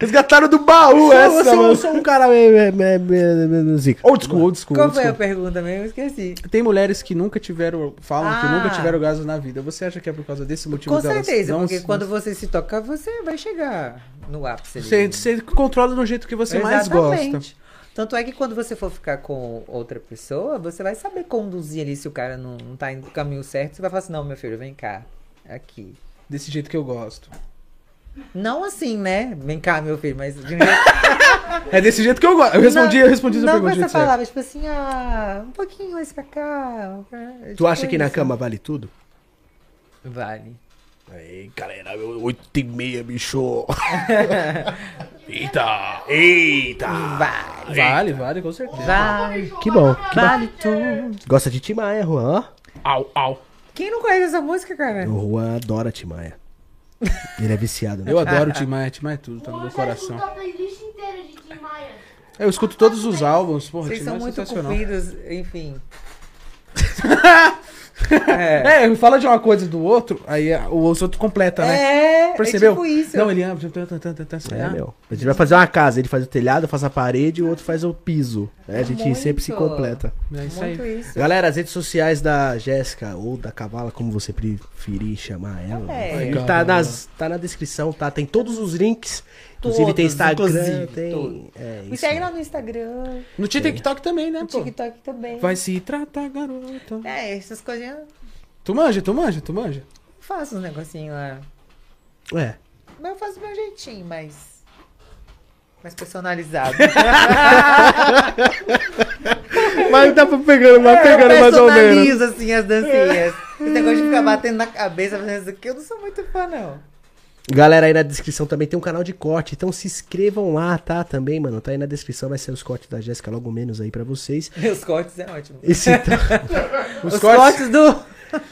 Speaker 1: Resgataram do baú
Speaker 2: essa,
Speaker 1: essa,
Speaker 2: mano.
Speaker 1: Eu sou um cara meio, meio, meio, meio, meio zica.
Speaker 2: Old school, old school.
Speaker 3: Qual
Speaker 2: old
Speaker 3: foi a
Speaker 2: school.
Speaker 3: pergunta mesmo? Esqueci.
Speaker 2: Tem mulheres que nunca tiveram, falam que
Speaker 3: Ah.
Speaker 2: nunca tiveram orgasmo na vida. Você acha que é por causa desse motivo
Speaker 3: Com
Speaker 2: delas
Speaker 3: certeza,
Speaker 2: não
Speaker 3: porque
Speaker 2: se-
Speaker 3: quando você se toca, você vai chegar no ápice. ali,
Speaker 2: você,
Speaker 3: né?
Speaker 2: você controla do jeito que você mais gosta.
Speaker 3: Exatamente. Tanto é que quando você for ficar com outra pessoa, você vai saber conduzir ali se o cara não, não tá indo pro caminho certo. Você vai falar assim, não, meu filho, vem cá. Aqui.
Speaker 2: Desse jeito que eu gosto.
Speaker 3: Não assim, né? Vem cá, meu filho, mas. De um jeito-
Speaker 2: É desse jeito que eu gosto. Eu respondi,
Speaker 3: Não,
Speaker 2: eu respondi sua
Speaker 3: Não
Speaker 2: pergunta. é. do
Speaker 3: com essa
Speaker 2: jeito certo.
Speaker 3: palavra, tipo assim, ah, um pouquinho mais pra cá. um
Speaker 1: Tu acha que na cama vale tudo?
Speaker 3: Vale.
Speaker 1: Aí, galera, oito e meia, bicho. Eita, eita.
Speaker 3: Vale.
Speaker 2: Vale, vale, com certeza.
Speaker 3: Vale.
Speaker 1: Que bom.
Speaker 3: Vale tudo.
Speaker 1: Gosta de Timaya, Juan?
Speaker 2: Au, au.
Speaker 3: Quem não conhece essa música, cara?
Speaker 1: O Juan adora Timaya. Ele é viciado. né?
Speaker 2: Eu adoro o Tim Maia, Tim Maia é tudo, tá no meu
Speaker 6: você
Speaker 2: coração.
Speaker 6: escuta a playlist inteira de Tim Maia.
Speaker 2: Eu escuto todos os álbuns, porra,
Speaker 3: Vocês
Speaker 2: Tim
Speaker 3: são
Speaker 2: Maia é
Speaker 3: muito
Speaker 2: sensacional.
Speaker 3: cumpridos, enfim.
Speaker 2: É, ele fala de uma coisa e do outro, aí ah, os outros completa, né?
Speaker 3: É,
Speaker 2: Percebeu?
Speaker 3: é tipo isso.
Speaker 2: Não, ele ama. tan, tan, tan, tan, tan,
Speaker 1: É,
Speaker 2: ah,
Speaker 1: meu. A gente vai fazer uma casa, ele faz o telhado, eu faço a parede e o outro faz o piso. né? A gente
Speaker 3: Muito.
Speaker 1: sempre se completa.
Speaker 2: É isso aí.
Speaker 3: Muito isso.
Speaker 1: Galera, as redes sociais da Jéssica ou da Cavala, como você preferir chamar ela.
Speaker 3: É.
Speaker 1: né? Tá, nas, tá na descrição, tá? Tem todos os links. inclusive tem
Speaker 3: Todos,
Speaker 1: Instagram,
Speaker 3: inclusive,
Speaker 1: tem.
Speaker 3: todos.
Speaker 1: É,
Speaker 3: Me
Speaker 1: isso.
Speaker 3: segue lá no Instagram,
Speaker 2: No TikTok também, né,
Speaker 3: no
Speaker 2: pô?
Speaker 3: TikTok também.
Speaker 2: Vai se tratar, garota.
Speaker 3: É, essas coisinhas. eu
Speaker 2: Tu manja, tu manja, tu manja.
Speaker 3: Faço uns negocinhos lá.
Speaker 1: É.
Speaker 3: Mas eu faço do meu jeitinho, mas. mais personalizado.
Speaker 1: Mas tá pegando, mas pegando
Speaker 3: eu
Speaker 1: mais ou menos.
Speaker 3: personalizo, assim, as dancinhas. Esse negócio de ficar batendo na cabeça, fazendo isso aqui, eu não sou muito fã, não.
Speaker 1: Galera, aí na descrição também tem um canal de corte, então se inscrevam lá, tá? Também, mano, tá aí na descrição, vai ser os cortes da Jéssica logo menos aí pra vocês.
Speaker 3: Os cortes é ótimo.
Speaker 1: E se tá-
Speaker 3: Os, cortes, do...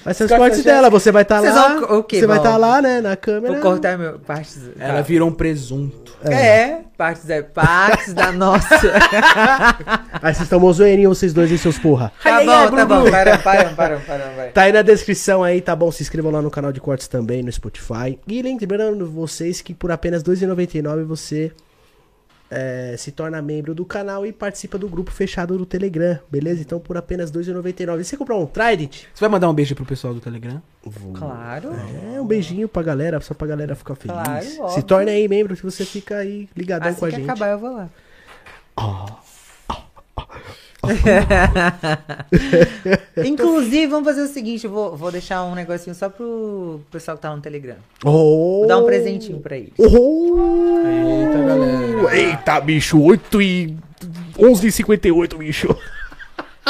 Speaker 1: Vai ser os
Speaker 3: cortes
Speaker 1: cortes
Speaker 3: da
Speaker 1: dela, você vai estar
Speaker 3: Vocês
Speaker 1: lá.
Speaker 3: vão co- o quê,
Speaker 1: você vai
Speaker 3: Val?
Speaker 1: estar lá, né, na câmera.
Speaker 3: Vou cortar meu... partes...
Speaker 2: Ela virou um presunto.
Speaker 3: É, partes, da partes da nossa.
Speaker 1: Aí vocês estão mozoeirinho, vocês dois e seus porra.
Speaker 3: Tá bom, tá bom. Para, para, para, para, vai.
Speaker 1: Tá aí na descrição aí, tá bom? Se inscrevam lá no canal de cortes também, no Spotify. E lembrando vocês que por apenas R$ 2,99 você é, se torna membro do canal e participa do grupo fechado do Telegram, beleza? Então por apenas R$ 2,99. E se você comprar um Trident,
Speaker 2: Você vai mandar um beijo pro pessoal do Telegram?
Speaker 3: Claro.
Speaker 1: É, um beijinho pra galera, só pra galera ficar feliz.
Speaker 3: Claro, óbvio.
Speaker 1: Se torne aí membro, se você fica aí ligadão
Speaker 3: Assim
Speaker 1: com a
Speaker 3: que
Speaker 1: gente.
Speaker 3: acabar, eu vou lá. Inclusive, vamos fazer o seguinte: eu vou, vou deixar um negocinho só pro pessoal que tá no Telegram.
Speaker 1: Oh!
Speaker 3: Vou dar um presentinho pra eles.
Speaker 1: Oh!
Speaker 2: Eita, galera.
Speaker 1: Eita, bicho, 8 e 11 e 58, bicho.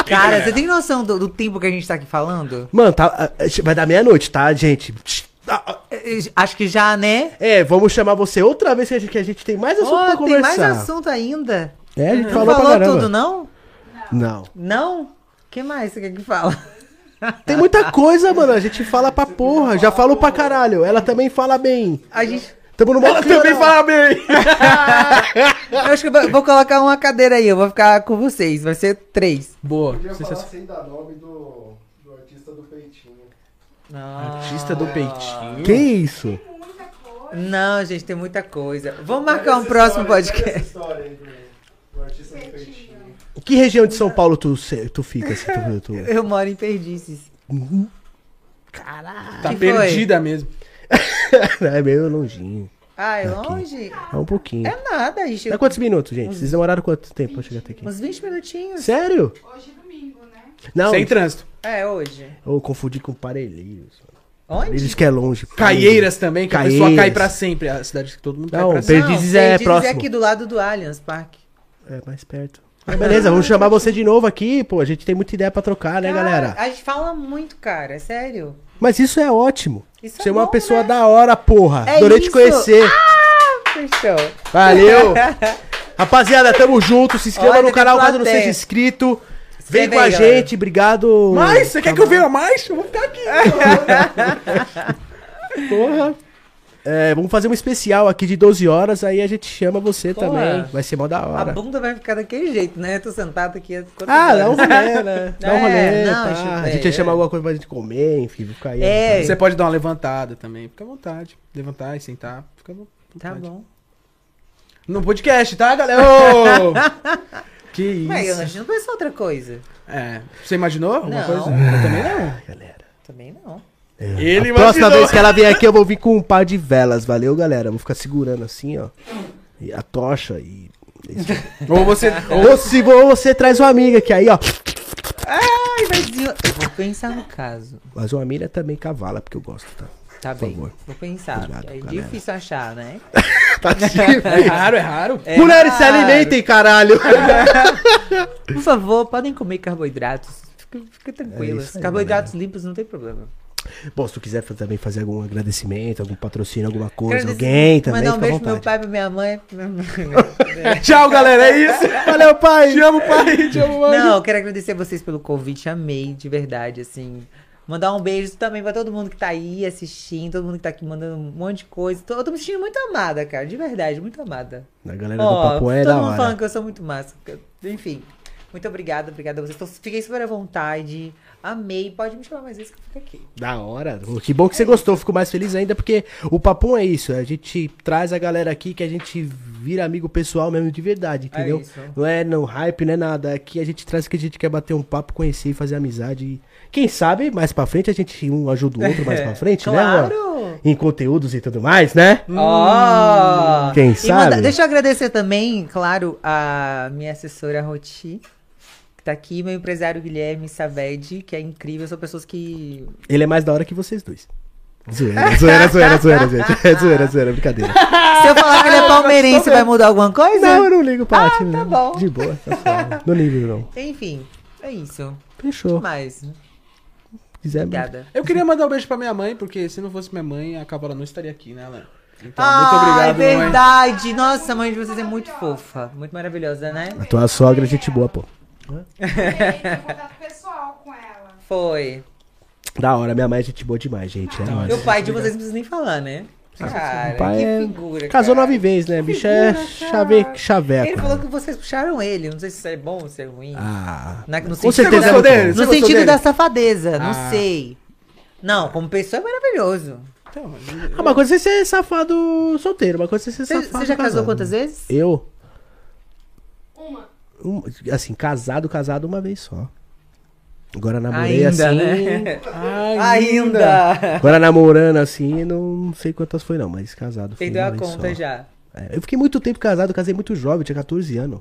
Speaker 3: Cara, você tem noção do, do tempo que a gente tá aqui falando?
Speaker 1: Mano, tá, ah, ah, vai dar meia-noite, tá, gente? Ah, ah,
Speaker 3: Eh, eh, Acho que já, né?
Speaker 1: É, vamos chamar você outra vez que a gente, que a gente tem mais assunto
Speaker 3: Ó,
Speaker 1: pra
Speaker 3: tem
Speaker 1: conversar.
Speaker 3: mais assunto ainda.
Speaker 1: É, a gente
Speaker 3: Não
Speaker 1: falou, pra
Speaker 3: falou
Speaker 1: caramba.
Speaker 3: tudo, né? não?
Speaker 1: Não.
Speaker 3: Não? que mais você quer que fala?
Speaker 1: Tem muita coisa, mano. A gente fala pra porra. Já falo pra caralho. Ela também fala bem.
Speaker 3: A gente.
Speaker 1: Tamo numa... Ela
Speaker 3: também
Speaker 1: fala bem.
Speaker 3: Eu acho que eu vou- vou colocar uma cadeira aí, eu vou ficar com vocês. Vai ser três.
Speaker 2: Boa.
Speaker 5: Podia falar
Speaker 2: sensacional.
Speaker 5: sem dar nome do, do artista do peitinho.
Speaker 2: Artista do peitinho.
Speaker 1: Que isso?
Speaker 3: Não, gente, tem muita coisa. Vamos marcar um próximo podcast.
Speaker 5: Essa história aí do, do artista do peitinho.
Speaker 1: Que região de São Paulo tu, se- tu fica? se tu- tu-
Speaker 3: Eu moro em Perdizes.
Speaker 2: Tá
Speaker 3: Que foi?
Speaker 2: perdida mesmo.
Speaker 1: É meio longinho.
Speaker 3: Ah, é longe?
Speaker 1: É um pouquinho.
Speaker 3: É nada, a gente.
Speaker 1: Dá quantos minutos, gente? Vocês demoraram quanto tempo pra chegar até aqui?
Speaker 3: Uns 20 minutinhos.
Speaker 1: Sério?
Speaker 4: Hoje é domingo, né?
Speaker 1: Não,
Speaker 2: Sem trânsito.
Speaker 1: Hum.
Speaker 3: É, hoje.
Speaker 1: eu confundi com Parelheiros.
Speaker 3: Onde?
Speaker 1: Parelheiros que é longe.
Speaker 2: Caieiras também, que a pessoa cai
Speaker 1: Caieiras.
Speaker 2: pra sempre. A cidade que todo mundo
Speaker 1: Não,
Speaker 2: cai pra sempre.
Speaker 1: Perdizes é próximo.
Speaker 3: é aqui do lado do Allianz Parque.
Speaker 1: É mais perto. Mas beleza, vamos chamar você de novo aqui, pô. A gente tem muita ideia pra trocar, né,
Speaker 3: Cara, é-
Speaker 1: galera?
Speaker 3: A gente fala muito, cara, é sério.
Speaker 1: Mas isso é ótimo.
Speaker 3: Isso é
Speaker 1: Você é uma
Speaker 3: bom,
Speaker 1: pessoa
Speaker 3: né?
Speaker 1: da hora, porra.
Speaker 3: É
Speaker 1: Adorei te
Speaker 3: isso. Ah!
Speaker 1: conhecer.
Speaker 3: Fechou.
Speaker 1: Valeu. Rapaziada, tamo junto. Se inscreva
Speaker 3: Olha,
Speaker 1: no
Speaker 3: tem
Speaker 1: canal caso não
Speaker 3: plateia.
Speaker 1: seja inscrito. Vem
Speaker 3: Escreve
Speaker 1: com a
Speaker 3: aí, galera.
Speaker 1: gente. Obrigado.
Speaker 2: Mais? Você quer que eu venha mais? Eu vou ficar aqui.
Speaker 1: Porra. É, vamos fazer um especial aqui de 12 horas, aí a gente chama você
Speaker 3: Porra.
Speaker 1: também. Vai ser mó da
Speaker 3: A
Speaker 1: hora.
Speaker 3: bunda vai ficar daquele jeito, né? Eu tô sentado aqui. há quantas
Speaker 1: Ah,
Speaker 3: horas?
Speaker 1: dá um rolê, né? Dá um
Speaker 3: É,
Speaker 1: rolê.
Speaker 3: não,
Speaker 1: pá.
Speaker 3: chutei,
Speaker 1: A gente ia
Speaker 3: é.
Speaker 1: chamar alguma coisa pra gente comer, enfim, ficar aí. né,
Speaker 3: É.
Speaker 2: Você pode dar uma levantada também. Fica à vontade. Levantar e sentar. Fica à vontade.
Speaker 3: Tá bom.
Speaker 2: No podcast, tá, galera? Ô! que isso.
Speaker 3: Mas a gente não pensa outra coisa.
Speaker 2: É. Você imaginou alguma
Speaker 3: Não.
Speaker 2: coisa? Eu também não.
Speaker 1: galera.
Speaker 3: Também não.
Speaker 2: Ele
Speaker 1: a próxima vez que ela vier aqui, eu vou vir com um par de velas. Valeu, galera. Eu Vou ficar segurando assim, ó. E a tocha e. é isso.
Speaker 2: Ou você. Ou...
Speaker 1: Ou se vo- você traz uma amiga que aí, ó.
Speaker 3: Ai, mas eu... eu vou pensar no caso.
Speaker 1: Mas uma amiga também cavala, porque eu gosto, tá?
Speaker 3: Tá
Speaker 1: Por
Speaker 3: bem.
Speaker 1: favor.
Speaker 3: Vou pensar.
Speaker 1: Obrigado,
Speaker 3: é
Speaker 1: galera.
Speaker 3: difícil achar, né?
Speaker 1: Tá difícil.
Speaker 2: É raro, é raro.
Speaker 3: É
Speaker 1: Mulheres se
Speaker 3: raro.
Speaker 1: alimentem, caralho.
Speaker 3: Por favor, podem comer carboidratos. Fica, fica tranquilo.
Speaker 1: É isso aí,
Speaker 3: carboidratos limpos não tem problema.
Speaker 1: Bom, se tu quiser fa- também fazer algum agradecimento, algum patrocínio, alguma coisa,
Speaker 3: Agradecer-
Speaker 1: alguém também,
Speaker 3: Mandar um
Speaker 1: fica à
Speaker 3: beijo pro meu
Speaker 1: vontade.
Speaker 3: pai, pra minha mãe.
Speaker 2: Tchau, galera. É isso.
Speaker 1: Valeu, pai!
Speaker 2: Te amo, pai. Te amo, mãe.
Speaker 3: não, eu quero agradecer vocês pelo convite. Amei, de verdade, assim. Mandar um beijo também pra todo mundo que tá aí assistindo, todo mundo que tá aqui mandando um monte de coisa. Tô- Eu tô me sentindo muito amada, cara, de verdade, muito amada.
Speaker 1: A galera do
Speaker 3: Ó,
Speaker 1: Papo é
Speaker 3: todo
Speaker 1: da
Speaker 3: mundo
Speaker 1: hora.
Speaker 3: falando que eu sou muito massa. que eu- Enfim, muito obrigada, obrigada a vocês. Tô- Fiquei super à vontade, amei. Pode me chamar mais vezes que eu fico aqui.
Speaker 1: Da hora. Que bom que você gostou. Fico mais feliz ainda porque o Papum é isso. A gente traz a galera aqui que a gente vira amigo pessoal mesmo de verdade, entendeu?
Speaker 3: É isso.
Speaker 1: Não é não hype, não é nada. Aqui a gente traz que a gente quer bater um papo, conhecer e fazer amizade. E Quem sabe mais pra frente a gente um ajuda o outro mais pra frente, né? mano?
Speaker 3: Claro!
Speaker 1: Em conteúdos e tudo mais, né?
Speaker 3: Ó!
Speaker 1: Quem
Speaker 3: E
Speaker 1: sabe?
Speaker 3: deixa eu agradecer também, claro, a minha assessora Roti, que tá aqui, meu empresário Guilherme Savedi, que é incrível, são pessoas que.
Speaker 1: Ele é mais da hora que vocês dois. Zoeira, zoeira, zoeira, zoeira, gente. É zoeira, zoeira, brincadeira.
Speaker 3: Se eu falar que ele é palmeirense, vai mudar alguma coisa?
Speaker 1: Não, eu não ligo pra
Speaker 3: Ah,
Speaker 1: time,
Speaker 3: tá
Speaker 1: não.
Speaker 3: bom.
Speaker 1: De boa, tá suave. Não ligo, não.
Speaker 3: Enfim, é isso.
Speaker 1: Fechou.
Speaker 3: Mas,
Speaker 1: Quiser,
Speaker 3: obrigada.
Speaker 2: Eu queria mandar um beijo pra minha mãe, porque se não fosse minha mãe, a Cabala não estaria aqui, né, Alan? Então, muito
Speaker 3: Ah, é
Speaker 2: obrigado, mãe.
Speaker 3: verdade. Nossa, a mãe de vocês é muito fofa. Muito maravilhosa, né?
Speaker 1: A tua sogra é gente boa, pô.
Speaker 4: Tem contato pessoal com ela.
Speaker 3: Foi.
Speaker 1: Da hora, minha mãe é gente boa demais, gente. É nóis.
Speaker 3: E o pai de vocês não precisa nem falar, né? Cara,
Speaker 1: O pai
Speaker 3: que
Speaker 1: é-
Speaker 3: figura.
Speaker 1: Casou
Speaker 3: cara.
Speaker 1: nove vezes, né? Bicho é chave... chaveco.
Speaker 3: Ele falou que vocês puxaram ele. Não sei se isso é bom ou se é ruim.
Speaker 1: Ah.
Speaker 3: Na- no
Speaker 1: Com
Speaker 3: sentido-
Speaker 1: certeza.
Speaker 2: Você
Speaker 1: é
Speaker 2: gostou
Speaker 1: muito
Speaker 2: dele?
Speaker 1: bom.
Speaker 3: No
Speaker 2: gostou
Speaker 3: sentido
Speaker 2: dele?
Speaker 3: da safadeza, não
Speaker 2: Ah.
Speaker 3: sei. Não, como pessoa é maravilhoso.
Speaker 2: Então,
Speaker 1: Ah, uma coisa é você ser safado solteiro, uma coisa é você ser
Speaker 3: Você
Speaker 1: safado.
Speaker 3: você já casou
Speaker 1: casado.
Speaker 3: quantas vezes?
Speaker 1: Eu,
Speaker 6: Uma.
Speaker 1: um, assim, casado, casado uma vez só. Agora namorei assim.
Speaker 3: né?
Speaker 2: Ainda.
Speaker 3: Ainda.
Speaker 1: Agora namorando assim, não sei quantas foi não, mas casado. foi
Speaker 3: Perdeu
Speaker 1: uma
Speaker 3: a
Speaker 1: vez
Speaker 3: conta
Speaker 1: só.
Speaker 3: já.
Speaker 1: É, eu fiquei muito tempo casado, casei muito jovem, tinha 14 anos.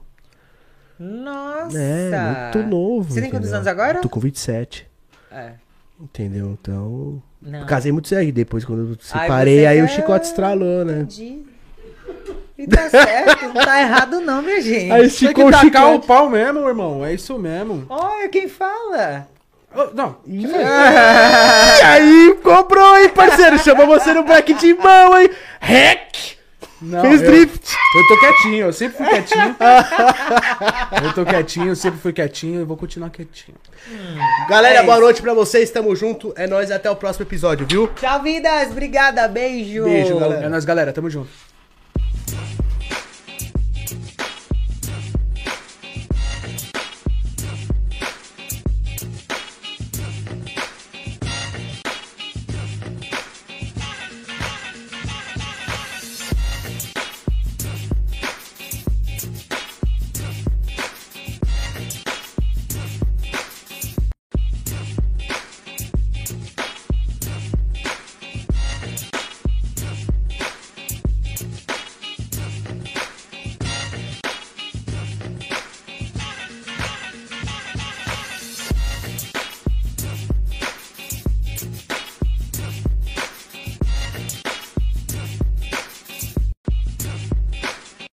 Speaker 3: Nossa.
Speaker 1: É, muito novo.
Speaker 3: Você tem quantos
Speaker 1: entendeu?
Speaker 3: anos agora?
Speaker 1: Tô com 27.
Speaker 3: É.
Speaker 1: Entendeu? Então.
Speaker 3: Não.
Speaker 1: Casei muito cedo. Depois, quando eu
Speaker 3: Ai,
Speaker 1: separei,
Speaker 3: você
Speaker 1: aí o
Speaker 3: já-
Speaker 1: chicote estralou, né?
Speaker 3: Entendi. E tá certo, não tá errado não, minha gente.
Speaker 1: Aí
Speaker 2: Tem
Speaker 1: esticou
Speaker 2: que
Speaker 1: o
Speaker 2: tacar o
Speaker 1: chicote.
Speaker 2: pau mesmo, irmão. É isso mesmo.
Speaker 3: Olha quem fala.
Speaker 2: Ô, não.
Speaker 1: Ih, aí comprou, hein, parceiro? Chamou você no black de mão, hein? Hack!
Speaker 2: não
Speaker 1: Fez
Speaker 2: eu-
Speaker 1: drift!
Speaker 2: Eu tô quietinho, eu sempre fui quietinho. eu tô quietinho, eu sempre fui quietinho e vou continuar quietinho.
Speaker 1: Galera,
Speaker 3: É
Speaker 1: boa
Speaker 3: isso.
Speaker 1: noite pra vocês, tamo junto. É nóis, até o próximo episódio, viu?
Speaker 3: Tchau, vidas. Obrigada. Beijo.
Speaker 2: Beijo, galera. É nóis, galera. Tamo junto.